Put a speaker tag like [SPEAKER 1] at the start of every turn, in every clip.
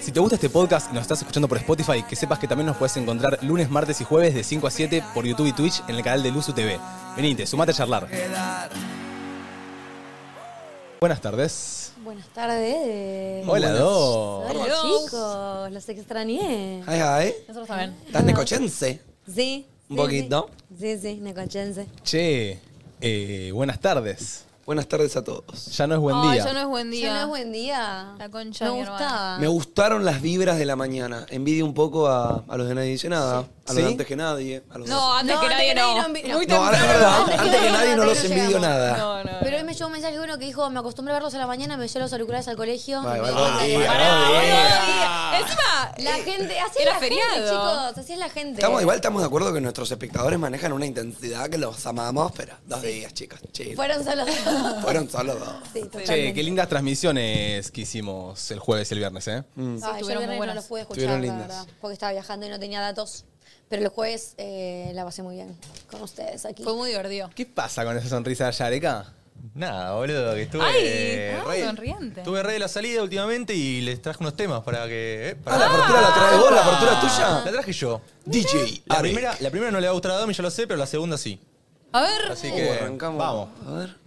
[SPEAKER 1] Si te gusta este podcast y nos estás escuchando por Spotify, que sepas que también nos puedes encontrar lunes, martes y jueves de 5 a 7 por YouTube y Twitch en el canal de Luzu TV. Venite, sumate a charlar. Buenas tardes.
[SPEAKER 2] Buenas tardes.
[SPEAKER 1] Hola, dos.
[SPEAKER 2] Hola, chicos, los extrañé.
[SPEAKER 3] Ay, ay.
[SPEAKER 2] Nosotros también.
[SPEAKER 3] ¿Estás necochense?
[SPEAKER 2] Sí.
[SPEAKER 3] Un
[SPEAKER 2] sí,
[SPEAKER 3] poquito.
[SPEAKER 2] Sí, sí, sí necochense.
[SPEAKER 1] Che, eh, buenas tardes.
[SPEAKER 3] Buenas tardes a todos.
[SPEAKER 1] Ya no es buen
[SPEAKER 4] Ay,
[SPEAKER 1] día.
[SPEAKER 4] ya no es buen día.
[SPEAKER 2] Ya no es buen día.
[SPEAKER 4] La concha
[SPEAKER 2] Me
[SPEAKER 4] de mi
[SPEAKER 2] gustaba.
[SPEAKER 3] Me gustaron las vibras de la mañana. Envidio un poco a, a los de Nadie Dice Nada, a los
[SPEAKER 1] ¿Sí?
[SPEAKER 3] de antes que nadie. a los
[SPEAKER 4] No, antes que nadie no.
[SPEAKER 2] Muy
[SPEAKER 3] de- No, ahora es verdad. Antes que nadie no los envidio
[SPEAKER 2] llegamos.
[SPEAKER 3] nada.
[SPEAKER 4] No, no.
[SPEAKER 2] Pero hoy me llegó un mensaje de uno que dijo, me acostumbré a verlos a la mañana, me llevo los auriculares al colegio.
[SPEAKER 3] Vale,
[SPEAKER 2] y
[SPEAKER 3] vale,
[SPEAKER 2] me voy a
[SPEAKER 3] vale,
[SPEAKER 2] la-
[SPEAKER 3] vale.
[SPEAKER 4] Pará,
[SPEAKER 3] Pará,
[SPEAKER 4] boludo. Encima,
[SPEAKER 2] La gente, así
[SPEAKER 4] Eh, Era
[SPEAKER 2] es la gente,
[SPEAKER 4] feriado.
[SPEAKER 2] chicos, así es la gente.
[SPEAKER 3] Estamos, igual estamos de acuerdo que nuestros espectadores manejan una intensidad que los amamos, pero dos días, chicos. Chill.
[SPEAKER 2] Fueron solo
[SPEAKER 3] Fueron solo dos.
[SPEAKER 2] Sí,
[SPEAKER 1] Che,
[SPEAKER 2] totalmente.
[SPEAKER 1] qué lindas transmisiones que hicimos el jueves y el viernes, ¿eh?
[SPEAKER 3] Mm.
[SPEAKER 2] Ay, yo el
[SPEAKER 4] Estuvieron muy
[SPEAKER 2] viernes no
[SPEAKER 4] buenas.
[SPEAKER 2] los pude escuchar,
[SPEAKER 3] Estuvieron
[SPEAKER 2] la
[SPEAKER 3] lindas.
[SPEAKER 2] verdad, porque estaba viajando y no tenía datos. Pero los jueves eh, la pasé muy bien con ustedes aquí.
[SPEAKER 4] fue muy divertido.
[SPEAKER 1] ¿Qué pasa con esa sonrisa de Yareka?
[SPEAKER 5] Nada, boludo, que estuve.
[SPEAKER 4] Ay,
[SPEAKER 5] eh,
[SPEAKER 4] ah, sonriente.
[SPEAKER 5] Estuve re de la salida últimamente y les traje unos temas para que. eh, para-
[SPEAKER 3] Ah, la apertura la traes vos, la apertura es tuya.
[SPEAKER 5] La traje yo.
[SPEAKER 3] DJ.
[SPEAKER 5] La
[SPEAKER 3] Are.
[SPEAKER 5] primera, la primera no le va a gustar a Domi, ya lo sé, pero la segunda sí.
[SPEAKER 4] A ver.
[SPEAKER 5] Así
[SPEAKER 3] Uh,
[SPEAKER 5] que.
[SPEAKER 3] arrancamos.
[SPEAKER 1] vamos.
[SPEAKER 3] A ver.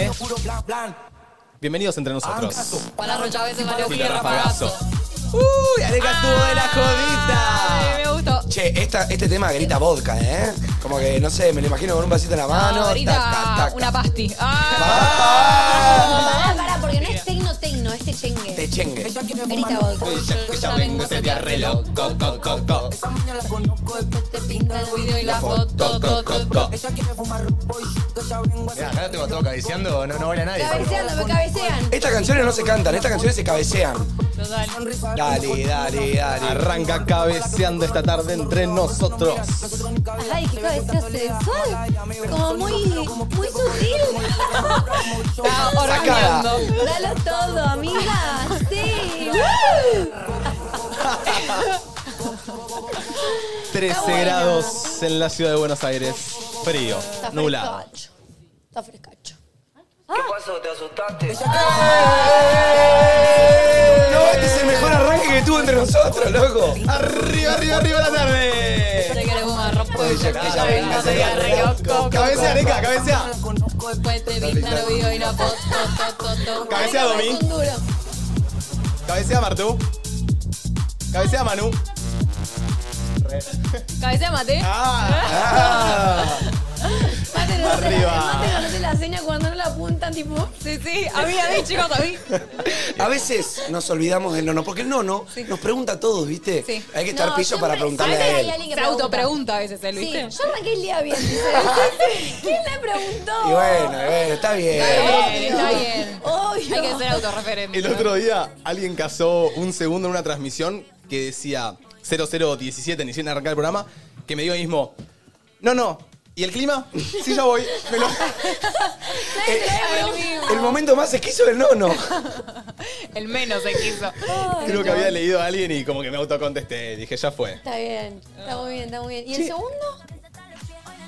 [SPEAKER 1] ¿eh? Bienvenidos entre nosotros.
[SPEAKER 4] Para rocha a veces valió
[SPEAKER 1] Filo
[SPEAKER 4] tierra,
[SPEAKER 1] rafagazo.
[SPEAKER 4] pagazo.
[SPEAKER 1] ¡Uy!
[SPEAKER 4] Ah,
[SPEAKER 1] Areca estuvo de la
[SPEAKER 4] Ay,
[SPEAKER 1] jodita.
[SPEAKER 4] Me gustó.
[SPEAKER 3] Che, esta, este tema grita vodka, ¿eh? Como que, no sé, me lo imagino con un vasito en la mano.
[SPEAKER 4] Ahorita
[SPEAKER 3] tac, tac, tac,
[SPEAKER 4] una
[SPEAKER 3] tac.
[SPEAKER 4] pasti. Ah.
[SPEAKER 3] Ah.
[SPEAKER 2] Pará, pará, porque no es tecno tecno, este chengue.
[SPEAKER 3] Te chengue.
[SPEAKER 2] Grita vodka.
[SPEAKER 1] Que ya vengo ese día re loco, co, co, co.
[SPEAKER 2] Te pinta el
[SPEAKER 4] El video
[SPEAKER 2] video.
[SPEAKER 4] y la foto. to, to, to.
[SPEAKER 5] Mirá, acá tengo todo cabeceando, no, no a nadie.
[SPEAKER 2] Cabeceando, me cabecean.
[SPEAKER 3] Estas canciones no se cantan, estas canciones se cabecean.
[SPEAKER 4] Total.
[SPEAKER 3] Dale, dale, dale.
[SPEAKER 1] Arranca cabeceando esta tarde entre nosotros.
[SPEAKER 2] Ay, qué cabeceo sensual. Como muy, muy sutil.
[SPEAKER 4] Está
[SPEAKER 3] Sacada.
[SPEAKER 4] horneando.
[SPEAKER 2] Dalo todo, amiga. Sí.
[SPEAKER 1] 13 grados en la ciudad de Buenos Aires. Frío,
[SPEAKER 2] Está
[SPEAKER 1] nublado.
[SPEAKER 2] frescacho. Está frescacho.
[SPEAKER 3] No, este es el mejor arranque que tuvo entre nosotros, loco.
[SPEAKER 1] Arriba, arriba, arriba la tarde.
[SPEAKER 4] Te queremos más ropa.
[SPEAKER 3] Ella- ella venga,
[SPEAKER 4] Te
[SPEAKER 3] sería re
[SPEAKER 4] queremos más ropa.
[SPEAKER 1] Cabecea, Areca, cabecea.
[SPEAKER 4] Después te pinta el video y la foto. to, to, to.
[SPEAKER 1] Cabecea,
[SPEAKER 2] Ay, no,
[SPEAKER 1] Domi.
[SPEAKER 2] es un duro.
[SPEAKER 1] Cabecea, Martu. Cabecea, Manu.
[SPEAKER 4] Cabecea, mate.
[SPEAKER 1] Ah, ah.
[SPEAKER 2] Mate, no hace
[SPEAKER 1] Arriba.
[SPEAKER 2] la- mate, no hace la seña cuando no la apuntan, tipo.
[SPEAKER 4] Sí, sí, a mí, a mí, chicos, a mí.
[SPEAKER 3] A veces nos olvidamos del nono, porque el nono nos pregunta a todos, ¿viste?
[SPEAKER 4] Sí.
[SPEAKER 3] Hay que
[SPEAKER 2] No,
[SPEAKER 3] estar pillo para
[SPEAKER 2] siempre-
[SPEAKER 3] preguntarle
[SPEAKER 2] siempre
[SPEAKER 3] a
[SPEAKER 2] hay
[SPEAKER 3] él.
[SPEAKER 2] alguien que
[SPEAKER 4] Se autopregunta a veces él,
[SPEAKER 2] Sí,
[SPEAKER 4] ¿viste?
[SPEAKER 2] yo arranqué el día bien. dice. ¿Quién le preguntó?
[SPEAKER 3] Y bueno, y bueno, está bien.
[SPEAKER 4] Está bien, está bien.
[SPEAKER 2] Obvio.
[SPEAKER 4] Hay que ser autorreferente.
[SPEAKER 1] El otro día alguien casó un segundo en una transmisión que decía 0017, ni siquiera arrancar el programa, que me dijo mismo, no, no, ¿y el clima? Sí, ya voy. Me lo-
[SPEAKER 3] Eh,
[SPEAKER 4] el, mismo.
[SPEAKER 3] El momento más esquizo del nono.
[SPEAKER 4] El menos se quiso.
[SPEAKER 1] Creo que había leído a alguien y como que me autocontesté. Dije, ya fue.
[SPEAKER 2] Está bien, está muy bien, está muy bien. ¿Y el segundo?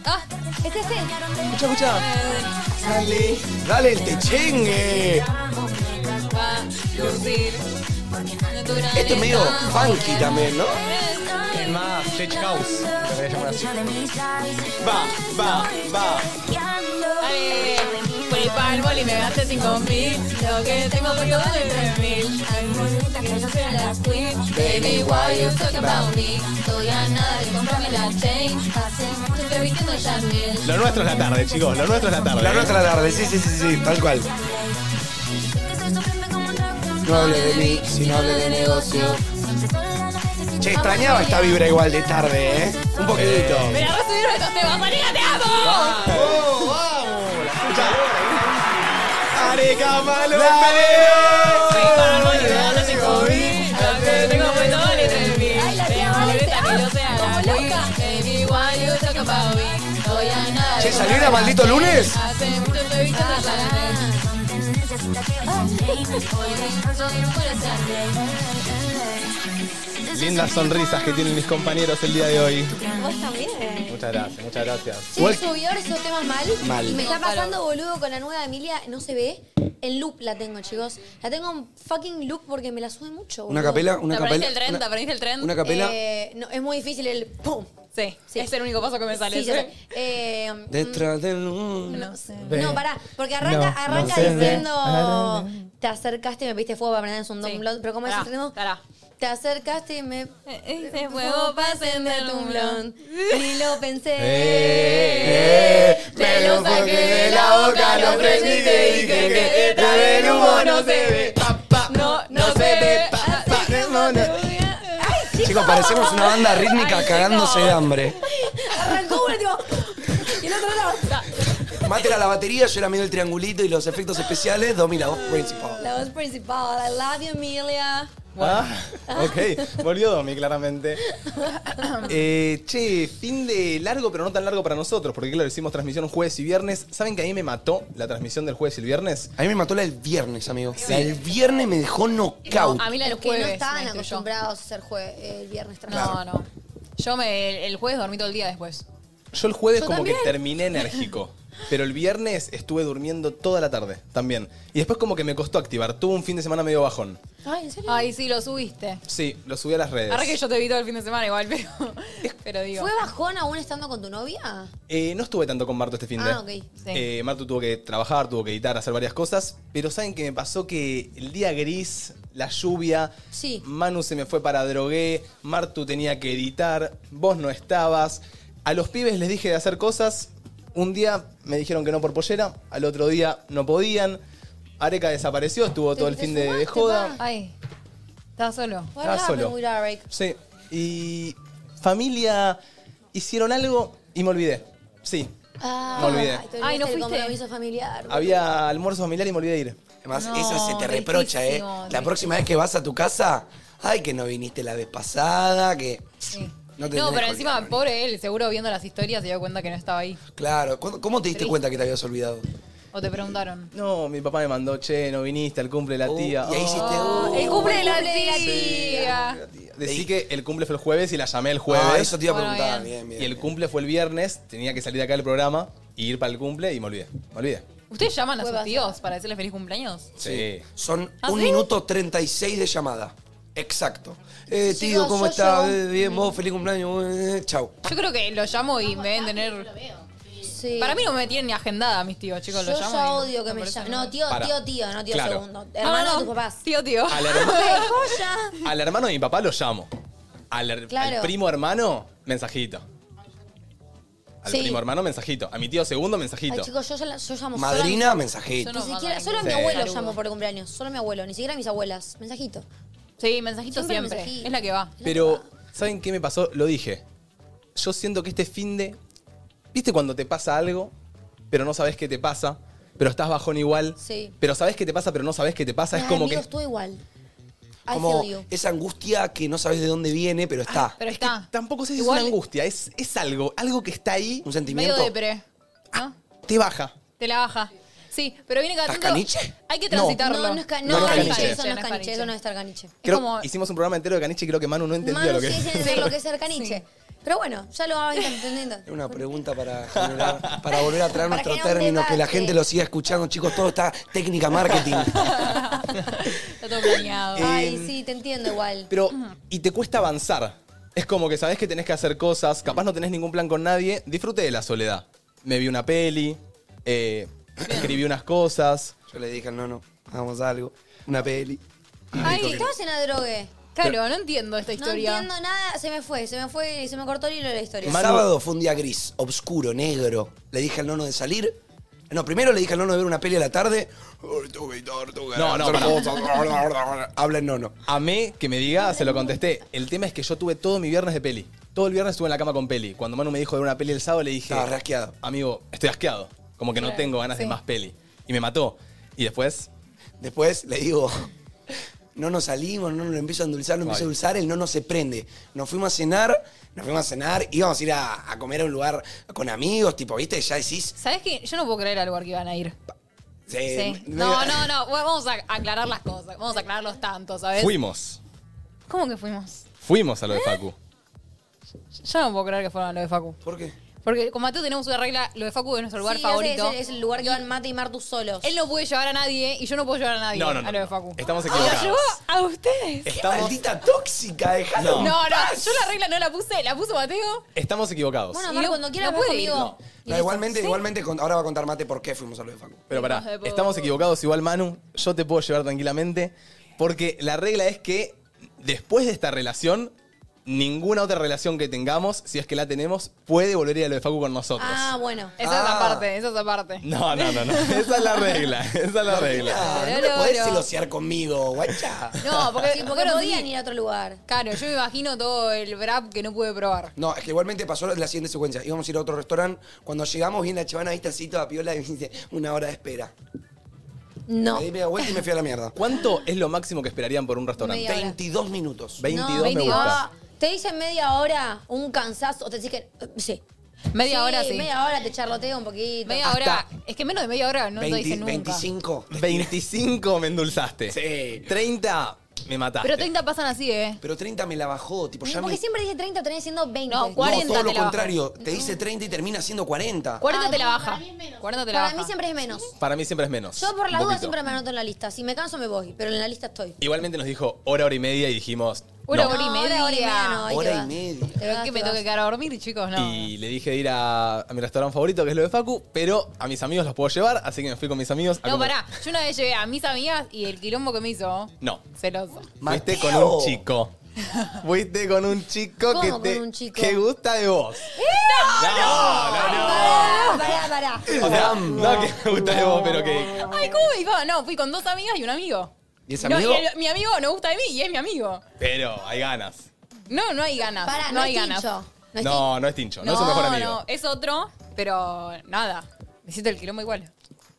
[SPEAKER 4] Ah,
[SPEAKER 2] ¿Es este?
[SPEAKER 1] Escucha, escucha.
[SPEAKER 3] Dale. Dale el techengue.
[SPEAKER 4] va a lucir. Naturaleza.
[SPEAKER 3] Esto es medio funky también, ¿no?
[SPEAKER 5] Es más, Tech House. lo que le llaman así.
[SPEAKER 1] Va, va, va.
[SPEAKER 4] Dale, Por el palmo y me gasté 5 mil. Lo que tengo por todo es 3 mil. Baby, why you talking about me? Estoy a nada de comprarme la chain. Hace mucho que vistiendo Chanel.
[SPEAKER 1] Lo nuestro es la tarde, chicos. Lo nuestro es la tarde. ¿eh?
[SPEAKER 3] La nota de la tarde, sí, sí, sí, sí, tal cual. No hable de mí, sino hable de negocio. Che, extrañaba esta vibra igual de tarde, ¿eh? Un poquito.
[SPEAKER 4] Mira, vas a subir estos temas, María, te amo.
[SPEAKER 1] ¡Oh, vamos! Escucha. Areca Malo
[SPEAKER 3] ¡Dale!
[SPEAKER 4] Soy Pablo Olivera.
[SPEAKER 3] Che, ¿salió era maldito lunes?
[SPEAKER 6] Hace mucho estoy evitando la lana.
[SPEAKER 1] Lindas sonrisas que tienen mis compañeros el día de hoy.
[SPEAKER 2] Vos también.
[SPEAKER 1] Muchas gracias, muchas gracias.
[SPEAKER 2] Sí, subí ahora esos temas mal.
[SPEAKER 3] Mal.
[SPEAKER 2] Y me está pasando, boludo, con la nueva de Emilia. No se ve. En loop la tengo, chicos. La tengo en fucking loop porque me la sube mucho.
[SPEAKER 3] ¿Una
[SPEAKER 2] boludo.
[SPEAKER 3] capela? ¿Una
[SPEAKER 6] ¿Te
[SPEAKER 3] capela?
[SPEAKER 6] aprendiste el tren? ¿Te aprendiste el tren?
[SPEAKER 3] ¿Una, una capela?
[SPEAKER 2] Eh, no, es muy difícil el pum.
[SPEAKER 6] Sí,
[SPEAKER 2] Sí.
[SPEAKER 6] es el único paso que me sale.
[SPEAKER 2] Sí, ya sé. Eh,
[SPEAKER 3] Detrás del mundo.
[SPEAKER 6] No sé.
[SPEAKER 2] No, pará, porque arranca,
[SPEAKER 1] No,
[SPEAKER 2] arranca
[SPEAKER 1] no sé.
[SPEAKER 2] diciendo te acercaste y me pediste fuego para aprender en un
[SPEAKER 6] Sí.
[SPEAKER 2] dumblón. Pero ¿cómo es
[SPEAKER 6] Pará,
[SPEAKER 2] el ritmo?
[SPEAKER 6] pará.
[SPEAKER 2] Te acercaste y me
[SPEAKER 6] Ese fuego pasen
[SPEAKER 2] prendiste
[SPEAKER 6] del
[SPEAKER 2] el
[SPEAKER 6] tumblón.
[SPEAKER 2] dumblón. Ni lo pensé.
[SPEAKER 1] Eh,
[SPEAKER 6] me lo saqué de la boca, lo prendí y te dije que detrás del humo no se ve.
[SPEAKER 1] Pa, pa,
[SPEAKER 6] No, no se ve.
[SPEAKER 1] pa, pa, no, no.
[SPEAKER 2] Ay, chicos,
[SPEAKER 3] Chicos, parecemos una banda rítmica
[SPEAKER 6] Ay,
[SPEAKER 3] cagándose
[SPEAKER 6] no.
[SPEAKER 3] de hambre.
[SPEAKER 2] arrancó uno tipo, y el otro no.
[SPEAKER 3] Mate era la batería, yo era medio el triangulito y los efectos especiales, Domi la voz principal.
[SPEAKER 2] La voz principal, I love you, Emilia.
[SPEAKER 1] Ah, ok, volvió Domi, claramente. Eh, che, fin de largo, pero no tan largo para nosotros, porque claro, hicimos transmisión jueves y viernes. ¿Saben que a mí me mató la transmisión del jueves y el viernes?
[SPEAKER 3] A mí me mató la del viernes, amigo. La del viernes me dejó knockout.
[SPEAKER 6] Eh, No, a mí la del
[SPEAKER 2] Es que
[SPEAKER 6] jueves.
[SPEAKER 2] no
[SPEAKER 6] me
[SPEAKER 2] estaban
[SPEAKER 6] destruyó.
[SPEAKER 2] acostumbrados a hacer jue- eh, el viernes tras
[SPEAKER 6] No, no. Yo me, el jueves dormí todo el día después.
[SPEAKER 1] Yo el jueves
[SPEAKER 2] Yo
[SPEAKER 1] como que
[SPEAKER 2] también.
[SPEAKER 1] terminé enérgico. Pero el viernes estuve durmiendo toda la tarde también. Y después como que me costó activar. Tuve un fin de semana medio bajón.
[SPEAKER 2] Ay, ¿en serio?
[SPEAKER 6] Ay, sí, lo subiste.
[SPEAKER 1] Sí, lo subí a las redes.
[SPEAKER 6] Ahora que yo te vi todo el fin de semana igual, pero, pero digo.
[SPEAKER 2] ¿Fue bajón aún estando con tu novia?
[SPEAKER 1] Eh, no estuve tanto con Marto este fin de
[SPEAKER 2] Ah, ok. Sí.
[SPEAKER 1] Eh, Marto tuvo que trabajar, tuvo que editar, hacer varias cosas. Pero ¿saben que me pasó? Que el día gris, la lluvia,
[SPEAKER 2] Sí.
[SPEAKER 1] Manu se me fue para drogué, Martu tenía que editar, vos no estabas. A los pibes les dije de hacer cosas. Un día me dijeron que no por pollera, al otro día no podían. Areca desapareció, estuvo
[SPEAKER 2] Te-
[SPEAKER 1] todo el
[SPEAKER 2] te
[SPEAKER 1] fin de, de
[SPEAKER 2] sumaste,
[SPEAKER 1] joda.
[SPEAKER 2] pa.
[SPEAKER 6] Ay, estaba solo.
[SPEAKER 2] What
[SPEAKER 1] Estaba
[SPEAKER 2] happened
[SPEAKER 1] solo.
[SPEAKER 2] with Eric?
[SPEAKER 1] Sí. Y familia hicieron algo y me olvidé. Sí.
[SPEAKER 2] Ah,
[SPEAKER 1] Me olvidé.
[SPEAKER 2] te
[SPEAKER 6] Ay, ¿no
[SPEAKER 2] olvidaste del
[SPEAKER 6] fuiste?
[SPEAKER 2] compromiso familiar.
[SPEAKER 1] Había almuerzo familiar y me olvidé de ir.
[SPEAKER 3] Además,
[SPEAKER 6] No,
[SPEAKER 3] esa se te reprocha, ¿eh?
[SPEAKER 6] tristísimo,
[SPEAKER 3] La próxima vez que vas a tu casa, ay, que no viniste la vez pasada, que.
[SPEAKER 6] Sí.
[SPEAKER 3] No
[SPEAKER 6] No,
[SPEAKER 3] te tenés que
[SPEAKER 6] pero encima,
[SPEAKER 3] olvidar,
[SPEAKER 6] pobre él, seguro viendo las historias se dio cuenta que no estaba ahí.
[SPEAKER 3] Claro, ¿cuándo- ¿cómo te diste
[SPEAKER 6] Triste.
[SPEAKER 3] cuenta que te habías olvidado?
[SPEAKER 6] O te preguntaron.
[SPEAKER 1] No, mi papá me mandó, che, no viniste al cumple de la
[SPEAKER 3] Uh,
[SPEAKER 1] tía. Oh.
[SPEAKER 3] y ahí hiciste. uh,
[SPEAKER 6] Ah, el cumple de la
[SPEAKER 2] cumple de
[SPEAKER 6] tía.
[SPEAKER 2] la
[SPEAKER 1] Decí que el cumple fue el jueves y la llamé el jueves.
[SPEAKER 3] Ah, eso te iba a
[SPEAKER 6] Bueno,
[SPEAKER 3] preguntar.
[SPEAKER 6] bien.
[SPEAKER 3] Bien, bien.
[SPEAKER 1] y el
[SPEAKER 3] bien.
[SPEAKER 1] cumple fue el viernes, tenía que salir de acá del programa y ir para el cumple y me olvidé. Me olvidé.
[SPEAKER 6] ¿Ustedes llaman a sus
[SPEAKER 2] Huevas.
[SPEAKER 6] tíos para decirles feliz cumpleaños?
[SPEAKER 1] Sí.
[SPEAKER 3] Son
[SPEAKER 6] ¿Ah,
[SPEAKER 3] un
[SPEAKER 6] sí?
[SPEAKER 3] minuto 36 de llamada. Exacto. Eh,
[SPEAKER 2] Sí,
[SPEAKER 3] tío,
[SPEAKER 2] no,
[SPEAKER 3] ¿cómo
[SPEAKER 2] yo
[SPEAKER 3] estás?
[SPEAKER 2] llego.
[SPEAKER 3] Eh, bien, vos, feliz cumpleaños. eh, chau.
[SPEAKER 6] Yo creo que lo llamo y me deben tener.
[SPEAKER 2] Sí.
[SPEAKER 6] Para mí no me tienen ni agendada mis tíos, chicos.
[SPEAKER 2] Yo
[SPEAKER 6] Lo llamo.
[SPEAKER 2] ya
[SPEAKER 6] y-
[SPEAKER 2] odio que me
[SPEAKER 6] parece
[SPEAKER 2] llamen.
[SPEAKER 6] nada.
[SPEAKER 2] No, tío,
[SPEAKER 1] Pará.
[SPEAKER 2] tío, tío, no tío
[SPEAKER 1] Claro.
[SPEAKER 2] segundo. Hermano
[SPEAKER 6] Ah, No, no,
[SPEAKER 2] de tus papás.
[SPEAKER 6] Tío, tío.
[SPEAKER 1] Al, herma-
[SPEAKER 2] ¡Qué joya!
[SPEAKER 1] al hermano de mi papá lo llamo. Al, her- al
[SPEAKER 2] Claro.
[SPEAKER 1] primo hermano, mensajito. Al
[SPEAKER 2] Sí.
[SPEAKER 1] primo hermano, mensajito. A mi tío segundo, mensajito.
[SPEAKER 2] Ay, chicos, yo, ya- yo llamo solo
[SPEAKER 3] Madrina, mensajito.
[SPEAKER 2] a mi-
[SPEAKER 6] No,
[SPEAKER 2] ni siquiera,
[SPEAKER 6] madrina.
[SPEAKER 2] solo a mi
[SPEAKER 1] Sí.
[SPEAKER 2] abuelo
[SPEAKER 6] Saludo.
[SPEAKER 2] llamo por cumpleaños. Solo a mi abuelo, ni siquiera a mis abuelas. Mensajito.
[SPEAKER 6] Sí, mensajito
[SPEAKER 2] Siempre
[SPEAKER 6] siempre.
[SPEAKER 2] mensajito.
[SPEAKER 6] Es la que va.
[SPEAKER 1] Pero, ¿saben qué me pasó? Lo dije. Yo siento que este fin de. ¿Viste cuando te pasa algo, pero no sabes qué te pasa? Pero estás bajón igual.
[SPEAKER 2] Sí.
[SPEAKER 1] Pero sabes qué te pasa, pero no sabes qué te pasa. es
[SPEAKER 2] Ay,
[SPEAKER 1] como
[SPEAKER 2] amigo,
[SPEAKER 1] que.
[SPEAKER 2] estuvo igual. I
[SPEAKER 3] Como
[SPEAKER 2] feel you.
[SPEAKER 3] esa angustia que no sabes de dónde viene, pero está.
[SPEAKER 6] Pero está.
[SPEAKER 1] Tampoco sé si
[SPEAKER 6] Igual-
[SPEAKER 1] es una angustia, es, es algo, algo que está ahí,
[SPEAKER 3] Un
[SPEAKER 6] Medio
[SPEAKER 3] sentimiento.
[SPEAKER 6] depre. ¿No?
[SPEAKER 1] te baja.
[SPEAKER 6] Te la baja. Sí, pero viene cada
[SPEAKER 3] ¿Estás
[SPEAKER 6] tanto.
[SPEAKER 3] caniche?
[SPEAKER 6] Hay que
[SPEAKER 1] No.
[SPEAKER 6] transitarlo.
[SPEAKER 2] No, no es ca-
[SPEAKER 1] No
[SPEAKER 2] no,
[SPEAKER 1] es
[SPEAKER 2] es
[SPEAKER 1] caniche.
[SPEAKER 2] caniche, eso no es
[SPEAKER 6] caniche.
[SPEAKER 2] caniche, eso no es estar caniche.
[SPEAKER 1] Creo,
[SPEAKER 6] como-
[SPEAKER 1] Hicimos un programa entero de Caniche y creo que Manu no entendió lo
[SPEAKER 2] Manu
[SPEAKER 1] que.
[SPEAKER 2] sí entiende lo que es ser caniche. Pero bueno, ya lo va entendiendo.
[SPEAKER 3] Es una pregunta para, generar- para volver a traer
[SPEAKER 2] Para
[SPEAKER 3] nuestro
[SPEAKER 2] generar un
[SPEAKER 3] término, que la
[SPEAKER 2] debate.
[SPEAKER 3] gente lo siga escuchando, chicos. Todo está técnica marketing.
[SPEAKER 6] Está todo planeado.
[SPEAKER 1] Eh,
[SPEAKER 2] Ay, sí, te entiendo igual.
[SPEAKER 1] Pero, y te cuesta avanzar. Es como que sabes que tenés que hacer cosas, capaz no tenés ningún plan con nadie. Disfrute de la soledad. Me vi una peli, eh, escribí unas cosas.
[SPEAKER 3] Yo le dije, no, no, hagamos algo. Una peli.
[SPEAKER 2] Ay, estabas en la drogue.
[SPEAKER 6] Claro, no entiendo esta
[SPEAKER 2] No
[SPEAKER 6] historia.
[SPEAKER 2] entiendo nada, se me fue, se me fue, se me cortó el hilo de la historia.
[SPEAKER 3] El
[SPEAKER 1] Manu-
[SPEAKER 3] sábado fue un día gris, oscuro, negro. Le dije al nono de salir. No, primero le dije al nono de ver una peli a la tarde. Ay, tengo que editar, tengo que
[SPEAKER 1] No, no,
[SPEAKER 3] hacer
[SPEAKER 1] pará.
[SPEAKER 3] cosas. Habla el nono.
[SPEAKER 1] Amé que me diga, se lo contesté. El tema es que yo tuve todo mi viernes de peli. Todo el viernes estuve en la cama con peli. Cuando Manu me dijo de ver una peli el sábado, le dije.
[SPEAKER 3] Estaba rasqueado.
[SPEAKER 1] Amigo, estoy asqueado. Como que no
[SPEAKER 6] Claro,
[SPEAKER 1] tengo ganas de
[SPEAKER 6] sí.
[SPEAKER 1] más peli. Y me mató. Y después,
[SPEAKER 3] Después le digo, Oh. no nos salimos, no nos lo empiezo a endulzar, no
[SPEAKER 7] Ay.
[SPEAKER 3] empiezo a endulzar, el no no se prende. Nos fuimos a cenar, nos fuimos a cenar, íbamos a ir a, a comer a un lugar con amigos, tipo, ¿viste? Ya decís.
[SPEAKER 4] ¿Sabes qué? Yo no puedo creer al lugar que iban a ir.
[SPEAKER 3] eh,
[SPEAKER 4] Sí.
[SPEAKER 3] me-
[SPEAKER 4] No,
[SPEAKER 3] me-
[SPEAKER 4] no, no. Bueno, Vamos a aclarar las cosas. Vamos a aclarar los tantos, ¿sabes?
[SPEAKER 1] Fuimos.
[SPEAKER 4] ¿Cómo que fuimos?
[SPEAKER 1] Fuimos a lo de Facu.
[SPEAKER 4] Yo no puedo creer que fueron a lo de Facu.
[SPEAKER 3] ¿Por qué?
[SPEAKER 4] Porque con Mateo tenemos una regla, lo de Facu es nuestro lugar
[SPEAKER 2] Sí, ya sé,
[SPEAKER 4] favorito.
[SPEAKER 2] Es el, es el lugar que iban Mate y Martu solos.
[SPEAKER 4] Él no puede llevar a nadie y yo no puedo llevar a nadie
[SPEAKER 1] No, no, no,
[SPEAKER 4] a lo de
[SPEAKER 1] no.
[SPEAKER 4] Facu.
[SPEAKER 1] Estamos
[SPEAKER 4] Ah,
[SPEAKER 1] equivocados.
[SPEAKER 4] ¿Lo llevó a ustedes?
[SPEAKER 3] ¡Qué
[SPEAKER 1] Estamos-
[SPEAKER 3] maldita tóxica! ¡Dejalo!
[SPEAKER 1] No.
[SPEAKER 3] en
[SPEAKER 4] No, no,
[SPEAKER 3] paz!
[SPEAKER 4] yo la regla no la puse, la puso Mateo.
[SPEAKER 1] Estamos equivocados.
[SPEAKER 2] Bueno,
[SPEAKER 4] Y
[SPEAKER 2] Mar,
[SPEAKER 4] no-
[SPEAKER 2] cuando quieras
[SPEAKER 4] no
[SPEAKER 2] vas
[SPEAKER 4] puede ir,
[SPEAKER 2] conmigo.
[SPEAKER 4] no.
[SPEAKER 2] Y
[SPEAKER 3] No,
[SPEAKER 2] listo.
[SPEAKER 3] igualmente, igualmente, con- ahora va a contar Mate por qué fuimos a lo de Facu.
[SPEAKER 1] Pero pará,
[SPEAKER 4] Hijos de puta.
[SPEAKER 1] estamos equivocados igual, Manu. Yo te puedo llevar tranquilamente. Porque la regla es que después de esta relación, ninguna otra relación que tengamos, si es que la tenemos, puede volver a ir a lo de Facu con nosotros.
[SPEAKER 2] Ah, bueno.
[SPEAKER 4] Esa es
[SPEAKER 3] Ah.
[SPEAKER 4] la parte, esa es la parte.
[SPEAKER 1] No, no, no, no. Esa es la regla. Esa es la regla.
[SPEAKER 3] Ah, no te
[SPEAKER 4] Pero,
[SPEAKER 3] podés
[SPEAKER 4] pero-
[SPEAKER 3] celosear conmigo, guacha.
[SPEAKER 4] No, porque,
[SPEAKER 2] Sí, porque
[SPEAKER 4] porque
[SPEAKER 2] podían ir a otro lugar.
[SPEAKER 4] Claro, yo me imagino todo el brap que no pude probar.
[SPEAKER 3] No, es que igualmente pasó la siguiente secuencia. Íbamos a ir a otro restaurante. Cuando llegamos, viene la chavana, viste así toda piola y me dice, una hora de espera.
[SPEAKER 2] No.
[SPEAKER 3] Me di media vuelta y me fui a la mierda.
[SPEAKER 1] ¿Cuánto es lo máximo que esperarían por un restaurante?
[SPEAKER 2] Media hora.
[SPEAKER 3] 22 minutos.
[SPEAKER 1] 22,
[SPEAKER 4] No,
[SPEAKER 1] me
[SPEAKER 4] 22.
[SPEAKER 1] gusta.
[SPEAKER 2] Te dicen media hora un cansazo. O te dicen que. eh, Sí.
[SPEAKER 4] Media hora sí.
[SPEAKER 2] Media hora te charloteo un poquito.
[SPEAKER 4] Media hora, es que menos de media hora no te
[SPEAKER 3] 20,
[SPEAKER 4] dicen nunca.
[SPEAKER 3] 25.
[SPEAKER 1] 25 me endulzaste.
[SPEAKER 3] Sí.
[SPEAKER 1] 30 me mataste.
[SPEAKER 4] Pero 30 pasan así, ¿eh?
[SPEAKER 3] Pero 30 me la bajó, tipo, Pues ya
[SPEAKER 2] Porque
[SPEAKER 3] me...
[SPEAKER 2] siempre dice 30 o tenés siendo 20.
[SPEAKER 4] No,
[SPEAKER 3] No,
[SPEAKER 4] 40
[SPEAKER 3] todo
[SPEAKER 4] te
[SPEAKER 3] lo
[SPEAKER 4] la bajó.
[SPEAKER 3] contrario. Te dice 30 y termina siendo 40.
[SPEAKER 4] 40
[SPEAKER 2] Ah,
[SPEAKER 4] te la
[SPEAKER 2] no,
[SPEAKER 4] baja.
[SPEAKER 2] para
[SPEAKER 4] 40 te la
[SPEAKER 2] Para
[SPEAKER 4] baja.
[SPEAKER 2] mí siempre es menos.
[SPEAKER 1] Para mí siempre es menos.
[SPEAKER 2] Yo por
[SPEAKER 1] Un
[SPEAKER 2] la duda
[SPEAKER 1] poquito.
[SPEAKER 2] siempre me anoto en la lista. Si me canso me voy, pero en la lista estoy.
[SPEAKER 1] Igualmente nos dijo hora, hora y media y dijimos.
[SPEAKER 4] Una
[SPEAKER 1] no.
[SPEAKER 4] hora y
[SPEAKER 2] No,
[SPEAKER 4] media.
[SPEAKER 2] hora y media no, ahí
[SPEAKER 3] Hora
[SPEAKER 2] te
[SPEAKER 3] y
[SPEAKER 2] vas.
[SPEAKER 3] media.
[SPEAKER 2] Te
[SPEAKER 4] Pero
[SPEAKER 2] vas,
[SPEAKER 4] que
[SPEAKER 2] te
[SPEAKER 4] me tengo
[SPEAKER 2] vas.
[SPEAKER 4] que quedar a dormir, chicos, no.
[SPEAKER 1] Y le dije de ir a, a mi restaurante favorito, que es lo de Facu, pero a mis amigos los puedo llevar, así que me fui con mis amigos. a
[SPEAKER 4] No,
[SPEAKER 1] comer.
[SPEAKER 4] pará. Yo una vez llegué a mis amigas y el quilombo que me hizo.
[SPEAKER 1] No.
[SPEAKER 4] Celoso.
[SPEAKER 1] Fuiste con
[SPEAKER 3] Mateo.
[SPEAKER 1] un chico. Fuiste con un chico
[SPEAKER 2] ¿Cómo
[SPEAKER 1] que
[SPEAKER 2] con
[SPEAKER 1] te
[SPEAKER 2] un chico?
[SPEAKER 1] que gusta de vos.
[SPEAKER 4] Ah,
[SPEAKER 1] No, no,
[SPEAKER 2] Pará, ¡Eh! pará, pará.
[SPEAKER 1] O sea, no que me gusta de vos, pero que.
[SPEAKER 4] Ay, ¿cómo me dijo? No, fui con dos amigas y un amigo.
[SPEAKER 3] ¿Y ese
[SPEAKER 4] No,
[SPEAKER 3] amigo?
[SPEAKER 4] el- mi amigo no gusta de mí y es mi amigo.
[SPEAKER 1] Pero hay ganas.
[SPEAKER 4] No, no hay ganas.
[SPEAKER 2] Pará,
[SPEAKER 4] no, hay
[SPEAKER 2] es
[SPEAKER 4] ganas.
[SPEAKER 2] tincho. No es
[SPEAKER 1] No, no es tincho, no, es un mejor amigo.
[SPEAKER 4] no, es otro, pero nada. Me siento el quilombo igual.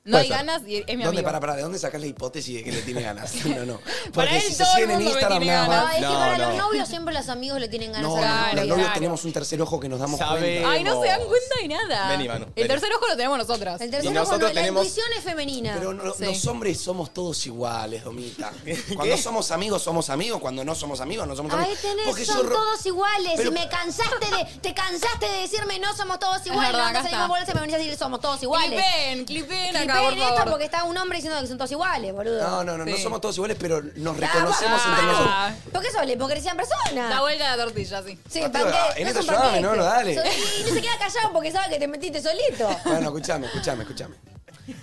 [SPEAKER 4] No
[SPEAKER 1] Puede
[SPEAKER 4] hay
[SPEAKER 1] ser.
[SPEAKER 4] ganas y eh, es mi
[SPEAKER 3] ¿Dónde,
[SPEAKER 4] amigo.
[SPEAKER 3] para, para, ¿De dónde sacás la hipótesis de que le tiene ganas? No, no.
[SPEAKER 4] Para
[SPEAKER 3] Porque
[SPEAKER 4] él
[SPEAKER 3] si se
[SPEAKER 4] todo el
[SPEAKER 3] siguen en
[SPEAKER 4] mundo me
[SPEAKER 3] Instagram,
[SPEAKER 4] tiene
[SPEAKER 3] me
[SPEAKER 4] ganas.
[SPEAKER 3] amas.
[SPEAKER 2] No, es que
[SPEAKER 1] No,
[SPEAKER 2] para
[SPEAKER 1] no.
[SPEAKER 2] los novios siempre los amigos le tienen ganas
[SPEAKER 3] No,
[SPEAKER 2] a la
[SPEAKER 3] no,
[SPEAKER 4] Claro,
[SPEAKER 3] los
[SPEAKER 2] novia.
[SPEAKER 3] novios
[SPEAKER 4] claro.
[SPEAKER 3] tenemos un tercer ojo que nos damos cuenta.
[SPEAKER 4] Ay, no se dan cuenta de nada.
[SPEAKER 1] Vení, Manu,
[SPEAKER 4] El
[SPEAKER 1] vení.
[SPEAKER 4] tercer ojo lo tenemos nosotras.
[SPEAKER 2] El
[SPEAKER 1] Y
[SPEAKER 2] tercer ojo
[SPEAKER 1] nosotros
[SPEAKER 2] no, la
[SPEAKER 1] tenemos-
[SPEAKER 2] intuición es femenina.
[SPEAKER 3] Pero no-
[SPEAKER 4] Sí.
[SPEAKER 3] los hombres somos todos iguales, Domita. Cuando somos amigos, somos amigos. Cuando no somos amigos, no somos
[SPEAKER 2] Ahí
[SPEAKER 3] amigos.
[SPEAKER 2] tenés,
[SPEAKER 3] Porque
[SPEAKER 2] son
[SPEAKER 3] yo ro-
[SPEAKER 2] todos iguales.
[SPEAKER 3] Pero-
[SPEAKER 2] y me cansaste de, te cansaste de decirme no somos todos iguales.
[SPEAKER 4] verdad,
[SPEAKER 2] no
[SPEAKER 4] acá
[SPEAKER 2] salimos
[SPEAKER 4] está.
[SPEAKER 2] por se me venís a decir somos todos iguales.
[SPEAKER 4] Clipen, clipen acá,
[SPEAKER 2] Clipeen
[SPEAKER 4] por favor.
[SPEAKER 2] esto porque está un hombre diciendo que son todos iguales, boludo.
[SPEAKER 3] No, no, no, no
[SPEAKER 4] Sí.
[SPEAKER 3] somos todos iguales, pero nos reconocemos
[SPEAKER 4] Ah,
[SPEAKER 3] entre
[SPEAKER 4] bueno.
[SPEAKER 3] nosotros.
[SPEAKER 2] ¿Por qué sos la hipocresía en persona?
[SPEAKER 4] La vuelta de la tortilla, sí.
[SPEAKER 2] Sí,
[SPEAKER 3] Mateo,
[SPEAKER 2] panque-
[SPEAKER 3] en
[SPEAKER 2] no
[SPEAKER 3] esta
[SPEAKER 2] es un
[SPEAKER 3] ayudame,
[SPEAKER 2] panqueque.
[SPEAKER 3] no, no, dale.
[SPEAKER 2] Sos- Y no se queda callado porque sabe que te metiste solito.
[SPEAKER 3] Bueno, escúchame, escúchame, escúchame.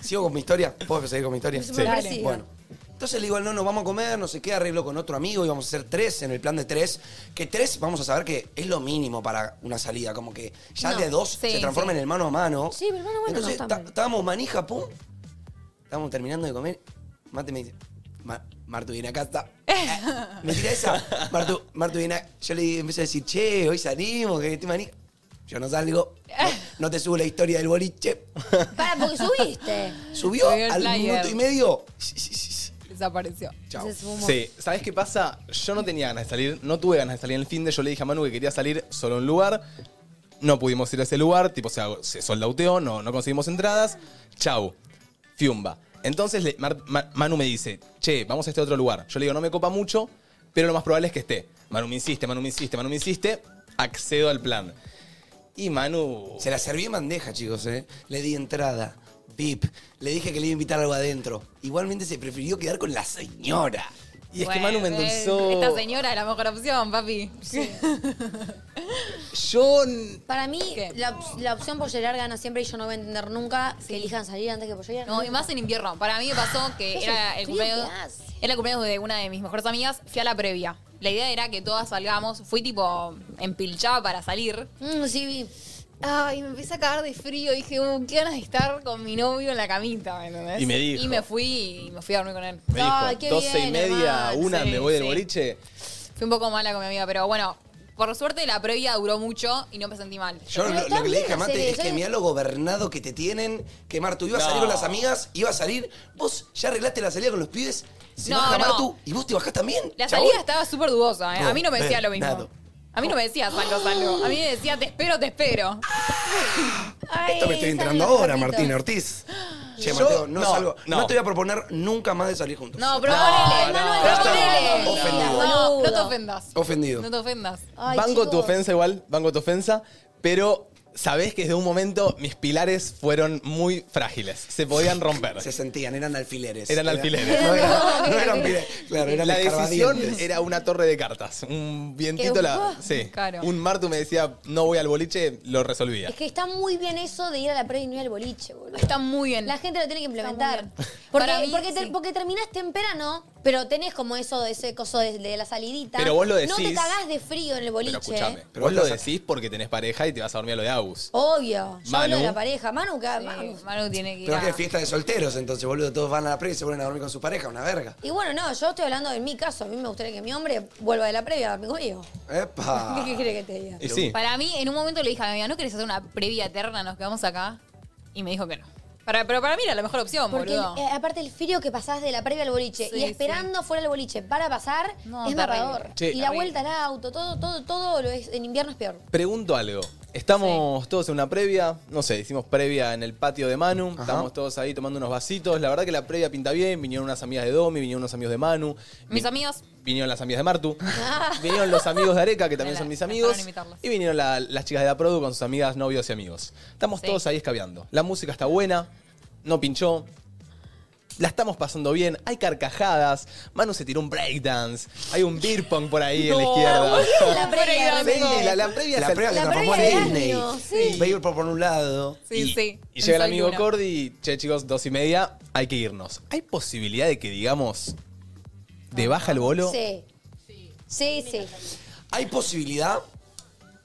[SPEAKER 3] ¿Sigo con mi historia? ¿Puedo seguir con mi historia?
[SPEAKER 2] Sí. Dale.
[SPEAKER 3] Bueno. Entonces le digo al nono, vamos a comer, no sé qué, arreglo con otro amigo y vamos a hacer tres en el plan de tres. Que tres, vamos a saber que es lo mínimo para una salida. Como que ya
[SPEAKER 2] No,
[SPEAKER 3] de dos
[SPEAKER 4] sí,
[SPEAKER 3] se transforma
[SPEAKER 4] sí.
[SPEAKER 3] en el mano a mano.
[SPEAKER 2] Sí, pero mano a mano
[SPEAKER 3] Entonces
[SPEAKER 2] no,
[SPEAKER 3] ta-
[SPEAKER 2] también.
[SPEAKER 3] estábamos manija, pum. Estábamos terminando de comer. Mate me dice, "Ma- Martu viene acá, está. Ah, Me tira esa. Martu, Martu viene acá. Yo le empecé a decir, che, hoy salimos, que estoy manija. Yo no salgo. No, no te subo la historia del boliche.
[SPEAKER 2] Para, porque subiste.
[SPEAKER 3] Subió
[SPEAKER 4] Subió el
[SPEAKER 3] al
[SPEAKER 4] flyer.
[SPEAKER 3] minuto y medio.
[SPEAKER 4] Desapareció.
[SPEAKER 3] Chao.
[SPEAKER 2] Se esfumó.
[SPEAKER 1] Sí, ¿sabes qué pasa? Yo no tenía ganas de salir, no tuve ganas de salir en el fin de. Yo le dije a Manu que quería salir solo a un lugar. No pudimos ir a ese lugar, tipo se, se soldauteó, no, no conseguimos entradas. Chau, fiumba. Entonces le- Mar- Ma- Manu me dice, che, vamos a este otro lugar. Yo le digo, no me copa mucho, pero lo más probable es que esté. Manu me insiste, Manu me insiste, Manu me insiste, accedo al plan. Y Manu...
[SPEAKER 3] Se la serví en bandeja, chicos, ¿eh? Le di entrada, VIP, le dije que le iba a invitar algo adentro. Igualmente se prefirió quedar con la señora.
[SPEAKER 1] Y es que Manu
[SPEAKER 4] Bueno,
[SPEAKER 1] me endulzó...
[SPEAKER 4] Esta señora es la mejor opción, papi.
[SPEAKER 1] Yo...
[SPEAKER 2] Para mí,
[SPEAKER 4] ¿Qué?
[SPEAKER 2] la, op- la opción pollerar gana siempre y yo no voy a entender nunca que elijan salir antes que pollerar.
[SPEAKER 4] No, y más en invierno. Para mí me pasó que
[SPEAKER 2] Ese
[SPEAKER 4] era el
[SPEAKER 2] frío
[SPEAKER 4] cumpleaños,
[SPEAKER 2] que hace.
[SPEAKER 4] era el cumpleaños de una de mis mejores amigas. Fui a la previa. La idea era que todas salgamos. Fui tipo empilchada para salir.
[SPEAKER 2] Mm, sí, vi.
[SPEAKER 4] Ay, me empecé a cagar de frío. Dije, uh, qué ganas de estar con mi novio en la camita, ¿me entendés?
[SPEAKER 1] Y me dijo.
[SPEAKER 4] Y me fui, y me fui a dormir con él.
[SPEAKER 1] Me dijo,
[SPEAKER 2] Ay, qué
[SPEAKER 1] doce y
[SPEAKER 2] bien,
[SPEAKER 1] media,
[SPEAKER 2] hermano.
[SPEAKER 1] una,
[SPEAKER 4] Sí,
[SPEAKER 1] me voy del
[SPEAKER 4] sí.
[SPEAKER 1] boliche.
[SPEAKER 4] Fui un poco mala con mi amiga, pero bueno, por suerte la previa duró mucho y no me sentí mal.
[SPEAKER 3] Yo
[SPEAKER 2] Pero
[SPEAKER 3] lo,
[SPEAKER 2] está
[SPEAKER 3] lo que le
[SPEAKER 2] bien
[SPEAKER 3] dije a Mate
[SPEAKER 2] hacer
[SPEAKER 3] es que
[SPEAKER 2] eso.
[SPEAKER 3] mirá lo gobernado que te tienen, que Martu iba a
[SPEAKER 1] No.
[SPEAKER 3] salir con las amigas, iba a salir, vos ya arreglaste la salida con los pibes, Se
[SPEAKER 6] No,
[SPEAKER 3] baja
[SPEAKER 6] no.
[SPEAKER 3] Martu y vos te bajás también.
[SPEAKER 6] La
[SPEAKER 3] chabón.
[SPEAKER 6] salida estaba súper dudosa, ¿eh? A mí no me decía lo
[SPEAKER 3] Nada.
[SPEAKER 6] mismo. A mí no me decía salgo, salgo. A mí me decía te espero, te espero.
[SPEAKER 3] Esto me estoy
[SPEAKER 2] Ay,
[SPEAKER 3] enterando
[SPEAKER 2] salen los
[SPEAKER 3] ahora,
[SPEAKER 2] trapitos.
[SPEAKER 3] Martín Ortiz. Che,
[SPEAKER 1] Yo-
[SPEAKER 3] Mateo, no,
[SPEAKER 1] no,
[SPEAKER 3] salgo. No.
[SPEAKER 1] no.
[SPEAKER 3] te voy a proponer nunca más de salir juntos.
[SPEAKER 6] No, proponele.
[SPEAKER 2] no, no,
[SPEAKER 1] Ah,
[SPEAKER 6] proponele.
[SPEAKER 3] no, ofendido.
[SPEAKER 6] No, no te ofendas.
[SPEAKER 3] Ofendido.
[SPEAKER 6] No te ofendas.
[SPEAKER 2] Ay,
[SPEAKER 1] banco tu
[SPEAKER 2] chicos.
[SPEAKER 1] ofensa igual, banco tu ofensa, pero sabés que desde un momento mis pilares fueron muy frágiles. Se podían romper.
[SPEAKER 3] Se sentían, eran alfileres.
[SPEAKER 1] Eran
[SPEAKER 3] Era-
[SPEAKER 1] alfileres.
[SPEAKER 3] No, eran- no eran pilares. Claro, eran
[SPEAKER 1] la decisión
[SPEAKER 3] escarbadientes.
[SPEAKER 1] era una torre de cartas. Un vientito
[SPEAKER 2] Qué
[SPEAKER 1] la.
[SPEAKER 2] guapo.
[SPEAKER 1] Sí.
[SPEAKER 6] Claro.
[SPEAKER 1] Un Martu me decía, no voy al boliche, lo resolvía.
[SPEAKER 2] Es que está muy bien eso de ir a la previa y no ir al boliche, boludo.
[SPEAKER 6] Está muy bien.
[SPEAKER 2] La gente lo tiene que implementar.
[SPEAKER 6] Está muy bien.
[SPEAKER 2] Porque,
[SPEAKER 6] Para mí,
[SPEAKER 2] porque, te-
[SPEAKER 6] sí.
[SPEAKER 2] porque terminás temprano, pero tenés como eso, ese coso de, de la salidita.
[SPEAKER 1] Pero vos lo
[SPEAKER 2] No te
[SPEAKER 1] decís.
[SPEAKER 2] cagás de frío en el boliche.
[SPEAKER 1] Pero escúchame,
[SPEAKER 2] ¿eh?
[SPEAKER 1] vos lo decís porque tenés pareja y te vas a dormir a lo de Agus.
[SPEAKER 2] Obvio. Yo hablo
[SPEAKER 1] Manu.
[SPEAKER 2] de la pareja. Manu, ¿qué? Manu.
[SPEAKER 6] Sí, Manu tiene que ir
[SPEAKER 3] Pero
[SPEAKER 6] a...
[SPEAKER 3] que fiesta de solteros, entonces, boludo. Todos van a la previa y se vuelven a dormir con su pareja, una verga.
[SPEAKER 2] Y bueno, no, yo estoy hablando en mi caso. A mí me gustaría que mi hombre vuelva de la previa a dormir conmigo.
[SPEAKER 3] ¡Epa!
[SPEAKER 2] ¿Qué quieres que te diga?
[SPEAKER 1] Y sí.
[SPEAKER 6] Para mí, en un momento le dije a mi amiga, ¿no querés hacer una previa eterna? Nos quedamos acá. Y me dijo que no. Para- pero para mí era la mejor opción,
[SPEAKER 2] Porque
[SPEAKER 6] boludo.
[SPEAKER 2] eh, aparte el frío que pasás de la previa al boliche
[SPEAKER 6] Sí,
[SPEAKER 2] y esperando fuera del boliche para pasar
[SPEAKER 6] No,
[SPEAKER 2] es
[SPEAKER 6] terrible.
[SPEAKER 2] matador.
[SPEAKER 1] Sí.
[SPEAKER 2] y la
[SPEAKER 6] Terrible.
[SPEAKER 2] vuelta al auto, todo, todo, todo lo es, en invierno es peor.
[SPEAKER 1] Pregunto algo. Estamos todos en una previa, no sé, hicimos previa en el patio de Manu,
[SPEAKER 3] Ajá.
[SPEAKER 1] estamos todos ahí tomando unos vasitos. La verdad que la previa pinta bien, vinieron unas amigas de Domi, vinieron unos amigos de Manu.
[SPEAKER 6] Mis
[SPEAKER 1] vin-
[SPEAKER 6] amigos.
[SPEAKER 1] Vinieron las amigas de Martu, vinieron los amigos de Areca, que también
[SPEAKER 6] Me la-
[SPEAKER 1] son mis
[SPEAKER 6] me
[SPEAKER 1] amigos,
[SPEAKER 6] fueron a invitarlos.
[SPEAKER 1] y vinieron la- las chicas de la Produ con sus amigas, novios y amigos. Estamos
[SPEAKER 6] Sí.
[SPEAKER 1] todos ahí escabeando. La música está buena, no pinchó, la estamos pasando bien, hay carcajadas, Manu se tiró un breakdance, hay un beer pong por ahí en la izquierda.
[SPEAKER 2] La
[SPEAKER 6] previa,
[SPEAKER 1] Sí,
[SPEAKER 6] amigo.
[SPEAKER 1] la, la previa
[SPEAKER 3] La
[SPEAKER 1] se-
[SPEAKER 3] previa se
[SPEAKER 2] La
[SPEAKER 3] transformó
[SPEAKER 2] previa
[SPEAKER 3] en
[SPEAKER 2] de
[SPEAKER 3] Disney.
[SPEAKER 2] año,
[SPEAKER 1] sí.
[SPEAKER 3] Baseball por un lado.
[SPEAKER 6] Sí,
[SPEAKER 1] y,
[SPEAKER 6] sí.
[SPEAKER 1] y llega el amigo
[SPEAKER 6] Cordy.
[SPEAKER 1] Cordy y, che chicos, dos y media, hay que irnos. ¿Hay posibilidad de que digamos de baja el bolo?
[SPEAKER 2] Sí. Sí, sí.
[SPEAKER 3] Hay posibilidad,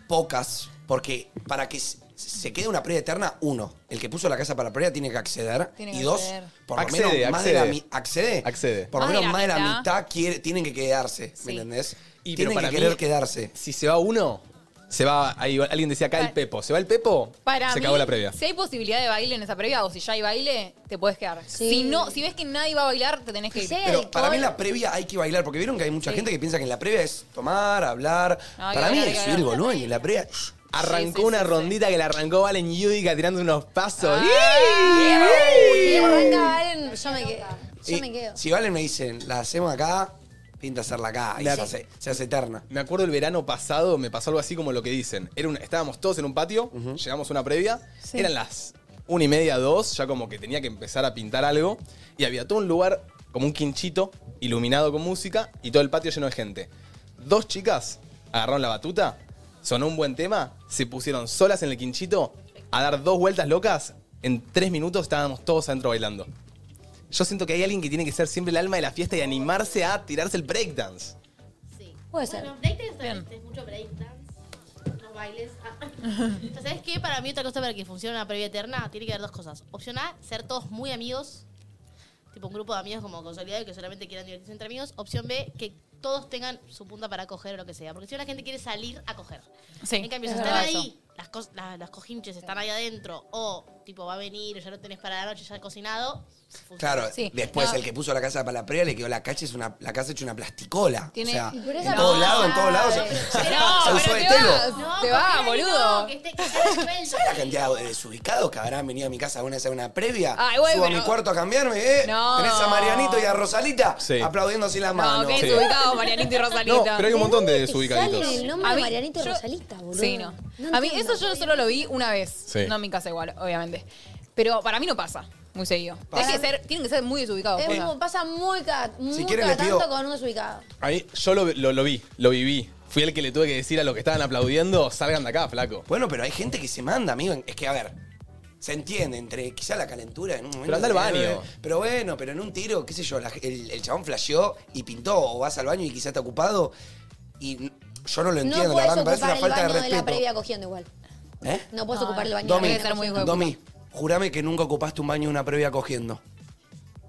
[SPEAKER 3] pocas, porque para que s- se quede una previa eterna, uno, el que puso la casa para la previa tiene que acceder.
[SPEAKER 6] Tiene que
[SPEAKER 3] y dos,
[SPEAKER 6] acceder.
[SPEAKER 3] por lo
[SPEAKER 1] Accede,
[SPEAKER 3] menos más de la
[SPEAKER 1] accede.
[SPEAKER 3] mi- accede.
[SPEAKER 1] Accede.
[SPEAKER 3] Por lo
[SPEAKER 6] Más de
[SPEAKER 3] menos
[SPEAKER 6] la
[SPEAKER 3] más de la
[SPEAKER 6] mitad.
[SPEAKER 3] mitad quiere- tienen que quedarse, ¿me
[SPEAKER 6] Sí.
[SPEAKER 3] entendés?
[SPEAKER 1] Y, pero
[SPEAKER 3] tienen
[SPEAKER 1] para
[SPEAKER 3] que querer
[SPEAKER 1] mí-
[SPEAKER 3] quedarse.
[SPEAKER 1] Si se va uno, se va. ahí alguien decía acá el
[SPEAKER 6] Para-
[SPEAKER 1] Pepo. ¿Se va el Pepo?
[SPEAKER 6] Para
[SPEAKER 1] se
[SPEAKER 6] mí,
[SPEAKER 1] acabó la previa.
[SPEAKER 6] Si hay posibilidad de baile en esa previa o si ya hay baile, te puedes quedar.
[SPEAKER 2] Sí.
[SPEAKER 6] Si no, si ves que nadie va a bailar, te tenés que ir.
[SPEAKER 2] Sí.
[SPEAKER 3] Pero para mí
[SPEAKER 2] alcohol.
[SPEAKER 3] la previa hay que bailar, porque vieron que hay mucha
[SPEAKER 6] Sí.
[SPEAKER 3] gente que piensa que en la previa es tomar, hablar.
[SPEAKER 6] No, hay que
[SPEAKER 3] para mí
[SPEAKER 6] bailar,
[SPEAKER 3] es
[SPEAKER 6] hay que
[SPEAKER 3] subir el
[SPEAKER 6] bailar.
[SPEAKER 3] volumen y en la previa... shh,
[SPEAKER 1] Arrancó
[SPEAKER 6] Sí, sí,
[SPEAKER 1] una
[SPEAKER 6] sí, Ah, sí.
[SPEAKER 1] rondita que la arrancó Valen Yudica tirando unos pasos.
[SPEAKER 2] Y
[SPEAKER 1] ¡Yee!
[SPEAKER 2] Ah, arranca Valen, yo me quedo. Yo
[SPEAKER 3] y
[SPEAKER 2] me quedo.
[SPEAKER 3] Si valen me dicen, la hacemos acá, pinta hacerla acá. Y
[SPEAKER 1] La-
[SPEAKER 3] se hace- se hace eterna.
[SPEAKER 1] Me acuerdo el verano pasado, me pasó algo así como lo que dicen. Era una- estábamos todos en un patio, llegamos a una previa, eran las una y media, dos, ya como que tenía que empezar a pintar algo, y había todo un lugar como un quinchito, iluminado con música, y todo el patio lleno de gente. Dos chicas agarraron la batuta, sonó un buen tema, se pusieron solas en el quinchito a dar dos vueltas locas, en tres minutos estábamos todos adentro bailando. Yo siento que hay alguien que tiene que ser siempre el alma de la fiesta y animarse a tirarse el breakdance.
[SPEAKER 8] Sí.
[SPEAKER 2] Puede ser.
[SPEAKER 8] Bueno, breakdance
[SPEAKER 6] Bien.
[SPEAKER 8] es mucho breakdance. Los bailes. Ah. ¿Sabes qué? Para mí, otra cosa para que funcione una previa eterna tiene que haber dos cosas. Opción A, ser todos muy amigos. Tipo un grupo de amigos como consolidado y que solamente quieran divertirse entre amigos. Opción B, que todos tengan su punta para coger o lo que sea. Porque si una gente quiere salir a coger.
[SPEAKER 6] Sí,
[SPEAKER 8] en cambio,
[SPEAKER 6] es
[SPEAKER 8] si están
[SPEAKER 6] verdad eso.
[SPEAKER 8] ahí, las, cos- la- las cojinches están ahí adentro, o tipo va a venir, ya lo tenés para la noche, ya cocinado. funciona.
[SPEAKER 3] Claro,
[SPEAKER 6] Sí.
[SPEAKER 3] después
[SPEAKER 6] No.
[SPEAKER 3] el que puso la casa para la previa le quedó la calle, es una, la casa hecha una plasticola.
[SPEAKER 6] Tiene-
[SPEAKER 3] O sea,
[SPEAKER 6] Y
[SPEAKER 2] pero
[SPEAKER 3] en
[SPEAKER 2] esa
[SPEAKER 3] todos
[SPEAKER 2] no
[SPEAKER 3] lados, en todos lados.
[SPEAKER 2] sabe.
[SPEAKER 3] Se, se-
[SPEAKER 6] No,
[SPEAKER 3] se usó
[SPEAKER 6] pero
[SPEAKER 3] de
[SPEAKER 6] te
[SPEAKER 3] telo.
[SPEAKER 6] vas. Te va,
[SPEAKER 8] coger ahí
[SPEAKER 6] boludo.
[SPEAKER 8] no, que esté, que esté suelto.
[SPEAKER 3] ¿Sabes la cantidad de desubicados que habrán venido a mi casa a una, a una previa?
[SPEAKER 6] Ay, güey,
[SPEAKER 3] Subo a
[SPEAKER 6] pero-
[SPEAKER 3] mi cuarto a cambiarme, ¿eh?
[SPEAKER 6] No.
[SPEAKER 3] Tenés a Marianito y a Rosalita
[SPEAKER 1] Sí.
[SPEAKER 3] aplaudiéndose las
[SPEAKER 6] No,
[SPEAKER 3] manos.
[SPEAKER 6] que
[SPEAKER 1] Sí.
[SPEAKER 6] desubicado, Marianito y
[SPEAKER 1] No,
[SPEAKER 6] Rosalita.
[SPEAKER 1] pero hay un montón de
[SPEAKER 2] ¿Dónde te
[SPEAKER 1] desubicaditos.
[SPEAKER 2] sale el nombre
[SPEAKER 6] A
[SPEAKER 2] de
[SPEAKER 6] mí-
[SPEAKER 2] Marianito y
[SPEAKER 6] yo-
[SPEAKER 2] Rosalita, boludo?
[SPEAKER 6] Sí, no. a mí
[SPEAKER 2] entiendo.
[SPEAKER 6] eso yo solo lo vi una vez.
[SPEAKER 1] Sí.
[SPEAKER 6] No en mi casa igual, obviamente. Pero para mí no pasa muy seguido.
[SPEAKER 3] Pasa.
[SPEAKER 6] Hay que ser- tienen que ser muy desubicados.
[SPEAKER 2] Es
[SPEAKER 6] boludo.
[SPEAKER 2] como pasa muy cada, muy
[SPEAKER 3] quieren,
[SPEAKER 2] cada
[SPEAKER 3] les pido-
[SPEAKER 2] tanto con un desubicado.
[SPEAKER 1] Ahí yo lo, lo- lo vi, lo viví. Fui el que le tuve que decir a los que estaban aplaudiendo, salgan de acá, flaco.
[SPEAKER 3] Bueno, pero hay gente que se manda, amigo. Es que, a ver, se entiende entre quizá la calentura en un momento.
[SPEAKER 1] Pero anda al baño.
[SPEAKER 3] Pero bueno, pero en un tiro, qué sé yo, la- el, el chabón flasheó y pintó. O vas al baño y quizá está ocupado. Y n- yo no lo
[SPEAKER 2] No
[SPEAKER 3] entiendo, la
[SPEAKER 2] puedes
[SPEAKER 3] verdad me parece una
[SPEAKER 2] ocupar el
[SPEAKER 3] falta
[SPEAKER 2] baño
[SPEAKER 3] de
[SPEAKER 2] de la
[SPEAKER 3] respeto.
[SPEAKER 2] previa cogiendo igual.
[SPEAKER 3] ¿Eh?
[SPEAKER 2] No puedes
[SPEAKER 6] No,
[SPEAKER 2] ocupar el baño de la
[SPEAKER 3] Domi,
[SPEAKER 6] Debe
[SPEAKER 2] previa
[SPEAKER 6] ser muy
[SPEAKER 2] cogiendo.
[SPEAKER 6] hijo de
[SPEAKER 3] Domi, jurame que nunca ocupaste un baño de una previa cogiendo.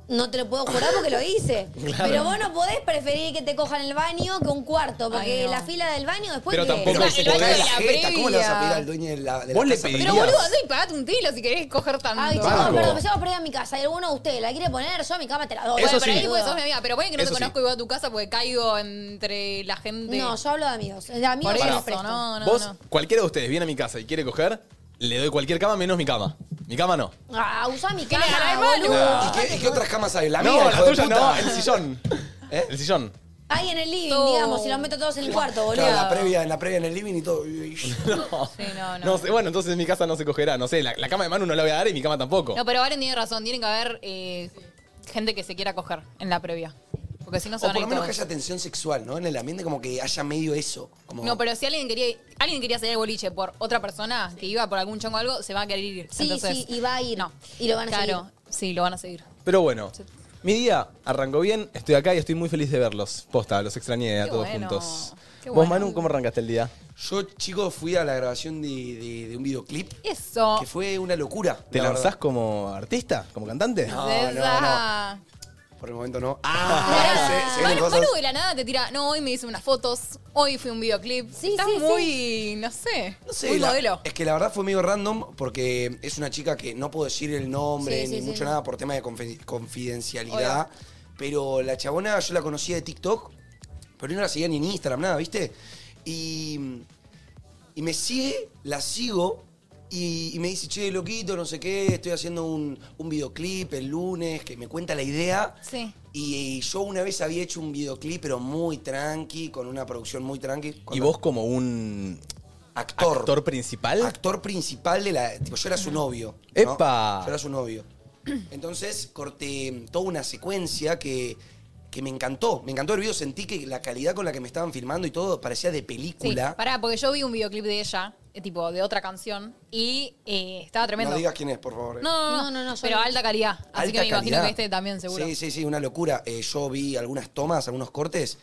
[SPEAKER 2] No te lo puedo jurar porque lo hice.
[SPEAKER 1] Claro.
[SPEAKER 2] Pero vos no podés preferir que te cojan el baño que un cuarto, porque
[SPEAKER 4] Ay, no.
[SPEAKER 2] la fila del baño después
[SPEAKER 1] Pero
[SPEAKER 2] que-
[SPEAKER 1] tampoco
[SPEAKER 3] Pero
[SPEAKER 1] se
[SPEAKER 3] te
[SPEAKER 4] baño
[SPEAKER 3] cae
[SPEAKER 4] de
[SPEAKER 3] la
[SPEAKER 4] la
[SPEAKER 3] jeta, ¿cómo le vas a
[SPEAKER 4] previa.
[SPEAKER 3] pedir al dueño de la, de
[SPEAKER 1] Vos
[SPEAKER 3] la
[SPEAKER 1] le
[SPEAKER 3] casa?
[SPEAKER 1] pedirías-
[SPEAKER 4] Pero boludo, andá y pagate un tiro si querés coger tanto.
[SPEAKER 2] Ay, chicos,
[SPEAKER 1] Banco.
[SPEAKER 2] perdón, me llevo para ir a mi casa. Hay alguno de ustedes la quiere poner, yo a mi cama te la doy.
[SPEAKER 1] Eso
[SPEAKER 4] Bueno, pero
[SPEAKER 1] sí.
[SPEAKER 4] ahí vos sos mi amiga. Pero bueno que no
[SPEAKER 1] Eso
[SPEAKER 4] te
[SPEAKER 1] sí.
[SPEAKER 4] conozco y voy a tu casa porque caigo entre la gente.
[SPEAKER 2] No, yo hablo de amigos. De amigos
[SPEAKER 4] por
[SPEAKER 2] yo
[SPEAKER 4] eso,
[SPEAKER 1] Pará.
[SPEAKER 2] los presto.
[SPEAKER 4] no, no,
[SPEAKER 1] Vos,
[SPEAKER 4] no.
[SPEAKER 1] cualquiera de ustedes viene a mi casa y quiere coger, le doy cualquier cama menos mi cama. Mi cama no.
[SPEAKER 2] Ah, usa mi
[SPEAKER 4] ¿Qué le
[SPEAKER 2] cama,
[SPEAKER 4] ganás, Manu?
[SPEAKER 2] boludo.
[SPEAKER 3] ¿Y qué, y qué otras camas hay? La
[SPEAKER 1] no,
[SPEAKER 3] mía,
[SPEAKER 1] la
[SPEAKER 3] hijo de
[SPEAKER 1] tuya
[SPEAKER 3] puta.
[SPEAKER 1] no, el sillón.
[SPEAKER 3] ¿Eh?
[SPEAKER 1] El sillón.
[SPEAKER 2] Ahí en el living,
[SPEAKER 4] No.
[SPEAKER 2] digamos, y los meto todos en el cuarto, boludo.
[SPEAKER 3] Claro, la previa, en la previa en el living y todo.
[SPEAKER 1] No.
[SPEAKER 4] Sí, no, no.
[SPEAKER 1] No sé, bueno, entonces mi casa no se cogerá. No sé, la, la cama de Manu no la voy a dar y mi cama tampoco.
[SPEAKER 4] No, pero Varen tiene razón. Tiene que haber eh, gente que se quiera coger en la previa. Porque si no se
[SPEAKER 3] O
[SPEAKER 4] van a
[SPEAKER 3] por lo
[SPEAKER 4] ir
[SPEAKER 3] menos que
[SPEAKER 4] todos.
[SPEAKER 3] haya tensión sexual, ¿no? En el ambiente como que haya medio eso. Como...
[SPEAKER 4] No, pero si alguien quería, alguien quería salir al boliche por otra persona que iba por algún chongo o algo, se va a querer ir.
[SPEAKER 2] Sí,
[SPEAKER 4] Entonces,
[SPEAKER 2] sí, y va a ir.
[SPEAKER 4] No.
[SPEAKER 2] Y lo van a
[SPEAKER 4] claro,
[SPEAKER 2] seguir.
[SPEAKER 4] sí, lo van a seguir.
[SPEAKER 1] Pero bueno, mi día arrancó bien, estoy acá y estoy muy feliz de verlos. Posta, los extrañé a
[SPEAKER 4] Qué
[SPEAKER 1] todos
[SPEAKER 4] bueno,
[SPEAKER 1] juntos.
[SPEAKER 4] qué
[SPEAKER 1] Vos,
[SPEAKER 4] bueno.
[SPEAKER 1] Manu, ¿cómo arrancaste el día?
[SPEAKER 3] Yo, chicos, fui a la grabación de, de- de un videoclip
[SPEAKER 4] Eso.
[SPEAKER 3] que fue una locura.
[SPEAKER 1] ¿Te
[SPEAKER 3] la
[SPEAKER 1] lanzás
[SPEAKER 3] verdad.
[SPEAKER 1] como artista? ¿Como cantante?
[SPEAKER 3] No,
[SPEAKER 4] Esa.
[SPEAKER 3] Por el momento no. Ah,
[SPEAKER 4] Pará,
[SPEAKER 3] se- se
[SPEAKER 4] Manu,
[SPEAKER 3] vienen cosas.
[SPEAKER 4] Manu de la nada te tira, no, hoy me hice unas fotos, hoy fui a un videoclip.
[SPEAKER 2] Sí,
[SPEAKER 4] Estás
[SPEAKER 2] sí, sí.
[SPEAKER 4] muy, no sé,
[SPEAKER 3] No sé,
[SPEAKER 4] muy
[SPEAKER 3] la-
[SPEAKER 4] modelo.
[SPEAKER 3] Es que la verdad fue medio random porque es una chica que no puedo decir el nombre
[SPEAKER 2] Sí,
[SPEAKER 3] ni
[SPEAKER 2] sí,
[SPEAKER 3] mucho
[SPEAKER 2] sí.
[SPEAKER 3] nada por tema de confi- confidencialidad. Pero la chabona yo la conocía de TikTok, pero yo no la seguía ni en Instagram, nada, ¿viste? Y, y me sigue, la sigo y, y me dice, che, loquito, no sé qué, estoy haciendo un, un videoclip el lunes, que me cuenta la idea.
[SPEAKER 4] Sí.
[SPEAKER 3] Y, yo una vez había hecho un videoclip, pero muy tranqui, con una producción muy tranqui.
[SPEAKER 1] ¿Y
[SPEAKER 3] Cuando-
[SPEAKER 1] vos como un
[SPEAKER 3] Actor.
[SPEAKER 1] actor principal?
[SPEAKER 3] Actor principal de la. Tipo, yo era su novio. ¿no?
[SPEAKER 1] ¡Epa!
[SPEAKER 3] Yo era su novio. Entonces corté mm, toda una secuencia que, que me encantó. Me encantó el video. Sentí que la calidad con la que me estaban filmando y todo parecía de
[SPEAKER 4] Sí,
[SPEAKER 3] película.
[SPEAKER 4] pará, porque yo vi un videoclip de ella, eh, tipo de otra canción, y eh, estaba tremendo.
[SPEAKER 3] no digas quién es, por favor.
[SPEAKER 4] no, no, no,
[SPEAKER 2] No, no, no, yo
[SPEAKER 4] pero
[SPEAKER 2] no.
[SPEAKER 4] alta calidad. Así
[SPEAKER 3] Alta
[SPEAKER 4] que me imagino
[SPEAKER 3] calidad.
[SPEAKER 4] que este también, seguro.
[SPEAKER 3] Sí, sí, sí, una locura. Eh, yo vi algunas tomas, algunos cortes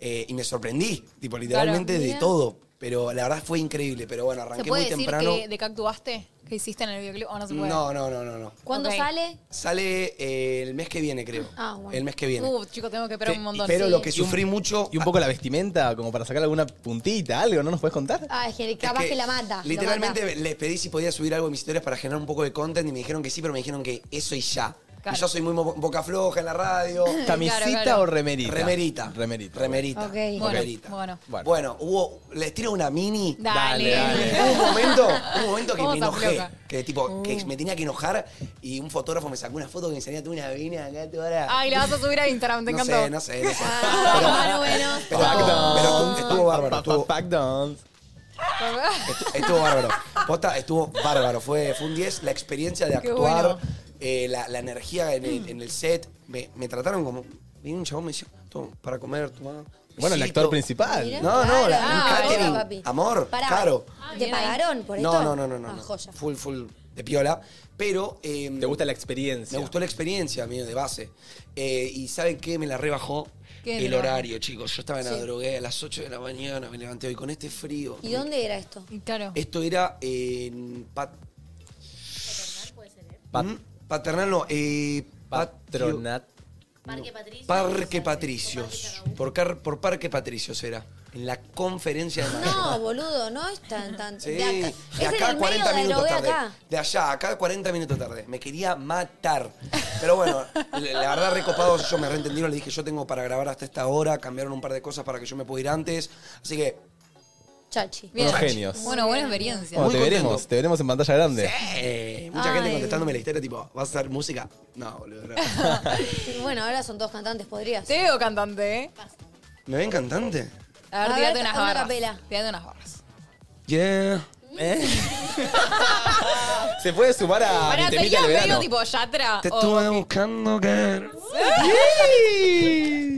[SPEAKER 3] eh, y me sorprendí. Tipo, literalmente de
[SPEAKER 2] mira.
[SPEAKER 3] todo. Pero la verdad fue increíble. Pero bueno,
[SPEAKER 4] ¿Se
[SPEAKER 3] arranqué
[SPEAKER 4] puede
[SPEAKER 3] muy
[SPEAKER 4] decir
[SPEAKER 3] temprano.
[SPEAKER 4] que de qué actuaste? ¿Que hiciste en el videoclip? ¿O no se puede?
[SPEAKER 3] No, no, no, no, no.
[SPEAKER 2] ¿Cuándo
[SPEAKER 4] Ok.
[SPEAKER 2] sale?
[SPEAKER 3] Sale eh, el mes que viene, creo.
[SPEAKER 2] Ah, bueno.
[SPEAKER 3] El mes que viene.
[SPEAKER 4] Uh, chico, tengo que esperar
[SPEAKER 3] Sí,
[SPEAKER 4] un montón.
[SPEAKER 3] Pero
[SPEAKER 2] sí.
[SPEAKER 3] lo que sufrí mucho.
[SPEAKER 1] ¿Y un poco la vestimenta? Como para sacar alguna puntita, algo, ¿no nos puedes contar?
[SPEAKER 2] Ah, es que
[SPEAKER 3] es
[SPEAKER 2] capaz que, la mata. lo
[SPEAKER 3] Literalmente
[SPEAKER 2] mata.
[SPEAKER 3] les pedí si podía subir algo en mis historias para generar un poco de content y me dijeron que sí, pero me dijeron que eso y ya.
[SPEAKER 4] Claro.
[SPEAKER 3] Y yo soy muy mo- boca floja en la radio.
[SPEAKER 1] ¿Camisita
[SPEAKER 4] claro.
[SPEAKER 1] o remerita?
[SPEAKER 3] Remerita.
[SPEAKER 1] Remerita.
[SPEAKER 3] Remerita.
[SPEAKER 2] Ok.
[SPEAKER 4] Bueno,
[SPEAKER 3] Remerita.
[SPEAKER 4] bueno.
[SPEAKER 1] Bueno.
[SPEAKER 3] Bueno, hubo. Les tiro una mini.
[SPEAKER 4] Dale.
[SPEAKER 1] Dale,
[SPEAKER 3] Hubo un momento, hubo un momento que
[SPEAKER 4] Vos
[SPEAKER 3] me
[SPEAKER 4] estás
[SPEAKER 3] enojé.
[SPEAKER 4] loca.
[SPEAKER 3] Que tipo, que
[SPEAKER 4] Uh.
[SPEAKER 3] me tenía que enojar y un fotógrafo me sacó una foto que me enseñaba tú una vena acá, tú ahora.
[SPEAKER 4] Ay, la vas a subir a Instagram, te
[SPEAKER 3] no
[SPEAKER 4] encantó.
[SPEAKER 3] sé, no sé, no sé.
[SPEAKER 2] Ah, bueno,
[SPEAKER 3] Pero,
[SPEAKER 1] Fuck
[SPEAKER 3] pero
[SPEAKER 1] dance.
[SPEAKER 3] estuvo bárbaro,
[SPEAKER 1] Pa, pa,
[SPEAKER 3] estuvo,
[SPEAKER 1] fuck dance.
[SPEAKER 3] Estu- Estuvo bárbaro. Posta, estuvo bárbaro. Fue, fue un 10. La experiencia de
[SPEAKER 4] Qué
[SPEAKER 3] actuar,
[SPEAKER 4] bueno.
[SPEAKER 3] eh, la, la energía en
[SPEAKER 2] Mm.
[SPEAKER 3] el, en el set. Me, me trataron como. Vino un chabón me decía, "Toma, para comer, toma.
[SPEAKER 1] Bueno, el actor principal.
[SPEAKER 2] Mira.
[SPEAKER 3] No, no, la,
[SPEAKER 2] Claro,
[SPEAKER 3] un
[SPEAKER 2] ah,
[SPEAKER 3] catering.
[SPEAKER 2] bueno, papi.
[SPEAKER 3] Amor,
[SPEAKER 2] Pará, Ah,
[SPEAKER 3] caro.
[SPEAKER 2] ¿Te pagaron por esto?
[SPEAKER 3] No, no, no, no, no.
[SPEAKER 2] Ah,
[SPEAKER 3] no.
[SPEAKER 2] joya.
[SPEAKER 3] Full, full de piola. Pero. eh,
[SPEAKER 1] ¿Te gusta la experiencia?
[SPEAKER 3] me gustó la experiencia, mío, de base. Eh, y ¿saben qué? Me la rebajó
[SPEAKER 4] ¿Qué
[SPEAKER 3] el
[SPEAKER 4] le bajó?
[SPEAKER 3] horario, chicos. Yo estaba en la drogué a las 8 de la mañana, me levanté hoy con este frío.
[SPEAKER 2] ¿Y dónde era esto?
[SPEAKER 4] Y Claro.
[SPEAKER 3] Esto era en Pat-
[SPEAKER 1] Pat-
[SPEAKER 3] Mm, paternal no, eh, patio-
[SPEAKER 1] Patronat.
[SPEAKER 8] Parque Patricios.
[SPEAKER 3] Parque Patricios. Por, car- por Parque Patricios era. En la conferencia de mayo.
[SPEAKER 2] No, boludo, no es tan tan.
[SPEAKER 3] Sí,
[SPEAKER 2] de acá,
[SPEAKER 3] de
[SPEAKER 2] es en
[SPEAKER 3] acá
[SPEAKER 2] el
[SPEAKER 3] 40
[SPEAKER 2] medio de
[SPEAKER 3] minutos
[SPEAKER 2] Drogué
[SPEAKER 3] tarde.
[SPEAKER 2] acá.
[SPEAKER 3] De allá, acá 40 minutos tarde. Me quería matar. Pero bueno, la la verdad, recopado, yo me reentendieron. Le dije, yo tengo para grabar hasta esta hora. Cambiaron un par de cosas para que yo me pueda ir antes. Así que,
[SPEAKER 2] Chachi.
[SPEAKER 4] Bien.
[SPEAKER 1] Unos genios.
[SPEAKER 4] Bueno, buena experiencia.
[SPEAKER 1] Bueno,
[SPEAKER 3] Muy
[SPEAKER 1] te
[SPEAKER 3] contento.
[SPEAKER 1] veremos, te veremos en pantalla grande.
[SPEAKER 3] eh, mucha gente
[SPEAKER 2] Ay.
[SPEAKER 3] contestándome la historia, tipo, ¿vas a hacer música? No, boludo. no.
[SPEAKER 2] Bueno, ahora son todos cantantes, podrías.
[SPEAKER 4] Te veo cantante, ¿eh?
[SPEAKER 3] ¿Me ven cantante?
[SPEAKER 4] A ver,
[SPEAKER 2] A
[SPEAKER 4] tirate
[SPEAKER 2] ver,
[SPEAKER 4] unas
[SPEAKER 2] una
[SPEAKER 4] barras.
[SPEAKER 2] capela.
[SPEAKER 4] Tirate unas barras.
[SPEAKER 3] Yeah.
[SPEAKER 1] Se puede sumar a mi temita
[SPEAKER 4] Pará, tenías
[SPEAKER 1] del
[SPEAKER 4] medio
[SPEAKER 1] verano.
[SPEAKER 4] tipo ah, oh, Yatra.
[SPEAKER 3] Te
[SPEAKER 4] o-
[SPEAKER 3] estuve buscando, girl.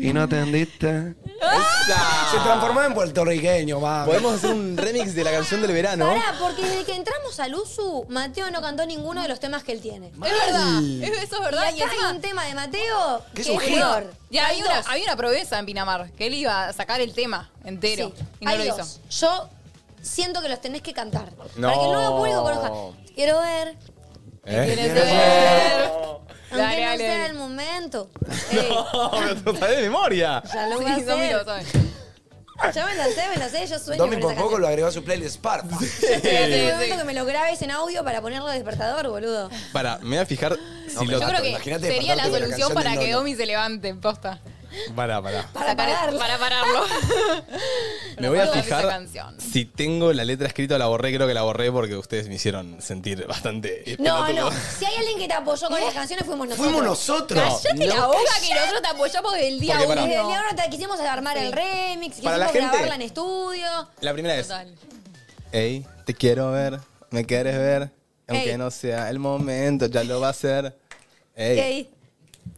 [SPEAKER 3] Y no atendiste.
[SPEAKER 1] Esa.
[SPEAKER 3] Se transformó en puertorriqueño, va.
[SPEAKER 1] Podemos hacer un remix de la canción del verano.
[SPEAKER 2] Pará, porque desde que entramos al USU, Mateo no cantó ninguno de los temas que él tiene.
[SPEAKER 4] Es verdad, es- eso es verdad.
[SPEAKER 2] Y
[SPEAKER 4] Y
[SPEAKER 2] acá hay
[SPEAKER 4] encima,
[SPEAKER 2] un tema de Mateo
[SPEAKER 3] Que
[SPEAKER 2] que
[SPEAKER 3] es
[SPEAKER 2] es
[SPEAKER 3] un hit.
[SPEAKER 2] peor.
[SPEAKER 4] ya
[SPEAKER 2] Hay
[SPEAKER 4] había una,
[SPEAKER 2] dos.
[SPEAKER 4] había una promesa en Pinamar, que él iba a sacar el tema entero.
[SPEAKER 2] Sí,
[SPEAKER 4] Y no
[SPEAKER 2] hay
[SPEAKER 4] lo
[SPEAKER 2] dos.
[SPEAKER 4] hizo.
[SPEAKER 2] Yo siento que los tenés que cantar.
[SPEAKER 1] No.
[SPEAKER 2] Para que el nuevo público conozca. Quiero ver.
[SPEAKER 1] ¿Eh?
[SPEAKER 4] Quiero ver,
[SPEAKER 2] Aunque
[SPEAKER 6] Dale,
[SPEAKER 2] no
[SPEAKER 6] dale,
[SPEAKER 2] sea
[SPEAKER 6] dale.
[SPEAKER 2] el momento.
[SPEAKER 1] No, pero te lo sabés de memoria.
[SPEAKER 2] Ya lo voy a
[SPEAKER 6] Sí, Domi
[SPEAKER 2] hacer.
[SPEAKER 6] lo sabe.
[SPEAKER 2] Yo me lo sé, me lo sé, yo sueño
[SPEAKER 3] Domi
[SPEAKER 2] con
[SPEAKER 3] por
[SPEAKER 2] esa
[SPEAKER 3] poco
[SPEAKER 2] canción.
[SPEAKER 3] lo agregó a su playlist Eh, Sparta.
[SPEAKER 2] Pero en un
[SPEAKER 6] Sí,
[SPEAKER 2] momento
[SPEAKER 6] sí.
[SPEAKER 2] que me lo grabes en audio para ponerlo de despertador, boludo.
[SPEAKER 1] Para, me voy a fijar si
[SPEAKER 3] pero
[SPEAKER 1] lo.
[SPEAKER 6] Yo creo que
[SPEAKER 3] Imagínate
[SPEAKER 6] sería
[SPEAKER 3] despertarte
[SPEAKER 6] la
[SPEAKER 3] con la
[SPEAKER 6] solución
[SPEAKER 3] canción
[SPEAKER 6] para
[SPEAKER 3] del
[SPEAKER 6] que
[SPEAKER 3] Nono.
[SPEAKER 6] Domi se levante, posta.
[SPEAKER 1] Pará, pará.
[SPEAKER 2] Para
[SPEAKER 6] Sacar-
[SPEAKER 2] pararlo.
[SPEAKER 6] Para pararlo.
[SPEAKER 1] Me voy a
[SPEAKER 6] Recuerdo esa
[SPEAKER 1] fijar
[SPEAKER 6] canción.
[SPEAKER 1] si tengo la letra escrita o la borré. Creo que la borré porque ustedes me hicieron sentir bastante.
[SPEAKER 2] No,
[SPEAKER 1] pelotudo.
[SPEAKER 2] no. Si hay alguien que te apoyó
[SPEAKER 6] ¿Eh?
[SPEAKER 2] con las canciones, fuimos nosotros.
[SPEAKER 3] Fuimos nosotros.
[SPEAKER 6] Cállate la boca que nosotros te apoyamos desde el día
[SPEAKER 1] Porque
[SPEAKER 6] uno.
[SPEAKER 1] pará.
[SPEAKER 2] Y de Leonor te quisimos armar el remix,
[SPEAKER 1] Para
[SPEAKER 2] quisimos
[SPEAKER 1] la gente-
[SPEAKER 2] grabarla en estudio.
[SPEAKER 1] La primera es.
[SPEAKER 6] Total.
[SPEAKER 1] Ey, te quiero ver, me quieres ver. Aunque
[SPEAKER 2] Ey.
[SPEAKER 1] no sea el momento, ya lo va a ser. Ey,
[SPEAKER 2] Ey,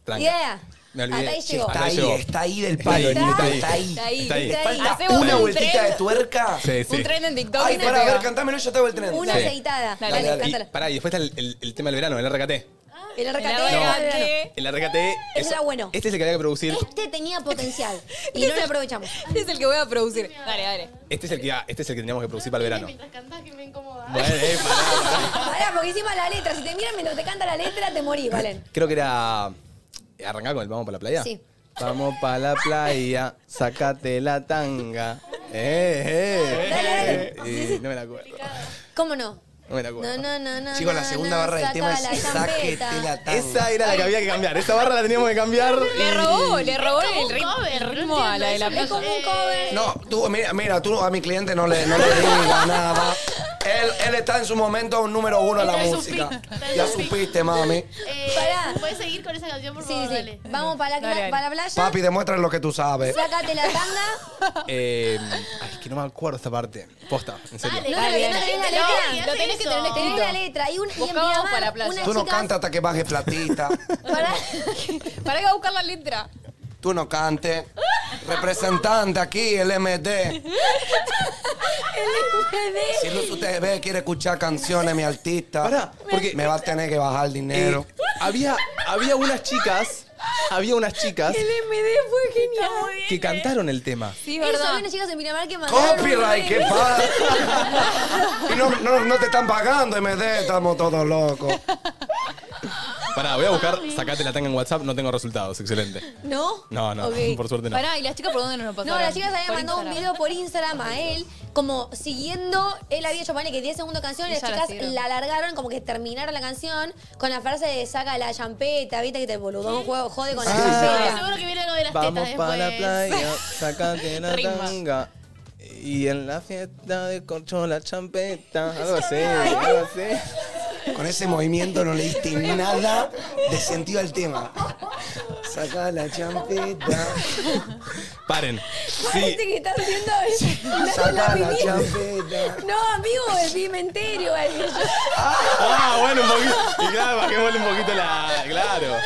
[SPEAKER 1] tranca.
[SPEAKER 2] yeah.
[SPEAKER 1] Me olvidé.
[SPEAKER 2] Hasta ahí llegó.
[SPEAKER 1] Hasta
[SPEAKER 3] Está ahí,
[SPEAKER 1] llegó.
[SPEAKER 3] está ahí del
[SPEAKER 1] Está
[SPEAKER 3] palo,
[SPEAKER 1] ahí,
[SPEAKER 3] Nico,
[SPEAKER 1] está ahí.
[SPEAKER 3] está ahí.
[SPEAKER 6] Está ahí.
[SPEAKER 1] Está ahí.
[SPEAKER 2] Está ahí.
[SPEAKER 3] Falta
[SPEAKER 6] Hacemos
[SPEAKER 3] una
[SPEAKER 6] un
[SPEAKER 3] vueltita
[SPEAKER 6] tren.
[SPEAKER 3] de tuerca.
[SPEAKER 1] Sí, sí.
[SPEAKER 6] Un tren en TikTok.
[SPEAKER 3] Ay,
[SPEAKER 6] y te
[SPEAKER 3] para
[SPEAKER 6] pega.
[SPEAKER 3] ver, cantámelo, yo te hago el tren.
[SPEAKER 2] Una
[SPEAKER 1] Sí.
[SPEAKER 2] aceitada.
[SPEAKER 6] Dale,
[SPEAKER 2] Dale,
[SPEAKER 3] dale.
[SPEAKER 2] cántala.
[SPEAKER 1] Y, pará, y después está el, el- el tema del verano, el RKT.
[SPEAKER 2] El
[SPEAKER 6] El
[SPEAKER 2] recateo.
[SPEAKER 6] albergue.
[SPEAKER 1] El RKT.
[SPEAKER 2] Ese era bueno.
[SPEAKER 1] Este es el que había que producir.
[SPEAKER 2] Este tenía potencial y no lo aprovechamos.
[SPEAKER 6] Este es el que voy a producir. Dale, dale.
[SPEAKER 1] Este es el que, este es el que teníamos que producir para el verano.
[SPEAKER 8] Mientras cantás que me incomoda.
[SPEAKER 1] Bueno, eh, pará, pará.
[SPEAKER 2] Pará, porque encima la letra, si te miran mientras te canta la letra, te morís, Valen.
[SPEAKER 1] Creo que era. eh, ¿Arrancar con el vamos para la playa?
[SPEAKER 2] Sí.
[SPEAKER 1] Vamos para la playa, sacate la tanga. Eh, eh.
[SPEAKER 2] Dale,
[SPEAKER 1] Eh, No me la acuerdo.
[SPEAKER 2] ¿Cómo no?
[SPEAKER 1] No me la
[SPEAKER 2] No,
[SPEAKER 1] acuerdo.
[SPEAKER 2] no, no, no.
[SPEAKER 3] Chicos, la
[SPEAKER 2] no,
[SPEAKER 3] segunda
[SPEAKER 2] no,
[SPEAKER 3] barra del tema
[SPEAKER 2] saca
[SPEAKER 3] es
[SPEAKER 2] la champeta.
[SPEAKER 3] saquete la tanga.
[SPEAKER 1] Esa era la que había que cambiar. Esa barra la teníamos que cambiar.
[SPEAKER 6] Le
[SPEAKER 1] y-
[SPEAKER 6] robó, le robó el
[SPEAKER 8] un
[SPEAKER 6] ritmo,
[SPEAKER 8] cover,
[SPEAKER 6] el
[SPEAKER 8] no
[SPEAKER 6] ritmo a la de la
[SPEAKER 8] entiendo,
[SPEAKER 6] playa.
[SPEAKER 8] es un cover.
[SPEAKER 3] No, tú, mira, mira, tú a mi cliente no le, no le digas nada. Él, él está en su momento un número uno en la
[SPEAKER 8] Está en su
[SPEAKER 3] música.
[SPEAKER 8] pic, está en
[SPEAKER 3] Ya
[SPEAKER 8] su pic.
[SPEAKER 3] supiste, mami.
[SPEAKER 8] Eh,
[SPEAKER 2] Pará.
[SPEAKER 8] ¿Puedes seguir con esa canción, por
[SPEAKER 2] Sí,
[SPEAKER 8] favor?
[SPEAKER 2] sí,
[SPEAKER 8] Dale.
[SPEAKER 2] sí. Vamos para la,
[SPEAKER 6] Dale, dale.
[SPEAKER 2] para la playa.
[SPEAKER 3] Papi, demuestra lo que tú sabes.
[SPEAKER 2] Sácate la tanga.
[SPEAKER 1] Eh, ay, es que no me acuerdo esta parte. Posta, en serio.
[SPEAKER 8] Dale,
[SPEAKER 2] No,
[SPEAKER 8] dale,
[SPEAKER 2] no, no,
[SPEAKER 8] dale,
[SPEAKER 2] no,
[SPEAKER 8] dale, dale,
[SPEAKER 2] no, no,
[SPEAKER 8] dale,
[SPEAKER 6] lo tenés que
[SPEAKER 8] eso.
[SPEAKER 6] tener escrito.
[SPEAKER 2] Tenés la letra. Y, un, y en
[SPEAKER 6] Buscamos
[SPEAKER 2] Miramar,
[SPEAKER 6] para la playa.
[SPEAKER 2] unas
[SPEAKER 3] Tú no
[SPEAKER 2] chicas-
[SPEAKER 3] cantas hasta que bajes platita.
[SPEAKER 2] Pará.
[SPEAKER 6] Para que va a buscar la letra.
[SPEAKER 3] Tú no cantes. Representante aquí, el MD. Si Luz TV quiere escuchar canciones, mi artista,
[SPEAKER 1] Pará, porque-
[SPEAKER 3] me va a tener que bajar dinero.
[SPEAKER 1] Eh, había, había unas chicas. Había unas chicas
[SPEAKER 2] MD fue genial.
[SPEAKER 1] que cantaron el tema.
[SPEAKER 6] Sí,
[SPEAKER 2] Eso, había
[SPEAKER 6] verdad.
[SPEAKER 2] unas chicas en Miramar que mandaron.
[SPEAKER 3] Copyright, ¿qué pasa? Y no, no, no te están pagando, MD, estamos todos locos.
[SPEAKER 1] Pará, voy a buscar. Sacate la tanga en WhatsApp. No tengo resultados. Excelente.
[SPEAKER 2] ¿No?
[SPEAKER 1] Ah, No, no,
[SPEAKER 2] Ok.
[SPEAKER 1] por suerte no.
[SPEAKER 6] Pará, ¿y las chicas por dónde nos lo
[SPEAKER 2] No,
[SPEAKER 6] pasaron?
[SPEAKER 2] las chicas habían
[SPEAKER 6] Por
[SPEAKER 2] mandado un
[SPEAKER 6] Instagram.
[SPEAKER 2] video por Instagram a él, como siguiendo, él había hecho ponerle que 10 segundos de canción y
[SPEAKER 6] Y
[SPEAKER 2] las
[SPEAKER 6] ya la
[SPEAKER 2] chicas
[SPEAKER 6] siguieron.
[SPEAKER 2] la alargaron, como que terminaron la canción con la frase de saca la champeta, viste que te boludón juego, jode con la
[SPEAKER 8] Sí,
[SPEAKER 2] champeta.
[SPEAKER 8] Seguro que viene algo de las
[SPEAKER 1] Vamos
[SPEAKER 8] tetas
[SPEAKER 1] para la
[SPEAKER 8] después.
[SPEAKER 1] playa, sacate la
[SPEAKER 6] Rima.
[SPEAKER 1] tanga. Y en la fiesta de corcho la champeta. Algo así, algo así.
[SPEAKER 3] Con ese movimiento no le diste nada de sentido al tema. Saca la champeta,
[SPEAKER 1] Paren. Sí,
[SPEAKER 2] Parece que está haciendo la, la
[SPEAKER 3] saca la
[SPEAKER 2] pimienta.
[SPEAKER 3] champeta.
[SPEAKER 2] No, amigo, el pimenterio. el-
[SPEAKER 1] Ah, bueno, un poquito. Y claro, bajémosle un poquito la. Claro.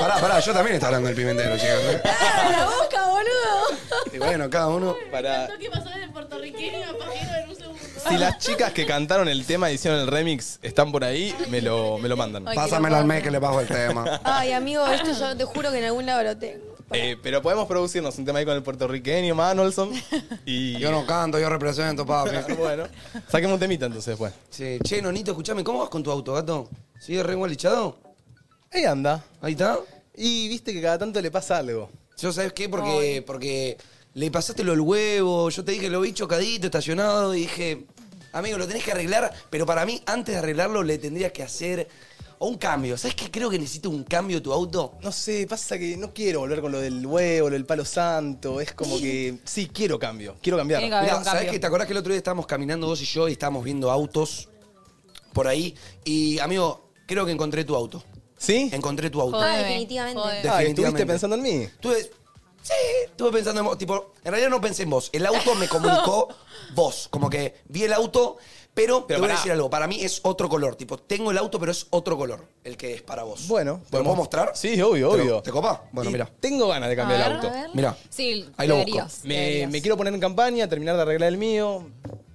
[SPEAKER 3] Pará, pará, yo también estaba hablando del pimentero, ¿eh? chicos.
[SPEAKER 2] Ah, la boca, boludo.
[SPEAKER 3] Y bueno, cada uno.
[SPEAKER 1] Para.
[SPEAKER 8] Lo que pasó desde el puertorriqueño a Pajero en un segundo.
[SPEAKER 1] Si las chicas que cantaron el tema y hicieron el remix están por ahí, me lo, me lo mandan.
[SPEAKER 6] Ay,
[SPEAKER 3] Pásamelo al mes que le bajo el tema.
[SPEAKER 2] Ay, amigo, esto yo te juro que en algún lado lo tengo.
[SPEAKER 1] Eh, pero podemos producirnos un tema ahí con el puertorriqueño, Manolson. Y.
[SPEAKER 3] Yo no canto, yo represento, papi.
[SPEAKER 1] Bueno, saquemos un temita entonces, pues.
[SPEAKER 3] Sí. Che, Nonito, escuchame, ¿cómo vas con tu auto, gato? ¿Sigue re gualichado?
[SPEAKER 1] Ahí anda.
[SPEAKER 3] Ahí está.
[SPEAKER 1] Y viste que cada tanto le pasa algo.
[SPEAKER 3] Yo, ¿sabes qué? Porque, porque le pasaste lo del huevo, yo te dije, lo vi chocadito, estacionado, y dije, amigo, lo tenés que arreglar, pero para mí, antes de arreglarlo, le tendrías que hacer o un cambio. ¿Sabes qué? Creo que necesito un cambio tu auto.
[SPEAKER 1] No sé, pasa que no quiero volver con lo del huevo, lo del palo santo. Es como que. Sí, quiero cambio. Quiero cambiar.
[SPEAKER 6] Tiene que haber
[SPEAKER 3] Mirá,
[SPEAKER 6] un
[SPEAKER 3] ¿sabés
[SPEAKER 6] cambio.
[SPEAKER 3] que te acordás que el otro día estábamos caminando vos y yo y estábamos viendo autos por ahí? Y, amigo, creo que encontré tu auto.
[SPEAKER 1] ¿Sí?
[SPEAKER 3] Encontré tu auto.
[SPEAKER 2] Joder. Ah, definitivamente.
[SPEAKER 6] Jodeme.
[SPEAKER 1] Ah,
[SPEAKER 3] Definitivamente.
[SPEAKER 1] ¿Estuviste pensando en mí?
[SPEAKER 3] Estuve, sí, estuve pensando en vos. Tipo, en realidad no pensé en vos. El auto me comunicó vos. Como que vi el auto, pero, te
[SPEAKER 1] Pero
[SPEAKER 3] voy
[SPEAKER 1] pará.
[SPEAKER 3] a decir algo. Para mí es otro color. Tipo, tengo el auto, pero es otro color el que es para vos.
[SPEAKER 1] Bueno,
[SPEAKER 3] ¿Te lo puedo
[SPEAKER 1] podemos-
[SPEAKER 3] mostrar?
[SPEAKER 1] Sí, obvio,
[SPEAKER 3] ¿Te lo-
[SPEAKER 1] obvio.
[SPEAKER 3] ¿Te copa? Bueno,
[SPEAKER 1] Y
[SPEAKER 3] mira.
[SPEAKER 1] Tengo ganas de cambiar
[SPEAKER 6] A
[SPEAKER 1] el
[SPEAKER 6] ver,
[SPEAKER 1] auto.
[SPEAKER 6] a ver.
[SPEAKER 3] Mirá.
[SPEAKER 6] Sí,
[SPEAKER 3] Ahí lo busco.
[SPEAKER 6] deberías,
[SPEAKER 1] Me,
[SPEAKER 6] deberías.
[SPEAKER 1] me quiero poner en campaña, terminar de arreglar el mío,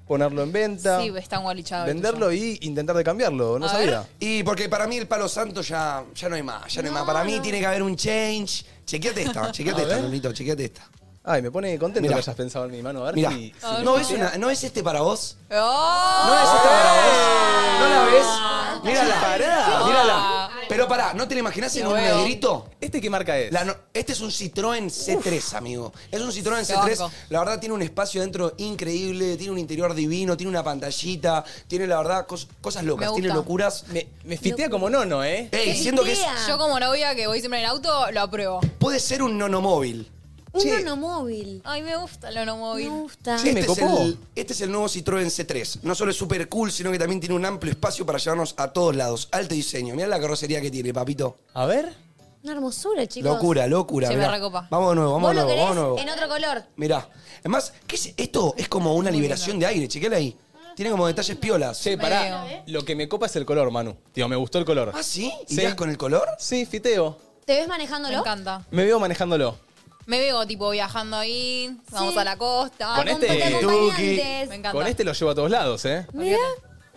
[SPEAKER 1] ponerlo en venta.
[SPEAKER 6] Sí, está gualichado. el
[SPEAKER 1] venderlo
[SPEAKER 6] tuyo.
[SPEAKER 1] y intentar de cambiarlo. No
[SPEAKER 6] A
[SPEAKER 1] sabía.
[SPEAKER 6] ver.
[SPEAKER 3] Y porque para mí el palo santo ya, ya no hay más, ya no, hay más. Para mí tiene que haber un change. Chequeate esta, chequeate esta, Lolito, chequeate esta.
[SPEAKER 1] Ay, me pone contento
[SPEAKER 3] Mirá.
[SPEAKER 1] que hayas pensado en mi mano. A ver
[SPEAKER 3] Mirá,
[SPEAKER 1] si. si-
[SPEAKER 3] ¿no, es una- ¿no es este para vos?
[SPEAKER 6] ¡Oh!
[SPEAKER 3] ¿No es este para vos? ¿No la ves? Mírala,
[SPEAKER 1] Pará.
[SPEAKER 3] mírala. Pero pará, ¿no te lo imaginas en
[SPEAKER 6] Sí,
[SPEAKER 3] un
[SPEAKER 6] huevo.
[SPEAKER 3] negrito?
[SPEAKER 1] ¿Este qué marca es?
[SPEAKER 3] La no- este es un Citroën C3, amigo. Es un Citroën
[SPEAKER 6] Qué
[SPEAKER 3] C3.
[SPEAKER 6] banco.
[SPEAKER 3] La verdad tiene un espacio dentro increíble, tiene un interior divino, tiene una pantallita, tiene la verdad cos- cosas locas,
[SPEAKER 6] Me
[SPEAKER 3] tiene
[SPEAKER 6] gusta.
[SPEAKER 3] locuras.
[SPEAKER 1] Me, me fitea como nono, ¿eh?
[SPEAKER 3] Ey,
[SPEAKER 2] ¡Qué
[SPEAKER 3] siento que es-
[SPEAKER 2] idea!
[SPEAKER 6] Yo como novia que voy siempre en el auto, lo apruebo.
[SPEAKER 3] puede ser un nonomóvil.
[SPEAKER 2] Un
[SPEAKER 1] Che.
[SPEAKER 2] monomóvil.
[SPEAKER 6] Ay, me gusta el monomóvil.
[SPEAKER 2] Me gusta.
[SPEAKER 1] Sí, me
[SPEAKER 3] este, es
[SPEAKER 1] copó.
[SPEAKER 3] el, este es el nuevo Citroën C3. No solo es súper cool, sino que también tiene un amplio espacio para llevarnos a todos lados. Alto diseño. Mirá la carrocería que tiene, papito.
[SPEAKER 1] A ver.
[SPEAKER 2] Una hermosura, chicos.
[SPEAKER 3] Locura, locura.
[SPEAKER 6] Se me
[SPEAKER 3] mirá.
[SPEAKER 6] recopa.
[SPEAKER 3] Vamos de nuevo, vamos
[SPEAKER 2] Vos
[SPEAKER 3] de
[SPEAKER 2] lo
[SPEAKER 3] nuevo,
[SPEAKER 2] querés
[SPEAKER 3] vamos de nuevo.
[SPEAKER 2] en otro color.
[SPEAKER 3] Mirá. Además, ¿qué es esto? Es como una liberación de aire, chequéala ahí. Tiene como detalles piolas.
[SPEAKER 1] Che, pará. Lo que me copa es el color, Manu. Tío, me gustó el color.
[SPEAKER 3] ¿Ah, sí?
[SPEAKER 1] Sí.
[SPEAKER 3] ¿Irías con el color?
[SPEAKER 1] Sí, fiteo.
[SPEAKER 2] ¿Te ves
[SPEAKER 6] Me
[SPEAKER 2] manejándolo?
[SPEAKER 6] encanta.
[SPEAKER 1] Me veo manejándolo.
[SPEAKER 6] Me veo tipo viajando ahí, vamos
[SPEAKER 2] Sí.
[SPEAKER 6] a la costa.
[SPEAKER 1] Con este-
[SPEAKER 2] Acompaña- acompañantes.
[SPEAKER 6] Me encanta.
[SPEAKER 1] Con este lo llevo a todos lados, ¿eh?
[SPEAKER 2] Mira.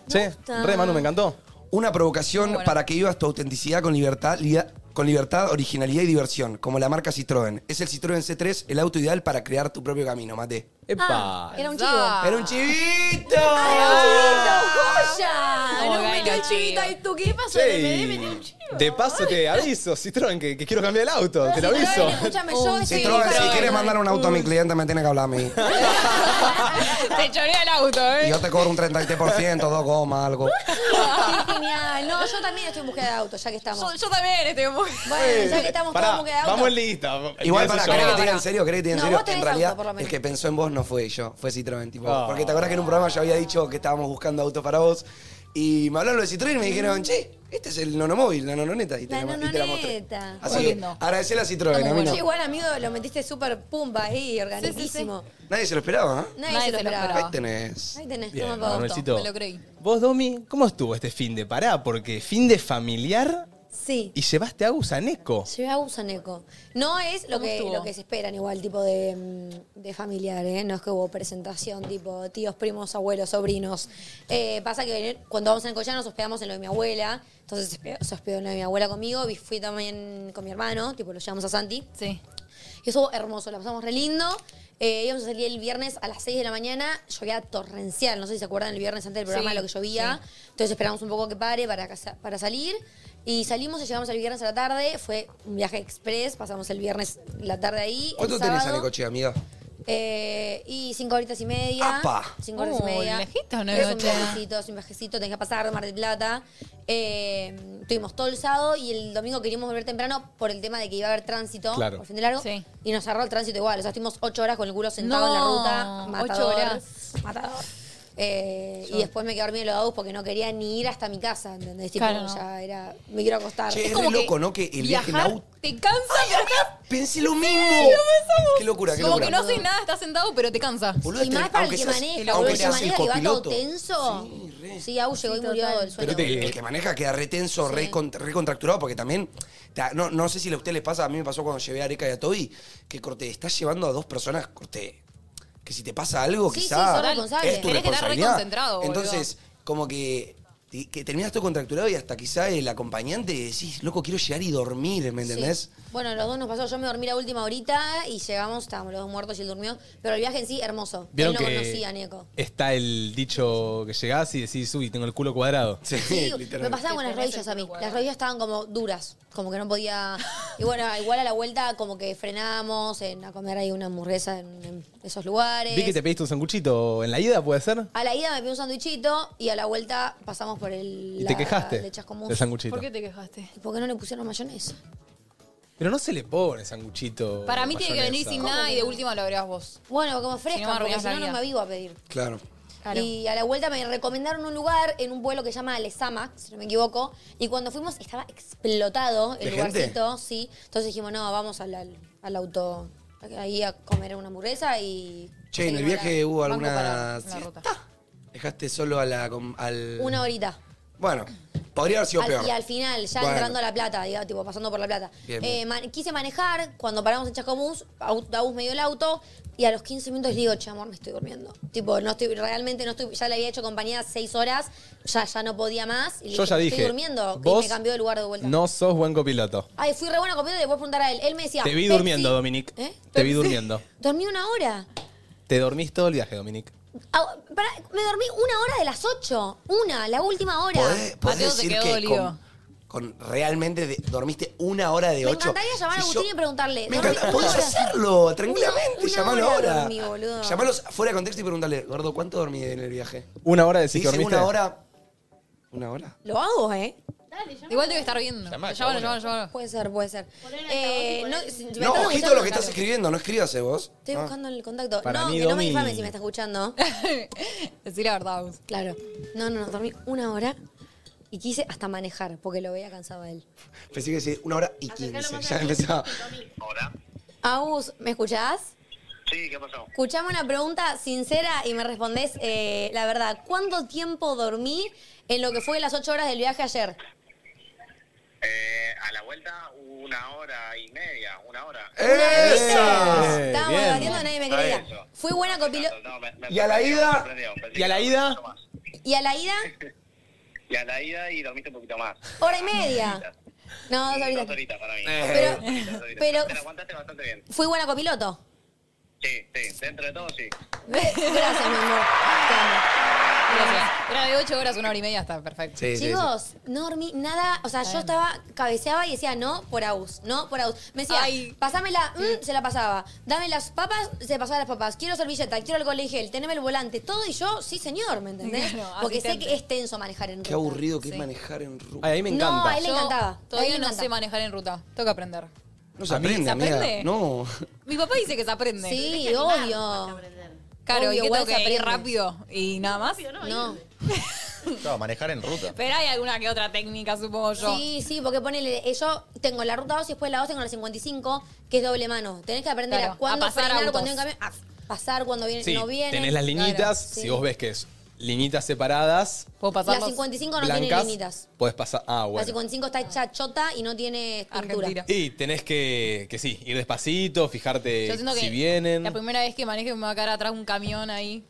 [SPEAKER 1] Che,
[SPEAKER 2] gusta.
[SPEAKER 1] re, Manu, me encantó.
[SPEAKER 3] Una provocación para que vivas tu autenticidad con libertad, li- con libertad, originalidad y diversión, como la marca Citroën. Es el Citroën C3, el auto ideal para crear tu propio camino, mate.
[SPEAKER 1] Epa.
[SPEAKER 2] Ah, era un chivo.
[SPEAKER 6] Ah.
[SPEAKER 3] ¡Era un chivito!
[SPEAKER 2] ¡Joya!
[SPEAKER 6] No,
[SPEAKER 2] No, me
[SPEAKER 6] Gaila,
[SPEAKER 2] quedé
[SPEAKER 6] chivo.
[SPEAKER 2] chivita y tú qué pasó.
[SPEAKER 1] Che, de paso te aviso, Citroën, que, que quiero cambiar el auto. Te lo aviso.
[SPEAKER 2] Gaila, Escúchame, yo estoy
[SPEAKER 3] Citroën, si
[SPEAKER 2] Gaila.
[SPEAKER 3] quieres mandar un auto a mi cliente, me tiene que hablar a mí.
[SPEAKER 6] Te chorea el auto,
[SPEAKER 3] Y
[SPEAKER 6] ¿eh?
[SPEAKER 3] yo te cobro un 33%, dos gomas, algo.
[SPEAKER 2] Qué Ah, genial. No, yo también estoy en búsqueda de auto, ya que
[SPEAKER 6] Yo,
[SPEAKER 2] estamos.
[SPEAKER 6] yo también estoy muy...
[SPEAKER 2] Bueno, ya que estamos todos en
[SPEAKER 1] Pará,
[SPEAKER 2] búsqueda de auto.
[SPEAKER 1] vamos en lista.
[SPEAKER 3] Igual, para
[SPEAKER 1] Pienso
[SPEAKER 3] ¿querés
[SPEAKER 1] yo.
[SPEAKER 3] que te diga en serio? ¿Querés que te diga en
[SPEAKER 2] No,
[SPEAKER 3] serio?
[SPEAKER 2] vos tenés
[SPEAKER 3] en realidad,
[SPEAKER 2] auto, por lo menos.
[SPEAKER 3] el que pensó en vos no fue yo, fue Citroën. Tipo,
[SPEAKER 1] Ah.
[SPEAKER 3] Porque te acordás que en un programa yo había dicho que estábamos buscando autos para vos. Y me hablaron de Citroën y me dijeron, che, este es el nonomóvil, la nononeta. Y te
[SPEAKER 2] La
[SPEAKER 3] la, y te la mostré.
[SPEAKER 2] nononeta.
[SPEAKER 3] Así
[SPEAKER 6] Muy
[SPEAKER 3] que,
[SPEAKER 6] lindo.
[SPEAKER 3] agradecerle a Citroën, a mí no.
[SPEAKER 2] Che, igual, amigo, lo metiste súper pumba ahí, organizísimo.
[SPEAKER 3] Nadie se lo esperaba, ¿eh?
[SPEAKER 2] Nadie, se lo esperaba.
[SPEAKER 3] Ahí tenés.
[SPEAKER 2] Ahí tenés,
[SPEAKER 1] Bien,
[SPEAKER 2] toma pa' vos.
[SPEAKER 1] Manuelcito.
[SPEAKER 6] Me lo creí.
[SPEAKER 1] Vos, Domi, ¿cómo estuvo este fin de pará? Porque fin de familiar
[SPEAKER 2] Sí.
[SPEAKER 1] y llevaste a Gusaneco.
[SPEAKER 2] Llevé a Gusaneco. No es lo
[SPEAKER 6] ¿Cómo
[SPEAKER 2] que,
[SPEAKER 6] estuvo?
[SPEAKER 2] lo que se esperan igual, tipo de, mm, de familiar, ¿eh? No es que hubo presentación, tipo tíos, primos, abuelos, sobrinos. Eh, pasa que cuando vamos en el collar nos hospedamos en lo de mi abuela. Entonces se hospedó- se hospedó en lo de mi abuela conmigo. vi- Fui también con mi hermano, tipo lo llevamos a Santi.
[SPEAKER 6] Sí.
[SPEAKER 2] Y eso hermoso, la pasamos re lindo. Eh, íbamos a salir el viernes a las 6 de la mañana, llovía torrencial, no sé si se acuerdan el viernes antes del programa
[SPEAKER 6] Sí,
[SPEAKER 2] lo que llovía. Entonces esperamos un poco que pare para, casa- para salir. Y salimos y llegamos el viernes a la tarde, fue un viaje express, pasamos el viernes la tarde ahí. el
[SPEAKER 3] ¿Cuánto tenés en
[SPEAKER 2] sábado.
[SPEAKER 3] el coche, amiga?
[SPEAKER 2] Eh, y cinco horitas y media.
[SPEAKER 3] ¡Apa!
[SPEAKER 2] Cinco horas y
[SPEAKER 6] Oh,
[SPEAKER 2] media.
[SPEAKER 6] lejito, ¿no?
[SPEAKER 2] Es un
[SPEAKER 6] Che.
[SPEAKER 2] viajecito, es un viajecito, tenés que pasar de Mar del Plata. Eh, tuvimos todo el sábado y el domingo queríamos volver temprano por el tema de que iba a haber tránsito
[SPEAKER 1] Claro.
[SPEAKER 2] por fin de largo.
[SPEAKER 6] Sí.
[SPEAKER 2] Y nos cerró el tránsito igual. O sea, estuvimos ocho horas con el culo sentado
[SPEAKER 6] No,
[SPEAKER 2] en la ruta. Matador,
[SPEAKER 6] ocho horas.
[SPEAKER 2] Matador. Eh, y después me quedé dormido en los dados porque no quería ni ir hasta mi casa, ¿entendés? Tipo,
[SPEAKER 6] Claro, no.
[SPEAKER 2] ya era, me quiero acostar.
[SPEAKER 3] Che, es
[SPEAKER 6] como
[SPEAKER 3] re
[SPEAKER 6] que
[SPEAKER 3] loco, ¿no? Que el viaje en
[SPEAKER 6] Viajar
[SPEAKER 3] auto...
[SPEAKER 6] te cansa.
[SPEAKER 3] Pensé lo mismo. qué locura, qué
[SPEAKER 6] Como
[SPEAKER 3] locura.
[SPEAKER 6] que no haces nada, estás sentado, pero te cansa.
[SPEAKER 3] Boludo,
[SPEAKER 2] Y
[SPEAKER 3] este-
[SPEAKER 2] más para el
[SPEAKER 3] aunque
[SPEAKER 2] que
[SPEAKER 3] seas-
[SPEAKER 2] maneja, boludo,
[SPEAKER 3] aunque
[SPEAKER 2] el que
[SPEAKER 3] seas el
[SPEAKER 2] maneja que va todo
[SPEAKER 3] copiloto.
[SPEAKER 2] tenso.
[SPEAKER 3] Sí, re.
[SPEAKER 2] Sí, Abu llegó y murió del sueño.
[SPEAKER 1] Pero te-
[SPEAKER 3] El, el que maneja queda re tenso, re, con- re contracturado, porque también, ta- no, no sé si a ustedes les pasa, a mí me pasó cuando llevé a Areca y a Toby, que corte, estás llevando a dos personas, corte, que si te pasa algo,
[SPEAKER 2] Sí, sí,
[SPEAKER 3] quizá
[SPEAKER 2] sos responsable.
[SPEAKER 3] es tu
[SPEAKER 6] Tenés que estar re
[SPEAKER 3] responsabilidad.
[SPEAKER 6] concentrado, boludo.
[SPEAKER 3] Entonces, como que, te- que terminas todo contracturado y hasta quizá el acompañante decís, loco, quiero llegar y dormir, ¿me
[SPEAKER 2] Sí.
[SPEAKER 3] entendés?
[SPEAKER 2] Bueno, los dos nos pasó. Yo me dormí la última horita y llegamos, estábamos los dos muertos y él durmió. Pero el viaje en sí, hermoso.
[SPEAKER 1] Vieron
[SPEAKER 2] él no
[SPEAKER 1] que
[SPEAKER 2] conocía a Nico.
[SPEAKER 1] está el dicho que llegás y decís, uy, tengo el culo cuadrado.
[SPEAKER 3] Sí,
[SPEAKER 2] Sí, me
[SPEAKER 3] literalmente.
[SPEAKER 2] pasaba con las
[SPEAKER 6] Tenés
[SPEAKER 2] rodillas
[SPEAKER 6] el
[SPEAKER 2] a mí.
[SPEAKER 6] culo
[SPEAKER 2] Las rodillas estaban como duras, como que no podía. Y bueno, igual a la vuelta, como que frenamos en, a comer ahí una hamburguesa en, en esos lugares.
[SPEAKER 1] Vi que te pediste un sanguchito en la ida, ¿puede ser?
[SPEAKER 2] A la ida me pedí un sanduichito y a la vuelta pasamos por el.
[SPEAKER 1] Y
[SPEAKER 2] la-
[SPEAKER 1] te quejaste
[SPEAKER 2] De chascomús.
[SPEAKER 1] del sanguchito.
[SPEAKER 6] ¿Por qué te quejaste?
[SPEAKER 2] ¿Y por qué no le pusieron mayonesa?
[SPEAKER 1] Pero no se le pone sanguchito.
[SPEAKER 6] Para mí tiene que venir
[SPEAKER 1] mayonesa.
[SPEAKER 6] sin nada y de última lo agregás vos.
[SPEAKER 2] Bueno, como fresca, porque
[SPEAKER 6] arruinás
[SPEAKER 2] si
[SPEAKER 6] la
[SPEAKER 2] no, no
[SPEAKER 6] vida.
[SPEAKER 2] me vivo a pedir.
[SPEAKER 3] Claro.
[SPEAKER 6] Claro.
[SPEAKER 2] Y a la vuelta me recomendaron un lugar en un pueblo que se llama Lesama, si no me equivoco. Y cuando fuimos estaba explotado el
[SPEAKER 3] ¿De gente?
[SPEAKER 2] lugarcito, sí. Entonces dijimos, no, vamos al, al, al auto, ahí a comer una hamburguesa y...
[SPEAKER 3] Che, en el
[SPEAKER 2] conseguimos
[SPEAKER 3] viaje
[SPEAKER 2] la-
[SPEAKER 3] hubo
[SPEAKER 2] banco para
[SPEAKER 3] alguna
[SPEAKER 6] la ruta.
[SPEAKER 3] siesta? Dejaste solo a la, com- al...
[SPEAKER 2] Una horita.
[SPEAKER 3] Bueno, podría haber sido
[SPEAKER 2] Al-
[SPEAKER 3] peor.
[SPEAKER 2] y al final, ya
[SPEAKER 3] Bueno.
[SPEAKER 2] entrando a La Plata, diga, tipo, pasando por La Plata.
[SPEAKER 3] Bien, bien.
[SPEAKER 2] Eh, man- quise manejar, cuando paramos en Chascomús, au- Dabus me dio el auto y a los 15 minutos le digo, che, amor, me estoy durmiendo. Tipo, no estoy, realmente no estoy, ya le había hecho compañía 6 horas, ya, ya no podía más. Y le
[SPEAKER 1] Yo ya dije.
[SPEAKER 2] Estoy durmiendo
[SPEAKER 1] vos
[SPEAKER 2] y me cambió de lugar de
[SPEAKER 3] Mm.
[SPEAKER 2] vuelta.
[SPEAKER 1] No sos buen copiloto.
[SPEAKER 2] Ay, fui re buena comiendo y le puedo preguntar a él. Él me decía.
[SPEAKER 1] Te vi
[SPEAKER 2] Pepsi-
[SPEAKER 1] durmiendo, Dominic.
[SPEAKER 2] ¿Eh?
[SPEAKER 1] Te vi durmiendo.
[SPEAKER 2] Dormí una hora.
[SPEAKER 1] Te dormís todo el viaje, Dominic.
[SPEAKER 2] Ah, pará, me dormí una hora de las 8. Una, la última hora.
[SPEAKER 3] ¿Podés, podés
[SPEAKER 6] Mateo se
[SPEAKER 3] decir
[SPEAKER 6] quedó
[SPEAKER 3] que
[SPEAKER 6] dolido.
[SPEAKER 3] con- con realmente de- dormiste una hora de
[SPEAKER 2] Me
[SPEAKER 3] ocho.
[SPEAKER 2] encantaría llamar a
[SPEAKER 3] Si yo-
[SPEAKER 2] Agustín y preguntarle.
[SPEAKER 3] Me
[SPEAKER 2] ¿dormí
[SPEAKER 3] encanta,
[SPEAKER 2] una
[SPEAKER 3] podés
[SPEAKER 2] hora?
[SPEAKER 3] hacerlo,
[SPEAKER 2] Una-
[SPEAKER 3] tranquilamente,
[SPEAKER 2] una
[SPEAKER 3] llamalo
[SPEAKER 2] hora
[SPEAKER 3] ahora.
[SPEAKER 2] dormí, boludo.
[SPEAKER 3] Llamalos fuera de contexto y preguntarle, gordo, ¿cuánto dormí en el viaje?
[SPEAKER 1] Una hora decís
[SPEAKER 3] Si
[SPEAKER 1] que
[SPEAKER 3] dice
[SPEAKER 1] dormiste.
[SPEAKER 3] una hora. ¿Una hora?
[SPEAKER 2] Lo hago, ¿eh?
[SPEAKER 8] Dale, llama.
[SPEAKER 6] Igual te voy a estar viendo.
[SPEAKER 5] Llamá,
[SPEAKER 6] Llámalo,
[SPEAKER 5] chabona.
[SPEAKER 6] llámalo, llámalo.
[SPEAKER 2] Puede ser, puede ser.
[SPEAKER 8] Poner en altavoz y
[SPEAKER 2] Eh, no,
[SPEAKER 8] poner-
[SPEAKER 2] si- me
[SPEAKER 3] No,
[SPEAKER 2] están
[SPEAKER 3] ojito lo
[SPEAKER 2] escuchando,
[SPEAKER 3] que estás
[SPEAKER 2] Carlos.
[SPEAKER 3] escribiendo, no escribas eh, vos.
[SPEAKER 2] Estoy
[SPEAKER 3] Ah.
[SPEAKER 2] buscando el contacto.
[SPEAKER 1] Para
[SPEAKER 2] no,
[SPEAKER 1] mí,
[SPEAKER 2] que no me
[SPEAKER 1] Domi-
[SPEAKER 2] difame si me está escuchando.
[SPEAKER 6] Decí la verdad, Agus.
[SPEAKER 2] Claro. No, no, no, dormí una hora y quise hasta manejar porque lo veía cansado a él.
[SPEAKER 3] Pensé que decía una hora y
[SPEAKER 8] Acercalo
[SPEAKER 3] quince.
[SPEAKER 8] más
[SPEAKER 3] Ya
[SPEAKER 8] a mí,
[SPEAKER 3] empezaba.
[SPEAKER 8] Tommy.
[SPEAKER 9] Hola.
[SPEAKER 2] Agus, ¿me escuchás?
[SPEAKER 9] Sí, ¿qué pasó?
[SPEAKER 2] Escuchame una pregunta sincera y me respondés eh, la verdad. ¿Cuánto tiempo dormí en lo que fue las ocho horas del viaje ayer?
[SPEAKER 9] Eh, a la vuelta, una hora y media, una hora.
[SPEAKER 3] ¡Esa!
[SPEAKER 1] Eh,
[SPEAKER 2] Estábamos
[SPEAKER 1] bien.
[SPEAKER 2] debatiendo, nadie me
[SPEAKER 9] Eso.
[SPEAKER 2] creía. Fui buena copilota.
[SPEAKER 9] No, me- me
[SPEAKER 3] ¿Y a la
[SPEAKER 9] sorprendió,
[SPEAKER 3] ida?
[SPEAKER 9] me sorprendió, pensé
[SPEAKER 1] ¿Y a la
[SPEAKER 9] que iba
[SPEAKER 1] ida?
[SPEAKER 9] un poquito más.
[SPEAKER 2] ¿Y a la ida?
[SPEAKER 9] Y a la ida y dormiste un poquito más.
[SPEAKER 2] Hora y media. No, dos
[SPEAKER 9] Dos
[SPEAKER 2] horitas.
[SPEAKER 9] horitas para mí.
[SPEAKER 2] Pero-
[SPEAKER 9] Dos horitas.
[SPEAKER 2] pero-
[SPEAKER 9] Te la aguantaste bastante bien.
[SPEAKER 2] Fui buena copiloto.
[SPEAKER 9] Sí, sí, dentro de todo sí.
[SPEAKER 2] Gracias, mi amor. Te amo.
[SPEAKER 6] Gracias. Era de 8 horas, una hora y media, está perfecto.
[SPEAKER 3] Sí, sí, sí.
[SPEAKER 2] Chicos, no dormí nada. O sea, yo estaba, cabeceaba y decía no por aus, no por aus. Me decía,
[SPEAKER 6] Ay.
[SPEAKER 2] pasámela, mm, se la pasaba. Dame las papas, se pasaba las papas. Quiero servilleta, quiero alcohol en gel, teneme el volante. Todo y yo, sí señor, ¿me entendés?
[SPEAKER 6] Claro,
[SPEAKER 2] Porque sé
[SPEAKER 6] asistente.
[SPEAKER 2] que es tenso manejar en ruta.
[SPEAKER 3] Qué aburrido que
[SPEAKER 6] Sí.
[SPEAKER 3] es manejar en ruta.
[SPEAKER 1] Ay, a mí me
[SPEAKER 2] No,
[SPEAKER 1] encanta.
[SPEAKER 2] a él le
[SPEAKER 6] Yo
[SPEAKER 2] encantaba. A
[SPEAKER 6] Todavía
[SPEAKER 2] él le
[SPEAKER 6] no
[SPEAKER 2] encanta.
[SPEAKER 6] sé manejar en ruta. Tengo que aprender.
[SPEAKER 3] No se aprende,
[SPEAKER 6] ¿Se
[SPEAKER 3] amiga.
[SPEAKER 6] aprende?
[SPEAKER 3] No.
[SPEAKER 6] Mi papá dice que se aprende.
[SPEAKER 2] Sí,
[SPEAKER 8] Tenés que animarte para
[SPEAKER 2] obvio.
[SPEAKER 8] aprender.
[SPEAKER 6] Claro, y
[SPEAKER 2] Obvio,
[SPEAKER 6] que
[SPEAKER 2] igual
[SPEAKER 6] tengo
[SPEAKER 2] se
[SPEAKER 6] que ir
[SPEAKER 2] aprende.
[SPEAKER 6] rápido y nada más.
[SPEAKER 8] Obvio, no,
[SPEAKER 2] No.
[SPEAKER 8] irme.
[SPEAKER 5] Claro, manejar en ruta.
[SPEAKER 6] Pero hay alguna que otra técnica, supongo yo.
[SPEAKER 2] Sí, sí, porque ponele, eh, yo tengo la ruta 2 y después la 2 tengo la 55, que es doble mano. Tenés que aprender
[SPEAKER 6] Claro,
[SPEAKER 2] a cuándo
[SPEAKER 6] a pasar
[SPEAKER 2] frenar,
[SPEAKER 6] autos.
[SPEAKER 2] cuando viene un camión, a pasar cuando viene,
[SPEAKER 1] Sí,
[SPEAKER 2] no viene.
[SPEAKER 1] tenés las linitas,
[SPEAKER 6] Eh, Claro,
[SPEAKER 2] sí.
[SPEAKER 1] si vos ves que es linitas separadas,
[SPEAKER 6] ¿Puedo pasar
[SPEAKER 2] La 55 no tiene
[SPEAKER 1] blancas,
[SPEAKER 2] linitas.
[SPEAKER 1] podés pasar. Ah,
[SPEAKER 2] La
[SPEAKER 1] bueno.
[SPEAKER 2] 55 está hecha chota y no tiene pintura.
[SPEAKER 6] Argentina.
[SPEAKER 1] Y tenés que, que sí, ir despacito, fijarte
[SPEAKER 6] Yo siento que
[SPEAKER 1] si vienen.
[SPEAKER 6] la primera vez que maneje me va a caer atrás un camión ahí.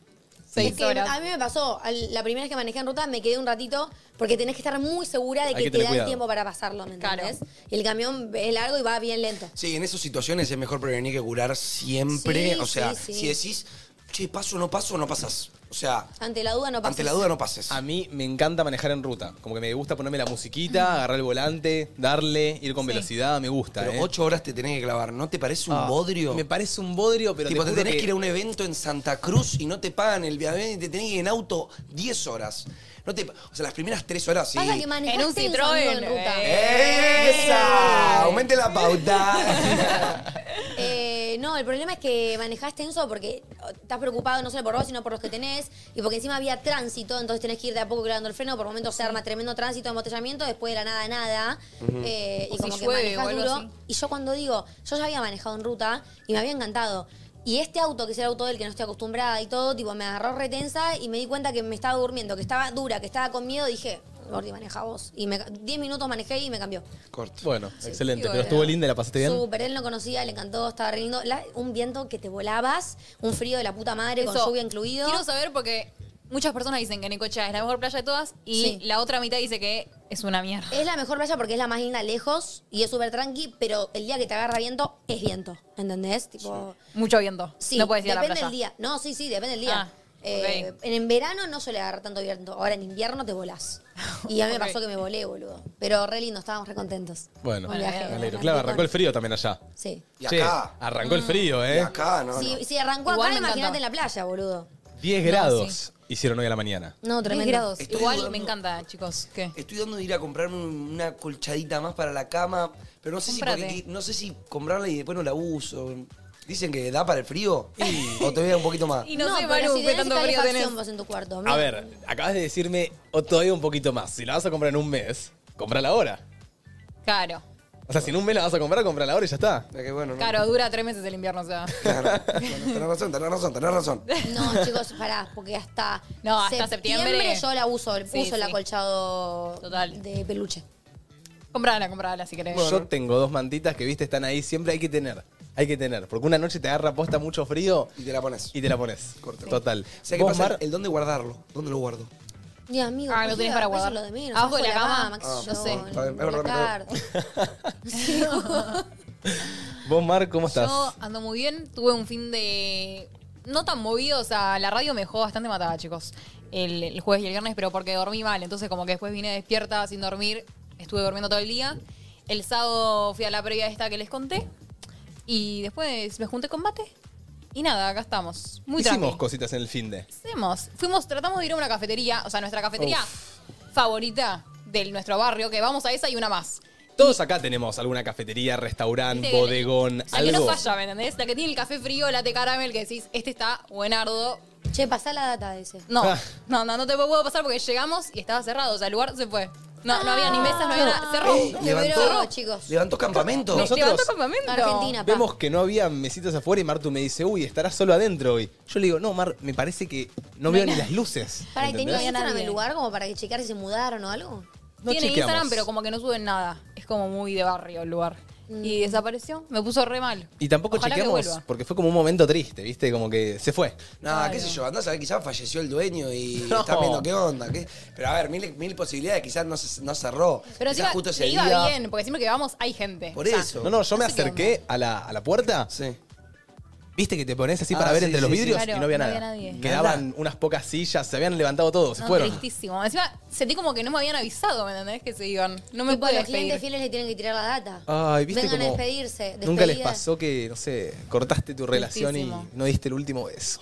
[SPEAKER 6] Seis
[SPEAKER 2] Es que
[SPEAKER 6] horas.
[SPEAKER 2] a mí me pasó, al- la primera vez que manejé en ruta me quedé un ratito porque tenés que estar muy segura de
[SPEAKER 1] Hay
[SPEAKER 2] que,
[SPEAKER 1] que
[SPEAKER 2] te
[SPEAKER 1] tener
[SPEAKER 2] da el
[SPEAKER 1] cuidado.
[SPEAKER 2] tiempo para pasarlo, ¿me
[SPEAKER 6] Claro.
[SPEAKER 2] entendés? Y el camión es largo y va bien lento.
[SPEAKER 3] Sí, en esas situaciones es mejor prevenir que curar siempre.
[SPEAKER 2] Sí,
[SPEAKER 3] o sea,
[SPEAKER 2] sí, sí.
[SPEAKER 3] si decís, che, paso, no paso, no pasas. O sea,
[SPEAKER 2] Ante la duda no pasa.
[SPEAKER 3] ante la duda no pases.
[SPEAKER 1] A mí me encanta manejar en ruta. Como que me gusta ponerme la musiquita, agarrar el volante, darle, ir con velocidad, me gusta.
[SPEAKER 3] Pero
[SPEAKER 1] ¿eh?
[SPEAKER 3] ocho horas te tenés que clavar. ¿No te parece un
[SPEAKER 1] Ah,
[SPEAKER 3] bodrio?
[SPEAKER 1] Me parece un bodrio, pero
[SPEAKER 3] tipo, te,
[SPEAKER 1] te juro
[SPEAKER 3] tenés que...
[SPEAKER 1] que
[SPEAKER 3] ir a un evento en Santa Cruz y no te pagan el viaje y te tenés que ir en auto 10 horas. No te, o sea, las primeras 3 horas sí.
[SPEAKER 2] Pasa que manejás
[SPEAKER 6] En un
[SPEAKER 2] tenso,
[SPEAKER 6] Citroën,
[SPEAKER 2] amigo, en ruta.
[SPEAKER 6] eh.
[SPEAKER 1] ¡Eh!
[SPEAKER 3] ¡Esa! Aumente la pauta.
[SPEAKER 2] Eh, no, el problema es que manejás tenso porque estás preocupado no solo por vos, sino por los que tenés. Y porque encima había tránsito, entonces tenés que ir de a poco clavando el freno. Por momentos se arma tremendo tránsito, embotellamiento, después de la nada, nada. Eh,
[SPEAKER 6] O
[SPEAKER 2] y
[SPEAKER 6] si
[SPEAKER 2] como que
[SPEAKER 6] llueve
[SPEAKER 2] manejás
[SPEAKER 6] o algo
[SPEAKER 2] duro.
[SPEAKER 6] así.
[SPEAKER 2] Y yo cuando digo, yo ya había manejado en ruta y me había encantado. Y este auto, que es el auto del que no estoy acostumbrada y todo, tipo, me agarró retensa y me di cuenta que me estaba durmiendo, que estaba dura, que estaba con miedo. Dije, Gordi, maneja vos. Y me, 10 minutos manejé y me cambió.
[SPEAKER 3] Corto.
[SPEAKER 1] Bueno, excelente.
[SPEAKER 6] sí,
[SPEAKER 1] pero
[SPEAKER 6] bueno.
[SPEAKER 1] estuvo linda, la pasaste bien.
[SPEAKER 2] Súper, él no conocía, le encantó, estaba re lindo. La- un viento que te volabas, un frío de la puta madre, con
[SPEAKER 6] Eso.
[SPEAKER 2] lluvia incluido.
[SPEAKER 6] Quiero saber porque muchas personas dicen que Necochea es la mejor playa de todas y
[SPEAKER 2] Sí.
[SPEAKER 6] la otra mitad dice que es una mierda.
[SPEAKER 2] Es la mejor playa porque es la más linda lejos y es súper tranqui, pero el día que te agarra viento, es viento, ¿entendés? Tipo,
[SPEAKER 6] Mucho viento.
[SPEAKER 2] sí,
[SPEAKER 6] no puedes ir a la
[SPEAKER 2] depende
[SPEAKER 6] playa.
[SPEAKER 2] del día. No, sí, sí, depende del día.
[SPEAKER 6] Ah,
[SPEAKER 2] Eh,
[SPEAKER 6] ok.
[SPEAKER 2] en, en verano no suele agarrar tanto viento, ahora en invierno te volás. Y a mí
[SPEAKER 6] Ok.
[SPEAKER 2] me pasó que me volé, boludo. Pero re lindo, estábamos re contentos.
[SPEAKER 1] Bueno,
[SPEAKER 2] Un
[SPEAKER 1] me
[SPEAKER 2] viaje
[SPEAKER 1] alegro.
[SPEAKER 2] romántico.
[SPEAKER 1] Claro, arrancó el frío también allá.
[SPEAKER 2] Sí.
[SPEAKER 3] Y
[SPEAKER 1] Che,
[SPEAKER 3] acá.
[SPEAKER 1] arrancó
[SPEAKER 2] Mm.
[SPEAKER 6] Mm.
[SPEAKER 1] el frío,
[SPEAKER 3] Y
[SPEAKER 1] ¿eh?
[SPEAKER 3] acá, no,
[SPEAKER 2] Si,
[SPEAKER 3] no.
[SPEAKER 2] si arrancó
[SPEAKER 6] Igual me
[SPEAKER 2] acá,
[SPEAKER 6] encantó.
[SPEAKER 2] imagínate en la playa, boludo.
[SPEAKER 1] 10
[SPEAKER 6] No,
[SPEAKER 1] grados hicieron hoy a la mañana.
[SPEAKER 2] No,
[SPEAKER 6] 10
[SPEAKER 2] tremendo.
[SPEAKER 6] grados.
[SPEAKER 3] Estoy
[SPEAKER 6] Igual
[SPEAKER 3] dudando.
[SPEAKER 6] me encanta, chicos. ¿Qué?
[SPEAKER 3] Estoy dando de ir a comprarme una colchadita más para la cama, pero no sé si
[SPEAKER 6] Comprate.
[SPEAKER 3] porque qui- no sé si comprarla y después no la uso. Dicen que da para el frío o te voy a dar un poquito más.
[SPEAKER 6] Y no, sé,
[SPEAKER 2] pero
[SPEAKER 6] Manu,
[SPEAKER 2] si
[SPEAKER 6] qué
[SPEAKER 2] tenés
[SPEAKER 6] tanto frío
[SPEAKER 2] calefacción
[SPEAKER 6] tenés.
[SPEAKER 2] vos en tu cuarto.
[SPEAKER 1] A ver, acabas de decirme o todavía un poquito más. Si la vas a comprar en un mes, comprala ahora.
[SPEAKER 6] Claro.
[SPEAKER 1] O sea, si en un mes la vas a comprar, comprala ahora y ya está.
[SPEAKER 3] Ya que bueno, no.
[SPEAKER 6] Claro, dura tres meses el invierno, o sea.
[SPEAKER 3] Claro. Bueno, tenés razón, tenés razón, tenés razón.
[SPEAKER 2] No, chicos, pará, porque hasta,
[SPEAKER 6] No, hasta septiembre.
[SPEAKER 2] yo la uso, el-
[SPEAKER 6] Sí,
[SPEAKER 2] uso el
[SPEAKER 6] sí.
[SPEAKER 2] acolchado
[SPEAKER 6] Total.
[SPEAKER 2] de peluche.
[SPEAKER 6] Comprala, comprala si querés.
[SPEAKER 1] Yo tengo dos mantitas que, viste, están ahí. Siempre hay que tener. Hay que tener. Porque una noche te agarra posta mucho frío
[SPEAKER 3] Y te la pones.
[SPEAKER 1] y te la pones.
[SPEAKER 3] Corto.
[SPEAKER 1] Total.
[SPEAKER 3] O sea, ¿qué
[SPEAKER 1] Vos,
[SPEAKER 3] pasa?
[SPEAKER 1] Mar,
[SPEAKER 3] El dónde guardarlo. ¿Dónde lo guardo?
[SPEAKER 2] Y amigo,
[SPEAKER 6] Ah, no tenés para guardar.
[SPEAKER 2] Lo de menos,
[SPEAKER 6] Abajo de la cama.
[SPEAKER 2] qué sé
[SPEAKER 3] Ah,
[SPEAKER 2] yo,
[SPEAKER 6] no sé.
[SPEAKER 2] en
[SPEAKER 3] Está bien, es
[SPEAKER 2] la
[SPEAKER 3] verdad,
[SPEAKER 2] carta.
[SPEAKER 1] vos, Mar, ¿cómo estás?
[SPEAKER 6] Yo ando muy bien, tuve un fin de. No tan movido, o sea, la radio me dejó bastante matada, chicos. El, el jueves y el viernes, pero porque dormí mal. Entonces, como que después vine despierta sin dormir
[SPEAKER 4] estuve durmiendo todo el día. El sábado fui a la previa esta que les conté. Y después me junté con Mate. Y nada, acá estamos. Muy
[SPEAKER 1] Hicimos
[SPEAKER 4] tranqui.
[SPEAKER 1] cositas en el fin de.
[SPEAKER 4] Hacemos. Fuimos, tratamos de ir a una cafetería, o sea, nuestra cafetería favorita de nuestro barrio, que vamos a esa y una más.
[SPEAKER 1] Todos acá tenemos alguna cafetería, restaurante,
[SPEAKER 4] Viste que-
[SPEAKER 1] bodegón,
[SPEAKER 4] La que no
[SPEAKER 1] algo.
[SPEAKER 4] falla, ¿me entendés? La que tiene el café frío, la de caramel, que decís, este está buenardo.
[SPEAKER 2] Che, pasá la data de ese.
[SPEAKER 4] No,
[SPEAKER 1] Ah.
[SPEAKER 4] no, no, no te puedo pasar porque llegamos y estaba cerrado, o sea, el lugar se fue. No, no había ni mesas, no había nada. Cerró.
[SPEAKER 1] Eh,
[SPEAKER 3] Ey,
[SPEAKER 2] Pero,
[SPEAKER 3] levantó,
[SPEAKER 2] Ah. chicos.
[SPEAKER 3] levantó campamento.
[SPEAKER 1] No, nosotros-
[SPEAKER 4] Levantó campamento.
[SPEAKER 2] Argentina, pa.
[SPEAKER 1] Vemos que no había mesitas afuera y Martu me dice, uy, estarás solo adentro hoy. Yo le digo, no, Mar, me parece que no veo ni las luces.
[SPEAKER 2] Para, ¿y
[SPEAKER 1] ¿entendés?
[SPEAKER 2] tenían Instagram
[SPEAKER 4] Nadie.
[SPEAKER 2] el lugar como para que checar si se mudaron o algo?
[SPEAKER 1] No
[SPEAKER 4] Tiene
[SPEAKER 1] chequeamos.
[SPEAKER 4] Instagram, pero como que no suben nada. Es como muy de barrio el lugar.
[SPEAKER 2] Mm.
[SPEAKER 4] Y desapareció. Me puso re mal.
[SPEAKER 1] Y tampoco
[SPEAKER 4] Ojalá que
[SPEAKER 1] chequeamos
[SPEAKER 4] vuelva.
[SPEAKER 1] porque fue como un momento triste, ¿viste? Como que se fue.
[SPEAKER 3] Nada, qué sé yo, andás a ver, quizás falleció el dueño y
[SPEAKER 1] No.
[SPEAKER 3] están viendo qué onda. qué- Pero a ver, mil, mil posibilidades, quizás no, se- no cerró. quizás
[SPEAKER 4] Pero encima
[SPEAKER 3] justo ese
[SPEAKER 4] le iba
[SPEAKER 3] día.
[SPEAKER 4] bien, porque siempre que vamos hay gente.
[SPEAKER 3] Por
[SPEAKER 4] O sea,
[SPEAKER 3] eso.
[SPEAKER 1] No, no, yo me
[SPEAKER 4] No sé qué
[SPEAKER 1] acerqué a la, a la puerta,
[SPEAKER 3] Sí.
[SPEAKER 1] viste que te pones así
[SPEAKER 3] Ah,
[SPEAKER 1] para ver
[SPEAKER 3] sí,
[SPEAKER 1] entre los
[SPEAKER 3] sí, sí.
[SPEAKER 1] vidrios y
[SPEAKER 4] Claro,
[SPEAKER 1] no había
[SPEAKER 4] no
[SPEAKER 1] nada.
[SPEAKER 4] había nadie.
[SPEAKER 1] Quedaban
[SPEAKER 3] Nada.
[SPEAKER 1] unas pocas sillas, se habían levantado todos, se
[SPEAKER 4] no,
[SPEAKER 1] fueron.
[SPEAKER 4] tristísimo. Encima sentí como que no me habían avisado, ¿me entendés? Que se iban. No me
[SPEAKER 2] Tipo,
[SPEAKER 4] pude
[SPEAKER 2] los clientes
[SPEAKER 4] despedir.
[SPEAKER 2] fieles le tienen que tirar la data.
[SPEAKER 1] Ay, viste
[SPEAKER 2] Vengan
[SPEAKER 1] como
[SPEAKER 2] a despedirse.
[SPEAKER 1] Nunca les
[SPEAKER 2] despedidas.
[SPEAKER 1] pasó que, no sé, cortaste tu relación
[SPEAKER 4] Tristísimo.
[SPEAKER 1] y no diste el último beso.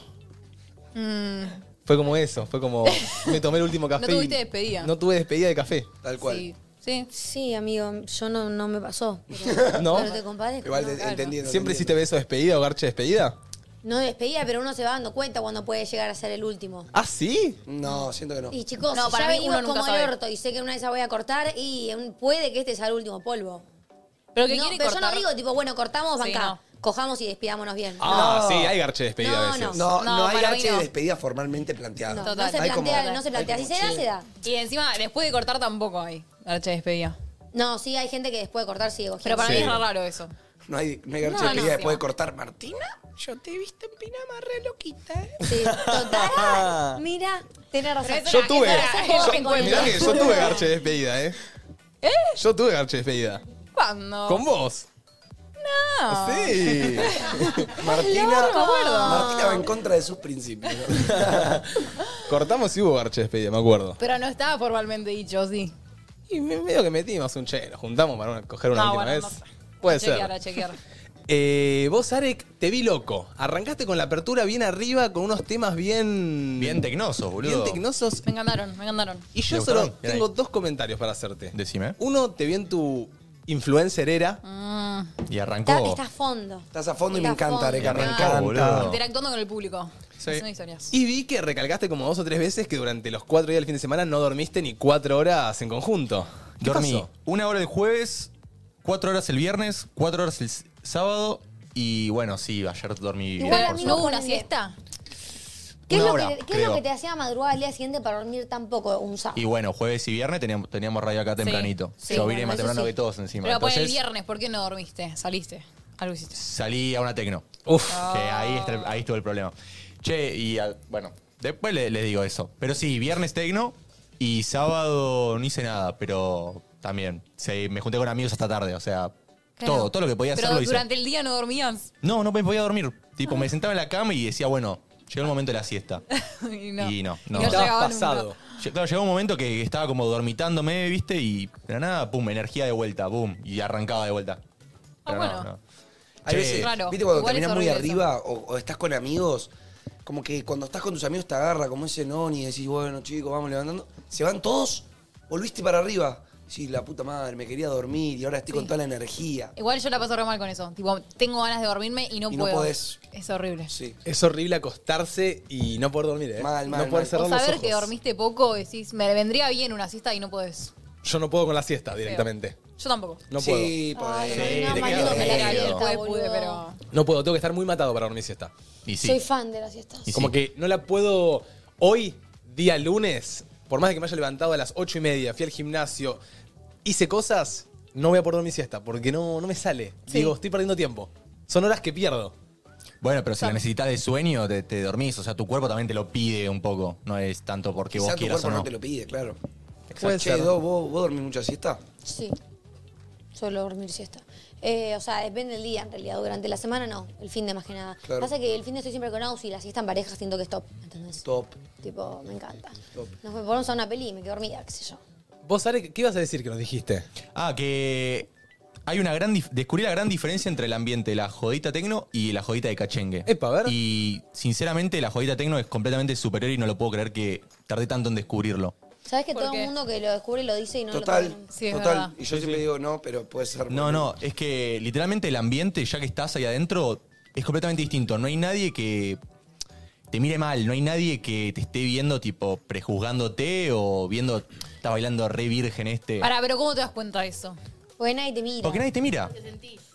[SPEAKER 4] Mm,
[SPEAKER 1] Fue como eso, fue como me tomé el último café. y
[SPEAKER 4] tuviste despedida.
[SPEAKER 1] No tuve despedida de café.
[SPEAKER 3] Tal cual.
[SPEAKER 4] Sí. Sí.
[SPEAKER 2] Sí, amigo, yo no, no me pasó. Pero,
[SPEAKER 1] ¿No?
[SPEAKER 2] pero te compadezco.
[SPEAKER 3] Igual
[SPEAKER 2] no.
[SPEAKER 3] te-
[SPEAKER 4] claro.
[SPEAKER 3] entendiendo.
[SPEAKER 1] ¿Siempre hiciste
[SPEAKER 3] entendiendo.
[SPEAKER 1] beso de despedida o garche de despedida?
[SPEAKER 2] No despedía, pero uno se va dando cuenta cuando puede llegar a ser el último.
[SPEAKER 1] ¿Ah, sí?
[SPEAKER 3] No, siento que no.
[SPEAKER 2] Y chicos,
[SPEAKER 4] No,
[SPEAKER 2] si
[SPEAKER 4] para
[SPEAKER 2] ya
[SPEAKER 4] mí
[SPEAKER 2] venimos
[SPEAKER 4] uno nunca
[SPEAKER 2] como el
[SPEAKER 4] sabe.
[SPEAKER 2] orto y sé que una vez esa voy a cortar y un- puede que este sea el último polvo.
[SPEAKER 4] Pero que
[SPEAKER 2] No,
[SPEAKER 4] quiere
[SPEAKER 2] pero yo
[SPEAKER 4] cortar.
[SPEAKER 2] no digo, tipo, bueno, cortamos,
[SPEAKER 4] Sí,
[SPEAKER 2] banca,
[SPEAKER 4] no.
[SPEAKER 2] cojamos y despidámonos bien.
[SPEAKER 1] Ah, sí, hay garche de despedida a
[SPEAKER 2] No,
[SPEAKER 1] veces.
[SPEAKER 3] No, no,
[SPEAKER 4] No,
[SPEAKER 3] hay
[SPEAKER 4] para mí
[SPEAKER 3] garche
[SPEAKER 4] no.
[SPEAKER 3] de despedida formalmente planteada.
[SPEAKER 2] No, no,
[SPEAKER 4] Total.
[SPEAKER 2] se
[SPEAKER 3] Hay como-
[SPEAKER 2] plantea, no se
[SPEAKER 3] hay
[SPEAKER 2] plantea.
[SPEAKER 3] como,
[SPEAKER 2] Si se da,
[SPEAKER 3] che.
[SPEAKER 2] se da.
[SPEAKER 4] Y encima, después de cortar tampoco hay. Arche de despedida.
[SPEAKER 2] No, sí, hay gente que después de cortar sigue cogiendo.
[SPEAKER 4] Pero para
[SPEAKER 1] Sí.
[SPEAKER 4] mí es raro eso.
[SPEAKER 3] No hay, no hay garche
[SPEAKER 4] No,
[SPEAKER 3] de
[SPEAKER 4] no,
[SPEAKER 3] despedida
[SPEAKER 4] sí,
[SPEAKER 3] después de
[SPEAKER 4] va.
[SPEAKER 3] cortar. Martina, yo te he visto en Pinamar re loquita, ¿eh?
[SPEAKER 2] Sí, total. Mira, tenés razón.
[SPEAKER 4] Pero eso
[SPEAKER 1] Yo tuve.
[SPEAKER 4] Esa es
[SPEAKER 1] yo-
[SPEAKER 4] el encuentro.
[SPEAKER 1] mirá que yo tuve garche de despedida, ¿eh? ¿Eh? Yo tuve garche de despedida.
[SPEAKER 4] ¿Cuándo?
[SPEAKER 1] ¿Con vos?
[SPEAKER 4] No.
[SPEAKER 1] Sí.
[SPEAKER 3] Martina,
[SPEAKER 4] loco.
[SPEAKER 3] Martina va en contra de sus principios.
[SPEAKER 1] Cortamos y hubo garche de despedida, me acuerdo.
[SPEAKER 4] Pero no estaba formalmente dicho, sí.
[SPEAKER 1] Y me- medio que metimos un che, nos juntamos para una- coger una
[SPEAKER 4] no,
[SPEAKER 1] última
[SPEAKER 4] bueno, no
[SPEAKER 1] vez.
[SPEAKER 4] sé.
[SPEAKER 1] Puede
[SPEAKER 4] a chequear,
[SPEAKER 1] ser.
[SPEAKER 4] a chequear.
[SPEAKER 1] Eh, vos, Arek, te vi loco. Arrancaste con la apertura bien arriba, con unos temas bien.
[SPEAKER 5] Bien tecnoso, boludo.
[SPEAKER 1] bien tecnosos.
[SPEAKER 4] Me encantaron, me encantaron.
[SPEAKER 1] Y yo
[SPEAKER 5] ¿Te
[SPEAKER 1] solo
[SPEAKER 5] gustaron? Bien
[SPEAKER 1] tengo
[SPEAKER 5] ahí.
[SPEAKER 1] dos comentarios para hacerte.
[SPEAKER 5] Decime.
[SPEAKER 1] Uno, te vi en tu influencer era.
[SPEAKER 4] Mm,
[SPEAKER 5] Y
[SPEAKER 2] Está,
[SPEAKER 5] arrancó.
[SPEAKER 2] está a fondo.
[SPEAKER 3] Estás a fondo y me
[SPEAKER 2] Está a
[SPEAKER 3] encanta,
[SPEAKER 2] fondo.
[SPEAKER 3] Areca, me
[SPEAKER 5] Arrancó,
[SPEAKER 3] encanta.
[SPEAKER 5] boludo.
[SPEAKER 4] interactuando con el público.
[SPEAKER 5] Sí.
[SPEAKER 4] Haciendo historias.
[SPEAKER 1] Y vi que recalcaste como dos o tres veces que durante los cuatro días del fin de semana no dormiste ni cuatro horas en conjunto. ¿Qué
[SPEAKER 5] Dormí
[SPEAKER 1] pasó?
[SPEAKER 5] una hora el jueves, cuatro horas el viernes, cuatro horas el s- sábado. Y bueno, sí, ayer dormí bien,
[SPEAKER 2] Igual a
[SPEAKER 5] por
[SPEAKER 2] mí
[SPEAKER 5] suerte.
[SPEAKER 4] ¿No hubo una
[SPEAKER 2] ponele.
[SPEAKER 4] siesta?
[SPEAKER 2] ¿Qué, es
[SPEAKER 5] Una
[SPEAKER 2] lo,
[SPEAKER 5] hora,
[SPEAKER 2] que, qué es lo
[SPEAKER 5] creo.
[SPEAKER 2] que te hacía madrugada al día siguiente para dormir tan poco un sábado?
[SPEAKER 5] Y bueno, jueves y viernes teníamos, teníamos radio acá tempranito.
[SPEAKER 4] sí,
[SPEAKER 5] Yo vine
[SPEAKER 2] bueno,
[SPEAKER 5] más
[SPEAKER 2] eso
[SPEAKER 5] temprano
[SPEAKER 2] sí.
[SPEAKER 5] que todos encima.
[SPEAKER 4] Pero por el
[SPEAKER 5] Entonces
[SPEAKER 4] viernes, ¿por qué no dormiste? ¿Saliste? ¿Algo hiciste?
[SPEAKER 5] salí a una tecno.
[SPEAKER 1] Uf.
[SPEAKER 5] Que ahí, está el- ahí estuvo el problema. Che, y al- bueno, después le- les digo eso. Pero sí, viernes tecno y sábado no hice nada, pero también. sí, me junté con amigos hasta tarde, o sea, todo, todo lo que podía hacer
[SPEAKER 4] Pero
[SPEAKER 5] lo hice.
[SPEAKER 4] durante Ah. el día no dormías.
[SPEAKER 5] No, no me podía dormir. Tipo, me sentaba en la cama y decía, bueno, llegó el momento de la siesta.
[SPEAKER 4] y no.
[SPEAKER 5] Y no, no.
[SPEAKER 1] Estabas
[SPEAKER 4] llegaba nunca.
[SPEAKER 1] pasado.
[SPEAKER 5] Lle- Claro, llegó un momento que estaba como dormitándome, ¿viste? Y de la nada, pum, energía de vuelta, pum, y arrancaba de vuelta.
[SPEAKER 4] Ah,
[SPEAKER 5] Pero
[SPEAKER 4] bueno.
[SPEAKER 3] Hay
[SPEAKER 5] Che,
[SPEAKER 3] veces,
[SPEAKER 4] Raro.
[SPEAKER 3] viste, cuando
[SPEAKER 4] Igual es
[SPEAKER 3] terminás muy
[SPEAKER 4] horrible eso.
[SPEAKER 3] arriba o, o estás con amigos, como que cuando estás con tus amigos te agarra como ese non y decís, bueno, chicos, vamos levantando. Se van todos, volviste para arriba. Sí, la puta madre, me quería dormir y ahora estoy con toda la energía.
[SPEAKER 4] Igual yo la paso re mal con eso. Tipo, tengo ganas de dormirme y no
[SPEAKER 3] Y no
[SPEAKER 4] puedo.
[SPEAKER 3] podés.
[SPEAKER 4] Es horrible.
[SPEAKER 3] Sí.
[SPEAKER 1] Es horrible acostarse y no poder dormir, ¿eh?
[SPEAKER 3] Mal, mal,
[SPEAKER 1] No poder
[SPEAKER 3] mal.
[SPEAKER 1] cerrar
[SPEAKER 4] O
[SPEAKER 1] los
[SPEAKER 4] saber
[SPEAKER 1] ojos.
[SPEAKER 4] que dormiste poco, decís, me vendría bien una siesta y no podés.
[SPEAKER 1] Yo no puedo con la siesta directamente.
[SPEAKER 4] Yo tampoco.
[SPEAKER 1] No puedo.
[SPEAKER 3] sí, podés.
[SPEAKER 5] Sí,
[SPEAKER 2] no,
[SPEAKER 5] te
[SPEAKER 2] Manu,
[SPEAKER 5] quedas
[SPEAKER 2] me la
[SPEAKER 5] dormido.
[SPEAKER 2] siesta,
[SPEAKER 4] Pude,
[SPEAKER 2] boludo.
[SPEAKER 4] pude, pero.
[SPEAKER 1] No puedo, tengo que estar muy matado para dormir siesta.
[SPEAKER 5] Y sí.
[SPEAKER 2] Soy fan de las siestas.
[SPEAKER 5] Y
[SPEAKER 1] Como
[SPEAKER 5] sí.
[SPEAKER 1] que no la puedo. Hoy, día lunes, por más de que me haya levantado a las ocho y media, fui al gimnasio, hice cosas, no voy a poder dormir siesta porque no, no me sale. Digo, estoy perdiendo tiempo. Son horas que pierdo.
[SPEAKER 5] Bueno, pero si la necesitas de sueño, te, te dormís. O sea, tu cuerpo también te lo pide un poco. No es tanto porque
[SPEAKER 3] Quizá
[SPEAKER 5] vos
[SPEAKER 3] tu
[SPEAKER 5] quieras
[SPEAKER 3] cuerpo
[SPEAKER 5] o
[SPEAKER 3] no.
[SPEAKER 5] no.
[SPEAKER 3] te lo pide, claro.
[SPEAKER 1] Puede
[SPEAKER 3] Che,
[SPEAKER 1] ser.
[SPEAKER 3] Do, ¿vos, ¿vos dormís mucha siesta?
[SPEAKER 2] Sí. Solo dormir siesta. Eh, o sea, depende del día en realidad. Durante la semana no. El fin de más que nada.
[SPEAKER 3] Claro.
[SPEAKER 2] Pasa que el fin de estoy siempre con Aus y la siesta en pareja siento que es top. ¿Entendés?
[SPEAKER 3] Top.
[SPEAKER 2] Tipo, me encanta.
[SPEAKER 3] Top.
[SPEAKER 2] Nos ponemos a una peli y me quedo dormida, qué sé yo.
[SPEAKER 1] Vos, Are, ¿qué ibas a decir que nos dijiste?
[SPEAKER 5] Ah, que hay una gran... dif- Descubrí la gran diferencia entre el ambiente de la jodita tecno y la jodita de cachengue.
[SPEAKER 1] Epa, a ver.
[SPEAKER 5] Y sinceramente la jodita tecno es completamente superior y no lo puedo creer que tardé tanto en descubrirlo.
[SPEAKER 2] Sabes que
[SPEAKER 4] ¿Por
[SPEAKER 2] todo
[SPEAKER 4] qué?
[SPEAKER 2] el mundo que lo descubre lo dice y no lo
[SPEAKER 3] Total,
[SPEAKER 2] ponen?
[SPEAKER 4] Sí, es verdad.
[SPEAKER 3] total. Y yo siempre digo no, pero puede ser.
[SPEAKER 5] No, no, es que literalmente el ambiente, ya que estás ahí adentro, es completamente distinto. No hay nadie que te mire mal, no hay nadie que te esté viendo, tipo, prejuzgándote o viendo, está bailando re virgen este.
[SPEAKER 4] Pará, pero ¿cómo te das cuenta de eso?
[SPEAKER 2] Porque nadie te mira.
[SPEAKER 5] Porque nadie te mira.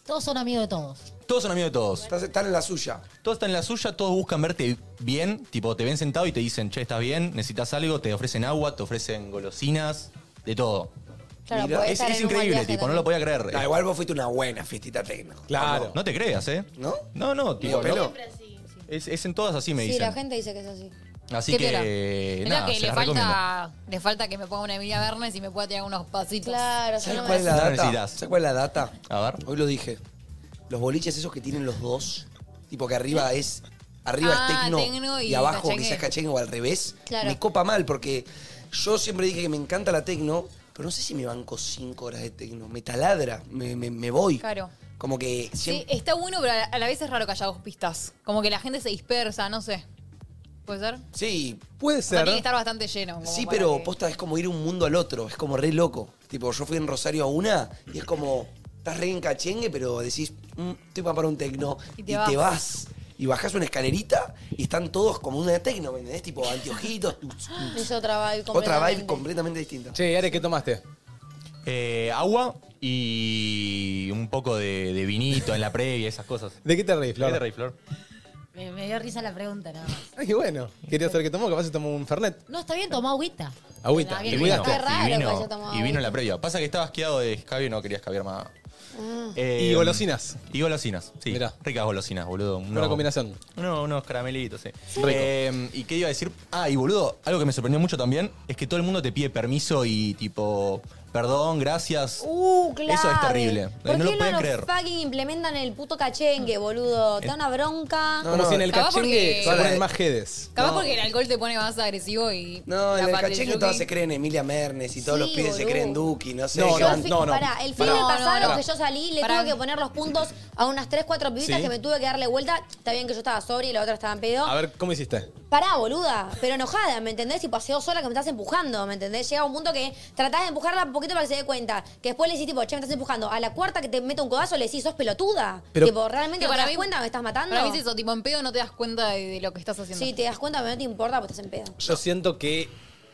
[SPEAKER 6] Todos son amigos de todos.
[SPEAKER 5] Todos son amigos de todos.
[SPEAKER 3] Estás, están en la suya.
[SPEAKER 5] Todos están en la suya, todos buscan verte bien, tipo, te ven sentado y te dicen, che, estás bien, necesitas algo, te ofrecen agua, te ofrecen golosinas, de todo.
[SPEAKER 2] Claro,
[SPEAKER 3] Mira,
[SPEAKER 2] podés
[SPEAKER 5] Es,
[SPEAKER 2] estar
[SPEAKER 5] es
[SPEAKER 2] en un mal
[SPEAKER 5] increíble,
[SPEAKER 2] viaje
[SPEAKER 5] tipo, no lo podía
[SPEAKER 2] también.
[SPEAKER 5] creer.
[SPEAKER 3] No, igual vos fuiste una buena fiestita técnica.
[SPEAKER 1] Claro.
[SPEAKER 5] No te creas, ¿eh?
[SPEAKER 3] ¿No?
[SPEAKER 5] No, no,
[SPEAKER 3] Digo,
[SPEAKER 5] tipo,
[SPEAKER 3] pelo.
[SPEAKER 5] no. Es, es en todas así, me
[SPEAKER 2] Sí,
[SPEAKER 5] dicen.
[SPEAKER 2] la gente dice que es así.
[SPEAKER 5] Así
[SPEAKER 4] Qué
[SPEAKER 5] que,
[SPEAKER 4] piola.
[SPEAKER 5] nada,
[SPEAKER 4] es lo que
[SPEAKER 5] se
[SPEAKER 4] le
[SPEAKER 5] las recomiendo.
[SPEAKER 4] falta, le falta que me ponga una Emilia Bernes y me pueda tirar unos pasitos.
[SPEAKER 2] Claro, si
[SPEAKER 3] ¿Sabes
[SPEAKER 2] no me
[SPEAKER 3] cuál es la
[SPEAKER 5] No
[SPEAKER 3] data?
[SPEAKER 5] necesitas.
[SPEAKER 3] ¿Sabes cuál es la data?
[SPEAKER 5] A ver.
[SPEAKER 3] Hoy lo dije. Los boliches esos que tienen los dos, tipo que arriba es arriba
[SPEAKER 4] Ah,
[SPEAKER 3] es tecno,
[SPEAKER 4] tecno
[SPEAKER 3] y,
[SPEAKER 4] y
[SPEAKER 3] abajo
[SPEAKER 4] cachengue.
[SPEAKER 3] quizás cachengue o al revés,
[SPEAKER 2] Claro.
[SPEAKER 3] me copa mal porque yo siempre dije que me encanta la tecno, pero no sé si me banco cinco horas de tecno, me taladra, me, me- me voy.
[SPEAKER 4] Claro.
[SPEAKER 3] Como que
[SPEAKER 4] Sí,
[SPEAKER 3] siempre...
[SPEAKER 4] está bueno, pero a la- a la vez es raro que haya dos pistas. Como que la gente se dispersa, no sé. ¿Puede ser? O
[SPEAKER 3] Sí,
[SPEAKER 1] Puede
[SPEAKER 4] sea,
[SPEAKER 1] ser.
[SPEAKER 4] tiene que estar bastante lleno. como
[SPEAKER 3] sí,
[SPEAKER 4] para
[SPEAKER 3] pero
[SPEAKER 4] que-
[SPEAKER 3] posta es como ir un mundo al otro, es como re loco. Tipo, yo fui en Rosario a una y es como, estás re en cachengue, pero decís, "Mm, estoy para para un tecno.
[SPEAKER 4] Y
[SPEAKER 3] Y
[SPEAKER 4] te
[SPEAKER 3] te,
[SPEAKER 4] vas.
[SPEAKER 3] vas. Y bajás una escalerita y están todos como una tecno, ¿me entendés? Tipo, anteojitos.
[SPEAKER 2] Es
[SPEAKER 3] otra
[SPEAKER 2] otra vibe
[SPEAKER 3] vibe
[SPEAKER 2] completamente.
[SPEAKER 3] completamente distinta.
[SPEAKER 1] Che, Are, ¿qué tomaste?
[SPEAKER 5] Eh, agua y un poco de, de vinito en la previa, esas cosas.
[SPEAKER 1] ¿De qué te reís,
[SPEAKER 5] ¿Qué
[SPEAKER 1] Flor?
[SPEAKER 5] te reís, Flor?
[SPEAKER 6] Me, me dio risa la pregunta, nada más.
[SPEAKER 1] Ay, qué bueno. Quería saber qué tomó, capaz se tomó un Fernet.
[SPEAKER 6] No, está bien, tomá agüita.
[SPEAKER 1] Agüita.
[SPEAKER 6] Está
[SPEAKER 5] Y
[SPEAKER 6] bien.
[SPEAKER 1] Qué
[SPEAKER 5] vino,
[SPEAKER 1] Qué
[SPEAKER 2] raro
[SPEAKER 5] y
[SPEAKER 2] que
[SPEAKER 5] vino,
[SPEAKER 2] haya tomado
[SPEAKER 5] y vino en la
[SPEAKER 2] agüita.
[SPEAKER 5] previa. Pasa que estaba asqueado de escabio y no quería escabiar más. Eh,
[SPEAKER 1] Y golosinas.
[SPEAKER 5] Y golosinas, sí.
[SPEAKER 1] Mirá.
[SPEAKER 5] Ricas golosinas, boludo.
[SPEAKER 1] Buena combinación.
[SPEAKER 5] Uno- unos caramelitos, sí.
[SPEAKER 1] Rico.
[SPEAKER 5] Eh, ¿Y qué iba a decir? Ah, y boludo, algo que me sorprendió mucho también es que todo el mundo te pide permiso y tipo, perdón, gracias.
[SPEAKER 2] Uh, claro.
[SPEAKER 5] Eso es terrible.
[SPEAKER 2] ¿Por
[SPEAKER 5] no
[SPEAKER 2] qué
[SPEAKER 5] lo pueden
[SPEAKER 2] nos
[SPEAKER 5] creer.
[SPEAKER 2] fucking implementan el puto cachengue, boludo? Te da una bronca.
[SPEAKER 3] No,
[SPEAKER 1] Como si en el
[SPEAKER 4] capaz
[SPEAKER 1] cachengue
[SPEAKER 4] porque-
[SPEAKER 1] se ponen más jedes.
[SPEAKER 4] Capaz
[SPEAKER 3] No.
[SPEAKER 4] porque el alcohol te pone más agresivo y.
[SPEAKER 3] No, en
[SPEAKER 4] la
[SPEAKER 3] el
[SPEAKER 4] parte
[SPEAKER 3] cachengue
[SPEAKER 4] yuki-
[SPEAKER 3] todos se creen Emilia Mernes y todos
[SPEAKER 2] Sí,
[SPEAKER 3] los pibes se
[SPEAKER 2] boludo.
[SPEAKER 3] creen Duki, no sé.
[SPEAKER 1] No,
[SPEAKER 3] qué
[SPEAKER 1] no,
[SPEAKER 2] Yo el
[SPEAKER 3] van-
[SPEAKER 2] fin-
[SPEAKER 1] no, no.
[SPEAKER 2] pará, el fin
[SPEAKER 4] Pará.
[SPEAKER 2] de
[SPEAKER 4] No, no,
[SPEAKER 2] pasado
[SPEAKER 4] pará.
[SPEAKER 2] que yo salí, le
[SPEAKER 4] Pará.
[SPEAKER 2] tuve que poner los puntos a unas 3, 4 pibitas
[SPEAKER 1] Sí.
[SPEAKER 2] que me tuve que darle vuelta. Está bien que yo estaba sobria y la otra estaba en pedo.
[SPEAKER 1] A ver, ¿cómo hiciste?
[SPEAKER 2] Pará, boluda, pero enojada, ¿me entendés? Y paseo sola que me estás empujando, ¿me entendés? Llega un punto que tratás de empujarla un poquito para que se dé cuenta. Que después le decís, tipo, che, me estás empujando. A la cuarta que te meto un codazo le decís, sos pelotuda.
[SPEAKER 1] Pero-
[SPEAKER 2] tipo, ¿realmente
[SPEAKER 4] Que
[SPEAKER 2] no te
[SPEAKER 4] para
[SPEAKER 2] das
[SPEAKER 4] mí-
[SPEAKER 2] cuenta? ¿Me estás matando?
[SPEAKER 4] Para mí es eso, tipo en pedo no te das cuenta de, de lo que estás haciendo.
[SPEAKER 2] Sí, te das cuenta, pero no te importa porque estás en pedo.
[SPEAKER 1] Yo siento que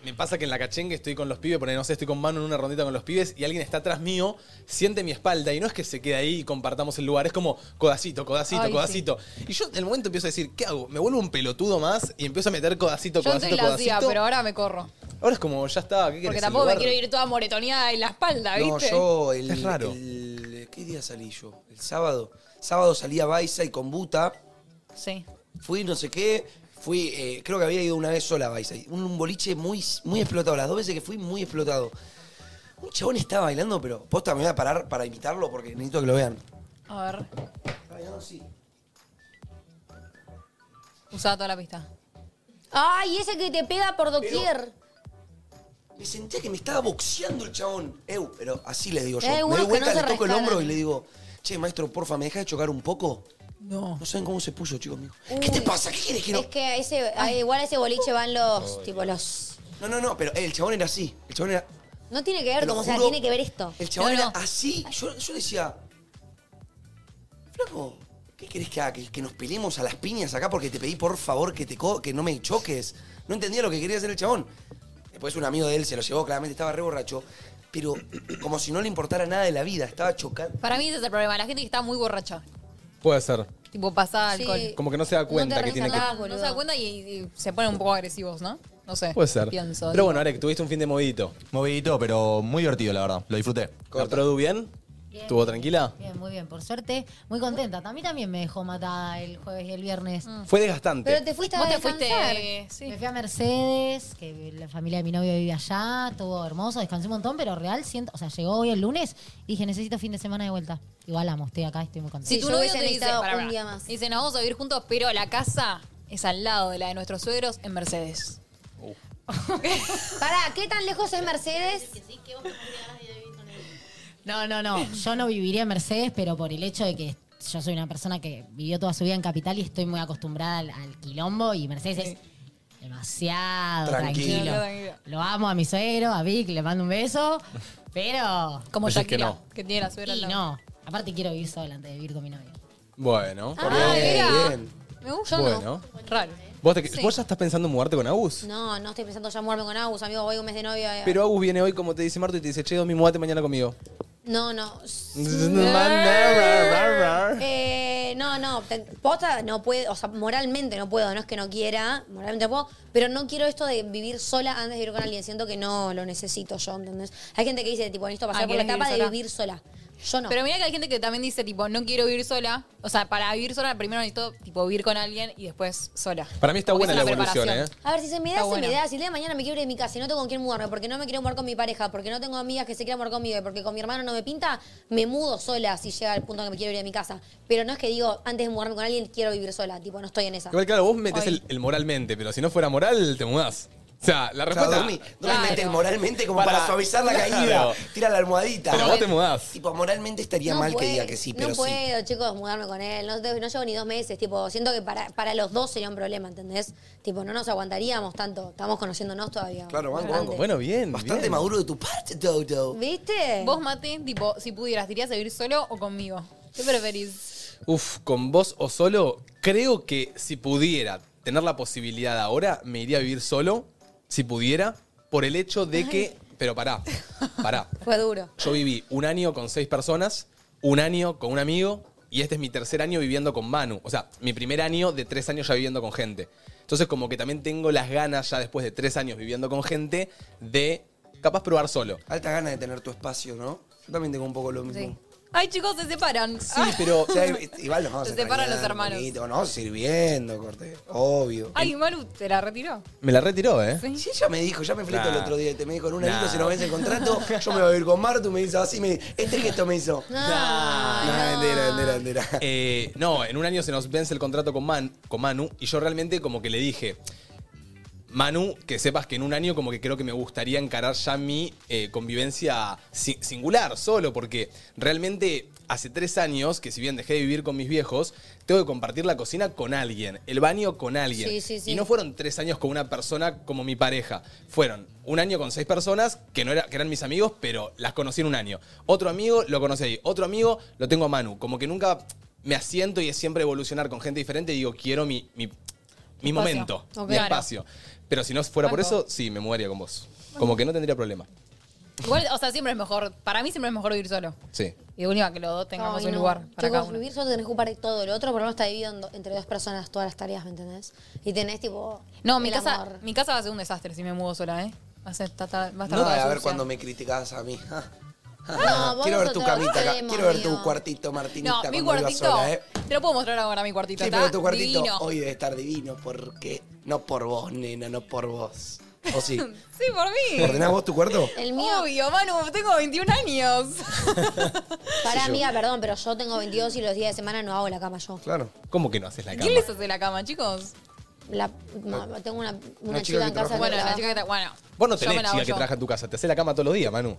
[SPEAKER 1] me pasa que en la cachengue estoy con los pibes, porque no sé, estoy con mano en una rondita con los pibes y alguien está atrás mío, siente mi espalda y no es que se quede ahí y compartamos el lugar, es como codacito, codacito,
[SPEAKER 4] Ay,
[SPEAKER 1] codacito. Y yo en el momento empiezo a decir, ¿qué hago? Me vuelvo un pelotudo más y empiezo a meter codacito,
[SPEAKER 4] yo
[SPEAKER 1] codacito,
[SPEAKER 4] antes la
[SPEAKER 1] codacito.
[SPEAKER 4] hacía, pero ahora me corro.
[SPEAKER 1] Ahora es como, ya está, ¿qué querés?
[SPEAKER 4] Porque
[SPEAKER 1] el
[SPEAKER 4] tampoco me
[SPEAKER 1] lugar?
[SPEAKER 4] quiero ir toda moretoneada en la espalda,
[SPEAKER 3] No,
[SPEAKER 4] ¿viste?
[SPEAKER 3] yo el,
[SPEAKER 1] Es raro.
[SPEAKER 3] el- ¿Qué día salí yo? El sábado. Sábado salí a Baiza y con Buta.
[SPEAKER 4] Sí.
[SPEAKER 3] Fui no sé qué. Fui, eh, creo que había ido una vez sola a Baiza. Un, un boliche muy, muy explotado. Las dos veces que fui, muy explotado. Un chabón estaba bailando, pero posta me voy a parar para imitarlo porque necesito que lo vean.
[SPEAKER 4] A ver,
[SPEAKER 3] Está bailando así.
[SPEAKER 4] usaba toda la pista.
[SPEAKER 2] Ay, ese que te pega por doquier.
[SPEAKER 3] Me sentía que me estaba boxeando el chabón. Eu, pero así le digo yo.
[SPEAKER 2] Hay
[SPEAKER 3] me
[SPEAKER 2] algunos
[SPEAKER 3] doy
[SPEAKER 2] que
[SPEAKER 3] vuelta,
[SPEAKER 2] no se
[SPEAKER 3] le toco el
[SPEAKER 2] rescatan.
[SPEAKER 3] hombro y le digo, che, maestro, porfa, ¿me dejas de chocar un poco?
[SPEAKER 4] No.
[SPEAKER 3] No saben cómo se puso, chicos míos.
[SPEAKER 2] Uy.
[SPEAKER 3] ¿Qué te pasa? ¿Qué quieres que no?
[SPEAKER 2] Es que a ese, a- igual a ese boliche van los, tipo, los...
[SPEAKER 3] No, no, no, pero eh, el chabón era así. El chabón era.
[SPEAKER 2] No tiene que
[SPEAKER 3] te
[SPEAKER 2] ver
[SPEAKER 3] lo
[SPEAKER 2] como sea,
[SPEAKER 3] juro,
[SPEAKER 2] tiene que ver esto.
[SPEAKER 3] El chabón
[SPEAKER 4] No,
[SPEAKER 3] era
[SPEAKER 4] no.
[SPEAKER 3] así. Yo, yo decía, Flaco, ¿qué querés que haga? ¿Que, que nos peleemos a las piñas acá porque te pedí por favor que, te co- que no me choques? No entendía lo que quería hacer el chabón. Después un amigo de él se lo llevó, claramente estaba re borracho. Pero como si no le importara nada de la vida, estaba chocando.
[SPEAKER 4] Para mí ese es el problema, la gente que está muy borracha.
[SPEAKER 1] Puede ser.
[SPEAKER 4] Tipo, pasada
[SPEAKER 2] Sí.
[SPEAKER 4] alcohol.
[SPEAKER 1] Como que no se da
[SPEAKER 2] No te
[SPEAKER 1] cuenta que tiene que.
[SPEAKER 2] rescatás,
[SPEAKER 4] No
[SPEAKER 2] boludo.
[SPEAKER 4] se da cuenta y, y se ponen un poco agresivos, ¿no? No sé.
[SPEAKER 1] Puede ser.
[SPEAKER 4] Pienso.
[SPEAKER 1] Pero bueno, Arek, tuviste un fin de movidito.
[SPEAKER 5] Movidito, pero muy divertido, la verdad. Lo disfruté.
[SPEAKER 1] ¿La produ bien? ¿Estuvo tranquila?
[SPEAKER 6] Bien, muy bien, por suerte. Muy contenta. A mí también me dejó matada el jueves y el viernes.
[SPEAKER 1] Fue desgastante.
[SPEAKER 2] Pero te fuiste a
[SPEAKER 4] Mm. Vos te
[SPEAKER 2] descansar.
[SPEAKER 4] fuiste. Sí.
[SPEAKER 6] Me fui a Mercedes, que la familia de mi novio vivía allá, todo hermoso, descansé un montón, pero real siento, o sea, llegó hoy el lunes y dije, necesito fin de semana de vuelta. Igual amo, estoy acá, estoy muy contenta.
[SPEAKER 4] Si
[SPEAKER 2] Sí,
[SPEAKER 4] tu
[SPEAKER 2] yo
[SPEAKER 4] novio
[SPEAKER 2] hubiese
[SPEAKER 4] te dice,
[SPEAKER 2] necesitado
[SPEAKER 4] "Pará,
[SPEAKER 2] un
[SPEAKER 4] pará".
[SPEAKER 2] día más.
[SPEAKER 4] dice, nos vamos a vivir juntos, pero la casa es al lado de la de nuestros suegros en Mercedes.
[SPEAKER 2] Pará, ¿qué tan lejos es Mercedes?
[SPEAKER 6] No, no, no. Yo no viviría en Mercedes, pero por el hecho de que yo soy una persona que vivió toda su vida en Capital y estoy muy acostumbrada al, al quilombo y Mercedes es demasiado
[SPEAKER 3] Tranquilo.
[SPEAKER 6] tranquilo.
[SPEAKER 4] Tranquilo.
[SPEAKER 6] Lo amo a mi suegro, a Vic, le mando un beso, pero...
[SPEAKER 4] Como
[SPEAKER 5] Decís
[SPEAKER 4] Shakira,
[SPEAKER 5] que
[SPEAKER 4] que,
[SPEAKER 5] no.
[SPEAKER 4] tiene la suegra. al
[SPEAKER 6] Y
[SPEAKER 4] lado.
[SPEAKER 6] no. Aparte quiero vivir sola antes de vivir con mi novio.
[SPEAKER 1] Bueno,
[SPEAKER 4] Ah, mira.
[SPEAKER 3] Bien.
[SPEAKER 4] Me gusta.
[SPEAKER 1] bueno.
[SPEAKER 4] Raro.
[SPEAKER 1] ¿Vos, te- vos ya estás pensando en mudarte con Agus?
[SPEAKER 2] No, no estoy pensando ya mudarme con Agus, amigo, voy un mes de novio. eh.
[SPEAKER 1] Pero Agus viene hoy, como te dice Marto, y te dice, che, Domi, mudate mañana conmigo.
[SPEAKER 2] No, no.
[SPEAKER 1] Pero
[SPEAKER 2] Eh, no, no, te- posta no puedo, o sea, moralmente no puedo, no es que no quiera, moralmente no puedo, pero no quiero esto de vivir sola antes de vivir con alguien, siento que no lo necesito yo, ¿entendés? Hay gente que dice, tipo, necesito pasar
[SPEAKER 4] Ah,
[SPEAKER 2] por la
[SPEAKER 4] ¿querés
[SPEAKER 2] etapa
[SPEAKER 4] vivir
[SPEAKER 2] de
[SPEAKER 4] sola?
[SPEAKER 2] vivir sola. Yo no.
[SPEAKER 4] Pero mira que hay gente que también dice, tipo, no quiero vivir sola. O sea, para vivir sola, primero necesito, tipo, vivir con alguien y después sola.
[SPEAKER 1] Para mí está
[SPEAKER 4] Como que
[SPEAKER 1] buena
[SPEAKER 4] es
[SPEAKER 1] la
[SPEAKER 4] una
[SPEAKER 1] evolución, ¿eh?
[SPEAKER 4] preparación.
[SPEAKER 2] a ver, si se me da,
[SPEAKER 4] Está
[SPEAKER 2] se
[SPEAKER 4] bueno.
[SPEAKER 2] me da. Si el día de mañana me quiero ir de mi casa y no tengo con quién mudarme, porque no me quiero mudar con mi pareja, porque no tengo amigas que se quieran mudar conmigo y porque con mi hermano no me pinta, me mudo sola si llega el punto que me quiero ir de mi casa. Pero no es que digo, antes de mudarme con alguien, quiero vivir sola. Tipo, no estoy en esa.
[SPEAKER 1] Igual, claro, vos metés el, el moralmente, pero si no fuera moral, te mudás. O sea, la
[SPEAKER 3] O sea,
[SPEAKER 1] respuesta...
[SPEAKER 3] Domi, Domi
[SPEAKER 4] Claro.
[SPEAKER 3] mete el moralmente como para,
[SPEAKER 1] Para-
[SPEAKER 3] suavizar la caída.
[SPEAKER 1] Claro.
[SPEAKER 3] Tira la almohadita.
[SPEAKER 1] pero vos te mudás.
[SPEAKER 3] Tipo, moralmente estaría mal que
[SPEAKER 2] puedo,
[SPEAKER 3] diga que sí, pero
[SPEAKER 2] no
[SPEAKER 3] sí.
[SPEAKER 2] puedo, chicos, mudarme con él. No, te- no llevo ni dos meses. Tipo, siento que para, para los dos sería un problema, ¿entendés? Tipo, no nos aguantaríamos tanto. Estamos conociéndonos todavía.
[SPEAKER 3] Claro, banco,
[SPEAKER 2] Bastante.
[SPEAKER 3] banco.
[SPEAKER 1] Bueno, bien,
[SPEAKER 3] Bastante
[SPEAKER 1] bien.
[SPEAKER 3] maduro de tu parte, Dodo.
[SPEAKER 2] ¿Viste?
[SPEAKER 4] Vos, Mate, tipo, si pudieras, ¿dirías a vivir solo o conmigo? ¿Qué preferís?
[SPEAKER 1] Uf, con vos o solo, creo que si pudiera tener la posibilidad ahora, me iría a vivir solo, si pudiera, por el hecho de que... Pero pará, pará.
[SPEAKER 2] Fue duro.
[SPEAKER 1] Yo viví un año con seis personas, un año con un amigo y este es mi tercer año viviendo con Manu. O sea, mi primer año de tres años ya viviendo con gente. Entonces como que también tengo las ganas ya después de tres años viviendo con gente de capaz probar solo.
[SPEAKER 3] Alta gana de tener tu espacio, ¿no? Yo también tengo un poco lo mismo.
[SPEAKER 4] Sí. Ay, chicos, se separan.
[SPEAKER 1] Sí, pero...
[SPEAKER 3] O sea, igual nos vamos
[SPEAKER 4] Se
[SPEAKER 3] a
[SPEAKER 4] separan los
[SPEAKER 3] extrañar,
[SPEAKER 4] hermanos.
[SPEAKER 3] bonito, Nos vamos a ir viendo, corte. Obvio.
[SPEAKER 4] Ay, Maru, ¿te la retiró?
[SPEAKER 1] Me la retiró, ¿eh?
[SPEAKER 4] Sí.
[SPEAKER 3] Sí, ella me dijo, ya me fleto
[SPEAKER 1] Nah.
[SPEAKER 3] el otro día, te me dijo, en un añito
[SPEAKER 1] Nah.
[SPEAKER 3] se nos vence el contrato, yo me voy a ir con Martu, me hizo así, me este gesto me hizo. No, entera, entera, entera.
[SPEAKER 1] Eh, no, en un año se nos vence el contrato con, Man- con Manu y yo realmente como que le dije, Manu, que sepas que en un año como que creo que me gustaría encarar ya mi eh, convivencia si- singular, solo, porque realmente hace tres años que si bien dejé de vivir con mis viejos, tengo que compartir la cocina con alguien, el baño con alguien.
[SPEAKER 2] Sí, sí, sí.
[SPEAKER 1] Y no fueron tres años con una persona como mi pareja, fueron un año con seis personas que, no era, que eran mis amigos, pero las conocí en un año. Otro amigo lo conocí ahí, otro amigo lo tengo a Manu, como que nunca me asiento y es siempre evolucionar con gente diferente y digo, quiero mi... mi mi
[SPEAKER 4] Espacio.
[SPEAKER 1] momento, mi
[SPEAKER 4] Claro.
[SPEAKER 1] espacio espacio. Pero si no fuera por
[SPEAKER 4] Banco.
[SPEAKER 1] eso, sí, me mudaría con vos. Como que no tendría problema.
[SPEAKER 4] Igual, o sea, siempre es mejor. Para mí siempre es mejor vivir solo.
[SPEAKER 1] Sí.
[SPEAKER 4] Y de última que los dos tengamos
[SPEAKER 2] Ay,
[SPEAKER 4] un
[SPEAKER 2] no.
[SPEAKER 4] lugar para
[SPEAKER 2] Chicos,
[SPEAKER 4] cada uno.
[SPEAKER 2] vivir solo tenés que ocupar de todo. Lo otro, por lo menos, está dividido en do- entre dos personas todas las tareas, ¿me entendés? Y tenés, tipo.
[SPEAKER 4] No, mi
[SPEAKER 2] el
[SPEAKER 4] casa,
[SPEAKER 2] amor.
[SPEAKER 4] mi casa va a ser un desastre si me mudo sola, ¿eh? Va a ser, ta- ta- va a estar
[SPEAKER 3] No,
[SPEAKER 4] toda
[SPEAKER 3] a ver
[SPEAKER 4] sucia.
[SPEAKER 3] cuando me criticabas a mí. Ah,
[SPEAKER 2] No, vos
[SPEAKER 3] quiero ver
[SPEAKER 2] no
[SPEAKER 3] tu
[SPEAKER 2] te
[SPEAKER 3] camita acá,
[SPEAKER 2] vemos,
[SPEAKER 3] quiero ver tu
[SPEAKER 2] amigo.
[SPEAKER 3] cuartito, Martinita,
[SPEAKER 4] No, mi
[SPEAKER 3] cuando
[SPEAKER 4] cuartito.
[SPEAKER 3] iba sola, ¿eh?
[SPEAKER 4] Te lo puedo mostrar ahora, mi cuartito.
[SPEAKER 3] Sí,
[SPEAKER 4] está
[SPEAKER 3] pero tu cuartito
[SPEAKER 4] divino.
[SPEAKER 3] hoy debe estar divino, porque no por vos, nena, no por vos. ¿O sí?
[SPEAKER 4] Sí, por mí.
[SPEAKER 3] ¿Ordenás vos tu cuarto?
[SPEAKER 2] El mío.
[SPEAKER 4] Obvio, Manu, tengo 21 años.
[SPEAKER 2] Para amiga, perdón, pero yo tengo 22 y los días de semana no hago la cama yo.
[SPEAKER 3] Claro.
[SPEAKER 1] ¿Cómo que no haces la cama?
[SPEAKER 4] ¿Quién les hace la cama, chicos?
[SPEAKER 2] La- ma- tengo una, una
[SPEAKER 3] chica
[SPEAKER 2] chica,
[SPEAKER 3] que
[SPEAKER 2] en casa
[SPEAKER 3] trabaja.
[SPEAKER 2] que
[SPEAKER 4] Bueno, la
[SPEAKER 2] trabaja.
[SPEAKER 4] chica que está. Bueno.
[SPEAKER 1] Vos no
[SPEAKER 4] yo
[SPEAKER 1] tenés
[SPEAKER 4] me la
[SPEAKER 1] chica
[SPEAKER 4] hago
[SPEAKER 1] que
[SPEAKER 4] yo.
[SPEAKER 1] trabaja en tu casa. Te hace la cama todos los días, Manu.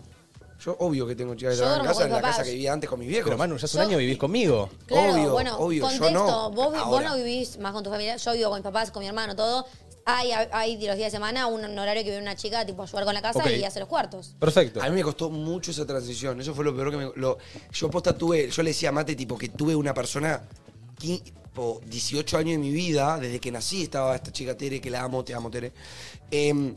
[SPEAKER 3] Yo obvio que tengo chicas que
[SPEAKER 2] Yo
[SPEAKER 3] trabajan en
[SPEAKER 2] duermo
[SPEAKER 3] casa, en
[SPEAKER 2] con
[SPEAKER 3] la
[SPEAKER 2] papás.
[SPEAKER 3] casa que vivía antes con mis viejos.
[SPEAKER 1] Pero Manu, ya hace
[SPEAKER 2] Yo-
[SPEAKER 1] un año vivís conmigo.
[SPEAKER 2] Claro,
[SPEAKER 3] Obvio,
[SPEAKER 2] bueno,
[SPEAKER 3] obvio, yo
[SPEAKER 2] contexto,
[SPEAKER 3] no.
[SPEAKER 2] Vos, vi- vos
[SPEAKER 3] Ahora.
[SPEAKER 2] no vivís más con tu familia, yo vivo con mis papás, con mi hermano, todo. Hay, hay los días de semana un horario que viene una chica tipo a ayudar con la casa
[SPEAKER 1] Ok.
[SPEAKER 2] y hace los cuartos.
[SPEAKER 1] Perfecto.
[SPEAKER 3] A mí me costó mucho esa transición. Eso fue lo peor que me. Lo, yo posta tuve. Yo le decía a Mate, tipo, que tuve una persona. qui- po, 18 años de mi vida, desde que nací estaba esta chica Tere, que la amo, te amo, Tere. em,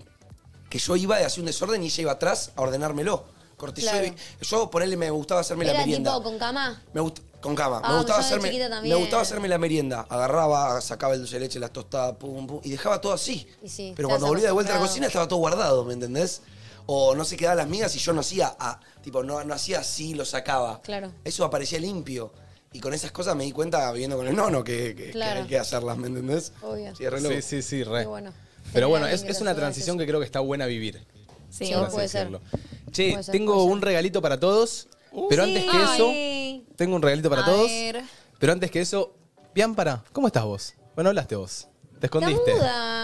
[SPEAKER 3] que yo iba de hacer un desorden y ella iba atrás a ordenármelo. Corté, yo-
[SPEAKER 2] Claro.
[SPEAKER 3] yo, por él me gustaba hacerme la
[SPEAKER 2] Era
[SPEAKER 3] merienda.
[SPEAKER 2] tipo con cama.
[SPEAKER 3] Me gust- con cama.
[SPEAKER 2] Ah,
[SPEAKER 3] me, gustaba
[SPEAKER 2] yo de
[SPEAKER 3] hacerme,
[SPEAKER 2] chiquita
[SPEAKER 3] me
[SPEAKER 2] también.
[SPEAKER 3] gustaba hacerme la merienda. Agarraba, sacaba el dulce de leche, las tostadas, pum, pum, y dejaba todo así.
[SPEAKER 2] Y sí,
[SPEAKER 3] Pero
[SPEAKER 2] estás
[SPEAKER 3] cuando volvía de vuelta a la
[SPEAKER 2] acostumbrado.
[SPEAKER 3] cocina estaba todo guardado, ¿me entendés? O no se quedaban las migas y yo no hacía, ah, tipo, no, no hacía así, lo sacaba.
[SPEAKER 2] Claro.
[SPEAKER 3] Eso aparecía limpio. Y con esas cosas me di cuenta viviendo con el nono que, que- que
[SPEAKER 2] Claro.
[SPEAKER 3] hay que hacerlas, ¿me entendés?
[SPEAKER 2] Obvio.
[SPEAKER 3] Sí, es re loco.
[SPEAKER 1] Sí, sí, sí, re.
[SPEAKER 2] Qué bueno.
[SPEAKER 1] Pero bueno,
[SPEAKER 2] Tener
[SPEAKER 1] es,
[SPEAKER 2] alguien
[SPEAKER 1] es
[SPEAKER 2] que
[SPEAKER 1] una
[SPEAKER 2] resuelva
[SPEAKER 1] transición
[SPEAKER 2] eso.
[SPEAKER 1] que creo que está buena vivir.
[SPEAKER 4] Sí,
[SPEAKER 2] Sí,
[SPEAKER 1] por
[SPEAKER 4] obvio.
[SPEAKER 1] así
[SPEAKER 2] puede ser.
[SPEAKER 1] decirlo. Che,
[SPEAKER 2] Puede ser,
[SPEAKER 1] tengo
[SPEAKER 2] puede ser. Uh,
[SPEAKER 1] un regalito para todos. pero antes que
[SPEAKER 4] Ay.
[SPEAKER 1] eso, tengo un regalito para
[SPEAKER 4] A
[SPEAKER 1] todos.
[SPEAKER 4] ver.
[SPEAKER 1] Pero antes que eso, Bian, para, ¿cómo estás vos? Bueno, hablaste vos. Te escondiste.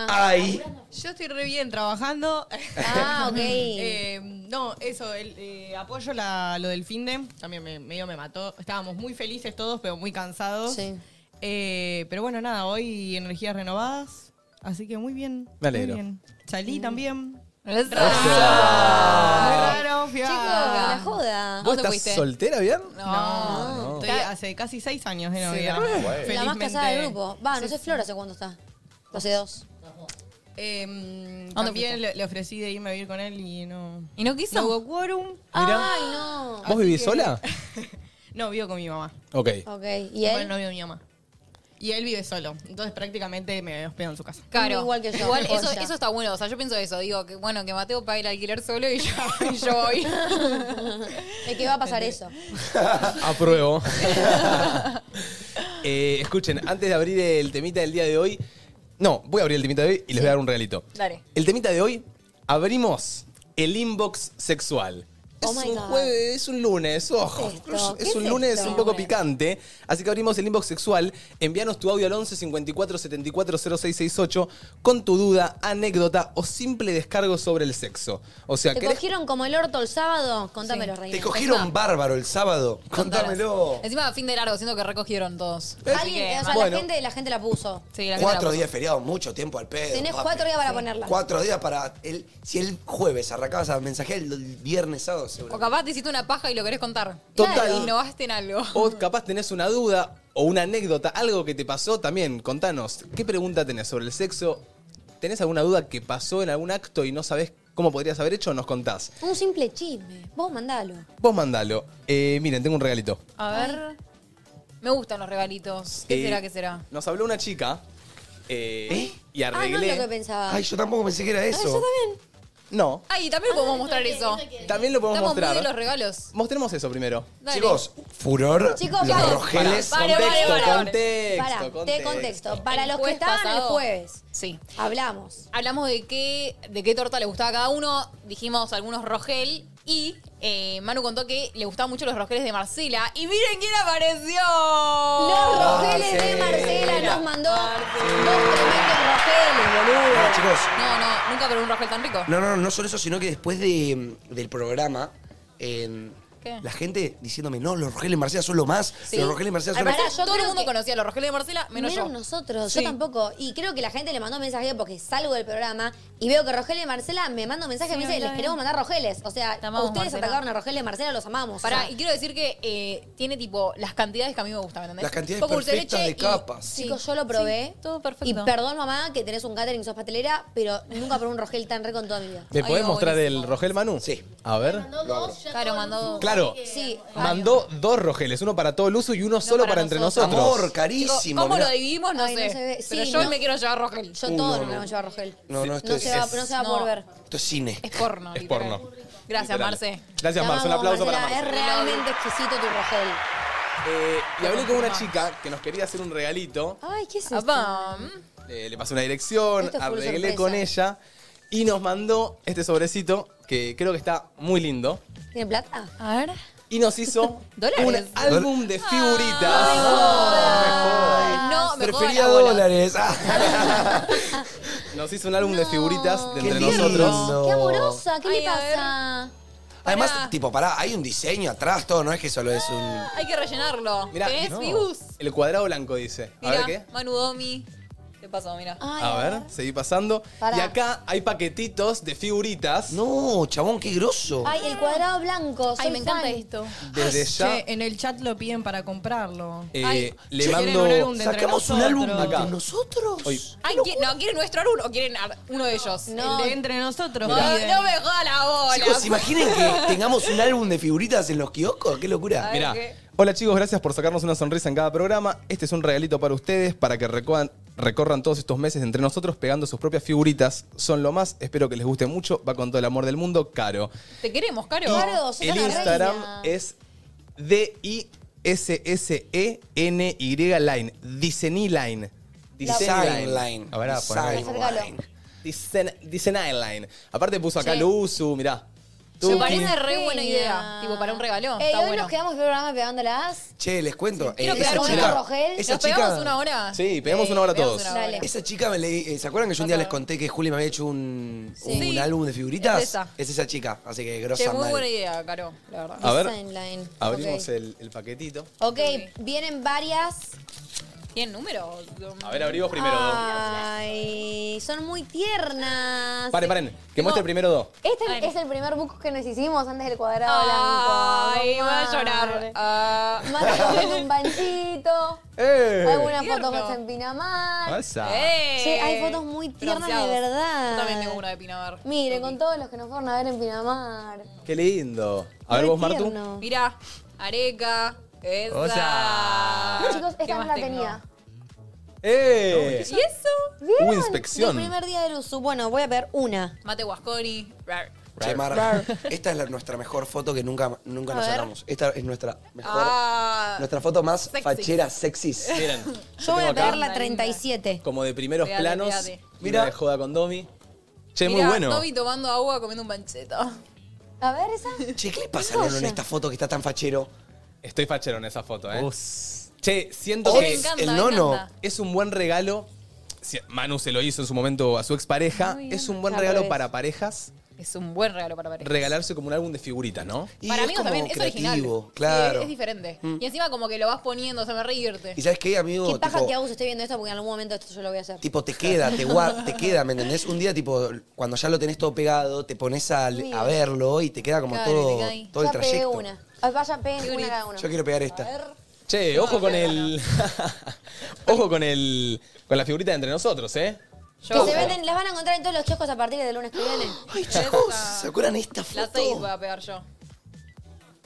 [SPEAKER 3] Ay.
[SPEAKER 10] Yo estoy re bien trabajando.
[SPEAKER 2] Ah, ok.
[SPEAKER 10] Eh, no, eso, el, eh, apoyo la- lo del finde. También me, medio me mató. Estábamos muy felices todos, pero muy cansados.
[SPEAKER 2] Sí.
[SPEAKER 10] Eh, pero bueno, nada, hoy energías renovadas. Así que muy bien.
[SPEAKER 1] Me alegro.
[SPEAKER 10] Muy bien.
[SPEAKER 2] Mm.
[SPEAKER 10] Salí también.
[SPEAKER 4] Ah.
[SPEAKER 10] Muy raro, fui a-
[SPEAKER 2] Chicos, la joda.
[SPEAKER 1] ¿Vos
[SPEAKER 4] dónde
[SPEAKER 1] estás
[SPEAKER 4] fuiste?
[SPEAKER 1] soltera, bien?
[SPEAKER 10] No,
[SPEAKER 1] No.
[SPEAKER 10] estoy hace casi seis años de
[SPEAKER 4] Sí.
[SPEAKER 10] novia.
[SPEAKER 1] Ah,
[SPEAKER 2] La más
[SPEAKER 10] Felizmente.
[SPEAKER 2] casada del grupo. Va, no sé Flor hace cuánto está. Hace dos.
[SPEAKER 10] Eh, mm, también le, le ofrecí de irme a vivir con él y no.
[SPEAKER 4] ¿Y no quiso?
[SPEAKER 10] No hubo quórum.
[SPEAKER 2] Ay, no.
[SPEAKER 1] ¿Vos vivís sola?
[SPEAKER 10] No, vivo con mi mamá.
[SPEAKER 1] Ok.
[SPEAKER 2] Ok, ¿y él?
[SPEAKER 10] Con el novio de mi mamá. Y él vive solo. Entonces prácticamente me hospedo en su casa.
[SPEAKER 4] Claro.
[SPEAKER 2] Igual que yo,
[SPEAKER 4] Igual eso,
[SPEAKER 2] joya.
[SPEAKER 4] eso está bueno. O sea, yo pienso eso. Digo, que bueno, que Mateo pague el alquiler solo y yo, y yo voy.
[SPEAKER 2] Es que va a pasar eso.
[SPEAKER 1] Ah, Apruebo. Eh, escuchen, antes de abrir el temita del día de hoy. No, voy a abrir el temita de hoy y les voy a dar un regalito.
[SPEAKER 4] Dale.
[SPEAKER 1] El temita de hoy, abrimos el inbox sexual.
[SPEAKER 2] Oh
[SPEAKER 1] es
[SPEAKER 2] my
[SPEAKER 1] un
[SPEAKER 2] God.
[SPEAKER 1] jueves, es un lunes, ojo.
[SPEAKER 2] ¿Qué es esto?
[SPEAKER 1] Es,
[SPEAKER 2] ¿Qué
[SPEAKER 1] un
[SPEAKER 2] es
[SPEAKER 1] lunes
[SPEAKER 2] esto?
[SPEAKER 1] un poco picante. Así que abrimos el inbox sexual. Envíanos tu audio al 11 54 74 0668 con tu duda, anécdota o simple descargo sobre el sexo. O sea,
[SPEAKER 2] ¿Te
[SPEAKER 1] querés-
[SPEAKER 2] cogieron como el orto el sábado? Contámelo, Reina.
[SPEAKER 3] Te cogieron bárbaro el sábado. Contámelo.
[SPEAKER 4] Encima, fin de largo, siento que recogieron todos. Así
[SPEAKER 2] Alguien,
[SPEAKER 4] que,
[SPEAKER 2] o sea,
[SPEAKER 1] bueno.
[SPEAKER 2] la, gente, la gente la puso.
[SPEAKER 4] sí, la gente la
[SPEAKER 3] Cuatro
[SPEAKER 4] puso.
[SPEAKER 3] días feriados, mucho tiempo al pedo.
[SPEAKER 2] Tenés
[SPEAKER 3] papi.
[SPEAKER 2] cuatro días para ponerla.
[SPEAKER 3] Cuatro días para. El, si el jueves arrancabas a mensajear, el viernes sábado seguro.
[SPEAKER 4] O capaz te hiciste una paja y lo querés contar.
[SPEAKER 1] Total.
[SPEAKER 4] Y innovaste en algo.
[SPEAKER 1] O capaz tenés una duda o una anécdota, algo que te pasó también. Contanos, ¿qué pregunta tenés sobre el sexo? ¿Tenés alguna duda que pasó en algún acto y no sabés cómo podrías haber hecho? Nos contás.
[SPEAKER 2] Un simple chisme. Vos mandalo.
[SPEAKER 1] Vos mandalo. Eh, miren, tengo un regalito.
[SPEAKER 4] A ver. Me gustan los regalitos. ¿Qué
[SPEAKER 1] Eh,
[SPEAKER 4] será? ¿Qué será?
[SPEAKER 1] Nos habló una chica eh, y
[SPEAKER 2] Ah, no
[SPEAKER 1] arreglé.
[SPEAKER 2] es lo que pensaba.
[SPEAKER 3] Ay, yo tampoco pensé que era eso.
[SPEAKER 1] Ah, no,
[SPEAKER 4] Ay, también podemos mostrar eso.
[SPEAKER 1] también lo podemos
[SPEAKER 4] Estamos muy de los
[SPEAKER 1] mostrar.
[SPEAKER 4] regalos.
[SPEAKER 1] Mostremos eso primero.
[SPEAKER 4] Dale.
[SPEAKER 3] Chicos, furor.
[SPEAKER 2] Chicos,
[SPEAKER 3] los
[SPEAKER 2] pará.
[SPEAKER 3] rogeles.
[SPEAKER 4] Pará. Vale, vale,
[SPEAKER 1] contexto,
[SPEAKER 4] vale, vale.
[SPEAKER 1] contexto,
[SPEAKER 2] Pará, te contexto. Para
[SPEAKER 4] El
[SPEAKER 2] los que
[SPEAKER 4] jueves
[SPEAKER 2] estaban
[SPEAKER 4] pasado.
[SPEAKER 2] el jueves,
[SPEAKER 4] Sí.
[SPEAKER 2] hablamos.
[SPEAKER 4] Hablamos de qué, de qué torta le gustaba a cada uno. Dijimos algunos rogel. Y eh, Manu contó que le gustaban mucho los rogeles de Marcela. Y miren quién apareció.
[SPEAKER 2] Los rogeles de
[SPEAKER 3] sí.
[SPEAKER 2] Marcela nos mandó dos tremendos rogeles, boludo.
[SPEAKER 3] No, chicos.
[SPEAKER 4] No, no, nunca probé un rogel tan rico.
[SPEAKER 3] No, no, no, no solo eso, sino que después de, mm, del programa. eh,
[SPEAKER 4] ¿Qué?
[SPEAKER 3] La gente diciéndome, no, los rogeles Marcela son lo más.
[SPEAKER 4] Sí.
[SPEAKER 3] Los rogeles Marcela
[SPEAKER 4] Al
[SPEAKER 3] son lo más.
[SPEAKER 4] parecer
[SPEAKER 2] yo
[SPEAKER 4] todo el
[SPEAKER 2] creo
[SPEAKER 4] mundo
[SPEAKER 2] que-
[SPEAKER 4] conocía los rogeles de Marcela, menos,
[SPEAKER 2] Menos,
[SPEAKER 4] yo.
[SPEAKER 2] nosotros,
[SPEAKER 4] Sí.
[SPEAKER 2] yo tampoco. Y creo que la gente le mandó mensaje porque salgo del programa y veo que Rogelio y Marcela me mandan mensaje y me
[SPEAKER 4] Sí,
[SPEAKER 2] dicen,
[SPEAKER 4] hola,
[SPEAKER 2] les
[SPEAKER 4] bien".
[SPEAKER 2] queremos mandar Rogeles. O sea,
[SPEAKER 4] Te amamos,
[SPEAKER 2] ustedes
[SPEAKER 4] Marcela.
[SPEAKER 2] atacaron a Rogelio y Marcela, los amamos. O
[SPEAKER 4] Pará,
[SPEAKER 2] sea,
[SPEAKER 4] y quiero decir que eh, tiene tipo las cantidades que a mí me gustan, ¿me ¿entendés?
[SPEAKER 3] Las cantidades
[SPEAKER 4] Poco dulce
[SPEAKER 3] perfectas
[SPEAKER 4] leche
[SPEAKER 3] de capas.
[SPEAKER 4] sí.
[SPEAKER 2] Chicos, yo lo probé.
[SPEAKER 4] Sí, todo perfecto.
[SPEAKER 2] Y perdón, mamá, que tenés un catering, sos pastelera, pero nunca probé un Rogel tan rico en toda mi vida.
[SPEAKER 1] ¿Me
[SPEAKER 4] Ay,
[SPEAKER 1] podés
[SPEAKER 4] no,
[SPEAKER 1] mostrar el
[SPEAKER 4] buenísimo.
[SPEAKER 1] Rogel, Manu?
[SPEAKER 3] Sí.
[SPEAKER 1] A ver.
[SPEAKER 8] Mandó dos, ya
[SPEAKER 4] Claro,
[SPEAKER 8] todo
[SPEAKER 4] mandó
[SPEAKER 8] el
[SPEAKER 4] dos.
[SPEAKER 8] mundo
[SPEAKER 1] Claro.
[SPEAKER 8] sabe que-
[SPEAKER 2] Sí.
[SPEAKER 1] Mandó dos rogeles, uno para todo el uso y uno solo para,
[SPEAKER 4] para
[SPEAKER 1] entre
[SPEAKER 4] nosotros.
[SPEAKER 1] nosotros.
[SPEAKER 3] Amor,
[SPEAKER 4] Chicos,
[SPEAKER 3] carísimo.
[SPEAKER 4] ¿Cómo
[SPEAKER 3] mirá.
[SPEAKER 4] lo dividimos? No
[SPEAKER 2] Ay,
[SPEAKER 4] sé.
[SPEAKER 2] no se ve. Sí,
[SPEAKER 4] pero yo
[SPEAKER 2] no.
[SPEAKER 4] me quiero llevar rogel.
[SPEAKER 2] Yo
[SPEAKER 3] Uh,
[SPEAKER 2] todo
[SPEAKER 3] no,
[SPEAKER 2] lo que
[SPEAKER 3] no.
[SPEAKER 2] me lleva Rogel.
[SPEAKER 3] No, no, esto es-
[SPEAKER 2] se va,
[SPEAKER 3] es-
[SPEAKER 2] no se va a
[SPEAKER 4] no.
[SPEAKER 2] volver.
[SPEAKER 3] Esto es cine.
[SPEAKER 4] Es porno.
[SPEAKER 1] Es
[SPEAKER 4] literal.
[SPEAKER 1] porno.
[SPEAKER 4] Gracias,
[SPEAKER 1] Literal.
[SPEAKER 4] Marce.
[SPEAKER 2] Te
[SPEAKER 1] Gracias, Marce. Un
[SPEAKER 2] amamos,
[SPEAKER 1] aplauso para
[SPEAKER 2] Marcela,
[SPEAKER 1] Marce.
[SPEAKER 2] Es realmente exquisito tu Rogel.
[SPEAKER 1] Eh, y hablé con una chica que nos quería hacer un regalito.
[SPEAKER 2] Ay, ¿qué es esto?
[SPEAKER 4] Apá, mm.
[SPEAKER 1] Eh, le pasé una dirección,
[SPEAKER 2] Esto es full
[SPEAKER 1] arreglé
[SPEAKER 2] sorpresa.
[SPEAKER 1] con ella y nos mandó este sobrecito que creo que está muy lindo.
[SPEAKER 2] ¿Tiene plata?
[SPEAKER 4] A ver.
[SPEAKER 1] Y nos hizo un
[SPEAKER 4] Dólares.
[SPEAKER 1] álbum de figuritas.
[SPEAKER 4] Ay, no, me
[SPEAKER 3] Prefería
[SPEAKER 4] jodan, boludo.
[SPEAKER 3] dólares. Ah.
[SPEAKER 1] Nos hizo un álbum de figuritas de
[SPEAKER 3] Qué
[SPEAKER 1] entre
[SPEAKER 3] lindo.
[SPEAKER 1] nosotros.
[SPEAKER 2] ¡Qué amorosa! ¿Qué
[SPEAKER 4] Ay,
[SPEAKER 2] le
[SPEAKER 4] a ver.
[SPEAKER 2] pasa?
[SPEAKER 3] Además, tipo, pará, hay un diseño atrás, todo, no es que solo es un.
[SPEAKER 4] Hay que rellenarlo.
[SPEAKER 1] Mirá,
[SPEAKER 4] ¿Tenés
[SPEAKER 1] no.
[SPEAKER 4] vibus?
[SPEAKER 1] El cuadrado blanco dice. A
[SPEAKER 4] Mirá,
[SPEAKER 1] ver qué.
[SPEAKER 4] Manu Domi. ¿Qué pasó? Mirá.
[SPEAKER 2] Ay,
[SPEAKER 1] A ver, seguí pasando.
[SPEAKER 2] Pará.
[SPEAKER 1] Y acá hay paquetitos de figuritas.
[SPEAKER 3] No, chabón, qué grosso.
[SPEAKER 2] Ay, el cuadrado blanco.
[SPEAKER 4] Ay,
[SPEAKER 2] soy
[SPEAKER 4] me encanta
[SPEAKER 2] fan.
[SPEAKER 4] esto.
[SPEAKER 1] Desde ya
[SPEAKER 10] Che, en el chat lo piden para comprarlo.
[SPEAKER 1] eh,
[SPEAKER 4] Ay,
[SPEAKER 1] le
[SPEAKER 10] che,
[SPEAKER 1] mando.
[SPEAKER 10] quieren un álbum de entre
[SPEAKER 3] Sacamos un álbum
[SPEAKER 10] nosotros.
[SPEAKER 3] de nosotros.
[SPEAKER 1] Hoy.
[SPEAKER 4] Ay, ¿qui- no, ¿quieren nuestro álbum o quieren ar- uno de ellos?
[SPEAKER 10] El de entre nosotros
[SPEAKER 4] No,
[SPEAKER 10] piden.
[SPEAKER 4] no me jodas la bola.
[SPEAKER 3] Chicos, ¿se imaginen que tengamos un álbum de figuritas en los kioscos? ¡Qué locura!
[SPEAKER 4] Ay,
[SPEAKER 1] Mirá.
[SPEAKER 4] qué-
[SPEAKER 1] Hola chicos, gracias por sacarnos una sonrisa en cada programa. Este es un regalito para ustedes, para que recorran, recorran todos estos meses entre nosotros pegando sus propias figuritas. Son lo más, espero que les guste mucho. Va con todo el amor del mundo, Caro.
[SPEAKER 4] Te queremos, Caro.
[SPEAKER 2] Claro, sos
[SPEAKER 1] El
[SPEAKER 2] una
[SPEAKER 1] Instagram
[SPEAKER 2] reina.
[SPEAKER 1] es E D-I-S-S-E-N-Y Line. Disney Line.
[SPEAKER 3] Design line.
[SPEAKER 5] A ver, a poner ahí.
[SPEAKER 3] Design line.
[SPEAKER 1] Disen- Disney Line. Aparte puso acá
[SPEAKER 4] Sí.
[SPEAKER 1] Luzu, mirá.
[SPEAKER 3] Tuki.
[SPEAKER 4] Me parece re buena
[SPEAKER 2] Genia.
[SPEAKER 4] idea. Tipo, para un regalo.
[SPEAKER 2] Ey,
[SPEAKER 4] está
[SPEAKER 2] Eh, hoy
[SPEAKER 4] bueno.
[SPEAKER 2] nos quedamos en el programa pegándolas.
[SPEAKER 3] Che, les cuento. eh,
[SPEAKER 4] Quiero
[SPEAKER 3] esa
[SPEAKER 4] pegar un
[SPEAKER 3] chica-
[SPEAKER 2] Rogel.
[SPEAKER 3] Esa
[SPEAKER 4] ¿Nos
[SPEAKER 3] chica,
[SPEAKER 4] pegamos una hora?
[SPEAKER 1] Sí, pegamos una hora
[SPEAKER 4] Ah, pegamos
[SPEAKER 1] todos.
[SPEAKER 4] una hora.
[SPEAKER 2] Dale.
[SPEAKER 3] Esa chica me leí. eh, ¿Se acuerdan que yo un día les conté que Juli me había hecho un, un
[SPEAKER 4] Sí.
[SPEAKER 3] álbum de figuritas?
[SPEAKER 4] Es esa.
[SPEAKER 3] chica, así que
[SPEAKER 4] Che,
[SPEAKER 3] grosa
[SPEAKER 4] muy
[SPEAKER 3] mal.
[SPEAKER 4] buena idea, Caro, la verdad.
[SPEAKER 1] A ver,
[SPEAKER 2] Design line.
[SPEAKER 1] abrimos
[SPEAKER 2] Ok.
[SPEAKER 1] el, el paquetito.
[SPEAKER 2] Ok, vienen varias.
[SPEAKER 4] ¿Tienen número?
[SPEAKER 1] A ver, abrimos primero dos.
[SPEAKER 2] Ay, son muy tiernas.
[SPEAKER 1] Paren, paren, que muestre primero dos.
[SPEAKER 2] Este
[SPEAKER 4] Ay.
[SPEAKER 2] es el primer book que nos hicimos antes del cuadrado
[SPEAKER 4] Ay,
[SPEAKER 2] blanco.
[SPEAKER 4] voy a llorar. Ah.
[SPEAKER 2] Más con un banchito.
[SPEAKER 1] ¡Eh!
[SPEAKER 2] Alguna
[SPEAKER 4] Tierno.
[SPEAKER 2] foto que se empina mal.
[SPEAKER 5] Pasa.
[SPEAKER 3] Ah.
[SPEAKER 4] ¡Eh!
[SPEAKER 2] Sí, hay fotos muy tiernas
[SPEAKER 4] Bronceados.
[SPEAKER 2] de verdad.
[SPEAKER 4] Yo también tengo una de Pinamar.
[SPEAKER 2] Mire, con todos los que nos fueron a ver en Pinamar.
[SPEAKER 1] ¡Qué lindo! A ver
[SPEAKER 2] Re
[SPEAKER 1] vos, Martu.
[SPEAKER 2] tierno.
[SPEAKER 4] Mirá, Areca, esa.
[SPEAKER 5] O sea.
[SPEAKER 2] Chicos,
[SPEAKER 4] ¿Qué
[SPEAKER 2] esta no
[SPEAKER 4] más
[SPEAKER 2] la
[SPEAKER 4] tengo?
[SPEAKER 2] tenía.
[SPEAKER 1] ¡Eh!
[SPEAKER 4] ¿Y eso?
[SPEAKER 2] ¿Vieron?
[SPEAKER 1] Hubo inspección.
[SPEAKER 2] Del primer día del uso. Bueno, voy a pegar una.
[SPEAKER 4] Mate Guasconi. rar.
[SPEAKER 3] Che, Mar, esta es la- nuestra mejor foto que nunca, nunca nos
[SPEAKER 4] ver.
[SPEAKER 3] sacamos. Esta es nuestra mejor.
[SPEAKER 4] Ah.
[SPEAKER 3] nuestra foto más
[SPEAKER 4] Sexy.
[SPEAKER 3] fachera, sexys.
[SPEAKER 1] Miren,
[SPEAKER 2] Yo voy
[SPEAKER 1] tengo
[SPEAKER 2] a
[SPEAKER 1] acá.
[SPEAKER 2] pegar la
[SPEAKER 4] Linda, linda.
[SPEAKER 2] 37.
[SPEAKER 1] como de primeros
[SPEAKER 4] Pegale,
[SPEAKER 1] planos.
[SPEAKER 4] pegale.
[SPEAKER 1] Mira,
[SPEAKER 3] Mira.
[SPEAKER 1] de joda con Domi. Che,
[SPEAKER 4] Mirá,
[SPEAKER 1] muy bueno.
[SPEAKER 4] Dobby tomando agua comiendo un pancheto.
[SPEAKER 2] A ver, esa.
[SPEAKER 3] Che, ¿qué le pasa a Lolo en esta foto que está tan fachero?
[SPEAKER 1] Estoy fachero en esa foto, eh.
[SPEAKER 5] Vos.
[SPEAKER 1] Che, siento
[SPEAKER 3] Oh,
[SPEAKER 4] Che,
[SPEAKER 1] que
[SPEAKER 4] me encanta,
[SPEAKER 3] el
[SPEAKER 4] me
[SPEAKER 3] nono.
[SPEAKER 4] encanta.
[SPEAKER 1] es un buen regalo. Si- Manu se lo hizo en su momento a su expareja.
[SPEAKER 4] Muy bien.
[SPEAKER 1] Es un buen
[SPEAKER 2] Al
[SPEAKER 1] regalo
[SPEAKER 2] revés.
[SPEAKER 1] para parejas
[SPEAKER 4] Es un buen regalo para pareja.
[SPEAKER 1] regalarse como un álbum de figuritas, ¿no?
[SPEAKER 3] Y
[SPEAKER 4] para
[SPEAKER 3] es
[SPEAKER 4] amigos
[SPEAKER 3] como
[SPEAKER 4] también, es
[SPEAKER 3] creativo,
[SPEAKER 4] original. Sí,
[SPEAKER 3] Claro.
[SPEAKER 4] es, diferente. Y encima como que lo vas poniendo, se me reírte.
[SPEAKER 3] y sabes qué, amigo,
[SPEAKER 2] Qué paja
[SPEAKER 3] tipo,
[SPEAKER 2] que hago si estoy viendo esto porque en algún momento esto yo lo voy a hacer.
[SPEAKER 3] tipo, te queda, te guarda, te queda, ¿me entendés? Un día, tipo, cuando ya lo tenés todo pegado, te pones a, le- a verlo y te queda como
[SPEAKER 4] Claro,
[SPEAKER 3] todo,
[SPEAKER 4] te queda ahí.
[SPEAKER 3] todo el
[SPEAKER 2] ya pegué
[SPEAKER 3] trayecto.
[SPEAKER 2] una. Ay, vaya, peguen una cada uno.
[SPEAKER 3] Yo quiero pegar esta.
[SPEAKER 1] Che, ojo con el. ojo con el. con la figurita de entre nosotros, ¿eh?
[SPEAKER 2] Que se venden, las van a encontrar en todos los kioscos a partir del lunes que viene.
[SPEAKER 3] Ay, chicos, ¿se acuerdan de esta
[SPEAKER 4] La 6 voy
[SPEAKER 3] foto?
[SPEAKER 4] a pegar yo.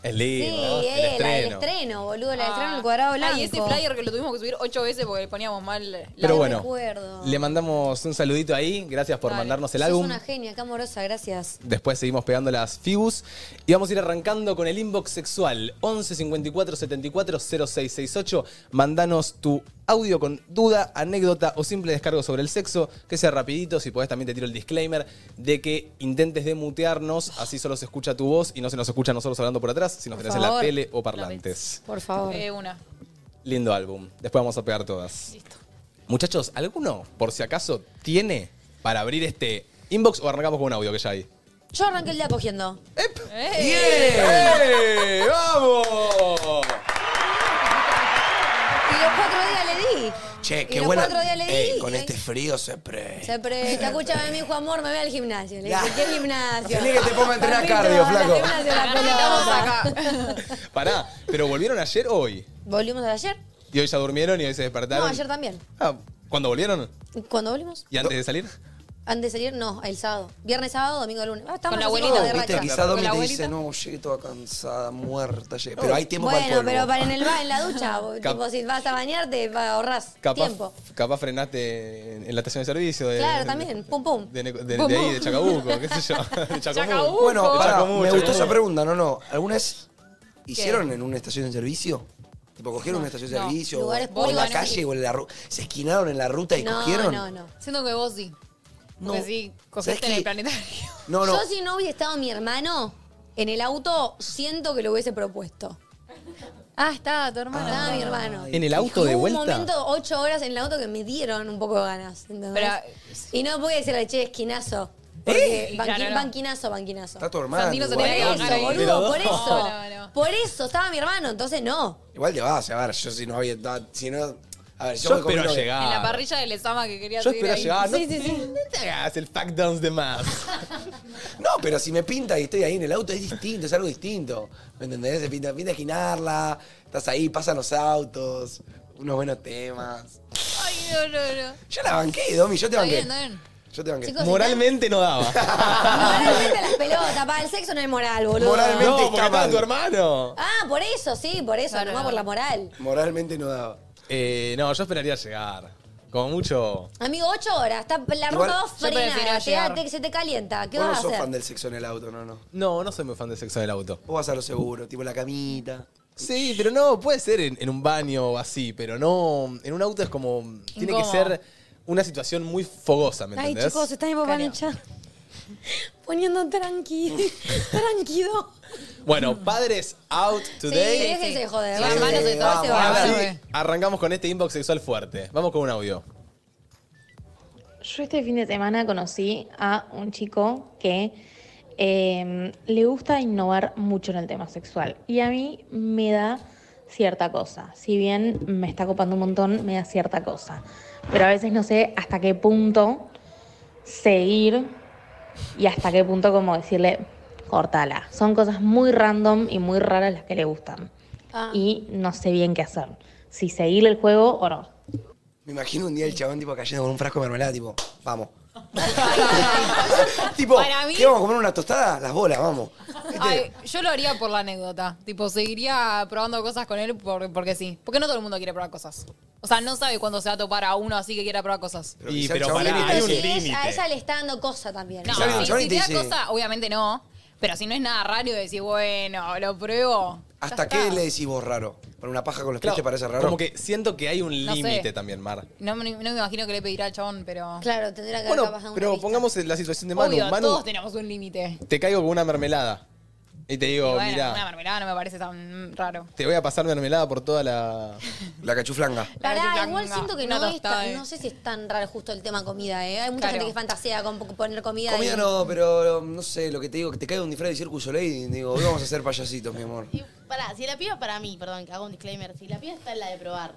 [SPEAKER 1] Es
[SPEAKER 2] Sí,
[SPEAKER 1] lindo. el
[SPEAKER 2] eh, la del
[SPEAKER 1] estreno.
[SPEAKER 2] estreno, boludo, la del estreno
[SPEAKER 4] Ah.
[SPEAKER 2] en el cuadrado blanco.
[SPEAKER 4] Ay, ese flyer que lo tuvimos que subir ocho veces porque le poníamos mal. la-
[SPEAKER 1] Pero
[SPEAKER 2] No
[SPEAKER 1] bueno,
[SPEAKER 2] recuerdo.
[SPEAKER 1] le mandamos un saludito ahí. Gracias por
[SPEAKER 4] Dale.
[SPEAKER 1] mandarnos el
[SPEAKER 2] Sos
[SPEAKER 1] álbum.
[SPEAKER 2] una Ah, genia, qué amorosa, gracias.
[SPEAKER 1] Después seguimos pegando las fibus. Y vamos a ir arrancando con el inbox sexual. 11 54 74 0668. Mandanos tu audio con duda, anécdota o simple descargo sobre el sexo. Que sea rapidito. Si podés, también te tiro el disclaimer de que intentes demutearnos. Así solo se escucha tu voz y no se nos escucha a nosotros hablando por atrás, si nos
[SPEAKER 2] Por
[SPEAKER 1] tenés
[SPEAKER 2] favor.
[SPEAKER 1] en la tele o parlantes.
[SPEAKER 2] Por favor.
[SPEAKER 4] Eh, una.
[SPEAKER 1] Lindo álbum. Después vamos a pegar todas.
[SPEAKER 4] Listo.
[SPEAKER 1] Muchachos, ¿alguno, por si acaso, tiene para abrir este inbox o arrancamos con un audio que ya hay?
[SPEAKER 2] Yo arranqué el día cogiendo.
[SPEAKER 4] ¡Eh!
[SPEAKER 1] ¡Bien! ¡Eh! ¡Vamos!
[SPEAKER 2] Y los cuatro días le di.
[SPEAKER 3] Che,
[SPEAKER 2] y
[SPEAKER 3] qué
[SPEAKER 2] los
[SPEAKER 3] buena.
[SPEAKER 2] cuatro días le di.
[SPEAKER 3] Ey, con
[SPEAKER 2] Ay,
[SPEAKER 3] este frío se pre.
[SPEAKER 2] Se presta, escúchame, mi hijo amor, me voy al gimnasio. Le dije,
[SPEAKER 3] Ya.
[SPEAKER 2] ¿qué gimnasio?
[SPEAKER 3] Feliz que te ponga a entrenar
[SPEAKER 2] Papito,
[SPEAKER 3] cardio,
[SPEAKER 2] anda al
[SPEAKER 3] flaco.
[SPEAKER 2] gimnasio, la
[SPEAKER 4] Estamos
[SPEAKER 2] pelota.
[SPEAKER 4] acá.
[SPEAKER 1] Pará, ¿pero volvieron ayer o hoy?
[SPEAKER 2] ¿Volvimos a ayer?
[SPEAKER 1] ¿Y hoy ya durmieron y hoy se
[SPEAKER 2] No,
[SPEAKER 1] despertaron?
[SPEAKER 2] ayer también.
[SPEAKER 1] Ah, ¿Cuándo volvieron?
[SPEAKER 2] ¿Cuándo volvimos?
[SPEAKER 1] ¿Y antes de salir?
[SPEAKER 2] Antes de salir, no, el sábado. Viernes, sábado, domingo, lunes. Ah, estamos
[SPEAKER 4] Con la
[SPEAKER 2] así
[SPEAKER 4] abuelita
[SPEAKER 2] como
[SPEAKER 4] de
[SPEAKER 2] racha.
[SPEAKER 3] Viste, quizá
[SPEAKER 4] ¿Con
[SPEAKER 3] Domi te
[SPEAKER 4] la abuelita?
[SPEAKER 3] dice, no, llegué toda cansada, muerta, llegué. Pero hay tiempo para el
[SPEAKER 2] Bueno,
[SPEAKER 3] polvo.
[SPEAKER 2] pero para en el ba- en la ducha, vos,
[SPEAKER 1] Cap-
[SPEAKER 2] tipo, si vas a bañarte, va- ahorrás
[SPEAKER 1] Capaz,
[SPEAKER 2] tiempo.
[SPEAKER 1] capaz frenaste en, en la estación de servicio. De,
[SPEAKER 2] Claro,
[SPEAKER 1] de-
[SPEAKER 2] también, pum, pum.
[SPEAKER 1] De, de- de
[SPEAKER 4] Pum,
[SPEAKER 1] ahí,
[SPEAKER 4] pum.
[SPEAKER 1] de Chacabuco, qué sé yo. De Chacabuco.
[SPEAKER 4] Chacabuco.
[SPEAKER 3] Bueno,
[SPEAKER 4] Ojo.
[SPEAKER 3] pará,
[SPEAKER 1] Chaco
[SPEAKER 3] me
[SPEAKER 1] mucho,
[SPEAKER 3] gustó
[SPEAKER 1] ¿no?
[SPEAKER 3] esa pregunta, no, no. ¿Alguna vez hicieron en una estación de servicio? Tipo, cogieron una estación de
[SPEAKER 4] No.
[SPEAKER 3] servicio,
[SPEAKER 2] Lugares
[SPEAKER 3] o en la
[SPEAKER 2] públicos,
[SPEAKER 3] calle,
[SPEAKER 2] sí.
[SPEAKER 3] o en la ruta. ¿Se esquinaron en la ruta y
[SPEAKER 2] No,
[SPEAKER 3] cogieron?
[SPEAKER 2] no, no.
[SPEAKER 4] Siento que vos sí. Porque
[SPEAKER 3] No.
[SPEAKER 4] sí,
[SPEAKER 3] ¿Sabés
[SPEAKER 4] cogiste en
[SPEAKER 3] qué?
[SPEAKER 4] el planetario.
[SPEAKER 3] No, no.
[SPEAKER 2] Yo si no hubiese estado mi hermano en el auto, siento que lo hubiese propuesto.
[SPEAKER 4] Ah, está, tu hermano.
[SPEAKER 2] Estaba mi
[SPEAKER 3] Ah.
[SPEAKER 2] hermano.
[SPEAKER 1] ¿En el auto de
[SPEAKER 2] Hubo
[SPEAKER 1] vuelta?
[SPEAKER 2] un momento, ocho horas en el auto, que me dieron un poco de ganas. ¿entendés?
[SPEAKER 4] Pero-
[SPEAKER 2] y no pude decirle, che, esquinazo. Porque
[SPEAKER 4] ¿Eh?
[SPEAKER 2] banqui-
[SPEAKER 4] Claro, no.
[SPEAKER 2] banquinazo, banquinazo.
[SPEAKER 3] Está tu hermano.
[SPEAKER 4] Santino se
[SPEAKER 3] igual.
[SPEAKER 4] tiene que
[SPEAKER 2] Por
[SPEAKER 4] bajar
[SPEAKER 2] eso,
[SPEAKER 4] ahí.
[SPEAKER 1] Pero
[SPEAKER 2] boludo, por eso.
[SPEAKER 4] No, no, no.
[SPEAKER 2] Por eso estaba mi hermano, entonces no.
[SPEAKER 3] Igual te vas, a ver, yo si no había... no, Si no, a ver, yo,
[SPEAKER 1] Yo
[SPEAKER 3] voy con mi
[SPEAKER 1] espero
[SPEAKER 3] novia.
[SPEAKER 1] llegar.
[SPEAKER 4] En la parrilla del Esama que quería
[SPEAKER 1] Yo
[SPEAKER 4] seguir
[SPEAKER 1] espero
[SPEAKER 4] ahí.
[SPEAKER 1] llegar. No,
[SPEAKER 2] Sí, sí, sí.
[SPEAKER 1] no te hagas el fuck dance de más.
[SPEAKER 3] No, pero si me pinta y estoy ahí en el auto, es distinto, es algo distinto. ¿Me entendés? Se pinta, pinta esquinarla, estás ahí, pasan los autos, unos buenos temas.
[SPEAKER 4] Ay, no, no, no.
[SPEAKER 3] Yo la banqué, Domi, yo te
[SPEAKER 4] Está
[SPEAKER 3] banqué.
[SPEAKER 4] bien, está bien.
[SPEAKER 3] Yo te banqué.
[SPEAKER 2] Chicos,
[SPEAKER 1] Moralmente no daba.
[SPEAKER 2] Moralmente a las pelotas, para el sexo no es moral, boludo.
[SPEAKER 3] Moralmente.
[SPEAKER 1] no, porque
[SPEAKER 3] está
[SPEAKER 1] estaba
[SPEAKER 3] mal.
[SPEAKER 1] tu hermano.
[SPEAKER 2] Ah, por eso, sí, por eso,
[SPEAKER 4] No, no,
[SPEAKER 2] nomás
[SPEAKER 4] no.
[SPEAKER 2] por la moral.
[SPEAKER 3] Moralmente no daba.
[SPEAKER 1] Eh, no, yo esperaría llegar. Como mucho.
[SPEAKER 2] Amigo, ocho horas, está la
[SPEAKER 3] Igual,
[SPEAKER 2] ruta vos
[SPEAKER 4] yo prefiero
[SPEAKER 2] frenada, te da-
[SPEAKER 4] llegar.
[SPEAKER 2] te- se te calienta, ¿qué
[SPEAKER 3] Vos no
[SPEAKER 2] vas a
[SPEAKER 3] sos
[SPEAKER 2] hacer?
[SPEAKER 3] fan del sexo en el auto, no, no.
[SPEAKER 1] No, no soy muy fan de sexo en el auto.
[SPEAKER 3] Vos vas a lo seguro, tipo la camita.
[SPEAKER 1] Sí, pero no, puede ser en, en un baño o así, pero no. En un auto es como. Tiene que
[SPEAKER 4] Incómodo.
[SPEAKER 1] ser una situación muy fogosa, ¿me
[SPEAKER 2] Ay,
[SPEAKER 1] entendés?
[SPEAKER 2] chicos, está mi papá en el chat. Poniendo tranqui, tranquilo.
[SPEAKER 1] Bueno, padres out
[SPEAKER 2] Sí,
[SPEAKER 1] today.
[SPEAKER 2] déjense de joder.
[SPEAKER 4] Sí,
[SPEAKER 2] Las manos de todos
[SPEAKER 4] vamos,
[SPEAKER 2] se
[SPEAKER 1] Ahora
[SPEAKER 2] van.
[SPEAKER 1] sí, arrancamos con este inbox sexual fuerte. Vamos con un audio.
[SPEAKER 11] Yo este fin de semana conocí a un chico que eh, le gusta innovar mucho en el tema sexual y a mí me da cierta cosa. Si bien me está copando un montón, me da cierta cosa. Pero a veces no sé hasta qué punto seguir y hasta qué punto como decirle, cortala. Son cosas muy random y muy raras las que le gustan.
[SPEAKER 2] Ah.
[SPEAKER 11] Y no sé bien qué hacer. Si seguir el juego o no.
[SPEAKER 3] Me imagino un día el chabón tipo cayendo con un frasco de mermelada, tipo, vamos. tipo,
[SPEAKER 4] Para mí-
[SPEAKER 3] ¿qué vamos a comer una tostada? Las bolas, vamos.
[SPEAKER 4] Ay, yo lo haría por la anécdota. Tipo, seguiría probando cosas con él por- porque sí. Porque no todo el mundo quiere probar cosas. O sea, no sabe cuándo se va a topar a uno así que quiera probar cosas.
[SPEAKER 3] Pero
[SPEAKER 1] Y,
[SPEAKER 3] quizá el
[SPEAKER 1] pero
[SPEAKER 3] chabón
[SPEAKER 1] pará,
[SPEAKER 3] le
[SPEAKER 1] hay
[SPEAKER 3] dice,
[SPEAKER 1] un
[SPEAKER 2] Ella- A
[SPEAKER 1] límite.
[SPEAKER 2] ella le está dando cosa también.
[SPEAKER 4] No,
[SPEAKER 3] Quizá viene un
[SPEAKER 4] si,
[SPEAKER 3] chabón y
[SPEAKER 4] si
[SPEAKER 3] te
[SPEAKER 4] te da
[SPEAKER 3] dice-
[SPEAKER 4] cosa, obviamente no. Pero si no es nada raro y decís, bueno, lo pruebo. ya
[SPEAKER 3] ¿Hasta
[SPEAKER 4] está.
[SPEAKER 3] qué le decís vos raro? ¿Para una paja con los pies
[SPEAKER 1] Claro,
[SPEAKER 3] te parece raro?
[SPEAKER 1] Como que siento que hay un
[SPEAKER 4] No sé.
[SPEAKER 1] límite también, Mar.
[SPEAKER 4] No, me- no me imagino que le pedirá al chabón, pero.
[SPEAKER 2] Claro, tendría que haber capaz
[SPEAKER 1] Bueno,
[SPEAKER 2] dado una
[SPEAKER 1] pero
[SPEAKER 2] pista.
[SPEAKER 1] pongamos la situación de Manu.
[SPEAKER 4] Obvio,
[SPEAKER 1] Manu,
[SPEAKER 4] todos tenemos un límite.
[SPEAKER 1] te caigo con una mermelada. Y te digo,
[SPEAKER 4] Y bueno,
[SPEAKER 1] mirá,
[SPEAKER 4] una mermelada no me parece tan raro.
[SPEAKER 1] te voy a pasar mermelada por toda la...
[SPEAKER 3] La cachuflanga.
[SPEAKER 2] Pará,
[SPEAKER 4] Claro,
[SPEAKER 2] igual
[SPEAKER 4] una-
[SPEAKER 2] siento que
[SPEAKER 4] una
[SPEAKER 2] no es
[SPEAKER 4] tostada,
[SPEAKER 2] tan-
[SPEAKER 4] eh.
[SPEAKER 2] no sé si es tan raro justo el tema comida, ¿eh? Hay mucha
[SPEAKER 4] Claro.
[SPEAKER 2] gente que fantasea con po- poner comida
[SPEAKER 3] Comida
[SPEAKER 2] y-
[SPEAKER 3] no, pero no sé, lo que te digo, que te caiga un disfraz de Circus Soleil y digo, hoy vamos a ser payasitos, mi amor.
[SPEAKER 8] Y pará, si la piba para mí, perdón, que hago un disclaimer, si la piba está en la de probar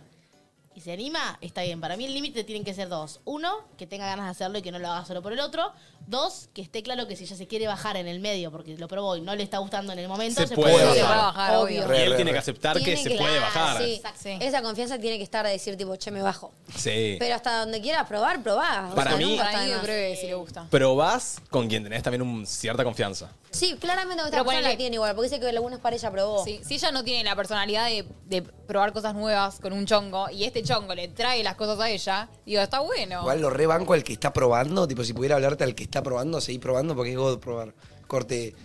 [SPEAKER 8] y se anima, está bien. Para mí el límite tienen que ser dos. Uno, que tenga ganas de hacerlo y que no lo haga solo por el otro. Dos, que esté claro que si ella se quiere bajar en el medio porque lo probó y no le está gustando en el momento,
[SPEAKER 1] Se
[SPEAKER 8] se,
[SPEAKER 1] puede
[SPEAKER 8] puede
[SPEAKER 1] bajar.
[SPEAKER 4] Se puede bajar,
[SPEAKER 8] Obvio.
[SPEAKER 3] obvio. Re,
[SPEAKER 1] y él
[SPEAKER 3] re,
[SPEAKER 1] tiene
[SPEAKER 3] re.
[SPEAKER 1] que aceptar que
[SPEAKER 2] Tiene
[SPEAKER 1] se puede bajar.
[SPEAKER 2] Sí.
[SPEAKER 4] Sí.
[SPEAKER 2] Esa confianza tiene que estar de decir, tipo, che, me bajo.
[SPEAKER 1] Sí.
[SPEAKER 2] Pero hasta donde quiera probar, probá. O
[SPEAKER 1] Para
[SPEAKER 2] sea,
[SPEAKER 1] mí-
[SPEAKER 2] nunca
[SPEAKER 4] Para
[SPEAKER 2] está
[SPEAKER 4] mí
[SPEAKER 2] de
[SPEAKER 4] que
[SPEAKER 2] más.
[SPEAKER 4] pruebe si le gusta.
[SPEAKER 1] Probás con quien tenés también un- cierta confianza.
[SPEAKER 2] Sí, claramente otra
[SPEAKER 4] Pero
[SPEAKER 2] persona
[SPEAKER 4] ponele-
[SPEAKER 2] la tiene igual, porque dice que algunas para ella probó.
[SPEAKER 4] Sí, si ella no tiene la personalidad de, de probar cosas nuevas con un chongo y este chongo le trae las cosas a ella, digo, está bueno.
[SPEAKER 3] Igual lo rebanco al que está probando, tipo, si pudiera hablarte al que está probando, seguí probando porque es God probar. Corte.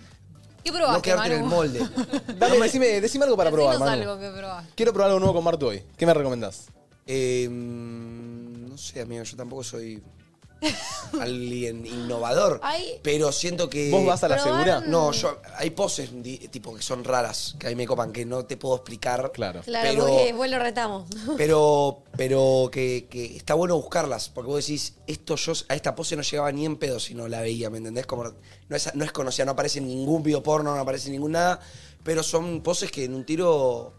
[SPEAKER 4] ¿Qué
[SPEAKER 3] No
[SPEAKER 4] probaste,
[SPEAKER 3] quedarte en el
[SPEAKER 4] Manu?
[SPEAKER 3] molde.
[SPEAKER 1] Dame, decime, decime algo para probar,
[SPEAKER 4] Decinos
[SPEAKER 1] Manu.
[SPEAKER 4] algo que probaste.
[SPEAKER 1] Quiero probar algo nuevo con Martu hoy. ¿Qué me recomendás?
[SPEAKER 3] Eh, mm, no sé, amigo, yo tampoco soy alguien innovador,
[SPEAKER 2] Ay.
[SPEAKER 3] pero siento que...
[SPEAKER 1] ¿Vos vas a la
[SPEAKER 2] Probar-
[SPEAKER 1] segura?
[SPEAKER 3] No, yo, hay poses di- tipo que son raras, que a mí me copan, que no te puedo explicar.
[SPEAKER 1] Claro.
[SPEAKER 2] Claro,
[SPEAKER 3] pero-
[SPEAKER 2] porque después lo retamos.
[SPEAKER 3] Pero, pero que, que está bueno buscarlas, porque vos decís, esto yo a esta pose no llegaba ni en pedo si no la veía, ¿me entendés? Como no es, no es conocida, no aparece en ningún video porno, no aparece en ningún nada, pero son poses que en un tiro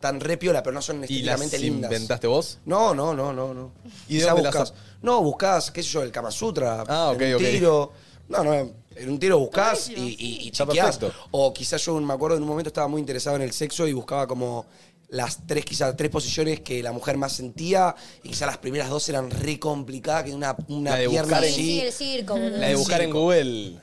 [SPEAKER 3] tan re piola, pero no son
[SPEAKER 1] ¿Y las
[SPEAKER 3] estéticamente lindas.
[SPEAKER 1] inventaste vos?
[SPEAKER 3] No, no, no, no, no.
[SPEAKER 1] ¿Y de
[SPEAKER 3] Quizá
[SPEAKER 1] dónde las
[SPEAKER 3] buscás- No, buscás, qué sé yo, el Kama Sutra.
[SPEAKER 1] Ah,
[SPEAKER 3] en
[SPEAKER 1] ok, ok.
[SPEAKER 3] un tiro. No, no, en un tiro buscás y, y, y
[SPEAKER 1] Está
[SPEAKER 3] chequeás.
[SPEAKER 1] perfecto.
[SPEAKER 3] O quizás yo me acuerdo en un momento estaba muy interesado en el sexo y buscaba como las tres, quizás tres posiciones que la mujer más sentía y quizás las primeras dos eran re complicadas, que una, una
[SPEAKER 1] La de
[SPEAKER 3] pierna
[SPEAKER 1] buscar
[SPEAKER 2] Sí,
[SPEAKER 1] en-
[SPEAKER 3] así.
[SPEAKER 2] sí, el circo. boludo.
[SPEAKER 1] La de buscar en Google.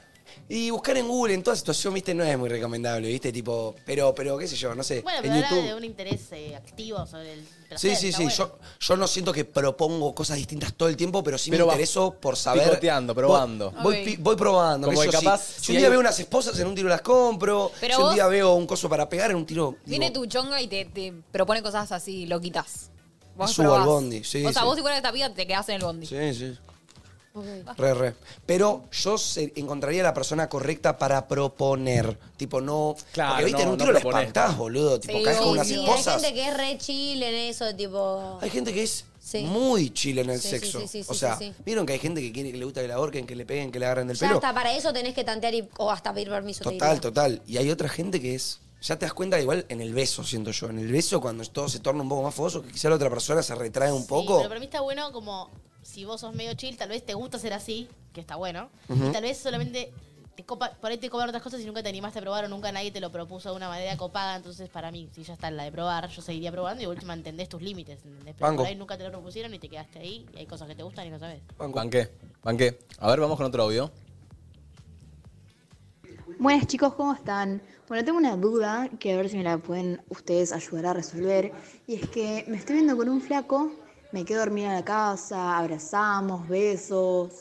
[SPEAKER 3] Y buscar en Google en toda situación, viste, no es muy recomendable, viste, tipo, pero, pero qué sé yo, no sé.
[SPEAKER 8] Bueno,
[SPEAKER 3] en
[SPEAKER 8] pero habla
[SPEAKER 3] YouTube.
[SPEAKER 8] de un interés eh, activo sobre el
[SPEAKER 3] Sí,
[SPEAKER 8] placer.
[SPEAKER 3] sí,
[SPEAKER 8] está
[SPEAKER 3] sí.
[SPEAKER 8] bueno.
[SPEAKER 3] Yo, yo no siento que propongo cosas distintas todo el tiempo, pero sí
[SPEAKER 1] Pero
[SPEAKER 3] me
[SPEAKER 1] va
[SPEAKER 3] intereso por saber.
[SPEAKER 1] picoteando, probando.
[SPEAKER 3] Voy, voy
[SPEAKER 4] Ok.
[SPEAKER 3] pi- voy probando.
[SPEAKER 1] Como
[SPEAKER 3] qué
[SPEAKER 1] que
[SPEAKER 3] sé yo,
[SPEAKER 1] capaz,
[SPEAKER 3] si,
[SPEAKER 1] si
[SPEAKER 3] si un
[SPEAKER 1] hay
[SPEAKER 3] día
[SPEAKER 1] un-
[SPEAKER 3] veo unas esposas, en un tiro las compro.
[SPEAKER 4] Pero
[SPEAKER 3] si un
[SPEAKER 4] vos-
[SPEAKER 3] día veo un coso para pegar, en un tiro.
[SPEAKER 4] Viene
[SPEAKER 3] digo,
[SPEAKER 4] tu chonga y te, te propone cosas así, lo quitas. Vos
[SPEAKER 3] Subo
[SPEAKER 4] probás.
[SPEAKER 3] al bondi, sí,
[SPEAKER 4] O sea,
[SPEAKER 3] sí.
[SPEAKER 4] vos igual a esta piba te quedás en el bondi.
[SPEAKER 3] Sí, sí.
[SPEAKER 2] Ok.
[SPEAKER 3] Re, re. Pero yo se- encontraría la persona correcta para proponer. Tipo, no.
[SPEAKER 1] Claro,
[SPEAKER 3] porque viste,
[SPEAKER 1] no,
[SPEAKER 3] en un
[SPEAKER 1] no
[SPEAKER 3] tiro la
[SPEAKER 1] proponés.
[SPEAKER 3] espantás, boludo. Tipo,
[SPEAKER 4] Sí,
[SPEAKER 3] caes con
[SPEAKER 4] obvio.
[SPEAKER 3] unas
[SPEAKER 2] Sí, hay
[SPEAKER 3] esposas.
[SPEAKER 2] gente que es re chile en eso, tipo.
[SPEAKER 3] Hay gente que es
[SPEAKER 2] Sí.
[SPEAKER 3] muy chile en el
[SPEAKER 2] Sí, sí,
[SPEAKER 3] sexo.
[SPEAKER 2] sí, sí,
[SPEAKER 3] o
[SPEAKER 2] sí,
[SPEAKER 3] sea,
[SPEAKER 2] sí, sí.
[SPEAKER 3] vieron que hay gente que quiere que le gusta que la ahorquen, que le peguen, que le agarren del
[SPEAKER 2] Ya
[SPEAKER 3] pelo.
[SPEAKER 2] hasta para eso tenés que tantear y- o hasta pedir permiso. te
[SPEAKER 3] Total,
[SPEAKER 2] diría.
[SPEAKER 3] total. Y hay otra gente que es. Ya te das cuenta, igual en el beso, siento yo. En el beso, cuando todo se torna un poco más fogoso, que quizá la otra persona se retrae un
[SPEAKER 8] Sí,
[SPEAKER 3] poco.
[SPEAKER 8] pero para mí está bueno como si vos sos medio chill, tal vez te gusta ser así, que está bueno. Y tal vez solamente te copa, por ahí te copan otras cosas y nunca te animaste a probar o nunca nadie te lo propuso de una manera copada. Entonces, para mí, si ya está en la de probar, yo seguiría probando y de última entendés tus límites. ¿entendés? Pero
[SPEAKER 3] Banco.
[SPEAKER 8] por ahí nunca te lo propusieron y te quedaste ahí y hay cosas que te gustan y no sabes.
[SPEAKER 3] Banco.
[SPEAKER 1] Banqué, banqué. A ver, vamos con otro audio.
[SPEAKER 11] Buenas chicos, ¿cómo están? Bueno, tengo una duda que a ver si me la pueden ustedes ayudar a resolver. Y es que me estoy viendo con un flaco, me quedo dormida en la casa, abrazamos, besos,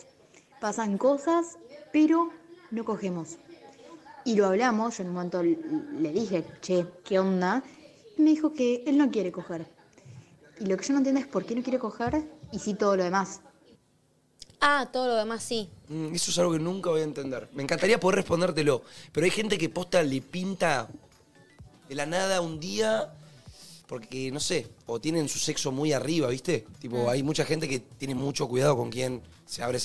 [SPEAKER 11] pasan cosas, pero no cogemos. Y lo hablamos, yo en un momento l- le dije, che, ¿qué onda? Y me dijo que él no quiere coger. Y lo que yo no entiendo es por qué no quiere coger y sí todo lo demás.
[SPEAKER 2] Ah, todo lo demás sí.
[SPEAKER 3] Mm, Eso es algo que nunca voy a entender. Me encantaría poder respondértelo, pero hay gente que posta le pinta de la nada un día porque, no sé, o tienen su sexo muy arriba, ¿viste? Tipo,
[SPEAKER 12] Mm.
[SPEAKER 3] hay mucha gente que tiene mucho cuidado con quién se abre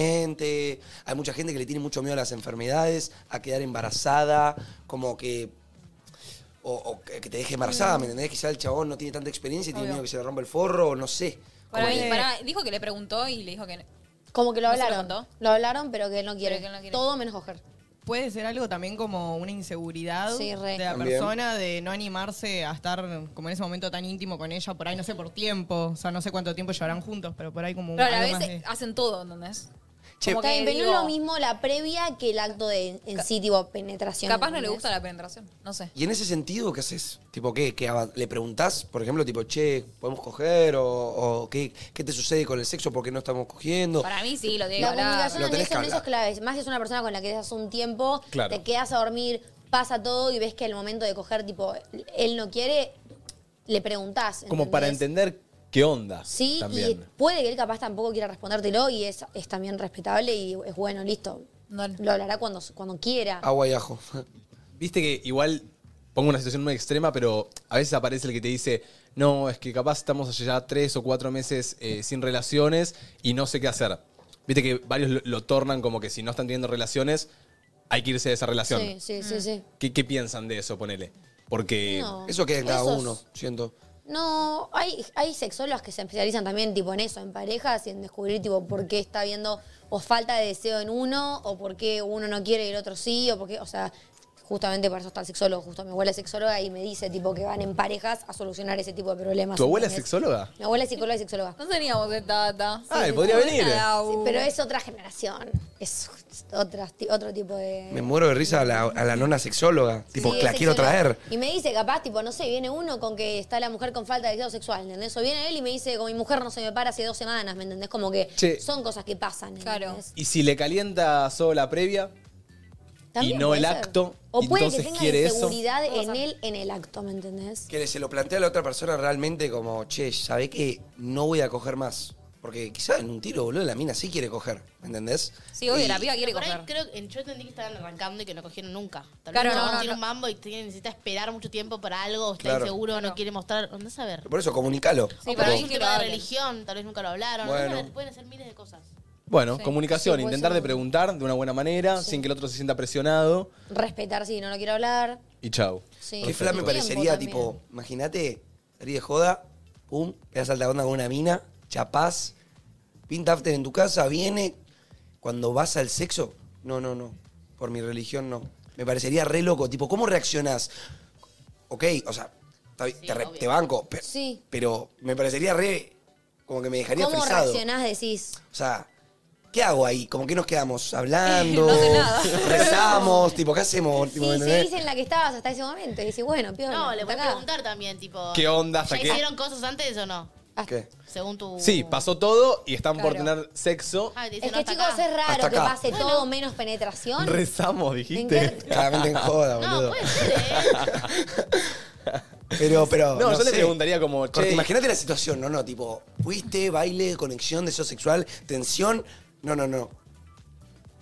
[SPEAKER 3] sexualmente, hay mucha gente que le tiene mucho miedo a las enfermedades, a quedar embarazada, como que... O, o que que te deje embarazada, ¿me entendés? Quizá el chabón no tiene tanta experiencia y tiene
[SPEAKER 4] Obvio.
[SPEAKER 3] miedo que se le rompa el forro, o no sé.
[SPEAKER 4] Para
[SPEAKER 3] Como
[SPEAKER 4] mí,
[SPEAKER 3] que-
[SPEAKER 4] pará, dijo que le preguntó y le dijo que.
[SPEAKER 2] Como que lo
[SPEAKER 4] ¿No se lo
[SPEAKER 2] hablaron.
[SPEAKER 4] contó?
[SPEAKER 2] lo hablaron, pero que él no quiere.
[SPEAKER 4] Pero que él no quiere.
[SPEAKER 2] Todo menos coger.
[SPEAKER 10] Puede ser algo también como una inseguridad
[SPEAKER 2] Sí, re.
[SPEAKER 10] de la
[SPEAKER 2] También.
[SPEAKER 10] persona de no animarse a estar como en ese momento tan íntimo con ella, por ahí, no sé, por tiempo. O sea, no sé cuánto tiempo llevarán juntos, pero por ahí como un
[SPEAKER 4] Pero a la
[SPEAKER 10] algo
[SPEAKER 4] vez
[SPEAKER 10] más de-
[SPEAKER 4] hacen todo, ¿entendés?
[SPEAKER 10] Che,
[SPEAKER 2] Como que
[SPEAKER 4] que
[SPEAKER 2] pero no es
[SPEAKER 4] digo-
[SPEAKER 2] lo mismo la previa que el acto de, en sí, tipo penetración.
[SPEAKER 4] Capaz no le
[SPEAKER 2] ¿entendés?
[SPEAKER 4] gusta la penetración, no sé.
[SPEAKER 3] Y en ese sentido, ¿qué haces? Tipo, ¿qué? ¿Qué ava- ¿Le preguntás, por ejemplo, tipo, che, podemos coger? ¿O, o ¿qué, qué te sucede con el sexo? ¿Por qué no estamos cogiendo?
[SPEAKER 4] Para mí sí, lo tiene que
[SPEAKER 2] La
[SPEAKER 4] hablar.
[SPEAKER 2] comunicación
[SPEAKER 3] Lo
[SPEAKER 2] en
[SPEAKER 3] tenés
[SPEAKER 2] eso,
[SPEAKER 3] que
[SPEAKER 2] en eso es
[SPEAKER 3] hablar.
[SPEAKER 2] clave. Más si es una persona con la que estás un tiempo,
[SPEAKER 3] Claro.
[SPEAKER 2] te quedas a dormir, pasa todo y ves que al momento de coger, tipo, él no quiere, le preguntás.
[SPEAKER 1] Como para
[SPEAKER 2] ¿entendés?
[SPEAKER 1] entender qué onda.
[SPEAKER 2] Sí, y
[SPEAKER 1] también.
[SPEAKER 2] puede que él capaz tampoco quiera respondértelo y es, es también respetable y es bueno, listo. Lo hablará cuando, cuando quiera.
[SPEAKER 3] Agua y ajo.
[SPEAKER 1] Viste que igual pongo una situación muy extrema, pero a veces aparece el que te dice, no, es que capaz estamos ya tres o cuatro meses eh, sin relaciones y no sé qué hacer. Viste que varios lo, lo tornan como que si no están teniendo relaciones, hay que irse de esa relación.
[SPEAKER 2] Sí, sí,
[SPEAKER 4] Mm.
[SPEAKER 2] sí, sí.
[SPEAKER 1] ¿Qué, qué piensan de eso, ponele? Porque...
[SPEAKER 2] No.
[SPEAKER 3] Eso queda en cada
[SPEAKER 2] Esos-
[SPEAKER 3] uno, siento.
[SPEAKER 2] No, hay, hay sexólogas que se especializan también tipo en eso, en parejas y en descubrir tipo por qué está habiendo o falta de deseo en uno, o por qué uno no quiere y el otro sí, o por qué, o sea, justamente para eso está el sexólogo, justo mi abuela es sexóloga y me dice tipo que van en parejas a solucionar ese tipo de problemas.
[SPEAKER 1] ¿Tu abuela es
[SPEAKER 2] ¿entendés?
[SPEAKER 1] sexóloga?
[SPEAKER 2] Mi abuela es psicóloga y sexóloga.
[SPEAKER 4] No teníamos de tata.
[SPEAKER 1] Ah, él podría venir.
[SPEAKER 2] Sí, pero es otra generación, es otra- otro tipo de...
[SPEAKER 3] Me muero de risa a la, a la nona sexóloga. Tipo,
[SPEAKER 2] Sí,
[SPEAKER 3] la
[SPEAKER 2] es
[SPEAKER 3] quiero
[SPEAKER 2] sexóloga.
[SPEAKER 3] traer.
[SPEAKER 2] Y me dice, capaz, tipo, no sé, viene uno con que está la mujer con falta de deseo sexual, ¿entendés? O viene él y me dice, con mi mujer no se me para hace dos semanas, ¿me entendés? Como que
[SPEAKER 1] Che.
[SPEAKER 2] son cosas que pasan, Claro.
[SPEAKER 1] Y si le calienta solo la previa y no el acto,
[SPEAKER 2] O puede que
[SPEAKER 1] entonces
[SPEAKER 2] tenga
[SPEAKER 1] quiere eso.
[SPEAKER 2] inseguridad en él en el acto, ¿me entendés?
[SPEAKER 3] Que se lo plantea a la otra persona realmente como, che, ¿sabés que no voy a coger más? Porque quizá en un tiro, boludo, la mina sí quiere coger, ¿me entendés?
[SPEAKER 4] Sí, obvio,
[SPEAKER 3] Y-
[SPEAKER 4] la piba quiere
[SPEAKER 8] Pero por ahí
[SPEAKER 4] coger.
[SPEAKER 8] creo que yo entendí que estaban arrancando y que no cogieron nunca. Tal vez
[SPEAKER 4] Claro,
[SPEAKER 8] uno
[SPEAKER 4] no, no,
[SPEAKER 8] tiene
[SPEAKER 4] no.
[SPEAKER 8] un mambo y tiene- necesita esperar mucho tiempo para algo, o está
[SPEAKER 3] Claro.
[SPEAKER 8] inseguro, no quiere mostrar. ¿Dónde saber?
[SPEAKER 3] Por eso, comunicalo.
[SPEAKER 8] O
[SPEAKER 4] para
[SPEAKER 8] por
[SPEAKER 4] mí
[SPEAKER 8] ahí un
[SPEAKER 4] que
[SPEAKER 8] tema
[SPEAKER 4] lo
[SPEAKER 8] de
[SPEAKER 4] hablen.
[SPEAKER 8] religión, tal vez nunca lo hablaron.
[SPEAKER 1] Bueno.
[SPEAKER 8] Pueden hacer- Pueden hacer miles de cosas.
[SPEAKER 1] Bueno,
[SPEAKER 2] Sí.
[SPEAKER 1] comunicación,
[SPEAKER 2] Sí, puede
[SPEAKER 1] intentar
[SPEAKER 2] ser.
[SPEAKER 1] de preguntar de una buena manera, sin que el otro se sienta presionado
[SPEAKER 2] Respetar si no lo quiero hablar.
[SPEAKER 1] y chau.
[SPEAKER 2] Sí.
[SPEAKER 3] Qué fla me
[SPEAKER 2] Tiempo
[SPEAKER 3] parecería,
[SPEAKER 2] también.
[SPEAKER 3] tipo, imagínate, salí de joda, pum, te das alta onda con una mina, chapás, pinta after en tu casa, viene, cuando vas al sexo, no, no, no, por mi religión no. Me parecería re loco, tipo, ¿cómo reaccionás? Ok, o sea, está bien, te, re- te banco, pe-
[SPEAKER 2] Sí.
[SPEAKER 3] pero me parecería re, como que me dejaría
[SPEAKER 2] ¿Cómo
[SPEAKER 3] frisado.
[SPEAKER 2] reaccionás, decís?
[SPEAKER 3] O sea, ¿qué hago ahí? Como que nos quedamos hablando,
[SPEAKER 4] No sé nada.
[SPEAKER 3] rezamos, tipo, ¿qué hacemos?
[SPEAKER 2] Sí,
[SPEAKER 3] Tipo,
[SPEAKER 2] sí,
[SPEAKER 3] ¿entendés?
[SPEAKER 2] dicen la que estabas hasta ese momento. Y decís, bueno, piola,
[SPEAKER 8] No, le
[SPEAKER 2] hasta
[SPEAKER 8] voy a
[SPEAKER 2] acá.
[SPEAKER 8] preguntar también, tipo.
[SPEAKER 1] ¿Qué onda? ¿Hasta
[SPEAKER 8] ¿Ya
[SPEAKER 1] qué?
[SPEAKER 8] hicieron cosas antes o no?
[SPEAKER 3] ¿Qué?
[SPEAKER 8] Según tu.
[SPEAKER 1] Sí, pasó todo y están por
[SPEAKER 4] Claro.
[SPEAKER 1] tener sexo.
[SPEAKER 8] Ah, te dicen,
[SPEAKER 2] Es
[SPEAKER 8] no,
[SPEAKER 2] que,
[SPEAKER 8] hasta
[SPEAKER 2] chicos,
[SPEAKER 8] acá.
[SPEAKER 2] es raro
[SPEAKER 1] Hasta
[SPEAKER 2] que
[SPEAKER 1] acá.
[SPEAKER 2] pase todo menos penetración.
[SPEAKER 1] Rezamos, dijiste.
[SPEAKER 3] Claramente en joda,
[SPEAKER 8] No,
[SPEAKER 3] boludo.
[SPEAKER 8] puede ser, ¿eh?
[SPEAKER 3] Pero, pero.
[SPEAKER 1] No, yo le
[SPEAKER 3] sé.
[SPEAKER 1] preguntaría como,
[SPEAKER 3] Corte,
[SPEAKER 1] che,
[SPEAKER 3] imagínate la situación, no, no, tipo, fuiste, baile, conexión, deseo sexual, tensión. No, no, no.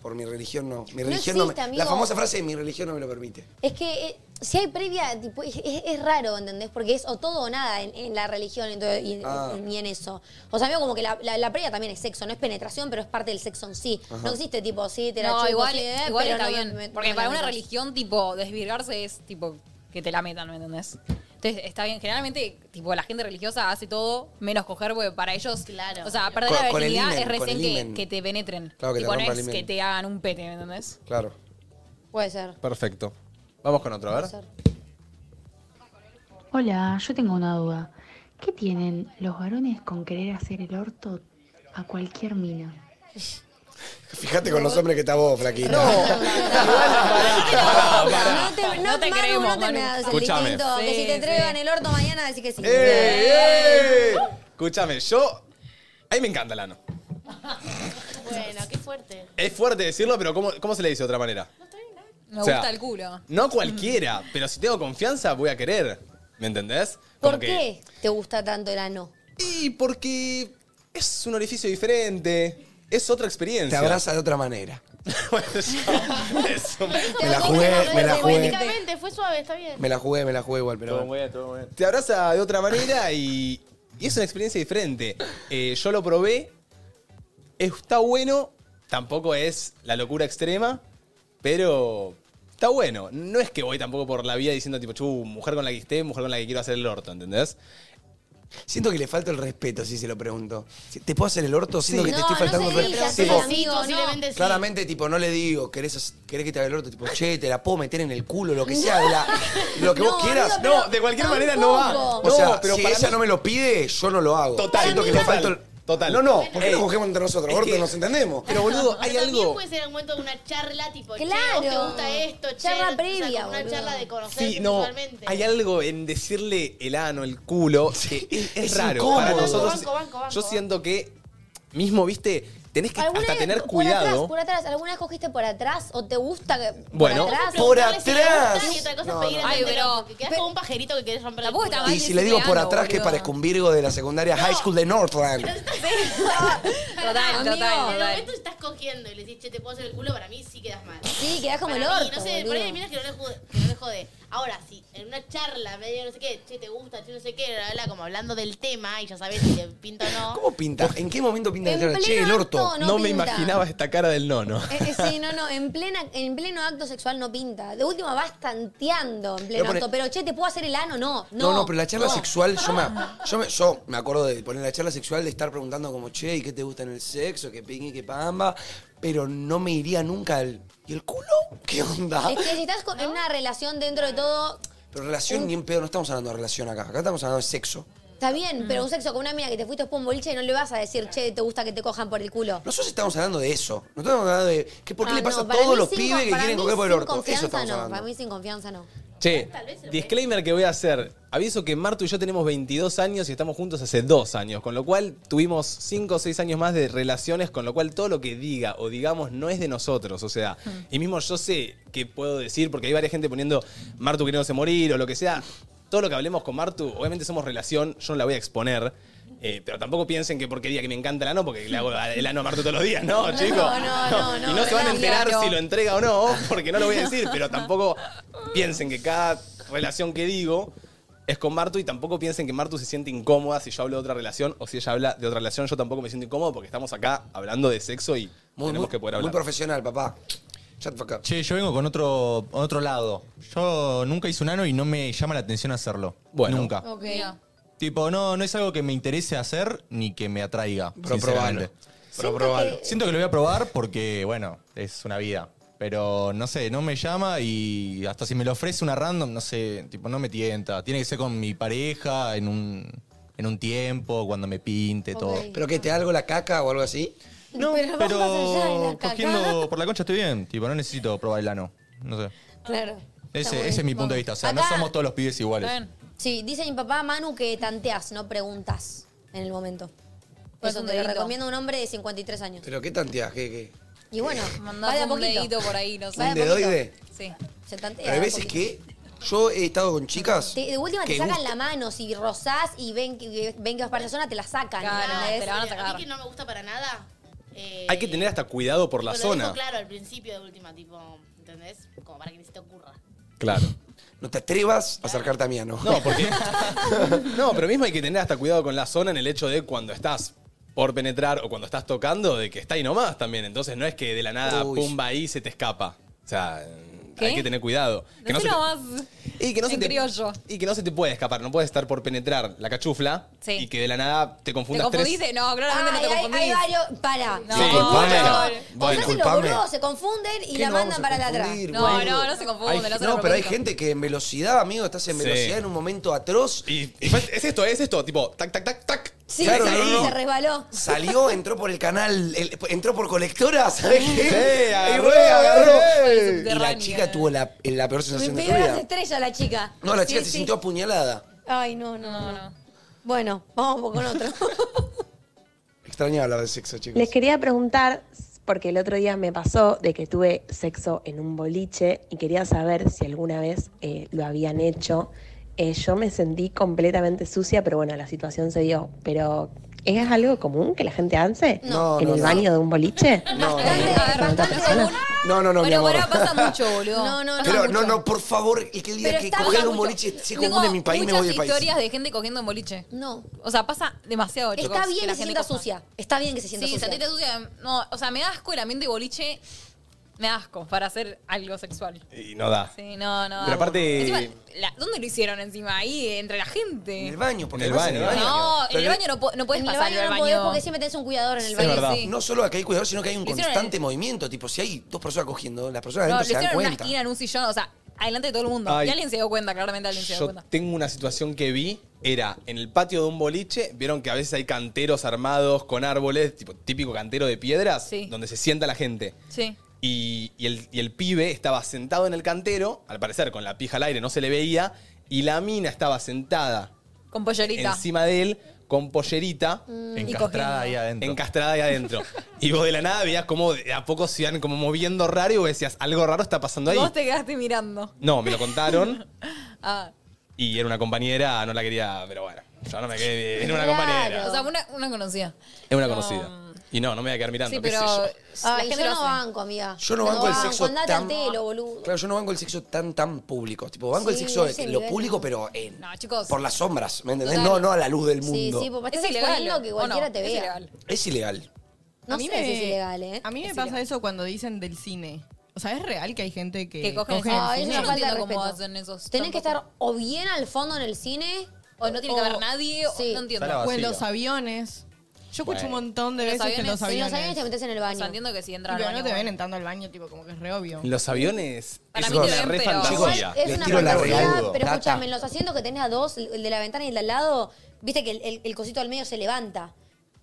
[SPEAKER 3] Por mi religión no. Mi religión no,
[SPEAKER 2] existe,
[SPEAKER 3] me.
[SPEAKER 2] amigo.
[SPEAKER 3] La famosa frase de mi religión no me lo permite.
[SPEAKER 2] Es que eh, si hay previa, tipo, es, es- es raro, ¿entendés? Porque es o todo o nada en, en la religión entonces, y,
[SPEAKER 3] Ah.
[SPEAKER 2] y- y en eso. O sea, veo como que la, la- la previa también es sexo, no es penetración, pero es parte del sexo en sí. No existe tipo, sí, te la
[SPEAKER 4] No,
[SPEAKER 2] chupo,
[SPEAKER 4] igual,
[SPEAKER 2] sí, eh,
[SPEAKER 4] igual
[SPEAKER 2] pero
[SPEAKER 4] está
[SPEAKER 2] no me-
[SPEAKER 4] bien.
[SPEAKER 2] me-
[SPEAKER 4] porque
[SPEAKER 2] no me
[SPEAKER 4] para
[SPEAKER 2] la
[SPEAKER 4] una
[SPEAKER 2] metas.
[SPEAKER 4] religión, tipo, desvirgarse es, tipo, que te la metan, ¿me entendés? Entonces, está bien. Generalmente, tipo, la gente religiosa hace todo menos coger, porque para ellos...
[SPEAKER 8] Claro.
[SPEAKER 4] O sea, perder
[SPEAKER 3] Con-
[SPEAKER 4] la
[SPEAKER 3] con el
[SPEAKER 4] virginidad
[SPEAKER 3] himen,
[SPEAKER 4] es
[SPEAKER 3] con el
[SPEAKER 4] recién
[SPEAKER 3] himen.
[SPEAKER 4] que, que te penetren.
[SPEAKER 3] Claro, que te
[SPEAKER 4] tipo, no
[SPEAKER 3] rompa el
[SPEAKER 4] es
[SPEAKER 3] himen.
[SPEAKER 4] que te hagan un pete, ¿me entendés?
[SPEAKER 3] Claro.
[SPEAKER 2] Puede ser.
[SPEAKER 1] perfecto. Vamos con otro, a
[SPEAKER 2] Puede
[SPEAKER 1] ver.
[SPEAKER 2] ser.
[SPEAKER 11] Hola, yo tengo una duda. ¿Qué tienen los varones con querer hacer el orto a cualquier mina?
[SPEAKER 3] Fíjate con los hombres que está vos, flaquita. Ah,
[SPEAKER 2] No te, no,
[SPEAKER 4] No te
[SPEAKER 2] Manu,
[SPEAKER 4] creemos,
[SPEAKER 2] no te
[SPEAKER 4] Manu.
[SPEAKER 2] me hagas el
[SPEAKER 1] Escuchame.
[SPEAKER 2] distinto. Que
[SPEAKER 4] Sí,
[SPEAKER 2] si te
[SPEAKER 4] sí.
[SPEAKER 2] entregan el orto mañana, decís que sí.
[SPEAKER 1] ¡Eh, eh! Escúchame, yo. A mí me encanta el ano.
[SPEAKER 8] Bueno, qué fuerte.
[SPEAKER 1] Es fuerte decirlo, pero ¿cómo, cómo se le dice de otra manera?
[SPEAKER 4] Me
[SPEAKER 1] O sea,
[SPEAKER 4] gusta el culo.
[SPEAKER 1] No cualquiera, pero si tengo confianza, voy a querer. ¿Me entendés? Como
[SPEAKER 2] ¿Por
[SPEAKER 1] que-
[SPEAKER 2] qué te gusta tanto el ano?
[SPEAKER 1] Y porque es un orificio diferente. Es otra experiencia.
[SPEAKER 3] Te abraza de otra manera.
[SPEAKER 1] me
[SPEAKER 3] Me la jugué, me la jugué.
[SPEAKER 8] Técnicamente, fue suave, está bien.
[SPEAKER 3] Me la jugué, me la jugué igual, pero. bueno.
[SPEAKER 1] Te abraza de otra manera y, y es una experiencia diferente. Eh, yo lo probé, está bueno, tampoco es la locura extrema, pero está bueno. No es que voy tampoco por la vida diciendo tipo, chu, mujer con la que esté, mujer con la que quiero hacer el orto, ¿entendés?
[SPEAKER 3] Siento que le falta el respeto si se lo pregunto. ¿Te puedo hacer el orto? Siento
[SPEAKER 1] Sí.
[SPEAKER 3] que
[SPEAKER 1] No,
[SPEAKER 3] te estoy
[SPEAKER 1] no
[SPEAKER 3] faltando
[SPEAKER 1] se
[SPEAKER 3] el
[SPEAKER 1] dice,
[SPEAKER 3] respeto.
[SPEAKER 1] hacer
[SPEAKER 3] Tipo,
[SPEAKER 1] amigo,
[SPEAKER 8] no. Posiblemente sí.
[SPEAKER 3] Claramente, tipo, no le digo, ¿querés, hac- querés que te haga el orto? Tipo, che, te la puedo meter en el culo, lo que sea, de la- lo que
[SPEAKER 1] No,
[SPEAKER 3] vos quieras.
[SPEAKER 1] amigo, pero No, de cualquier manera no va. tampoco.
[SPEAKER 3] O sea,
[SPEAKER 1] No, pero
[SPEAKER 3] si
[SPEAKER 1] para
[SPEAKER 3] ella
[SPEAKER 1] mí-
[SPEAKER 3] no me lo pide, yo no lo hago.
[SPEAKER 1] Total,
[SPEAKER 3] Siento que
[SPEAKER 1] para
[SPEAKER 3] le
[SPEAKER 1] mí
[SPEAKER 3] falta
[SPEAKER 1] no.
[SPEAKER 3] el... Total. No, no, ¿por qué
[SPEAKER 1] Ey,
[SPEAKER 3] no cogemos entre nosotros,
[SPEAKER 1] es
[SPEAKER 3] Gordo?
[SPEAKER 1] que-
[SPEAKER 3] Nos entendemos.
[SPEAKER 1] Pero boludo, hay
[SPEAKER 8] También
[SPEAKER 1] algo...
[SPEAKER 8] puede ser en un momento de una charla tipo,
[SPEAKER 2] Claro.
[SPEAKER 8] che, ¿vos te gusta esto, che,
[SPEAKER 2] Charla
[SPEAKER 8] no te- o sea,
[SPEAKER 2] previa,
[SPEAKER 8] como una
[SPEAKER 2] boludo.
[SPEAKER 8] charla de conocerse
[SPEAKER 1] Sí, no,
[SPEAKER 8] visualmente.
[SPEAKER 1] hay algo en decirle el ano, el culo, que es, es
[SPEAKER 3] es
[SPEAKER 1] raro.
[SPEAKER 3] incómodo.
[SPEAKER 1] Para
[SPEAKER 3] Banco,
[SPEAKER 1] nosotros,
[SPEAKER 8] banco, banco, banco,
[SPEAKER 1] yo
[SPEAKER 8] banco.
[SPEAKER 1] siento que mismo, viste, tenés que
[SPEAKER 2] ¿Alguna
[SPEAKER 1] hasta
[SPEAKER 2] vez
[SPEAKER 1] tener
[SPEAKER 2] por
[SPEAKER 1] cuidado.
[SPEAKER 2] Atrás, por atrás, ¿alguna vez cogiste por atrás o te gusta que por
[SPEAKER 1] Bueno,
[SPEAKER 2] atrás?
[SPEAKER 3] por
[SPEAKER 8] Preguntarle si le gusta
[SPEAKER 3] atrás.
[SPEAKER 8] Y otra cosa
[SPEAKER 3] No,
[SPEAKER 8] es pedir
[SPEAKER 3] no.
[SPEAKER 4] Ay,
[SPEAKER 8] el
[SPEAKER 4] pero-
[SPEAKER 8] porque quedás como un pajerito que querés romper
[SPEAKER 4] Tampoco está mal.
[SPEAKER 3] Y si le digo por
[SPEAKER 4] Lesbiano,
[SPEAKER 3] atrás que
[SPEAKER 4] boludo.
[SPEAKER 3] parezco un Virgo de la secundaria High School de Northland.
[SPEAKER 4] Total,
[SPEAKER 2] Amigo.
[SPEAKER 4] total,
[SPEAKER 8] En el
[SPEAKER 4] total.
[SPEAKER 8] momento estás cogiendo y le decís, che, te puedo hacer el culo, para mí sí quedas mal.
[SPEAKER 2] Sí, quedás como el
[SPEAKER 8] Para mí,
[SPEAKER 2] orto,
[SPEAKER 8] No sé, por ahí hay
[SPEAKER 2] boludo.
[SPEAKER 8] minas que no le jode. que no le jode. Ahora, sí, en una charla medio no sé qué, che, te gusta, che, no sé qué, bla, bla, bla, como hablando del tema y ya sabes si te pinta o no.
[SPEAKER 3] ¿Cómo pinta? ¿En qué momento pinta
[SPEAKER 2] En
[SPEAKER 3] el orto? Che, el
[SPEAKER 2] pleno
[SPEAKER 3] orto.
[SPEAKER 2] acto,
[SPEAKER 1] No,
[SPEAKER 2] No
[SPEAKER 1] me
[SPEAKER 2] pinta.
[SPEAKER 1] imaginaba esta cara del nono.
[SPEAKER 2] Eh, eh, sí, no, no, en, plena, en pleno acto sexual no pinta. De última vas tanteando en pleno
[SPEAKER 3] Pero pone-
[SPEAKER 2] acto, pero che, ¿te puedo hacer el ano? No, no.
[SPEAKER 3] No, no, pero la charla
[SPEAKER 2] no.
[SPEAKER 3] sexual, yo me, yo, me, yo me acuerdo de poner la charla sexual, de estar preguntando como, che, ¿y qué te gusta en el sexo? ¿Qué pingui, qué pamba? Pero no me iría nunca al... ¿Y el culo? ¿Qué onda?
[SPEAKER 2] Es que si estás con- en una relación dentro de todo,
[SPEAKER 3] Pero relación ni en pedo, no estamos hablando de relación acá. Acá estamos hablando de sexo.
[SPEAKER 2] está bien, pero un sexo con una mina que te fuiste después un boliche no le vas a decir, che, ¿te gusta que te cojan por el culo?
[SPEAKER 3] Nosotros estamos hablando de eso. No estamos hablando de... ¿qué, ¿Por qué
[SPEAKER 2] Ah,
[SPEAKER 3] le pasa
[SPEAKER 2] no,
[SPEAKER 3] a
[SPEAKER 2] para
[SPEAKER 3] todos
[SPEAKER 2] mí
[SPEAKER 3] los
[SPEAKER 2] sin
[SPEAKER 3] pibes
[SPEAKER 2] con-
[SPEAKER 3] que
[SPEAKER 2] para
[SPEAKER 3] quieren
[SPEAKER 2] mí
[SPEAKER 3] coger por el
[SPEAKER 2] sin
[SPEAKER 3] orto? Eso
[SPEAKER 2] confianza
[SPEAKER 3] estamos
[SPEAKER 2] no,
[SPEAKER 3] hablando.
[SPEAKER 2] para mí sin confianza no.
[SPEAKER 1] Che,
[SPEAKER 8] Tal vez se lo
[SPEAKER 1] disclaimer que voy a hacer. Aviso que Martu y yo tenemos 22 años y estamos juntos hace 2 años, con lo cual tuvimos 5 o 6 años más de relaciones, con lo cual todo lo que diga o digamos no es de nosotros. O sea, y mismo yo sé que puedo decir, porque hay varias gente poniendo Martu queriéndose morir o lo que sea. Todo lo que hablemos con Martu, obviamente somos relación, yo no la voy a exponer. eh, pero tampoco piensen que porque diga que me encanta el ano, porque le hago el ano a Martu todos los días, ¿no, chicos?
[SPEAKER 2] no, no,
[SPEAKER 1] y
[SPEAKER 2] no,
[SPEAKER 1] no se van a
[SPEAKER 2] claro.
[SPEAKER 1] enterar si lo entrega o no, porque no lo voy a decir, pero tampoco piensen que cada relación que digo es con Martu y tampoco piensen que Martu se siente incómoda si yo hablo de otra relación o si ella habla de otra relación, yo tampoco me siento incómodo porque estamos acá hablando de sexo y
[SPEAKER 3] Muy,
[SPEAKER 1] tenemos
[SPEAKER 3] muy-
[SPEAKER 1] que poder
[SPEAKER 3] muy
[SPEAKER 1] hablar.
[SPEAKER 3] profesional, papá. Shut the fuck up.
[SPEAKER 5] Che, yo vengo con otro, otro lado. Yo nunca hice un ano y no me llama la atención hacerlo.
[SPEAKER 1] Bueno.
[SPEAKER 5] Nunca.
[SPEAKER 4] Ok.
[SPEAKER 5] Tipo, no, no es algo que me interese hacer ni que me atraiga.
[SPEAKER 3] Pero
[SPEAKER 5] sinceramente.
[SPEAKER 3] probalo. Pero probalo.
[SPEAKER 5] Siento que lo voy a probar porque, bueno, es una vida. Pero no sé, no me llama y hasta si me lo ofrece una random, no sé, tipo, no me tienta. Tiene que ser con mi pareja en un, en un tiempo, cuando me pinte, todo.
[SPEAKER 2] Ok.
[SPEAKER 3] ¿Pero que te da algo la caca o algo así?
[SPEAKER 5] No, pero,
[SPEAKER 2] vamos allá de la caca.
[SPEAKER 5] cogiendo por la concha estoy bien. Tipo, no necesito probar el ano. No sé.
[SPEAKER 2] Claro. Está
[SPEAKER 5] Ese,
[SPEAKER 2] bueno.
[SPEAKER 5] ese es mi punto de vista. O sea, no
[SPEAKER 2] Acá-
[SPEAKER 5] somos todos los pibes iguales.
[SPEAKER 4] Está bien.
[SPEAKER 2] Sí, dice mi papá Manu que tanteas, no preguntas en el momento.
[SPEAKER 4] Pues
[SPEAKER 2] Eso
[SPEAKER 4] un
[SPEAKER 2] te lo
[SPEAKER 4] dedito.
[SPEAKER 2] recomiendo a un hombre de 53 años.
[SPEAKER 3] ¿Pero qué tanteás? ¿Qué,
[SPEAKER 2] Eh,
[SPEAKER 3] qué?
[SPEAKER 2] Y bueno,
[SPEAKER 4] Mandás
[SPEAKER 2] vaya
[SPEAKER 4] un
[SPEAKER 2] poquito.
[SPEAKER 4] dedito por ahí, no
[SPEAKER 2] Vaya
[SPEAKER 3] ¿Un
[SPEAKER 4] sé.
[SPEAKER 2] poquito.
[SPEAKER 3] dedoide?
[SPEAKER 4] Sí.
[SPEAKER 2] Se tantea.
[SPEAKER 3] Pero hay
[SPEAKER 2] de a
[SPEAKER 3] veces
[SPEAKER 2] poquito.
[SPEAKER 3] que yo he estado con chicas.
[SPEAKER 2] Te- de última te
[SPEAKER 3] que
[SPEAKER 2] sacan
[SPEAKER 3] gust-
[SPEAKER 2] la mano, si rozás y ven que, ven que vas para la zona, te la sacan.
[SPEAKER 4] Claro,
[SPEAKER 2] ¿entendés?
[SPEAKER 4] te la van a
[SPEAKER 8] Mira,
[SPEAKER 4] sacar.
[SPEAKER 8] mí que no me gusta para nada. eh,
[SPEAKER 1] Hay que tener hasta cuidado por la
[SPEAKER 8] tipo, lo
[SPEAKER 1] zona.
[SPEAKER 8] dijo claro, al principio de última, tipo, ¿entendés? Como para que ni se te ocurra.
[SPEAKER 1] Claro.
[SPEAKER 3] No te atrevas a acercarte a mí, ¿no?
[SPEAKER 1] No, porque. no, pero mismo hay que tener hasta cuidado con la zona en el hecho de cuando estás por penetrar o cuando estás tocando, de que está ahí nomás también. Entonces no es que de la nada,
[SPEAKER 3] Uy.
[SPEAKER 1] pumba ahí, se te escapa. O sea,
[SPEAKER 4] ¿Qué?
[SPEAKER 1] hay que tener cuidado. Que no
[SPEAKER 4] No
[SPEAKER 1] se te-
[SPEAKER 4] más.
[SPEAKER 1] y que no se
[SPEAKER 4] en
[SPEAKER 1] te-
[SPEAKER 4] criollo.
[SPEAKER 1] Y que no se te puede escapar. No puedes estar por penetrar la cachufla
[SPEAKER 4] Sí.
[SPEAKER 1] y que de la nada te
[SPEAKER 4] ¿Te
[SPEAKER 1] confundas tres.
[SPEAKER 4] confundiste? No, claramente no
[SPEAKER 2] Ay,
[SPEAKER 4] te
[SPEAKER 2] hay, hay
[SPEAKER 4] confundís.
[SPEAKER 2] varios. Para.
[SPEAKER 4] No.
[SPEAKER 1] Sí, bueno,
[SPEAKER 2] Bueno,
[SPEAKER 1] bueno.
[SPEAKER 2] los
[SPEAKER 3] Disculpame.
[SPEAKER 2] boludos se confunden y
[SPEAKER 3] ¿Qué
[SPEAKER 2] la
[SPEAKER 3] nos
[SPEAKER 2] mandan
[SPEAKER 3] vamos a
[SPEAKER 2] para la atrás.
[SPEAKER 3] confundir,
[SPEAKER 4] No,
[SPEAKER 3] boludo?
[SPEAKER 4] no, no se confunden.
[SPEAKER 1] Hay-
[SPEAKER 4] nosotros
[SPEAKER 3] No,
[SPEAKER 4] lo
[SPEAKER 3] pero hay
[SPEAKER 4] confundido.
[SPEAKER 3] gente que en velocidad, amigo, estás en
[SPEAKER 1] Sí.
[SPEAKER 3] velocidad en un momento atroz.
[SPEAKER 1] Y, y fue- es esto, es esto, tipo, tac, tac, tac, tac.
[SPEAKER 2] Sí,
[SPEAKER 3] Claro,
[SPEAKER 2] se,
[SPEAKER 3] no, no.
[SPEAKER 2] se resbaló.
[SPEAKER 3] Salió, entró por el canal, el- entró por colectora, ¿sabés qué?
[SPEAKER 1] Sí, agarró,
[SPEAKER 3] Y fue, agarró.
[SPEAKER 1] eh.
[SPEAKER 3] Y la chica tuvo la, la peor
[SPEAKER 2] Me
[SPEAKER 3] sensación de su
[SPEAKER 2] pegó las
[SPEAKER 3] vida.
[SPEAKER 2] estrellas la chica.
[SPEAKER 3] No, la
[SPEAKER 2] Sí,
[SPEAKER 3] chica se
[SPEAKER 2] sí.
[SPEAKER 3] sintió apuñalada.
[SPEAKER 2] Ay, no, no, no. Bueno, vamos con otro.
[SPEAKER 3] Extrañaba hablar de sexo, chicos.
[SPEAKER 11] Les quería preguntar, porque el otro día me pasó de que tuve sexo en un boliche y quería saber si alguna vez eh, lo habían hecho. Eh, yo me sentí completamente sucia, pero bueno, la situación se dio. Pero
[SPEAKER 12] ¿Es algo común que la gente hace?
[SPEAKER 3] No.
[SPEAKER 12] ¿En
[SPEAKER 3] No,
[SPEAKER 12] el
[SPEAKER 3] no,
[SPEAKER 12] baño de un boliche?
[SPEAKER 3] No, no, no, no, mi
[SPEAKER 12] Pero
[SPEAKER 3] amor.
[SPEAKER 12] pará, pasa mucho,
[SPEAKER 4] boludo.
[SPEAKER 12] No, no, no,
[SPEAKER 3] Pero
[SPEAKER 12] pasa
[SPEAKER 3] no,
[SPEAKER 12] mucho.
[SPEAKER 3] no, por favor, el que el día
[SPEAKER 4] Pero
[SPEAKER 3] que
[SPEAKER 4] está-
[SPEAKER 3] coge
[SPEAKER 4] pasa
[SPEAKER 3] algo en
[SPEAKER 4] mucho.
[SPEAKER 3] boliche se
[SPEAKER 4] Tengo
[SPEAKER 3] confunde en mi país, me voy del
[SPEAKER 4] Muchas
[SPEAKER 3] país.
[SPEAKER 4] historias de gente cogiendo en boliche.
[SPEAKER 2] No.
[SPEAKER 4] O sea, pasa demasiado,
[SPEAKER 2] Está
[SPEAKER 4] chicos,
[SPEAKER 2] bien
[SPEAKER 4] la
[SPEAKER 2] que se
[SPEAKER 4] gente
[SPEAKER 2] sienta
[SPEAKER 4] coja.
[SPEAKER 2] sucia. Está bien que se sienta
[SPEAKER 4] sí,
[SPEAKER 2] sucia.
[SPEAKER 4] se sienta sucia. No, o sea, me da asco el ambiente de boliche. Me da asco para hacer algo sexual.
[SPEAKER 1] Y no da.
[SPEAKER 4] Sí, no, no.
[SPEAKER 1] Pero aparte-
[SPEAKER 4] Encima, la- ¿Dónde lo hicieron encima? Ahí, entre la gente. En el
[SPEAKER 3] baño, porque
[SPEAKER 1] En el
[SPEAKER 3] además
[SPEAKER 1] baño.
[SPEAKER 4] No, en el
[SPEAKER 3] Pero-
[SPEAKER 4] baño no, po- no puedes
[SPEAKER 2] En el
[SPEAKER 4] pasar
[SPEAKER 2] baño
[SPEAKER 4] al
[SPEAKER 2] no
[SPEAKER 4] baño.
[SPEAKER 2] podés porque siempre tenés un cuidador en el baño. sí.
[SPEAKER 3] No solo que hay cuidador, sino que hay un
[SPEAKER 4] Lo hicieron
[SPEAKER 3] constante movimiento. Tipo, si hay dos personas cogiendo, las personas
[SPEAKER 4] No, lo
[SPEAKER 3] adentro se
[SPEAKER 4] hicieron
[SPEAKER 3] dan
[SPEAKER 4] en una
[SPEAKER 3] cuenta.
[SPEAKER 4] esquina, en un sillón, o sea, adelante de todo el mundo.
[SPEAKER 1] Ay.
[SPEAKER 4] Y alguien se dio cuenta, claramente alguien se dio
[SPEAKER 1] Yo
[SPEAKER 4] cuenta.
[SPEAKER 1] tengo una situación que vi, era en el patio de un boliche, vieron que a veces hay canteros armados con árboles, tipo típico cantero de piedras,
[SPEAKER 4] Sí.
[SPEAKER 1] donde se sienta la gente.
[SPEAKER 4] Sí.
[SPEAKER 1] Y, y el, y el pibe estaba sentado en el cantero, al parecer con la pija al aire no se le veía, y la mina estaba sentada
[SPEAKER 4] Con pollerita.
[SPEAKER 1] encima de él con pollerita.
[SPEAKER 4] Mm. Encastrada
[SPEAKER 1] ahí adentro. Encastrada ahí adentro. y vos de la nada veías como de a poco se iban como moviendo raro y vos decías, algo raro está pasando ahí.
[SPEAKER 4] Vos te quedaste mirando.
[SPEAKER 1] No, me lo contaron
[SPEAKER 4] Ah,
[SPEAKER 1] y era una compañera, no la quería, pero bueno, yo no me quedé, era una
[SPEAKER 4] claro.
[SPEAKER 1] compañera.
[SPEAKER 4] O sea, una, una conocida.
[SPEAKER 1] Es una conocida. Y no, no me voy a quedar mirando,
[SPEAKER 4] Sí,
[SPEAKER 1] qué sé
[SPEAKER 4] pero-
[SPEAKER 1] yo.
[SPEAKER 4] La
[SPEAKER 2] Ay,
[SPEAKER 4] gente
[SPEAKER 2] yo
[SPEAKER 4] lo
[SPEAKER 2] no
[SPEAKER 4] hace. Ah,
[SPEAKER 2] banco, amiga.
[SPEAKER 3] Yo no banco el sexo
[SPEAKER 2] Andate
[SPEAKER 3] tan-
[SPEAKER 2] al telo, boludo.
[SPEAKER 3] Claro, yo no banco el sexo tan, tan público. Tipo, banco el
[SPEAKER 2] Sí,
[SPEAKER 3] sexo
[SPEAKER 2] ese
[SPEAKER 3] en lo
[SPEAKER 2] nivel
[SPEAKER 3] público,
[SPEAKER 2] no.
[SPEAKER 3] pero en-
[SPEAKER 4] No, chicos.
[SPEAKER 3] por las sombras, ¿me entendés?
[SPEAKER 4] Total.
[SPEAKER 3] No, no a la luz del mundo.
[SPEAKER 2] Sí, sí, porque
[SPEAKER 4] Es
[SPEAKER 2] estás
[SPEAKER 4] ilegal,
[SPEAKER 2] exponiendo que
[SPEAKER 4] ¿o
[SPEAKER 2] cualquiera
[SPEAKER 4] no?
[SPEAKER 2] te
[SPEAKER 4] Es
[SPEAKER 2] vea.
[SPEAKER 4] ilegal.
[SPEAKER 3] Es ilegal.
[SPEAKER 2] No sé si es ilegal, ¿eh?
[SPEAKER 10] A mí me pasa eso cuando dicen del cine. O sea, es real que hay gente que,
[SPEAKER 4] Que cogen
[SPEAKER 10] en
[SPEAKER 4] en
[SPEAKER 10] el
[SPEAKER 4] el
[SPEAKER 10] cine?
[SPEAKER 4] cine.
[SPEAKER 2] Una Ah, falta de
[SPEAKER 4] entiendo cómo
[SPEAKER 2] respeto.
[SPEAKER 4] hacen esos
[SPEAKER 2] Tenés que
[SPEAKER 4] tampoco.
[SPEAKER 2] estar o bien al fondo en el cine.
[SPEAKER 4] O no tiene que haber nadie, o- no entiendo. Sala
[SPEAKER 10] O en
[SPEAKER 4] vacía.
[SPEAKER 10] los aviones. Yo escucho
[SPEAKER 4] Bueno.
[SPEAKER 10] un montón de
[SPEAKER 4] En
[SPEAKER 10] veces
[SPEAKER 4] los
[SPEAKER 10] que en los
[SPEAKER 4] aviones- en
[SPEAKER 10] aviones.
[SPEAKER 4] los aviones te metes
[SPEAKER 2] en el baño.
[SPEAKER 4] O sea, entiendo que si entran
[SPEAKER 10] Y pero
[SPEAKER 4] al
[SPEAKER 10] no
[SPEAKER 4] baño,
[SPEAKER 10] te ven
[SPEAKER 4] bueno.
[SPEAKER 10] entrando al baño, tipo, como que es re obvio.
[SPEAKER 1] Los aviones
[SPEAKER 10] Para
[SPEAKER 1] es
[SPEAKER 10] mí te
[SPEAKER 1] una
[SPEAKER 10] ven,
[SPEAKER 1] re
[SPEAKER 10] pero-
[SPEAKER 1] fantasía.
[SPEAKER 2] Igual es
[SPEAKER 1] Les
[SPEAKER 2] una
[SPEAKER 1] tiro la
[SPEAKER 2] fantasía,
[SPEAKER 1] real.
[SPEAKER 2] pero
[SPEAKER 1] Plata.
[SPEAKER 2] escúchame, en los asientos que tenés a dos, el de la ventana y el de al lado, viste que el, el- el cosito al medio se levanta.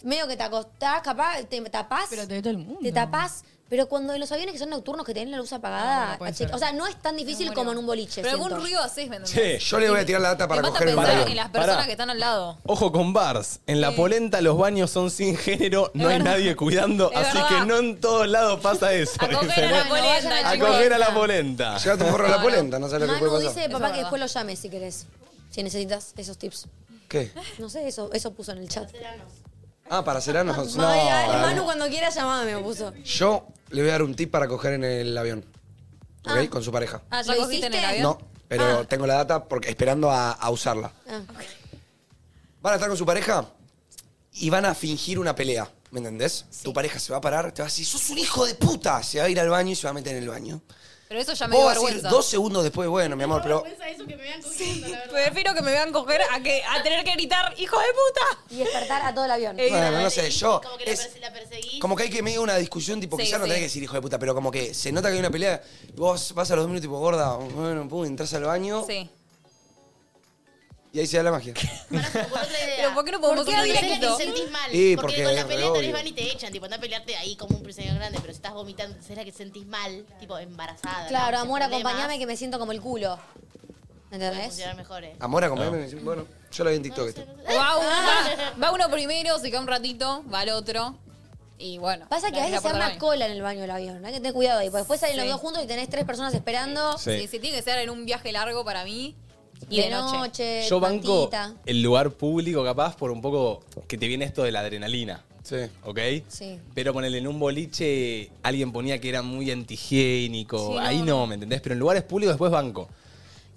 [SPEAKER 2] Medio que te acostás, capaz, te tapás. Pero te
[SPEAKER 10] todo el mundo.
[SPEAKER 2] Te tapás. Pero cuando los aviones que son nocturnos que tenés la luz
[SPEAKER 10] Ah,
[SPEAKER 2] apagada,
[SPEAKER 4] puede
[SPEAKER 2] a cheque-
[SPEAKER 4] ser.
[SPEAKER 2] o sea, no es tan difícil como en un boliche.
[SPEAKER 4] Pero algún
[SPEAKER 2] siento.
[SPEAKER 4] ruido haces, ¿me entendés?
[SPEAKER 1] Che,
[SPEAKER 3] yo le voy a tirar la data
[SPEAKER 4] Me mata
[SPEAKER 1] el
[SPEAKER 4] pensar
[SPEAKER 1] balón.
[SPEAKER 4] en las personas
[SPEAKER 1] Pará.
[SPEAKER 4] que están al lado.
[SPEAKER 1] Ojo con bars. En la polenta los baños son sin género, no hay nadie cuidando,
[SPEAKER 4] Es
[SPEAKER 1] así
[SPEAKER 4] verdad.
[SPEAKER 1] que no en todos lados pasa eso.
[SPEAKER 4] A coger
[SPEAKER 1] dicen,
[SPEAKER 4] a la
[SPEAKER 1] ¿eh?
[SPEAKER 4] polenta,
[SPEAKER 1] A
[SPEAKER 4] chicos.
[SPEAKER 1] coger a la polenta.
[SPEAKER 3] Llega tu porro a la polenta, no sabes lo que
[SPEAKER 2] Manu
[SPEAKER 3] puede
[SPEAKER 2] dice,
[SPEAKER 3] pasar.
[SPEAKER 2] papá, que
[SPEAKER 4] verdad.
[SPEAKER 2] después lo llames si querés. Si necesitas esos tips.
[SPEAKER 3] ¿Qué?
[SPEAKER 2] No sé, eso, eso puso en el chat. Ah,
[SPEAKER 3] Ah, para hacer anos.
[SPEAKER 2] Ay, ay, Manu, cuando quiera llamame, me puso.
[SPEAKER 3] Yo le voy a dar un tip para coger en el avión. ¿Ok?
[SPEAKER 2] Ah.
[SPEAKER 3] Con su pareja.
[SPEAKER 4] Ah, ¿ya
[SPEAKER 2] ¿Lo
[SPEAKER 4] cogiste en el
[SPEAKER 2] hiciste?
[SPEAKER 4] avión?
[SPEAKER 3] No, pero tengo la data porque esperando a, a usarla.
[SPEAKER 2] Ah.
[SPEAKER 3] Van a estar con su pareja y van a fingir una pelea. ¿Me entendés? Tu pareja se va a parar, te va a decir, sos un hijo de puta. Se va a ir al baño y se va a meter en el baño.
[SPEAKER 4] Pero eso ya me
[SPEAKER 3] Vos
[SPEAKER 4] dio
[SPEAKER 3] vas a ir
[SPEAKER 4] vergüenza.
[SPEAKER 3] dos segundos después, bueno, mi amor, pero
[SPEAKER 8] eso que me vean cogiendo, la verdad.
[SPEAKER 4] Prefiero que me vean coger a, que, a tener que gritar, ¡hijo de puta!
[SPEAKER 2] Y despertar a todo el avión.
[SPEAKER 3] Bueno, no sé, yo.
[SPEAKER 8] Como que la,
[SPEAKER 3] es-
[SPEAKER 8] perse- la perseguís.
[SPEAKER 3] como que hay que medio una discusión, tipo,
[SPEAKER 4] Sí,
[SPEAKER 3] quizás no
[SPEAKER 4] sí.
[SPEAKER 3] tenés que decir hijo de puta, pero como que se nota que hay una pelea. y Vos vas a los dos minutos, tipo, gorda, bueno, pum, entras al baño
[SPEAKER 4] Sí.
[SPEAKER 3] y ahí se da la magia.
[SPEAKER 4] Pero ¿por qué no podemos
[SPEAKER 2] ¿Por qué
[SPEAKER 4] hacer
[SPEAKER 2] habría
[SPEAKER 4] un
[SPEAKER 2] que
[SPEAKER 4] directo?
[SPEAKER 8] te sentís mal.
[SPEAKER 3] Sí,
[SPEAKER 8] porque,
[SPEAKER 3] porque
[SPEAKER 8] con la
[SPEAKER 3] es re
[SPEAKER 8] pelea tal vez
[SPEAKER 3] obvio.
[SPEAKER 8] van y te echan, tipo, anda a pelearte ahí como un prisionero grande, pero si estás vomitando, es la que sentís mal, tipo, embarazada.
[SPEAKER 2] Claro,
[SPEAKER 8] ¿no?
[SPEAKER 2] amor,
[SPEAKER 8] Ese problema
[SPEAKER 2] acompáñame que me siento como el culo.
[SPEAKER 8] puede
[SPEAKER 2] ¿Entendés?
[SPEAKER 8] funcionar mejor, eh.
[SPEAKER 3] Amor, acompañame. me decís, Bueno, yo la vi en TikTok. este. esto.
[SPEAKER 4] O va, uno, va- va uno primero, se queda un ratito, va el otro. Y bueno.
[SPEAKER 2] Pasa que a
[SPEAKER 4] la
[SPEAKER 2] veces se
[SPEAKER 4] puerta
[SPEAKER 2] arma
[SPEAKER 4] del baño.
[SPEAKER 2] cola en el baño del avión. Hay que tener cuidado ahí. Porque después salen
[SPEAKER 4] Sí.
[SPEAKER 2] los dos juntos y tenés tres personas esperando.
[SPEAKER 1] Sí.
[SPEAKER 4] Sí, sí, tiene que ser en un viaje largo para mí. Y
[SPEAKER 2] De
[SPEAKER 4] de, noche.
[SPEAKER 2] noche,
[SPEAKER 1] Yo banco
[SPEAKER 2] mantita.
[SPEAKER 1] el lugar público capaz por un poco que te viene esto de la adrenalina.
[SPEAKER 3] Sí.
[SPEAKER 1] ¿Ok?
[SPEAKER 2] Sí.
[SPEAKER 1] Pero ponele en un boliche, alguien ponía que era muy antihigiénico.
[SPEAKER 2] Sí, no,
[SPEAKER 1] Ahí no,
[SPEAKER 2] no.
[SPEAKER 1] ¿me entendés? Pero en lugares públicos después banco.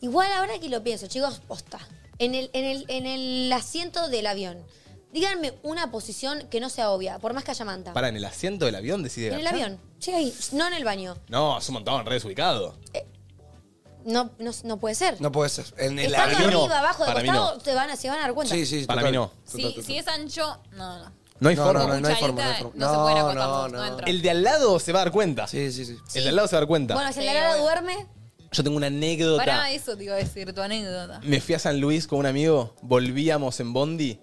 [SPEAKER 2] Igual ahora que lo pienso, chicos, posta. En el, en el, en el asiento del avión. Díganme una posición que no sea obvia, por más que haya manta.
[SPEAKER 1] Para, en el asiento del avión decide.
[SPEAKER 2] en el
[SPEAKER 1] garchar?
[SPEAKER 2] avión. Llega ahí. No en el baño.
[SPEAKER 1] No, es un montón, re desubicado.
[SPEAKER 2] No, no, no puede ser.
[SPEAKER 3] No puede ser. En el
[SPEAKER 2] Estando
[SPEAKER 1] Para mí no.
[SPEAKER 2] arriba, abajo, de
[SPEAKER 1] Para mí
[SPEAKER 2] costado,
[SPEAKER 1] no.
[SPEAKER 2] te van a, se van a dar cuenta.
[SPEAKER 3] Sí, sí,
[SPEAKER 1] Para
[SPEAKER 3] total.
[SPEAKER 1] mí no.
[SPEAKER 4] Si,
[SPEAKER 3] Total, total.
[SPEAKER 4] si es ancho, no, no.
[SPEAKER 1] No hay
[SPEAKER 3] No,
[SPEAKER 1] forma.
[SPEAKER 3] no, no, no hay
[SPEAKER 4] Cucharita,
[SPEAKER 3] forma. No, hay forma.
[SPEAKER 4] no se pueden acostar
[SPEAKER 3] no,
[SPEAKER 4] todos, no entra.
[SPEAKER 1] El de al lado se va a dar cuenta.
[SPEAKER 3] Sí, sí, sí.
[SPEAKER 1] El de al lado se va a dar cuenta.
[SPEAKER 2] Bueno, si el
[SPEAKER 4] Sí,
[SPEAKER 2] de la Lara
[SPEAKER 4] bueno.
[SPEAKER 2] duerme,
[SPEAKER 1] Yo tengo una anécdota.
[SPEAKER 4] Pará, eso te iba a decir, tu anécdota.
[SPEAKER 1] Me fui a San Luis con un amigo, volvíamos en Bondi.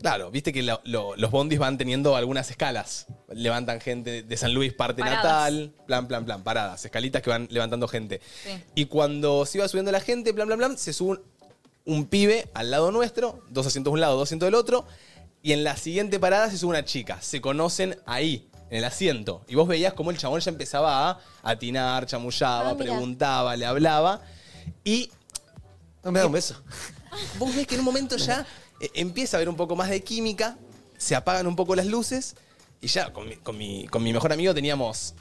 [SPEAKER 1] Claro, viste que lo- lo- los bondis van teniendo algunas escalas. Levantan gente de San Luis, parte
[SPEAKER 4] Paradas.
[SPEAKER 1] natal, plan, plan, plan, paradas, escalitas que van levantando gente.
[SPEAKER 4] Sí.
[SPEAKER 1] Y cuando se iba subiendo la gente, plan, plan, plan, se sube un, un pibe al lado nuestro, dos asientos de un lado, dos asientos del otro, y en la siguiente parada se sube una chica. Se conocen ahí, en el asiento. Y vos veías cómo el chabón ya empezaba a atinar, chamullaba,
[SPEAKER 2] Ah, mirá.
[SPEAKER 1] preguntaba, le hablaba. Y
[SPEAKER 3] No me da un beso.
[SPEAKER 1] eh, vos ves que en un momento ya eh, empieza a haber un poco más de química se apagan un poco las luces y ya con mi, con mi- con mi mejor amigo teníamos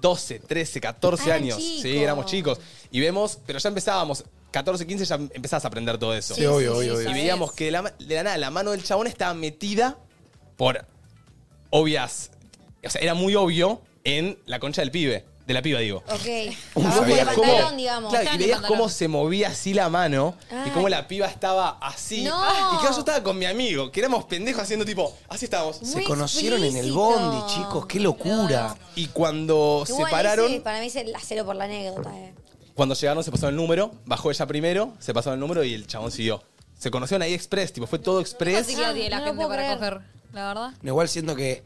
[SPEAKER 1] 12, 13, 14
[SPEAKER 13] Ah, Eran
[SPEAKER 1] años. Sí,
[SPEAKER 13] chicos.
[SPEAKER 1] éramos chicos. Y vemos, pero ya empezábamos, 14, 15 ya empezás a aprender todo eso.
[SPEAKER 13] Sí, Sí, obvio, sí, obvio, sí, obvio.
[SPEAKER 1] Y veíamos que de la, ma- de la nada la mano del chabón estaba metida por obvias, o sea, era muy obvio en la concha del pibe, de la piba digo.
[SPEAKER 2] Ok.
[SPEAKER 1] Y
[SPEAKER 2] Abajo del
[SPEAKER 1] veías cómo-
[SPEAKER 2] pantalón, digamos.
[SPEAKER 1] claro, y veías cómo se movía así la mano y cómo
[SPEAKER 2] Ay.
[SPEAKER 1] la piba estaba así.
[SPEAKER 2] No.
[SPEAKER 1] Y claro, yo estaba con mi amigo, que éramos pendejos haciendo tipo, así estábamos.
[SPEAKER 3] Se conocieron en el bondi, chicos, qué locura.
[SPEAKER 1] Y cuando
[SPEAKER 2] Igual
[SPEAKER 1] se pararon,
[SPEAKER 2] ese, para mí se la cero por la anécdota. eh.
[SPEAKER 1] cuando llegaron se pasaron el número, bajó ella primero, se pasaron el número y el chabón siguió. Se conocieron ahí express, tipo, fue todo express.
[SPEAKER 4] Así que la tiene la
[SPEAKER 10] no lo
[SPEAKER 4] gente
[SPEAKER 10] puedo
[SPEAKER 4] para
[SPEAKER 10] creer.
[SPEAKER 4] coger, la verdad.
[SPEAKER 3] Igual siento que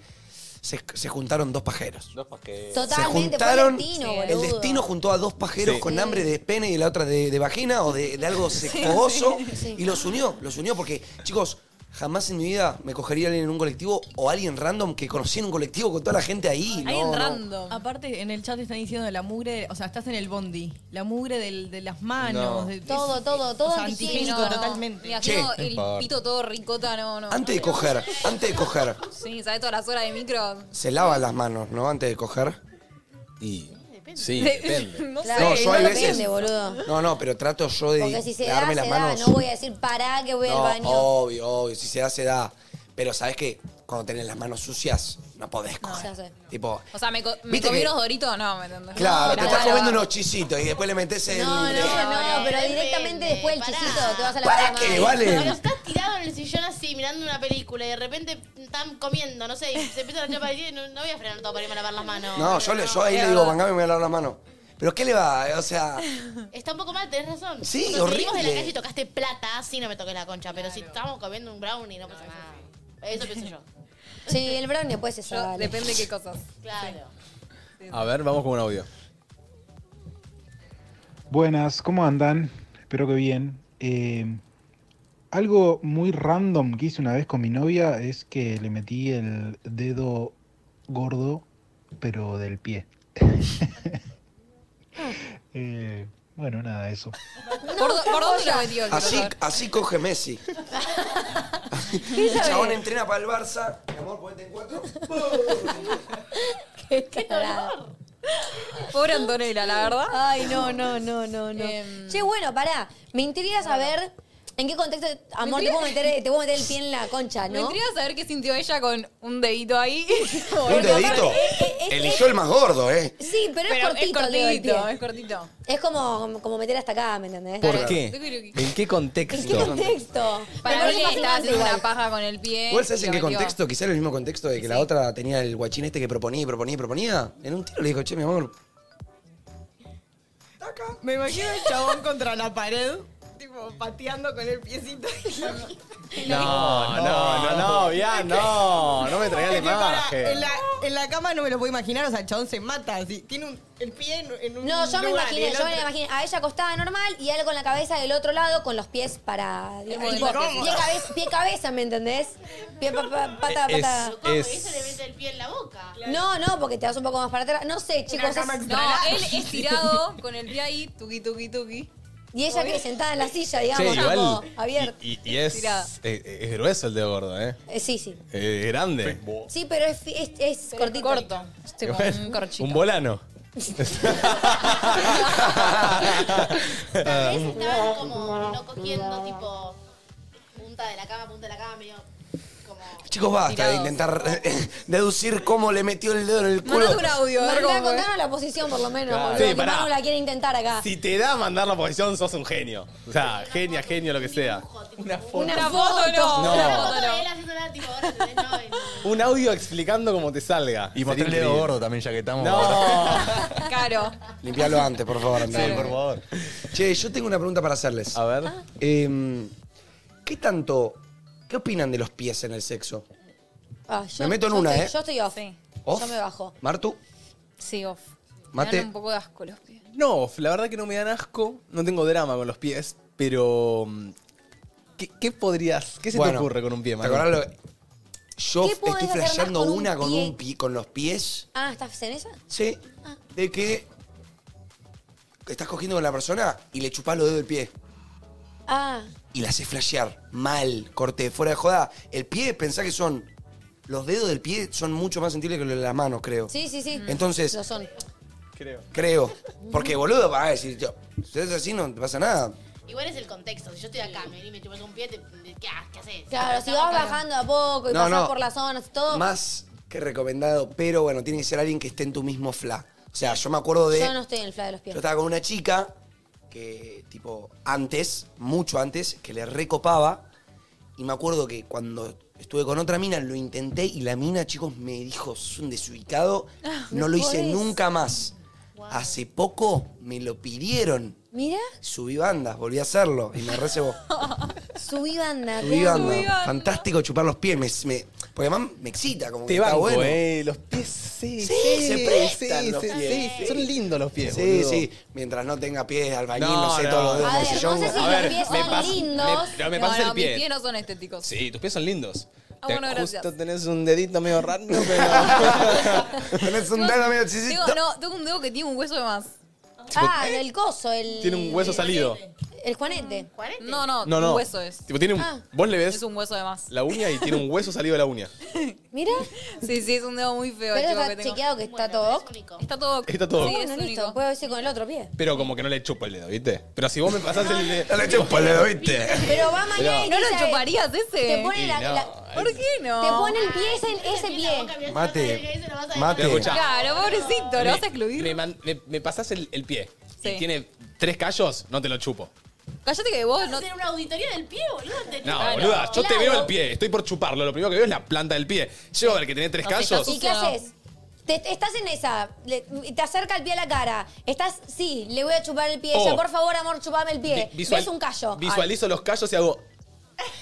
[SPEAKER 3] se, se juntaron dos pajeros. Dos pajeros.
[SPEAKER 4] Totalmente,
[SPEAKER 3] se juntaron,
[SPEAKER 4] fue el destino,
[SPEAKER 3] el
[SPEAKER 4] boludo.
[SPEAKER 3] destino juntó a dos pajeros
[SPEAKER 4] Sí.
[SPEAKER 3] con
[SPEAKER 4] Sí.
[SPEAKER 3] hambre de pene y la otra de, de vagina o de, de algo
[SPEAKER 4] Sí,
[SPEAKER 3] secogoso.
[SPEAKER 4] sí. Sí.
[SPEAKER 3] Y los unió, los unió porque, chicos, jamás en mi vida me cogería a alguien en un colectivo o a alguien random que conocí en un colectivo con toda la gente ahí.
[SPEAKER 10] Alguien
[SPEAKER 3] no, no.
[SPEAKER 10] random. Aparte, en el chat están diciendo de la mugre, o sea, estás en el bondi. La mugre del- de las manos.
[SPEAKER 3] No.
[SPEAKER 10] de-
[SPEAKER 4] Todo,
[SPEAKER 10] es-
[SPEAKER 4] todo,
[SPEAKER 10] o
[SPEAKER 4] todo
[SPEAKER 10] sea, antihigiénico
[SPEAKER 4] antihigiénico, no, no.
[SPEAKER 10] totalmente.
[SPEAKER 4] Me
[SPEAKER 3] Che.
[SPEAKER 4] imagino el
[SPEAKER 3] Epa.
[SPEAKER 4] pito todo ricota, no, no.
[SPEAKER 3] Antes de coger, antes de coger,
[SPEAKER 4] Sí, ¿sabes todas las horas de micro?
[SPEAKER 3] se lavan las manos, ¿no? Antes de coger. Y. Sí,
[SPEAKER 4] no sé,
[SPEAKER 3] No, yo
[SPEAKER 4] no
[SPEAKER 3] hay
[SPEAKER 4] depende,
[SPEAKER 3] veces.
[SPEAKER 2] boludo.
[SPEAKER 3] No, no, pero trato yo de
[SPEAKER 2] Porque si se da,
[SPEAKER 3] lavarme
[SPEAKER 2] se
[SPEAKER 3] las
[SPEAKER 2] da.
[SPEAKER 3] manos.
[SPEAKER 2] No voy a decir pará que voy
[SPEAKER 3] No,
[SPEAKER 2] al baño.
[SPEAKER 3] Obvio, obvio. Si se da, se da. Pero sabes que cuando tenés las manos sucias, no podés
[SPEAKER 4] No,
[SPEAKER 3] coger.
[SPEAKER 4] ya sé.
[SPEAKER 3] Tipo,
[SPEAKER 4] O sea, me, co- me
[SPEAKER 3] Viste
[SPEAKER 4] comí
[SPEAKER 3] que-
[SPEAKER 4] unos doritos, no, ¿me entendés?
[SPEAKER 3] claro, te
[SPEAKER 4] No,
[SPEAKER 3] estás
[SPEAKER 4] no,
[SPEAKER 3] comiendo
[SPEAKER 4] no.
[SPEAKER 3] unos chisitos y después le metes el.
[SPEAKER 8] No,
[SPEAKER 2] No,
[SPEAKER 3] Eh,
[SPEAKER 2] no, pero directamente después del chisito te vas a la
[SPEAKER 3] ¿Para
[SPEAKER 2] cama.
[SPEAKER 3] qué, vale?
[SPEAKER 8] Cuando estás tirado en el sillón así, mirando una película, y de repente están comiendo, no sé, y se empieza la chapa de y no, no voy a frenar todo para irme a lavar las manos.
[SPEAKER 3] No, yo, le, yo ahí le digo, vengame y me voy a lavar la mano. Pero ¿qué le va? O sea,
[SPEAKER 8] Está un poco mal, tenés razón.
[SPEAKER 3] Sí,
[SPEAKER 8] Cuando salimos de
[SPEAKER 3] horrible.
[SPEAKER 8] la calle y tocaste plata, sí no me toqué la concha, pero si estamos comiendo un brownie, no pasa nada. Eso pienso yo.
[SPEAKER 2] Sí, el pues, brownie después se sale.
[SPEAKER 4] depende de qué cosas.
[SPEAKER 8] Claro.
[SPEAKER 1] A ver, vamos con un audio.
[SPEAKER 14] Buenas, ¿cómo andan? Espero que bien. Eh, algo muy random que hice una vez con mi novia es que le metí el dedo gordo, pero del pie. Eh, bueno, nada, eso.
[SPEAKER 4] ¿Por, do- por dónde lo metió el
[SPEAKER 3] así,
[SPEAKER 4] doctor?
[SPEAKER 3] así coge Messi. El chabón entrena para el Barça. Mi amor, ponete en cuatro.
[SPEAKER 2] Qué tarado.
[SPEAKER 4] Pobre Antonella, la verdad. Em,
[SPEAKER 2] Ay, no, no, no, no, no. che, bueno, pará. Me intriga saber en qué contexto, amor,
[SPEAKER 4] Me intriga-
[SPEAKER 2] te puedo, meter, te puedo meter el pie en la concha,
[SPEAKER 4] Me
[SPEAKER 2] ¿no?
[SPEAKER 4] intriga saber qué sintió ella con un dedito ahí.
[SPEAKER 3] Un dedito. Eligió el más gordo, ¿eh?
[SPEAKER 2] Sí, pero,
[SPEAKER 4] Pero
[SPEAKER 2] es cortito.
[SPEAKER 4] es
[SPEAKER 2] el dedo del
[SPEAKER 4] cortito,
[SPEAKER 2] pie.
[SPEAKER 4] es cortito.
[SPEAKER 2] Es como, como meter hasta acá, ¿me entendés?
[SPEAKER 1] ¿Por qué? ¿En qué contexto?
[SPEAKER 2] ¿En qué contexto? Me
[SPEAKER 4] Para mí le
[SPEAKER 2] parece
[SPEAKER 4] estaba
[SPEAKER 2] fascinante
[SPEAKER 4] haciendo una
[SPEAKER 2] igual.
[SPEAKER 4] paja con el pie.
[SPEAKER 3] ¿Vos sabés
[SPEAKER 4] y
[SPEAKER 3] en
[SPEAKER 4] lo
[SPEAKER 3] qué
[SPEAKER 4] metió.
[SPEAKER 3] contexto? Quizá en el mismo contexto de que la otra tenía el guachín este que proponía y proponía y proponía. En un tiro le dijo, che, mi amor.
[SPEAKER 10] Me imagino el chabón contra la pared, tipo pateando con el piecito.
[SPEAKER 1] No, no, no, no, ya, no. No me traigas la
[SPEAKER 10] Es que para- en,
[SPEAKER 1] imagen.
[SPEAKER 10] la, en la cama no me lo puedo imaginar, o sea, el chabón se mata. así, Tiene un- el pie en, en un.
[SPEAKER 2] No, yo me
[SPEAKER 10] lugar y
[SPEAKER 2] imaginé,
[SPEAKER 10] el
[SPEAKER 2] yo me
[SPEAKER 10] otro-
[SPEAKER 2] imaginé a ella acostada normal y a él con la cabeza del otro lado, con los pies para. Tipo,
[SPEAKER 10] muy
[SPEAKER 2] tipo,
[SPEAKER 10] incómodo.
[SPEAKER 2] pie, cabeza, pie cabeza, ¿me entendés? Pie pa- pa- pata,
[SPEAKER 1] Es-
[SPEAKER 2] pata.
[SPEAKER 1] es-
[SPEAKER 8] Le mete el pie en la boca.
[SPEAKER 2] No, no, porque te vas un poco más para atrás. No sé, chicos.
[SPEAKER 4] cama
[SPEAKER 2] es-
[SPEAKER 4] extra larga. Estirado con el pie ahí, tuqui, tuqui, tuqui.
[SPEAKER 2] Y ella que sentada en la silla, digamos,
[SPEAKER 1] Che, igual-
[SPEAKER 2] como abierta.
[SPEAKER 1] Y, y es,
[SPEAKER 2] Tirada.
[SPEAKER 1] es- es grueso el dedo gordo, ¿eh?
[SPEAKER 2] Eh, sí, sí.
[SPEAKER 1] Es grande.
[SPEAKER 2] Sí, pero es, fi- es, es cortito. corto.
[SPEAKER 1] un volano.
[SPEAKER 8] Tal vez estaban como no cogiendo, tipo, punta de la cama, punta de la cama, medio.
[SPEAKER 3] Chicos, basta de intentar deducir cómo le metió el dedo en el culo.
[SPEAKER 4] Mandate un audio, a ver
[SPEAKER 2] Marina,
[SPEAKER 4] cómo fue.
[SPEAKER 2] contanos la posición por lo menos,
[SPEAKER 1] Claro.
[SPEAKER 2] porque
[SPEAKER 1] Sí, pará.
[SPEAKER 2] Manu la quiere intentar acá.
[SPEAKER 1] Si te da mandar la posición, sos un genio. O sea, genia, genio, lo que sea.
[SPEAKER 2] Una
[SPEAKER 4] Una
[SPEAKER 2] foto,
[SPEAKER 4] foto no.
[SPEAKER 1] No.
[SPEAKER 4] Una
[SPEAKER 8] Todo
[SPEAKER 4] foto no.
[SPEAKER 8] él haciendo nada, tipo, ahora te no, el-
[SPEAKER 1] Un audio explicando cómo te salga.
[SPEAKER 5] Y mostrar el dedo gordo también, ya que estamos.
[SPEAKER 1] No.
[SPEAKER 4] Caro.
[SPEAKER 3] Limpialo antes, por favor. Andrea.
[SPEAKER 5] Sí, por favor.
[SPEAKER 3] Che, yo tengo una pregunta para hacerles. A
[SPEAKER 1] ver.
[SPEAKER 3] ¿Qué tanto... ¿Qué opinan de los pies en el sexo?
[SPEAKER 2] Ah, yo-
[SPEAKER 3] meto en
[SPEAKER 2] yo
[SPEAKER 3] una,
[SPEAKER 2] estoy-
[SPEAKER 3] ¿eh?
[SPEAKER 2] Yo estoy off.
[SPEAKER 3] ¿Off?
[SPEAKER 2] Yo me bajo.
[SPEAKER 3] ¿Martu?
[SPEAKER 4] Sí, off.
[SPEAKER 1] Mate.
[SPEAKER 4] Me dan un poco de asco los pies.
[SPEAKER 1] No, la verdad que no me dan asco. No tengo drama con los pies, pero. mm, ¿Qué, qué podrías.? ¿Qué se te
[SPEAKER 3] Bueno,
[SPEAKER 1] ocurre con un pie,
[SPEAKER 3] ¿te
[SPEAKER 1] Manu?
[SPEAKER 3] acordás lo- Yo
[SPEAKER 2] ¿Qué podés
[SPEAKER 3] estoy
[SPEAKER 2] hacer más
[SPEAKER 3] flasheando
[SPEAKER 2] con un
[SPEAKER 3] una con
[SPEAKER 2] pie?
[SPEAKER 3] un pi- con los pies.
[SPEAKER 2] Ah, ¿estás en esa?
[SPEAKER 3] Sí. De que estás cogiendo con la persona y le chupás los dedos del pie.
[SPEAKER 2] Ah,
[SPEAKER 3] y la haces flashear mal, corté, fuera de joda. El pie, pensá que son. Los dedos del pie son mucho más sensibles que los de las manos, creo.
[SPEAKER 2] sí, sí, sí.
[SPEAKER 3] Entonces-
[SPEAKER 2] Lo son.
[SPEAKER 1] Creo.
[SPEAKER 3] Creo. Porque, boludo, va a decir yo. Si es así, no te pasa nada.
[SPEAKER 8] Igual es el contexto. Si yo estoy acá, me venís y me chupas un pie, te- te- ¿qué, ha- qué haces?
[SPEAKER 2] Claro,
[SPEAKER 4] Ah,
[SPEAKER 2] si vas bajando a poco y
[SPEAKER 3] No,
[SPEAKER 2] pasás
[SPEAKER 3] no.
[SPEAKER 2] por las zonas y todo.
[SPEAKER 3] Más que recomendado, pero bueno, tiene que ser alguien que esté en tu mismo fla. O sea, yo me acuerdo de.
[SPEAKER 2] Yo no estoy en el fla de los pies.
[SPEAKER 3] Yo estaba con una chica que, tipo, antes, mucho antes, que le recopaba. Y me acuerdo que cuando estuve con otra mina, lo intenté y la mina, chicos, me dijo, es un desubicado.
[SPEAKER 2] Ah,
[SPEAKER 3] no
[SPEAKER 2] no
[SPEAKER 3] lo hice
[SPEAKER 2] podés.
[SPEAKER 3] nunca más. Hace poco me lo pidieron.
[SPEAKER 2] Mira,
[SPEAKER 3] Subí bandas, volví a hacerlo y me recebo.
[SPEAKER 2] subí banda.
[SPEAKER 3] Subí
[SPEAKER 2] te amo.
[SPEAKER 3] banda. Fantástico chupar los pies. Me, me- porque además me excita, como que
[SPEAKER 1] Te
[SPEAKER 3] está
[SPEAKER 1] banco,
[SPEAKER 3] bueno.
[SPEAKER 1] eh. Los pies, sí.
[SPEAKER 3] Sí, se prestan los pies.
[SPEAKER 1] sí. Son lindos los pies,
[SPEAKER 3] Sí,
[SPEAKER 1] boludo.
[SPEAKER 3] sí. Mientras no tenga pies de albañil, no,
[SPEAKER 1] No,
[SPEAKER 3] sé,
[SPEAKER 1] no.
[SPEAKER 3] todos los dedos
[SPEAKER 1] A ver,
[SPEAKER 3] de
[SPEAKER 1] no sé si
[SPEAKER 3] sillón.
[SPEAKER 1] A los ver, pies me son pas-
[SPEAKER 4] lindos.
[SPEAKER 1] me- pero me
[SPEAKER 4] no,
[SPEAKER 1] pasa el
[SPEAKER 4] no,
[SPEAKER 1] pie.
[SPEAKER 4] mis pies no son estéticos.
[SPEAKER 1] Sí, tus pies son lindos.
[SPEAKER 4] Ah,
[SPEAKER 1] Te-
[SPEAKER 4] bueno, gracias.
[SPEAKER 1] Justo tenés un dedito medio raro, pero...
[SPEAKER 3] tenés un dedo medio chisito.
[SPEAKER 4] Tengo, no, tengo un dedo que tiene un hueso de más.
[SPEAKER 2] Ah, el coso, el.
[SPEAKER 1] Tiene un hueso salido.
[SPEAKER 2] El juanete.
[SPEAKER 4] Mm, No, no,
[SPEAKER 1] No, no.
[SPEAKER 4] un hueso es.
[SPEAKER 1] Tipo, tiene un-
[SPEAKER 4] Ah.
[SPEAKER 1] vos le ves
[SPEAKER 4] Es un hueso de más.
[SPEAKER 1] la uña y tiene un hueso salido de la uña.
[SPEAKER 2] Mira.
[SPEAKER 4] Sí, sí, es un dedo muy feo.
[SPEAKER 2] Pero
[SPEAKER 4] chico, que
[SPEAKER 2] está
[SPEAKER 4] tengo.
[SPEAKER 2] chequeado que está todo. ok.
[SPEAKER 4] Está todo.
[SPEAKER 1] Está todo
[SPEAKER 4] Sí,
[SPEAKER 1] ok.
[SPEAKER 4] es
[SPEAKER 2] Bueno,
[SPEAKER 4] único.
[SPEAKER 2] listo. Puedo irse con el otro pie.
[SPEAKER 1] Pero como que no le chupo el dedo, ¿viste? Pero si vos me pasás el dedo...
[SPEAKER 3] le chupo el dedo, ¿viste?
[SPEAKER 2] Pero va mañana y
[SPEAKER 4] ¿No
[SPEAKER 2] te
[SPEAKER 4] lo
[SPEAKER 2] dice,
[SPEAKER 4] chuparías ese?
[SPEAKER 2] Te pone
[SPEAKER 1] Y
[SPEAKER 2] la,
[SPEAKER 1] no,
[SPEAKER 2] la-
[SPEAKER 4] ¿Por qué no?
[SPEAKER 2] Te pone el pie, ese, ese pie.
[SPEAKER 3] Mate.
[SPEAKER 1] Pero
[SPEAKER 3] Mate.
[SPEAKER 1] escuchá,
[SPEAKER 4] Claro, pobrecito, lo
[SPEAKER 1] me-
[SPEAKER 4] vas a excluir.
[SPEAKER 1] Me, man- me- me pasás el, el pie
[SPEAKER 4] Sí.
[SPEAKER 1] y tiene tres callos, no te lo chupo.
[SPEAKER 4] Cállate que vos
[SPEAKER 8] ¿Vas a
[SPEAKER 4] no.
[SPEAKER 8] hacer una auditoría del pie, boludo? Te-
[SPEAKER 1] No,
[SPEAKER 8] Claro.
[SPEAKER 1] boluda, yo
[SPEAKER 2] Claro.
[SPEAKER 1] te veo el pie, estoy por chuparlo, lo primero que veo es la planta del pie. Llego a ver que tiene tres
[SPEAKER 4] No, si
[SPEAKER 1] callos.
[SPEAKER 4] estás
[SPEAKER 2] ¿Y qué
[SPEAKER 4] Sucio.
[SPEAKER 2] haces? Te- estás en esa, le- te acerca el pie a la cara. Estás, sí, le voy a chupar el pie.
[SPEAKER 1] Oh.
[SPEAKER 2] Yo, por favor, amor, chupame el pie.
[SPEAKER 1] vi- visual-
[SPEAKER 2] Ves un callo.
[SPEAKER 1] Visualizo los callos y hago.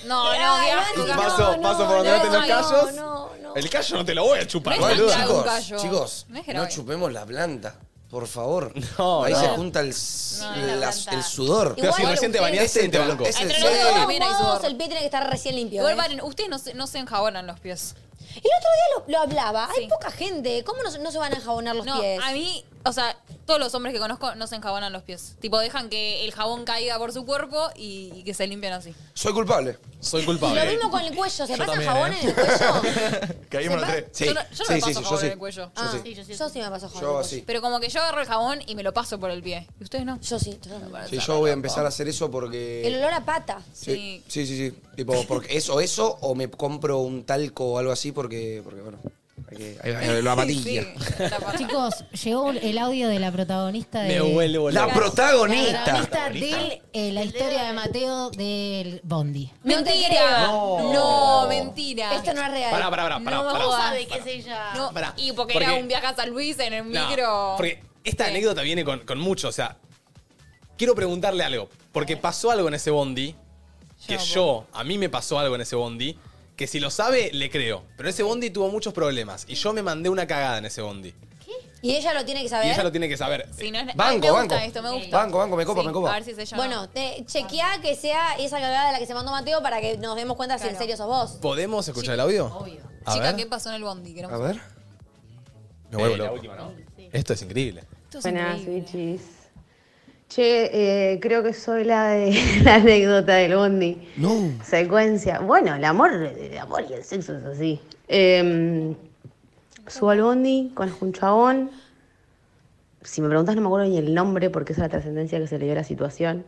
[SPEAKER 4] No, no,
[SPEAKER 2] Ay,
[SPEAKER 4] qué
[SPEAKER 2] ay,
[SPEAKER 4] asco, qué
[SPEAKER 2] no,
[SPEAKER 4] asco.
[SPEAKER 1] Paso-
[SPEAKER 2] no,
[SPEAKER 1] paso por donde no
[SPEAKER 4] tenés
[SPEAKER 1] callos.
[SPEAKER 2] No, no.
[SPEAKER 1] El callo no te lo voy a chupar,
[SPEAKER 4] No es tan
[SPEAKER 1] boluda.
[SPEAKER 4] grave. un gallo.
[SPEAKER 3] Chicos, chicos,
[SPEAKER 4] No es
[SPEAKER 3] no,
[SPEAKER 4] grave.
[SPEAKER 3] chupemos la planta. Por favor.
[SPEAKER 1] No,
[SPEAKER 3] Ahí
[SPEAKER 1] no.
[SPEAKER 3] se junta el, s-
[SPEAKER 8] No, la
[SPEAKER 3] la-
[SPEAKER 8] planta.
[SPEAKER 3] el sudor.
[SPEAKER 1] Pero si
[SPEAKER 2] Igual
[SPEAKER 1] recién te
[SPEAKER 2] ustedes-
[SPEAKER 1] bañaste y te banco.
[SPEAKER 3] Es en
[SPEAKER 4] Entre
[SPEAKER 2] Pero
[SPEAKER 4] los dos
[SPEAKER 2] de
[SPEAKER 3] serio.
[SPEAKER 2] todos
[SPEAKER 4] también hay
[SPEAKER 2] modos,
[SPEAKER 4] sudor.
[SPEAKER 2] el pie tiene que estar recién limpio.
[SPEAKER 4] Igual,
[SPEAKER 2] ¿eh?
[SPEAKER 4] paren, ustedes no se, no se enjabonan los pies.
[SPEAKER 2] El otro día lo, lo hablaba. Hay
[SPEAKER 4] Sí.
[SPEAKER 2] poca gente. ¿Cómo no, se- no se van a enjabonar los
[SPEAKER 4] No,
[SPEAKER 2] pies?
[SPEAKER 4] a mí, o sea, todos los hombres que conozco no se enjabonan los pies. Tipo, dejan que el jabón caiga por su cuerpo y, y que se limpian así.
[SPEAKER 3] Soy culpable.
[SPEAKER 1] Soy
[SPEAKER 2] Y
[SPEAKER 1] culpable.
[SPEAKER 2] lo mismo con el cuello. ¿Se
[SPEAKER 5] Yo
[SPEAKER 2] pasan
[SPEAKER 5] también,
[SPEAKER 2] jabón
[SPEAKER 5] ¿eh?
[SPEAKER 2] en el cuello?
[SPEAKER 5] Caímos los tres.
[SPEAKER 3] Sí,
[SPEAKER 4] Yo no, yo no
[SPEAKER 3] sí, sí,
[SPEAKER 4] me paso
[SPEAKER 3] sí, yo
[SPEAKER 4] jabón
[SPEAKER 3] sí.
[SPEAKER 4] en el cuello.
[SPEAKER 2] Ah,
[SPEAKER 3] sí.
[SPEAKER 8] yo sí.
[SPEAKER 2] yo sí me paso jabón. en
[SPEAKER 3] Yo
[SPEAKER 2] el cuello.
[SPEAKER 3] así.
[SPEAKER 4] Pero como que yo agarro el jabón y me lo paso por el pie. ¿Y ustedes no?
[SPEAKER 2] Yo sí, totalmente.
[SPEAKER 3] Sí, yo voy a empezar a hacer eso porque...
[SPEAKER 2] El olor a pata.
[SPEAKER 3] Sí, sí, sí, sí. Tipo, porque eso, eso, o me compro un talco o algo así, porque, porque bueno, hay que, hay- hay- la patilla.
[SPEAKER 4] La pata.
[SPEAKER 6] Chicos, llegó el audio de la protagonista de
[SPEAKER 1] Me vuelvo
[SPEAKER 3] La
[SPEAKER 1] loco.
[SPEAKER 6] la
[SPEAKER 3] protagonista.
[SPEAKER 6] protagonista de la historia de Mateo del Bondi.
[SPEAKER 4] Mentira.
[SPEAKER 1] No.
[SPEAKER 4] No, mentira.
[SPEAKER 2] Esto no es real.
[SPEAKER 1] Pará, pará, pará, pará.
[SPEAKER 4] No,
[SPEAKER 1] pará.
[SPEAKER 8] ¿Cómo
[SPEAKER 4] Pará.
[SPEAKER 8] sabe que es ella?
[SPEAKER 4] No,
[SPEAKER 1] Pará,
[SPEAKER 4] y porque, era
[SPEAKER 1] porque-
[SPEAKER 4] un viaje a San Luis en el
[SPEAKER 1] No,
[SPEAKER 4] micro.
[SPEAKER 1] Porque esta
[SPEAKER 4] Sí.
[SPEAKER 1] anécdota viene con, con mucho, o sea, quiero preguntarle algo, porque pasó algo en ese bondi, que
[SPEAKER 4] Ya,
[SPEAKER 1] yo, a mí me pasó algo en ese bondi, que si lo sabe, le creo, pero ese bondi tuvo muchos problemas y yo me mandé una cagada en ese bondi.
[SPEAKER 2] Y ella lo tiene que
[SPEAKER 1] Y
[SPEAKER 2] saber.
[SPEAKER 1] ella lo tiene que saber.
[SPEAKER 4] Sí, no es-
[SPEAKER 3] Banco,
[SPEAKER 4] Ay, me
[SPEAKER 3] banco.
[SPEAKER 4] gusta esto, me gusta.
[SPEAKER 3] Banco, banco, me copa,
[SPEAKER 4] Sí,
[SPEAKER 3] me copa.
[SPEAKER 4] A ver si es ella. o no.
[SPEAKER 2] Bueno, te chequeá que sea esa cagada de la que se mandó Mateo para que nos demos cuenta si en
[SPEAKER 4] Claro.
[SPEAKER 2] serio sos vos.
[SPEAKER 1] ¿Podemos escuchar el audio?
[SPEAKER 8] Obvio.
[SPEAKER 1] A
[SPEAKER 4] Chica,
[SPEAKER 1] ver.
[SPEAKER 4] ¿qué pasó en el bondi? Queremos-
[SPEAKER 3] A ver.
[SPEAKER 1] Me vuelvo loco. Esto es increíble.
[SPEAKER 4] Esto es
[SPEAKER 12] Buenas,
[SPEAKER 4] increíble.
[SPEAKER 12] bichis. Che, eh, creo que soy la de la anécdota del bondi.
[SPEAKER 3] No.
[SPEAKER 12] Secuencia. Bueno, el amor, el amor y el sexo es así. Em, subo al bondi, conozco un chabón. Si me preguntas no me acuerdo ni el nombre porque esa es la trascendencia que se le dio a la situación.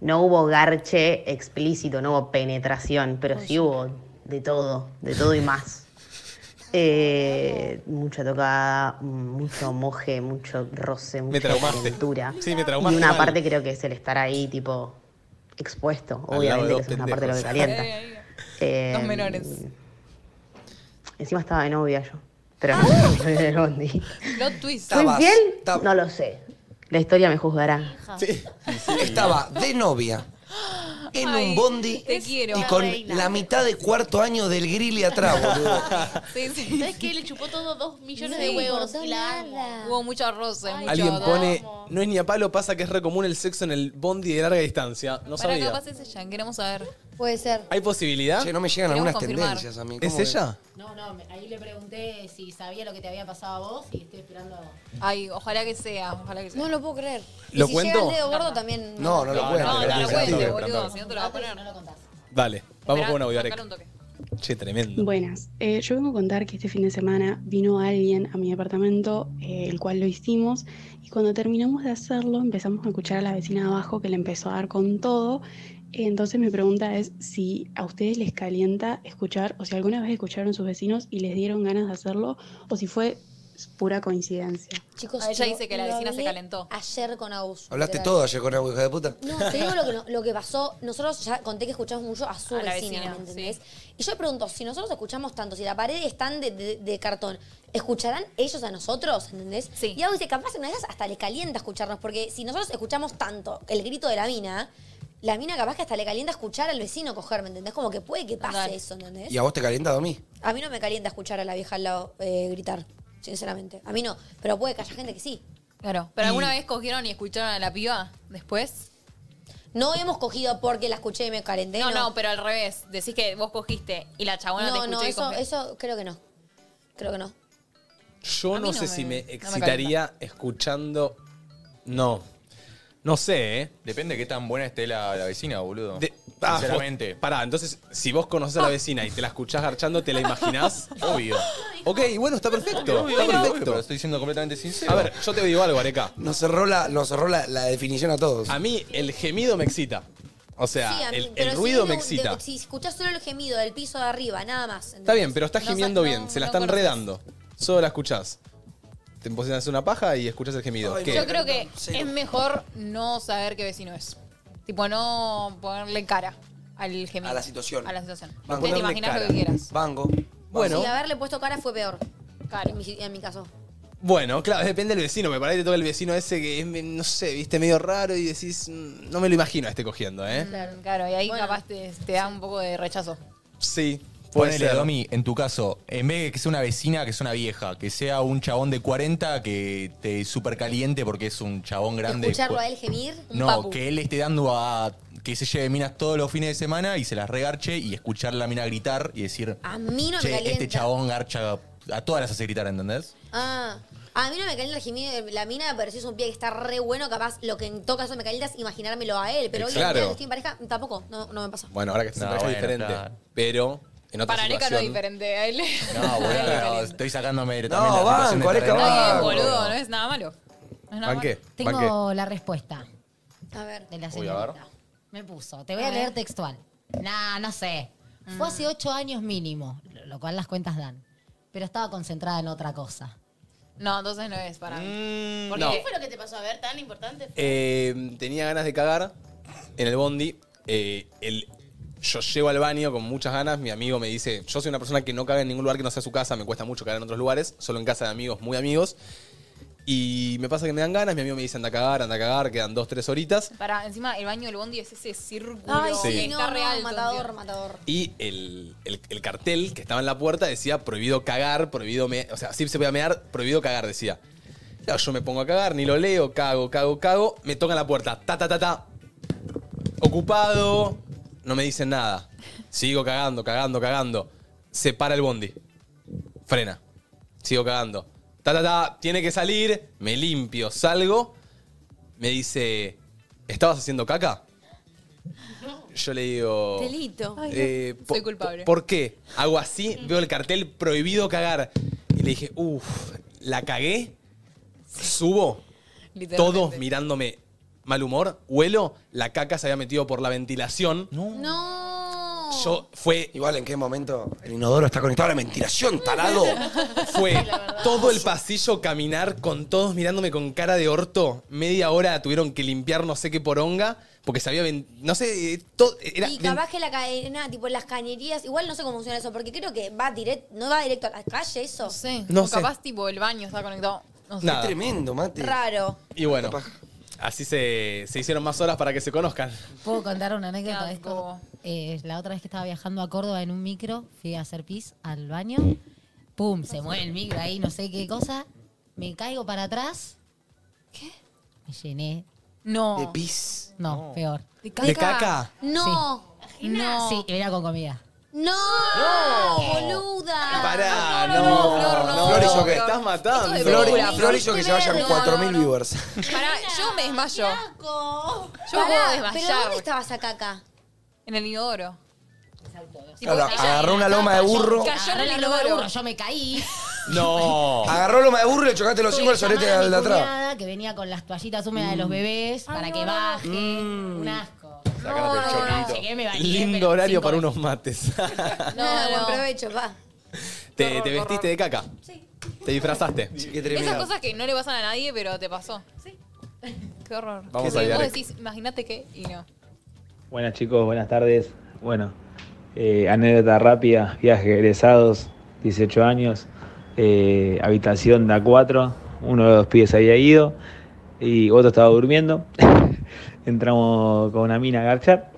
[SPEAKER 12] No hubo garche explícito, no hubo penetración, pero sí hubo de todo, de todo y más. Eh, mucha tocada, mucho moje, mucho roce, mucha
[SPEAKER 1] traumaste.
[SPEAKER 12] calentura.
[SPEAKER 1] Sí, me traumaste
[SPEAKER 12] Y una
[SPEAKER 1] mal.
[SPEAKER 12] parte creo que es el estar ahí, tipo, expuesto.
[SPEAKER 1] Al lado de
[SPEAKER 12] Obviamente que
[SPEAKER 1] dos
[SPEAKER 12] eso es una parte de lo que
[SPEAKER 1] pendejos.
[SPEAKER 12] calienta.
[SPEAKER 4] Ahí, ahí.
[SPEAKER 12] Eh,
[SPEAKER 4] Dos menores.
[SPEAKER 12] Encima estaba de novia yo. Pero no, soy del bondi.
[SPEAKER 4] Plot twist.
[SPEAKER 12] ¿Fui
[SPEAKER 3] Estabas-
[SPEAKER 12] fiel?
[SPEAKER 3] tab-
[SPEAKER 12] No lo sé. La historia me juzgará.
[SPEAKER 1] Sí.
[SPEAKER 3] Estaba de novia en
[SPEAKER 4] Ay,
[SPEAKER 3] un bondi
[SPEAKER 4] te quiero.
[SPEAKER 3] y con
[SPEAKER 8] La reina.
[SPEAKER 3] la mitad de cuarto año del grill y atrás, boludo.
[SPEAKER 4] Sí, sí.
[SPEAKER 8] ¿Sabes qué? Le chupó todo dos millones
[SPEAKER 2] No
[SPEAKER 8] de
[SPEAKER 2] le
[SPEAKER 8] huevos
[SPEAKER 2] importó
[SPEAKER 8] y la amo.
[SPEAKER 2] nada.
[SPEAKER 4] Hubo mucho roce, mucho
[SPEAKER 1] Alguien
[SPEAKER 4] dolor.
[SPEAKER 1] pone,
[SPEAKER 8] amo.
[SPEAKER 1] no es ni a palo, pasa que es re común el sexo en el bondi de larga distancia. No
[SPEAKER 4] Para
[SPEAKER 1] sabía.
[SPEAKER 4] capaz es ella, queremos saber.
[SPEAKER 2] Puede ser.
[SPEAKER 1] ¿Hay posibilidad?
[SPEAKER 3] Che, no me llegan Queremos algunas confirmar. tendencias a mí.
[SPEAKER 1] ¿Es
[SPEAKER 3] ¿Cómo es?
[SPEAKER 1] ella?
[SPEAKER 6] No, no, me- ahí le pregunté si sabía lo que te había pasado a vos y estoy esperando.
[SPEAKER 4] Ay, ojalá que sea, ojalá que sea.
[SPEAKER 2] No lo puedo creer.
[SPEAKER 1] ¿Lo
[SPEAKER 2] y si
[SPEAKER 1] cuento?
[SPEAKER 2] llega el dedo gordo también.
[SPEAKER 3] No, no lo cuento.
[SPEAKER 1] no, no lo cuente, boludo,
[SPEAKER 4] Si no te lo va a poner.
[SPEAKER 1] Dale, vamos
[SPEAKER 4] Esperá,
[SPEAKER 1] con un audio, Arek.
[SPEAKER 4] sacale un toque.
[SPEAKER 1] Che, tremendo.
[SPEAKER 13] Buenas, Eh, yo vengo a contar que este fin de semana vino alguien a mi apartamento, eh, el cual lo hicimos, y cuando terminamos de hacerlo empezamos a escuchar a la vecina de abajo que le empezó a dar con todo. Eh, Entonces mi pregunta es si a ustedes les calienta escuchar, o si alguna vez escucharon sus vecinos y les dieron ganas de hacerlo, o si fue pura coincidencia.
[SPEAKER 2] Chicos,
[SPEAKER 4] Ah, ella
[SPEAKER 2] lo-
[SPEAKER 4] dice que la
[SPEAKER 2] lo
[SPEAKER 4] vecina se
[SPEAKER 2] hablé
[SPEAKER 4] calentó.
[SPEAKER 2] Ayer con Agus.
[SPEAKER 3] Hablaste
[SPEAKER 2] literal.
[SPEAKER 3] todo ayer con agua, hija de puta.
[SPEAKER 2] No, te digo lo que, no- lo que pasó. Nosotros ya conté que escuchamos mucho a su
[SPEAKER 4] A la
[SPEAKER 2] vecina,
[SPEAKER 4] vecina,
[SPEAKER 2] ¿me entendés? Y yo le pregunto, si nosotros escuchamos tanto, si la pared es tan de, de- de cartón, ¿escucharán ellos a nosotros? ¿Entendés? Y algo dice, capaz en una de esas hasta le calienta escucharnos, porque si nosotros escuchamos tanto el grito de la mina, la mina capaz que hasta le calienta escuchar al vecino coger, ¿me entendés? Como que puede que pase eso, ¿entendés?
[SPEAKER 3] ¿Y a vos te calienta a mí?
[SPEAKER 2] A mí no me calienta escuchar a la vieja al lado eh, gritar, sinceramente. A mí no, pero puede que haya gente que sí.
[SPEAKER 4] Claro. ¿Pero alguna vez cogieron y escucharon a la piba después?
[SPEAKER 2] No hemos cogido porque la escuché y me calenté.
[SPEAKER 4] No, no, pero al revés. Decís que vos cogiste y la chabona te
[SPEAKER 2] No,
[SPEAKER 4] escuchó
[SPEAKER 2] no,
[SPEAKER 4] y
[SPEAKER 2] eso,
[SPEAKER 4] cogió.
[SPEAKER 2] eso creo que no. Creo que no.
[SPEAKER 1] Yo no,
[SPEAKER 2] no
[SPEAKER 1] sé
[SPEAKER 2] me-
[SPEAKER 1] si me
[SPEAKER 2] no me
[SPEAKER 1] excitaría escuchando. No. No sé, ¿eh?
[SPEAKER 5] Depende de qué tan buena esté la, la vecina, boludo.
[SPEAKER 1] De- ah, vos-
[SPEAKER 5] Sinceramente.
[SPEAKER 1] pará, entonces, si vos conocés a la vecina y te la escuchás garchando, ¿te la imaginás?
[SPEAKER 5] Obvio.
[SPEAKER 1] Ok, bueno, está perfecto.
[SPEAKER 5] Obvio,
[SPEAKER 1] está
[SPEAKER 5] obvio,
[SPEAKER 1] perfecto.
[SPEAKER 5] obvio, pero estoy siendo completamente sincero.
[SPEAKER 1] A ver, yo te digo algo, Areca.
[SPEAKER 3] Nos cerró, la, nos cerró la, la definición a todos.
[SPEAKER 1] A mí el gemido me excita. O sea,
[SPEAKER 2] Sí, a
[SPEAKER 1] Ah,
[SPEAKER 2] mí,
[SPEAKER 1] el,
[SPEAKER 2] pero
[SPEAKER 1] el
[SPEAKER 2] si
[SPEAKER 1] ruido
[SPEAKER 2] no,
[SPEAKER 1] me
[SPEAKER 2] de-
[SPEAKER 1] excita.
[SPEAKER 2] si escuchás solo el gemido del piso de arriba, nada más.
[SPEAKER 1] Está bien, pero estás gimiendo bien, se la están
[SPEAKER 2] conoces.
[SPEAKER 1] redando. Solo la escuchás. Te posicionas una paja y escuchás el gemido. ¿Qué?
[SPEAKER 4] Yo creo que es mejor no saber qué vecino es. Tipo, no ponerle cara al gemido.
[SPEAKER 3] A la situación.
[SPEAKER 4] A la situación.
[SPEAKER 3] Banco.
[SPEAKER 4] Te imaginas lo que quieras.
[SPEAKER 3] Banco.
[SPEAKER 1] Bueno.
[SPEAKER 2] Sí, haberle puesto cara fue peor. En mi, en mi caso.
[SPEAKER 1] Bueno, claro, depende del vecino. Me parece que todo el vecino ese que es, no sé, viste, medio raro y decís, "Mm, no me lo imagino a este cogiendo, ¿eh?
[SPEAKER 4] Claro, claro, y ahí capaz te, te da un poco de rechazo.
[SPEAKER 1] Sí, puede
[SPEAKER 5] Ponele,
[SPEAKER 1] ser.
[SPEAKER 5] Domi, en tu caso, en vez de que sea una vecina, que sea una vieja, que sea un chabón de 40 que te super caliente porque es un chabón grande.
[SPEAKER 2] Escucharlo
[SPEAKER 5] Cu-
[SPEAKER 2] a él gemir. un
[SPEAKER 5] No,
[SPEAKER 2] papu.
[SPEAKER 5] que él esté dando a que se lleve minas todos los fines de semana y se las regarche y escuchar la mina gritar y decir,
[SPEAKER 2] A mí no me
[SPEAKER 5] che,
[SPEAKER 2] calienta.
[SPEAKER 5] este chabón garcha a todas las hace gritar, ¿entendés?
[SPEAKER 2] Ah, a mí no me calienta el gemido de la mina, pero si es un pie que está re bueno, capaz lo que en todo caso me calienta es imaginármelo a él. Pero hoy en
[SPEAKER 1] Claro.
[SPEAKER 2] día que estoy en pareja, tampoco, no, no me pasa.
[SPEAKER 1] Bueno, ahora que estás en
[SPEAKER 5] No,
[SPEAKER 1] pareja
[SPEAKER 5] bueno,
[SPEAKER 1] diferente.
[SPEAKER 5] claro.
[SPEAKER 1] Pero, en otra
[SPEAKER 4] Para Areca no es
[SPEAKER 1] situación...
[SPEAKER 4] diferente a él.
[SPEAKER 5] No, boludo, no, estoy sacándome también
[SPEAKER 3] No,
[SPEAKER 5] la situación
[SPEAKER 3] banco,
[SPEAKER 5] de
[SPEAKER 3] Areca,
[SPEAKER 5] terreno.
[SPEAKER 4] Está bien, boludo, no es nada malo. No es nada
[SPEAKER 1] Banqué,
[SPEAKER 4] malo.
[SPEAKER 6] Tengo
[SPEAKER 1] banqué.
[SPEAKER 6] la respuesta.
[SPEAKER 2] A ver.
[SPEAKER 6] De la
[SPEAKER 5] Uy, a ver.
[SPEAKER 6] señorita. Me puso. Te voy
[SPEAKER 2] A
[SPEAKER 6] a, Mm.
[SPEAKER 2] ver.
[SPEAKER 6] leer textual. Nah, no sé. Fue hace ocho años mínimo, lo- lo cual las cuentas dan. Pero estaba concentrada en otra cosa.
[SPEAKER 4] No, entonces no es para mí.
[SPEAKER 8] ¿Por
[SPEAKER 1] Mm, no.
[SPEAKER 8] qué fue lo que te pasó a ver tan importante?
[SPEAKER 1] Eh, tenía ganas de cagar en el bondi. Eh, el- yo llego al baño con muchas ganas. Mi amigo me dice: Yo soy una persona que no caga en ningún lugar que no sea su casa. Me cuesta mucho cagar en otros lugares. Solo en casa de amigos, muy amigos. Y me pasa que me dan ganas. Mi amigo me dice: Anda a cagar, anda a cagar. Quedan dos, tres horitas.
[SPEAKER 4] Para, encima, el baño del bondi es ese círculo.
[SPEAKER 2] Ay, sí,
[SPEAKER 4] que
[SPEAKER 2] no,
[SPEAKER 4] está
[SPEAKER 2] no,
[SPEAKER 4] real.
[SPEAKER 2] matador, matador.
[SPEAKER 1] Y el, el- el cartel que estaba en la puerta decía: Prohibido cagar, prohibido me O sea, sí se podía mear, prohibido cagar, decía. Claro, yo me pongo a cagar, ni lo leo, cago, cago, cago. Me tocan la puerta. Ta, ta, ta, ta. ocupado, no me dicen nada. Sigo cagando, cagando, cagando. Se para el bondi. Frena. Sigo cagando. Ta, ta, ta, tiene que salir. Me limpio, salgo. Me dice, ¿estabas haciendo caca? Yo le digo...
[SPEAKER 2] Delito.
[SPEAKER 1] eh, po-
[SPEAKER 4] Soy culpable.
[SPEAKER 1] po- ¿Por qué? Hago así, veo el cartel prohibido cagar. Y le dije, uff, la cagué, subo,
[SPEAKER 4] Literalmente.
[SPEAKER 1] todos mirándome mal humor, huelo, la caca se había metido por la ventilación.
[SPEAKER 2] No.
[SPEAKER 1] Yo fue.
[SPEAKER 3] Igual en qué momento el inodoro está conectado a la ventilación, tarado.
[SPEAKER 1] Fue todo el pasillo caminar con todos mirándome con cara de orto. Media hora tuvieron que limpiar no sé qué poronga, porque se había ven- no sé, eh, todo era
[SPEAKER 2] y
[SPEAKER 1] ven-
[SPEAKER 2] capaz que la cadena, tipo las cañerías, igual no sé cómo funciona eso, porque creo que va directo, no va directo a la calle eso. No
[SPEAKER 4] sé.
[SPEAKER 1] No
[SPEAKER 4] O
[SPEAKER 1] sé.
[SPEAKER 4] capaz, tipo, el baño está conectado. No sé.
[SPEAKER 1] Nada.
[SPEAKER 3] Tremendo, mate.
[SPEAKER 2] Raro.
[SPEAKER 1] y bueno, así se, se hicieron más horas para que se conozcan.
[SPEAKER 6] ¿Puedo contar una anécdota de esto? Eh, la otra vez que estaba viajando a Córdoba en un micro, fui a hacer pis al baño. Pum, se mueve el micro ahí, no sé qué cosa. Me caigo para atrás. ¿Qué? Me llené.
[SPEAKER 4] No.
[SPEAKER 3] De pis.
[SPEAKER 6] No, peor.
[SPEAKER 4] ¿De
[SPEAKER 1] caca?
[SPEAKER 6] Sí.
[SPEAKER 2] No. ajena?
[SPEAKER 6] Sí, era con comida.
[SPEAKER 2] ¡No! ¡Boluda!
[SPEAKER 1] Pará, no,
[SPEAKER 3] Flor, no, Flor hizo que-
[SPEAKER 1] me estás matando.
[SPEAKER 3] Flor, Flor hizo que se vayan
[SPEAKER 2] No,
[SPEAKER 3] 4.000 viewers.
[SPEAKER 4] Pará, yo me desmayo.
[SPEAKER 8] Yo
[SPEAKER 4] me puedo
[SPEAKER 2] ¿Pero
[SPEAKER 4] desmayar.
[SPEAKER 2] dónde estabas acá acá?
[SPEAKER 4] En el inodoro.
[SPEAKER 3] Claro, agarró una loma de burro.
[SPEAKER 6] Cayó en el burro, yo me caí.
[SPEAKER 1] No.
[SPEAKER 3] Agarró loma de burro y le chocaste los cinco al
[SPEAKER 6] Tuve que
[SPEAKER 3] sorete
[SPEAKER 6] llamar a
[SPEAKER 3] al de
[SPEAKER 6] mi
[SPEAKER 3] atrás. Mm.
[SPEAKER 6] cuñada, que venía con las toallitas húmedas de los bebés para que baje. Un asco.
[SPEAKER 1] Sacándote el chorrito.
[SPEAKER 6] llegué, me bañé,
[SPEAKER 1] Lindo
[SPEAKER 6] pero
[SPEAKER 1] horario
[SPEAKER 6] cinco
[SPEAKER 1] para unos mates.
[SPEAKER 2] No, no. Buen provecho, pa.
[SPEAKER 1] te, te vestiste de caca. Sí. Te disfrazaste.
[SPEAKER 3] Qué
[SPEAKER 4] Esas cosas que no le pasan a nadie, pero te pasó. Sí. Qué horror.
[SPEAKER 1] Vamos
[SPEAKER 4] Sí,
[SPEAKER 1] a
[SPEAKER 4] vos
[SPEAKER 1] Yarek.
[SPEAKER 4] decís, imagínate que, y no.
[SPEAKER 15] Buenas chicos, buenas tardes. Bueno, eh, anécdota rápida, viaje egresados, 18 años, eh, habitación de A4, uno de los pies había ido y otro estaba durmiendo. Entramos con una mina a garchar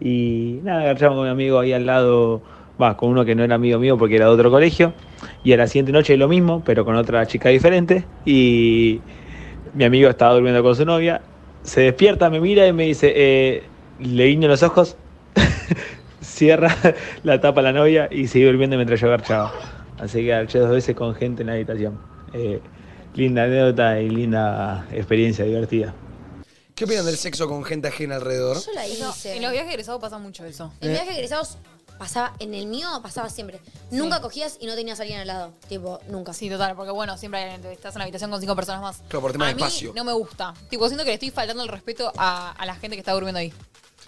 [SPEAKER 15] y nada, garchamos con un amigo ahí al lado, va, con uno que no era amigo mío porque era de otro colegio y a la siguiente noche lo mismo, pero con otra chica diferente y mi amigo estaba durmiendo con su novia, se despierta, me mira y me dice, eh, le guiño los ojos, cierra la tapa a la novia y sigue durmiendo mientras yo garchaba. Así que garché dos veces con gente en la habitación. Eh, linda anécdota y linda experiencia divertida.
[SPEAKER 3] ¿Qué opinan del sexo con gente ajena alrededor?
[SPEAKER 2] Yo la hice.
[SPEAKER 4] En los viajes egresados pasa mucho eso.
[SPEAKER 2] En viajes egresados pasaba, en el mío pasaba siempre. Nunca cogías y no tenías a alguien al lado. Tipo, nunca.
[SPEAKER 4] Sí, total, porque bueno, siempre hay alguien, estás en la habitación con cinco personas más.
[SPEAKER 3] Claro, por tema
[SPEAKER 4] a
[SPEAKER 3] de
[SPEAKER 4] mí
[SPEAKER 3] espacio.
[SPEAKER 4] no me gusta. Tipo, siento que le estoy faltando el respeto a, a la gente que está durmiendo ahí.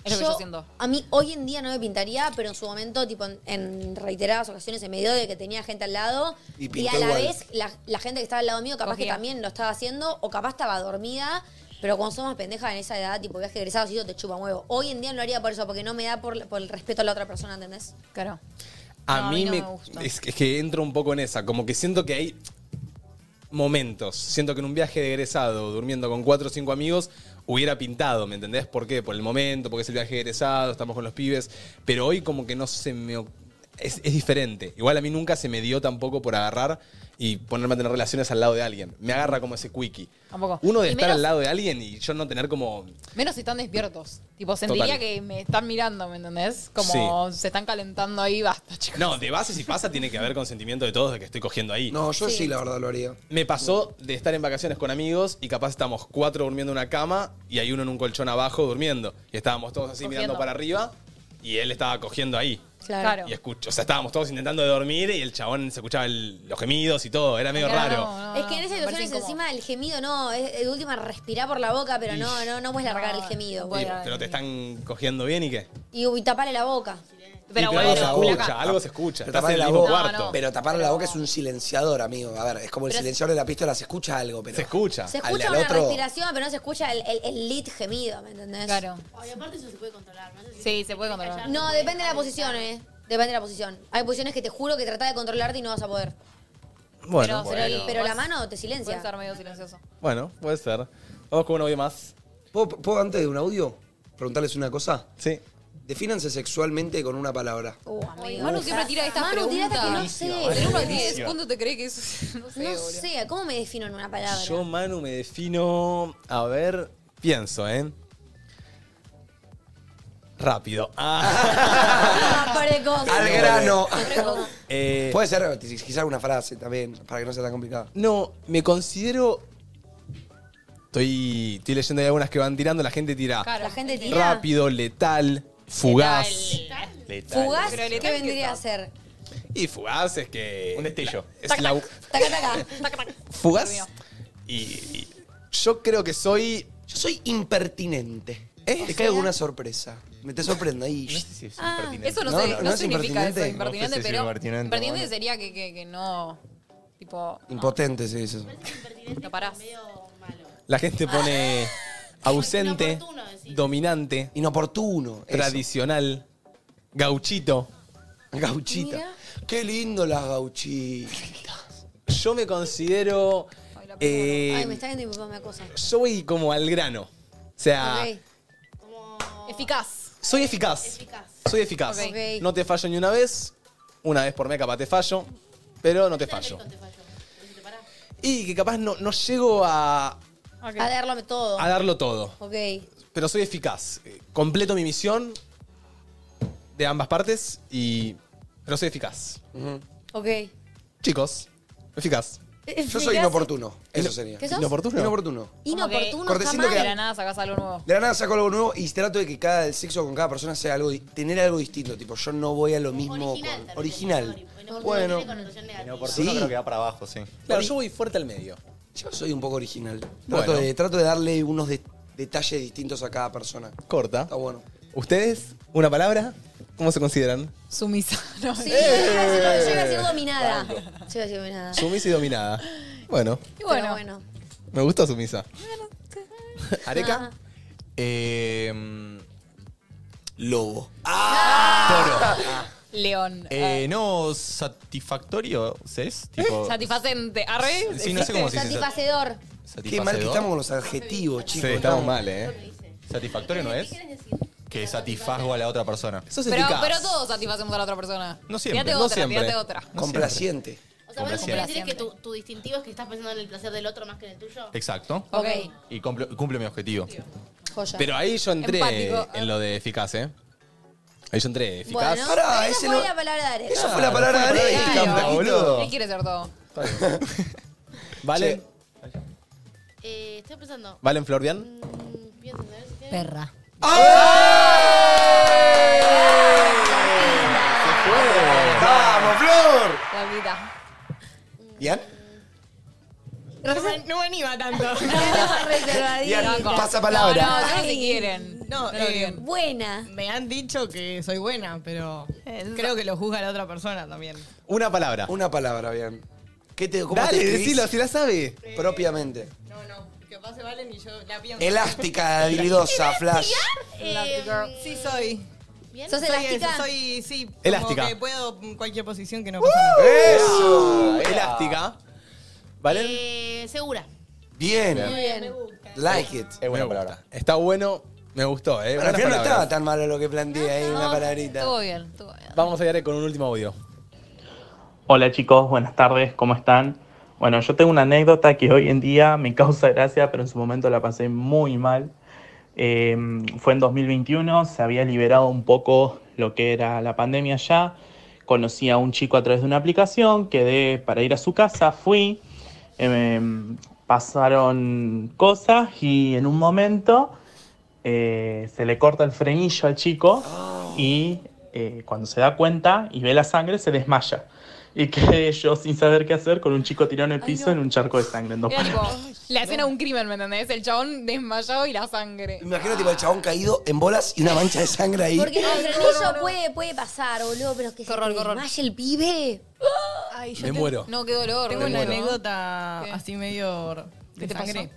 [SPEAKER 4] Es lo que yo siento.
[SPEAKER 2] A mí hoy en día no me pintaría, pero en su momento, tipo, en, en reiteradas ocasiones se me dio de que tenía gente al lado.
[SPEAKER 3] Y
[SPEAKER 2] Y,
[SPEAKER 3] pintó
[SPEAKER 2] a la
[SPEAKER 3] igual.
[SPEAKER 2] vez, la, la gente que estaba al lado mío, capaz que
[SPEAKER 4] Cogía.
[SPEAKER 2] también lo estaba haciendo, o capaz estaba dormida. Pero cuando somos pendejas en esa edad, tipo viaje egresado, si yo te chupa huevo. Hoy en día no lo haría por eso, porque no me da por, por el respeto a la otra persona, ¿entendés?
[SPEAKER 4] Claro.
[SPEAKER 1] A
[SPEAKER 2] No, a
[SPEAKER 1] mí
[SPEAKER 2] mí no
[SPEAKER 1] me,
[SPEAKER 2] me gusta.
[SPEAKER 1] es, que- es que entro un poco en esa, como que siento que hay momentos, siento que en un viaje de egresado, durmiendo con cuatro o cinco amigos, hubiera pintado, ¿me entendés? ¿Por qué? Por el momento, porque es el viaje de egresado, estamos con los pibes, pero hoy como que no se me... o- Es, es diferente. Igual a mí nunca se me dio tampoco por agarrar y ponerme a tener relaciones al lado de alguien. Me agarra como ese quickie.
[SPEAKER 4] Tampoco.
[SPEAKER 1] Uno de
[SPEAKER 4] Y
[SPEAKER 1] estar
[SPEAKER 4] menos-
[SPEAKER 1] al lado de alguien y yo no tener como...
[SPEAKER 4] Menos si están despiertos. Tipo, sentiría
[SPEAKER 1] Total.
[SPEAKER 4] que me están mirando, ¿me entendés? Como se están calentando ahí, basta, chicos.
[SPEAKER 1] No, de base si pasa tiene que haber consentimiento de todos de que estoy cogiendo ahí.
[SPEAKER 3] No, yo sí, la verdad lo haría.
[SPEAKER 1] Me pasó de estar en vacaciones con amigos y capaz estamos cuatro durmiendo en una cama y hay uno en un colchón abajo durmiendo. Y estábamos todos así
[SPEAKER 4] Cogiendo.
[SPEAKER 1] mirando para arriba y él estaba cogiendo ahí.
[SPEAKER 4] Claro.
[SPEAKER 1] Y escucho, o sea, estábamos todos intentando de dormir y el chabón se escuchaba el- los gemidos y todo, era medio raro.
[SPEAKER 2] es que en esas
[SPEAKER 4] me parece
[SPEAKER 2] situaciones encima el gemido no, es de última respirar por la boca, pero no, no, no puedes largar el gemido.
[SPEAKER 1] Y- pero te están cogiendo bien y qué.
[SPEAKER 2] Y, y tapale la boca.
[SPEAKER 1] Pero
[SPEAKER 3] bueno,
[SPEAKER 1] algo se
[SPEAKER 3] la boca.
[SPEAKER 1] escucha, algo se escucha.
[SPEAKER 3] Pero
[SPEAKER 1] Estás
[SPEAKER 3] taparle
[SPEAKER 1] en el
[SPEAKER 3] la
[SPEAKER 1] mismo
[SPEAKER 3] boca.
[SPEAKER 1] cuarto.
[SPEAKER 3] Pero taparle la boca es un silenciador, amigo. A ver, es como el
[SPEAKER 2] Pero-
[SPEAKER 3] silenciador de la pistola, se escucha algo, pero. Se
[SPEAKER 1] escucha.
[SPEAKER 2] Se escucha una respiración, pero no se escucha el, el, el lit gemido, ¿me entendés? Claro.
[SPEAKER 8] Ay, aparte eso se puede controlar. No sé si
[SPEAKER 4] Sí, se puede controlar.
[SPEAKER 2] No, depende de la posición, ¿eh? Depende de la posición. Hay posiciones que te juro que tratás de controlarte y no vas a poder.
[SPEAKER 1] Bueno,
[SPEAKER 2] pero, pero-
[SPEAKER 1] bueno.
[SPEAKER 2] pero la mano te silencia.
[SPEAKER 4] Puede ser medio silencioso.
[SPEAKER 1] Bueno, puede ser. Vamos con un audio más.
[SPEAKER 3] ¿Puedo, puedo antes de un audio preguntarles una cosa?
[SPEAKER 1] Sí.
[SPEAKER 3] Defínanse sexualmente con una palabra.
[SPEAKER 4] Manu siempre tira estas
[SPEAKER 2] Manu,
[SPEAKER 4] preguntas.
[SPEAKER 2] tirate que no sé.
[SPEAKER 4] Del uno al diez,
[SPEAKER 1] Buenísima.
[SPEAKER 4] ¿cuánto te crees que eso No sé,
[SPEAKER 2] No
[SPEAKER 4] boludo.
[SPEAKER 2] sé, ¿cómo me defino en una palabra?
[SPEAKER 1] Yo, Manu, me defino. A ver, pienso, ¿eh? Rápido.
[SPEAKER 2] Ah, por el coso.
[SPEAKER 3] Al grano.
[SPEAKER 1] Eh,
[SPEAKER 3] Puede ser quizás una frase también, para que no sea tan complicado.
[SPEAKER 1] No, me considero. Estoy, estoy leyendo ahí algunas que van tirando. La gente tira
[SPEAKER 2] La gente tira.
[SPEAKER 1] rápido, letal, fugaz. Letal.
[SPEAKER 2] Fugaz, ¿qué vendría a ser?
[SPEAKER 1] Y fugaz es que. Un destello. es
[SPEAKER 2] Tac,
[SPEAKER 1] la,
[SPEAKER 2] Taca, taca.
[SPEAKER 1] fugaz. Y, y yo creo que soy.
[SPEAKER 3] Yo soy impertinente. ¿Eh? Te caigo una sorpresa. Me te sorprendo ahí.
[SPEAKER 4] Ah, eso no, sé, no, significa eso, impertinente, pero impertinente, sería que, que, que no, tipo,
[SPEAKER 3] Ah. Impotente se dice eso.
[SPEAKER 4] no parás.
[SPEAKER 1] La gente pone ausente, dominante,
[SPEAKER 3] inoportuno, eso.
[SPEAKER 1] tradicional, gauchito.
[SPEAKER 3] Gauchita. Qué lindo las gauchitas.
[SPEAKER 1] Yo me considero. eh,
[SPEAKER 2] Ay, me está viendo y mi papá me acosa.
[SPEAKER 1] soy como al grano. O sea,
[SPEAKER 2] Ok.
[SPEAKER 4] Eficaz.
[SPEAKER 1] soy eficaz. Soy eficaz.
[SPEAKER 2] Ok. Ok.
[SPEAKER 1] No te fallo ni una vez. Una vez por mes capaz te fallo, pero no te fallo. Y que capaz no, no llego a,
[SPEAKER 2] A darlo todo.
[SPEAKER 1] a darlo todo.
[SPEAKER 2] Ok.
[SPEAKER 1] Pero soy eficaz. Eh, Completo mi misión de ambas partes y. Pero soy eficaz.
[SPEAKER 2] Ok.
[SPEAKER 1] Chicos, eficaz.
[SPEAKER 3] Yo soy inoportuno, eso sería.
[SPEAKER 1] ¿Qué sos? ¿Inoportuno?
[SPEAKER 3] Inoportuno.
[SPEAKER 2] Inoportuno
[SPEAKER 3] Cortecito
[SPEAKER 2] está mal.
[SPEAKER 3] que-
[SPEAKER 4] De la nada sacás algo nuevo.
[SPEAKER 3] De la nada saco algo nuevo y trato de que cada el sexo con cada persona sea algo, di- tener algo distinto. Tipo, yo no voy a lo mismo.
[SPEAKER 8] Original
[SPEAKER 3] con-
[SPEAKER 8] también,
[SPEAKER 3] original.
[SPEAKER 8] Bueno.
[SPEAKER 5] Inoportuno creo que va para abajo, sí.
[SPEAKER 1] Claro, yo voy fuerte al medio.
[SPEAKER 3] Yo soy un poco original. Trato,
[SPEAKER 1] Bueno.
[SPEAKER 3] de, trato de darle unos de- detalles distintos a cada persona.
[SPEAKER 1] Corta.
[SPEAKER 3] Está bueno.
[SPEAKER 1] ¿Ustedes? ¿Una palabra? ¿Cómo se consideran?
[SPEAKER 4] Sumisa. No,
[SPEAKER 2] Sí,
[SPEAKER 4] eh.
[SPEAKER 2] yo iba a decir- yo iba a decir
[SPEAKER 1] Eh.
[SPEAKER 2] dominada. Yo iba a decir dominada.
[SPEAKER 1] Sumisa y dominada. Bueno,
[SPEAKER 2] Pero bueno. bueno.
[SPEAKER 1] me gustó sumisa. ¿Areca?
[SPEAKER 5] Eh,
[SPEAKER 3] Lobo.
[SPEAKER 4] León.
[SPEAKER 5] Eh, no, satisfactorio, ¿es?
[SPEAKER 4] ¿Eh?
[SPEAKER 5] Tipo,
[SPEAKER 4] Satisfacente. este, Arre.
[SPEAKER 5] Sí, no sé cómo se dice.
[SPEAKER 2] Satisfacedor.
[SPEAKER 3] Qué mal que estamos con los adjetivos,
[SPEAKER 5] Sí,
[SPEAKER 3] chicos.
[SPEAKER 5] estamos mal, ¿eh? Satisfactorio no es que satisfago a la otra persona.
[SPEAKER 4] Pero, pero todos satisfacemos a la otra persona.
[SPEAKER 5] No siempre,
[SPEAKER 4] Tírate
[SPEAKER 5] no
[SPEAKER 4] otra,
[SPEAKER 5] siempre.
[SPEAKER 4] tírate otra.
[SPEAKER 5] No
[SPEAKER 3] Complaciente.
[SPEAKER 8] O sea, vos lo que querés decir es que
[SPEAKER 4] Siempre.
[SPEAKER 8] tu, tu distintivo es que estás pensando en el placer del otro más que en el tuyo.
[SPEAKER 5] Exacto.
[SPEAKER 8] Ok.
[SPEAKER 5] Y cumplo, cumplo mi objetivo.
[SPEAKER 2] Joya.
[SPEAKER 1] Pero ahí yo entré
[SPEAKER 2] Empático.
[SPEAKER 1] en lo de eficaz, ¿eh? Ahí yo entré eficaz.
[SPEAKER 2] Bueno, pero esa fue la palabra de Areca.
[SPEAKER 1] Esa fue la palabra de Areca,
[SPEAKER 4] Claro.
[SPEAKER 1] boludo.
[SPEAKER 4] Él quiere ser todo.
[SPEAKER 1] ¿Vale?
[SPEAKER 8] Eh, estoy pensando.
[SPEAKER 1] ¿Valen Florian?
[SPEAKER 6] Perra.
[SPEAKER 3] ¡Vamos, Flor!
[SPEAKER 4] Guapita.
[SPEAKER 3] ¿Ian?
[SPEAKER 10] No me, no me anima tanto.
[SPEAKER 3] Ian, pasa palabra.
[SPEAKER 4] No, no, no se quieren.
[SPEAKER 10] No, eh,
[SPEAKER 4] No lo quieren.
[SPEAKER 2] buena.
[SPEAKER 10] Me han dicho que soy buena, pero creo que lo juzga la otra persona también.
[SPEAKER 1] Una palabra.
[SPEAKER 3] Una palabra, bien. ¿Qué te, cómo
[SPEAKER 1] Dale,
[SPEAKER 3] te escribís?
[SPEAKER 1] decilo, si la sabe.
[SPEAKER 3] Propiamente.
[SPEAKER 10] Que pase Valen y yo la pienso.
[SPEAKER 3] Elástica, habilidosa, flash.
[SPEAKER 10] Sí, soy.
[SPEAKER 2] ¿Sos
[SPEAKER 10] soy
[SPEAKER 2] Em, elástica?
[SPEAKER 10] eso, Soy, sí, como
[SPEAKER 1] Elástica.
[SPEAKER 10] que puedo mm, cualquier posición que no pasa
[SPEAKER 3] ¡Uh!
[SPEAKER 10] nada.
[SPEAKER 1] ¡Eso! Ah, Elástica. ¿Vale?
[SPEAKER 8] Eh, segura.
[SPEAKER 3] Bien.
[SPEAKER 1] Muy
[SPEAKER 8] Me gusta.
[SPEAKER 3] Like it.
[SPEAKER 1] Es buena palabra. Está bueno, me gustó,
[SPEAKER 3] Bueno,
[SPEAKER 1] ¿eh?
[SPEAKER 3] al
[SPEAKER 1] Buenas
[SPEAKER 3] final no estaba
[SPEAKER 1] palabras.
[SPEAKER 3] tan malo lo que planteé ahí, una palabrita.
[SPEAKER 4] Estuvo bien, estuvo bien.
[SPEAKER 1] Vamos a ir con un último audio.
[SPEAKER 16] Hola chicos, buenas tardes, ¿cómo están? Bueno, yo tengo una anécdota que hoy en día me causa gracia, pero en su momento la pasé muy mal. Eh, fue en 2021, se había liberado un poco lo que era la pandemia ya. Conocí a un chico a través de una aplicación, quedé para ir a su casa, fui, em, pasaron cosas y en un momento eh, se le corta el frenillo al chico y eh, cuando se da cuenta y ve la sangre se desmaya. Y quedé yo sin saber qué hacer con un chico tirado en el piso en un charco de sangre. en dos
[SPEAKER 4] Era
[SPEAKER 16] patas.
[SPEAKER 4] tipo, la escena de un crimen, ¿me entendés? El chabón desmayado y la sangre.
[SPEAKER 3] Imagino tipo el chabón caído en bolas y una mancha de sangre ahí.
[SPEAKER 2] Porque el frenillo puede, puede pasar, boludo, pero que se te desmaye el pibe.
[SPEAKER 10] Ay,
[SPEAKER 1] Me muero.
[SPEAKER 4] No, qué dolor.
[SPEAKER 10] Tengo
[SPEAKER 1] Me
[SPEAKER 10] una
[SPEAKER 1] muero.
[SPEAKER 10] anécdota así medio de
[SPEAKER 4] te
[SPEAKER 10] sangre.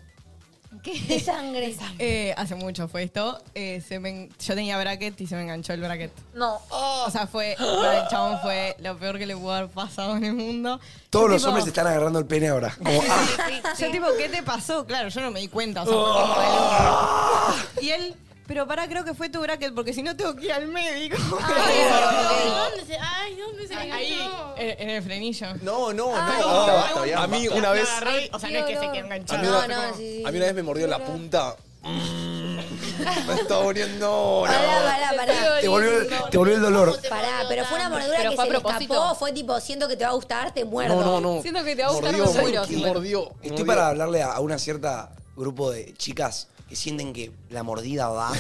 [SPEAKER 2] ¿Qué? De sangre.
[SPEAKER 10] Eh, hace mucho fue esto. Eh, se me en- yo tenía bracket y se me enganchó el bracket.
[SPEAKER 4] No.
[SPEAKER 10] O sea, fue. lo del chabón fue lo peor que le pudo haber pasado en el mundo.
[SPEAKER 3] Todos
[SPEAKER 10] Yo
[SPEAKER 3] los
[SPEAKER 10] tipo-
[SPEAKER 3] hombres están agarrando el pene ahora. Como, ah,
[SPEAKER 10] Yo tipo, ¿qué te pasó? Claro, yo no me di cuenta. o sea,
[SPEAKER 1] Ah.
[SPEAKER 10] fue como el- Y él, pero pará, creo que fue tu bracket, porque si no tengo que ir al médico.
[SPEAKER 1] Ah,
[SPEAKER 8] ¿Dónde se, ay, ¿dónde se me
[SPEAKER 10] Ahí,
[SPEAKER 8] enganchó?
[SPEAKER 10] eh, en el frenillo.
[SPEAKER 1] No, no,
[SPEAKER 10] Ah.
[SPEAKER 1] no.
[SPEAKER 10] No,
[SPEAKER 1] basta,
[SPEAKER 10] no,
[SPEAKER 1] ya, a mí
[SPEAKER 10] basta.
[SPEAKER 1] una vez.
[SPEAKER 10] Me agarró y- O sea, no es que se quedó
[SPEAKER 1] A
[SPEAKER 10] enganchado.
[SPEAKER 1] mí, una,
[SPEAKER 10] fue como-
[SPEAKER 1] a mí una vez me mordió la punta. me estaba poniendo.
[SPEAKER 2] Pará, pará, pará.
[SPEAKER 3] te, volvió, el- te volvió el dolor.
[SPEAKER 2] Pará, pero fue una mordedura
[SPEAKER 4] Pero
[SPEAKER 2] que
[SPEAKER 4] fue
[SPEAKER 2] se
[SPEAKER 4] a
[SPEAKER 2] me
[SPEAKER 4] propósito.
[SPEAKER 2] escapó. Fue tipo, siento que te va a gustar, te muerdo.
[SPEAKER 1] No, no, no.
[SPEAKER 4] Siento que te va a gustar,
[SPEAKER 1] Mordió,
[SPEAKER 4] no seguro.
[SPEAKER 1] mordió, mordió.
[SPEAKER 3] Estoy para hablarle a, a una cierta grupo de chicas que sienten que la mordida va.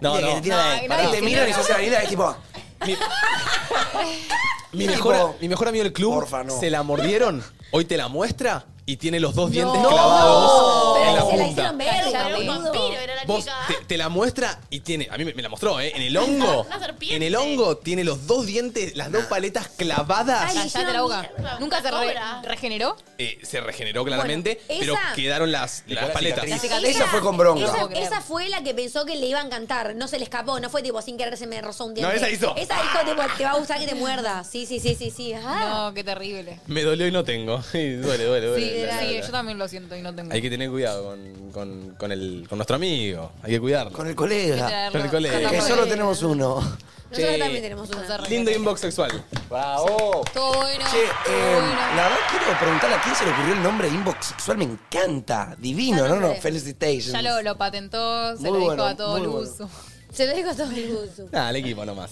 [SPEAKER 1] No,
[SPEAKER 3] Viste que
[SPEAKER 1] no.
[SPEAKER 3] te tiran
[SPEAKER 1] No,
[SPEAKER 3] ahí,
[SPEAKER 1] no,
[SPEAKER 3] pará,
[SPEAKER 1] no,
[SPEAKER 3] y te
[SPEAKER 1] no,
[SPEAKER 3] miran este y
[SPEAKER 1] no.
[SPEAKER 3] se hacen la herida, es tipo.
[SPEAKER 1] Mi
[SPEAKER 3] Es
[SPEAKER 1] mejor,
[SPEAKER 3] tipo-
[SPEAKER 1] mi mejor amigo del club
[SPEAKER 3] Porfa, no.
[SPEAKER 1] se la mordieron. Hoy te la muestra y tiene los dos dientes
[SPEAKER 3] No.
[SPEAKER 1] clavados
[SPEAKER 2] Pero
[SPEAKER 1] en la
[SPEAKER 2] se la
[SPEAKER 1] punta.
[SPEAKER 2] hicieron ver,
[SPEAKER 8] Era un
[SPEAKER 2] boludo.
[SPEAKER 8] vampiro, era la
[SPEAKER 1] Vos
[SPEAKER 8] chica.
[SPEAKER 1] te, te la muestra y tiene. A mí me, me la mostró, ¿eh? En el hongo.
[SPEAKER 8] Una serpiente.
[SPEAKER 1] En el hongo tiene los dos dientes, las dos paletas clavadas.
[SPEAKER 4] Callate la boca.
[SPEAKER 8] mierda,
[SPEAKER 4] Nunca se
[SPEAKER 8] una
[SPEAKER 4] re-
[SPEAKER 8] cobra.
[SPEAKER 4] regeneró.
[SPEAKER 1] Eh, se regeneró claramente,
[SPEAKER 2] esa-
[SPEAKER 1] pero quedaron las, las paletas.
[SPEAKER 3] cicatriz.
[SPEAKER 2] Esa-
[SPEAKER 3] Esa fue con bronca.
[SPEAKER 2] Esa, esa fue la que pensó que le iba a encantar. No se le escapó, no fue tipo sin querer se me rozó un diente.
[SPEAKER 1] No, esa hizo.
[SPEAKER 2] Esa dijo, tipo, te va a gustar que te muerda. Sí, sí, sí, sí, sí. Ah.
[SPEAKER 4] No, qué terrible.
[SPEAKER 1] Me dolió y no tengo. Y duele, duele, duele.
[SPEAKER 4] Sí,
[SPEAKER 1] La- la-
[SPEAKER 4] sí,
[SPEAKER 1] la-
[SPEAKER 4] yo también lo siento y no tengo.
[SPEAKER 1] Hay que tener cuidado con, con, con el, con nuestro amigo. Hay que cuidarlo.
[SPEAKER 3] Con el colega.
[SPEAKER 1] Con el colega.
[SPEAKER 3] Que solo tenemos uno.
[SPEAKER 2] Nosotros
[SPEAKER 1] Che,
[SPEAKER 2] también tenemos una.
[SPEAKER 1] Lindo Ah, oh. inbox sexual. ¡Bravo!
[SPEAKER 4] Todo bueno.
[SPEAKER 3] Che, eh, la verdad quiero preguntarle a quién se le ocurrió el nombre inbox sexual. Me encanta. Divino,
[SPEAKER 4] Ya
[SPEAKER 3] ¿no?
[SPEAKER 4] lo
[SPEAKER 3] no
[SPEAKER 4] sé.
[SPEAKER 3] Felicitations.
[SPEAKER 4] Ya lo, lo patentó, se
[SPEAKER 3] Muy
[SPEAKER 4] lo dijo
[SPEAKER 3] bueno,
[SPEAKER 4] a todo
[SPEAKER 3] muy
[SPEAKER 4] el
[SPEAKER 3] bueno.
[SPEAKER 4] uso.
[SPEAKER 2] Se lo digo a todo el mundo.
[SPEAKER 1] Nada, al Ah, equipo nomás.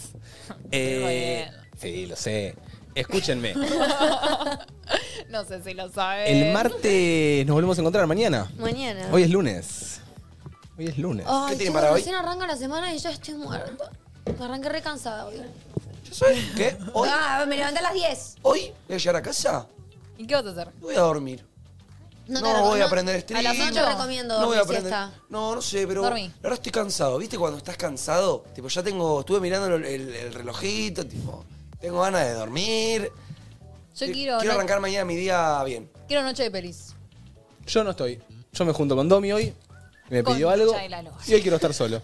[SPEAKER 1] Eh, sí, lo sé. Escúchenme.
[SPEAKER 4] No sé si lo sabes.
[SPEAKER 1] El martes nos volvemos a encontrar mañana.
[SPEAKER 2] Mañana.
[SPEAKER 1] Hoy es lunes. Hoy es lunes.
[SPEAKER 2] Ay, chicos, Recién arranca la semana y yo estoy muerta. Me arranqué re cansada hoy.
[SPEAKER 3] ¿Qué? Hoy
[SPEAKER 2] Ah, me levanté a las 10.
[SPEAKER 3] ¿Hoy? voy a llegar a casa,
[SPEAKER 4] ¿Y qué vas a hacer?
[SPEAKER 3] voy a dormir. No,
[SPEAKER 2] te recomiendo-
[SPEAKER 3] voy a aprender stream.
[SPEAKER 2] A las 8 recomiendo
[SPEAKER 3] No voy a
[SPEAKER 2] dormir
[SPEAKER 3] aprender.
[SPEAKER 2] siesta.
[SPEAKER 3] No, no sé, pero
[SPEAKER 2] Dormí.
[SPEAKER 3] ahora estoy cansado. ¿Viste cuando estás cansado? Tipo, ya tengo, estuve mirando el, el- el relojito, tipo, tengo ganas de dormir.
[SPEAKER 4] Yo
[SPEAKER 3] Eh,
[SPEAKER 4] quiero.
[SPEAKER 3] Quiero
[SPEAKER 4] no-
[SPEAKER 3] arrancar mañana mi día bien.
[SPEAKER 4] Quiero noche de pelis.
[SPEAKER 1] Yo no estoy. Yo me junto con Domi hoy. Me
[SPEAKER 4] Concha
[SPEAKER 1] pidió algo.
[SPEAKER 4] de la lora.
[SPEAKER 1] Y hoy quiero estar solo.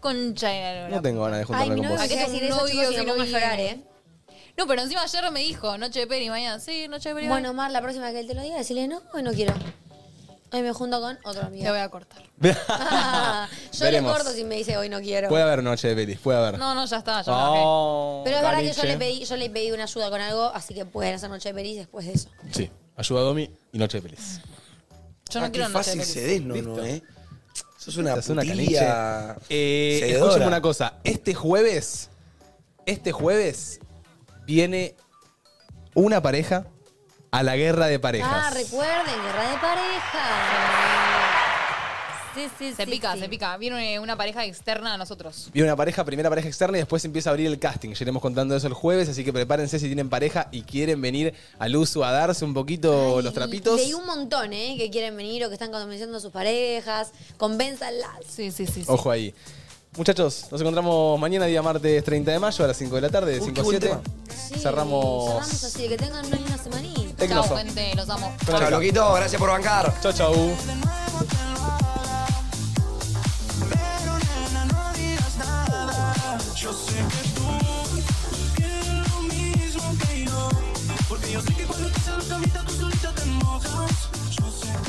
[SPEAKER 4] Concha de la lora.
[SPEAKER 1] No tengo ganas de
[SPEAKER 2] Ay,
[SPEAKER 1] juntarme
[SPEAKER 2] mi
[SPEAKER 1] con
[SPEAKER 2] novio
[SPEAKER 1] vos.
[SPEAKER 2] me quería decir eso,
[SPEAKER 4] No,
[SPEAKER 2] chicos, y
[SPEAKER 4] Dios,
[SPEAKER 2] me pongo a
[SPEAKER 4] no,
[SPEAKER 2] llorar, ¿eh?
[SPEAKER 4] No, pero encima ayer me dijo noche de peli mañana. Sí, noche de peli.
[SPEAKER 2] Bueno, Mar, la próxima que él te lo diga, decirle no, hoy no quiero. Hoy me junto con otro amigo. Te voy
[SPEAKER 4] a cortar.
[SPEAKER 2] yo
[SPEAKER 1] Veremos.
[SPEAKER 2] le corto si me dice hoy no quiero.
[SPEAKER 1] Puede haber noche de pelis, puede haber.
[SPEAKER 4] no, ya está,
[SPEAKER 1] Oh,
[SPEAKER 2] Pero es verdad que yo
[SPEAKER 1] cariche.
[SPEAKER 2] le, pedí, yo le pedí una ayuda con algo, así que pueden hacer noche de pelis después de eso.
[SPEAKER 1] Sí, ayuda a Domi y noche de pelis.
[SPEAKER 2] Yo no
[SPEAKER 3] Ah,
[SPEAKER 2] quiero
[SPEAKER 3] qué
[SPEAKER 2] noche de
[SPEAKER 3] fácil
[SPEAKER 2] pelis.
[SPEAKER 3] se des, no, no, eh. Sos una
[SPEAKER 1] Es una
[SPEAKER 3] putilla.
[SPEAKER 1] caniche. Eh,
[SPEAKER 3] Cedora.
[SPEAKER 1] escúchame una cosa. Este jueves, este jueves viene una pareja a la guerra de
[SPEAKER 2] Ah,
[SPEAKER 1] parejas.
[SPEAKER 2] recuerden, guerra de pareja. Sí, sí,
[SPEAKER 4] Se pica, se pica. Viene una pareja externa a nosotros.
[SPEAKER 1] Viene una pareja, primera pareja externa y después empieza a abrir el casting. Ya iremos contando eso el jueves, así que prepárense si tienen pareja y quieren venir al uso a darse un poquito los trapitos.
[SPEAKER 2] Leí un montón, ¿eh? Que quieren venir o que están convenciendo a sus parejas. Convénzanlas.
[SPEAKER 4] Sí, sí, sí.
[SPEAKER 1] Ojo ahí. Muchachos, nos encontramos mañana, día martes 30 de mayo, a las 5 de la tarde, de 5 a 7. Cerramos.
[SPEAKER 2] Cerramos así, que tengan una linda semanita.
[SPEAKER 1] Tecnoso.
[SPEAKER 4] Chao, gente, los amo.
[SPEAKER 1] Chau,
[SPEAKER 3] Chao, loquito, gracias por bancar.
[SPEAKER 1] Chau, chau.
[SPEAKER 2] Chao.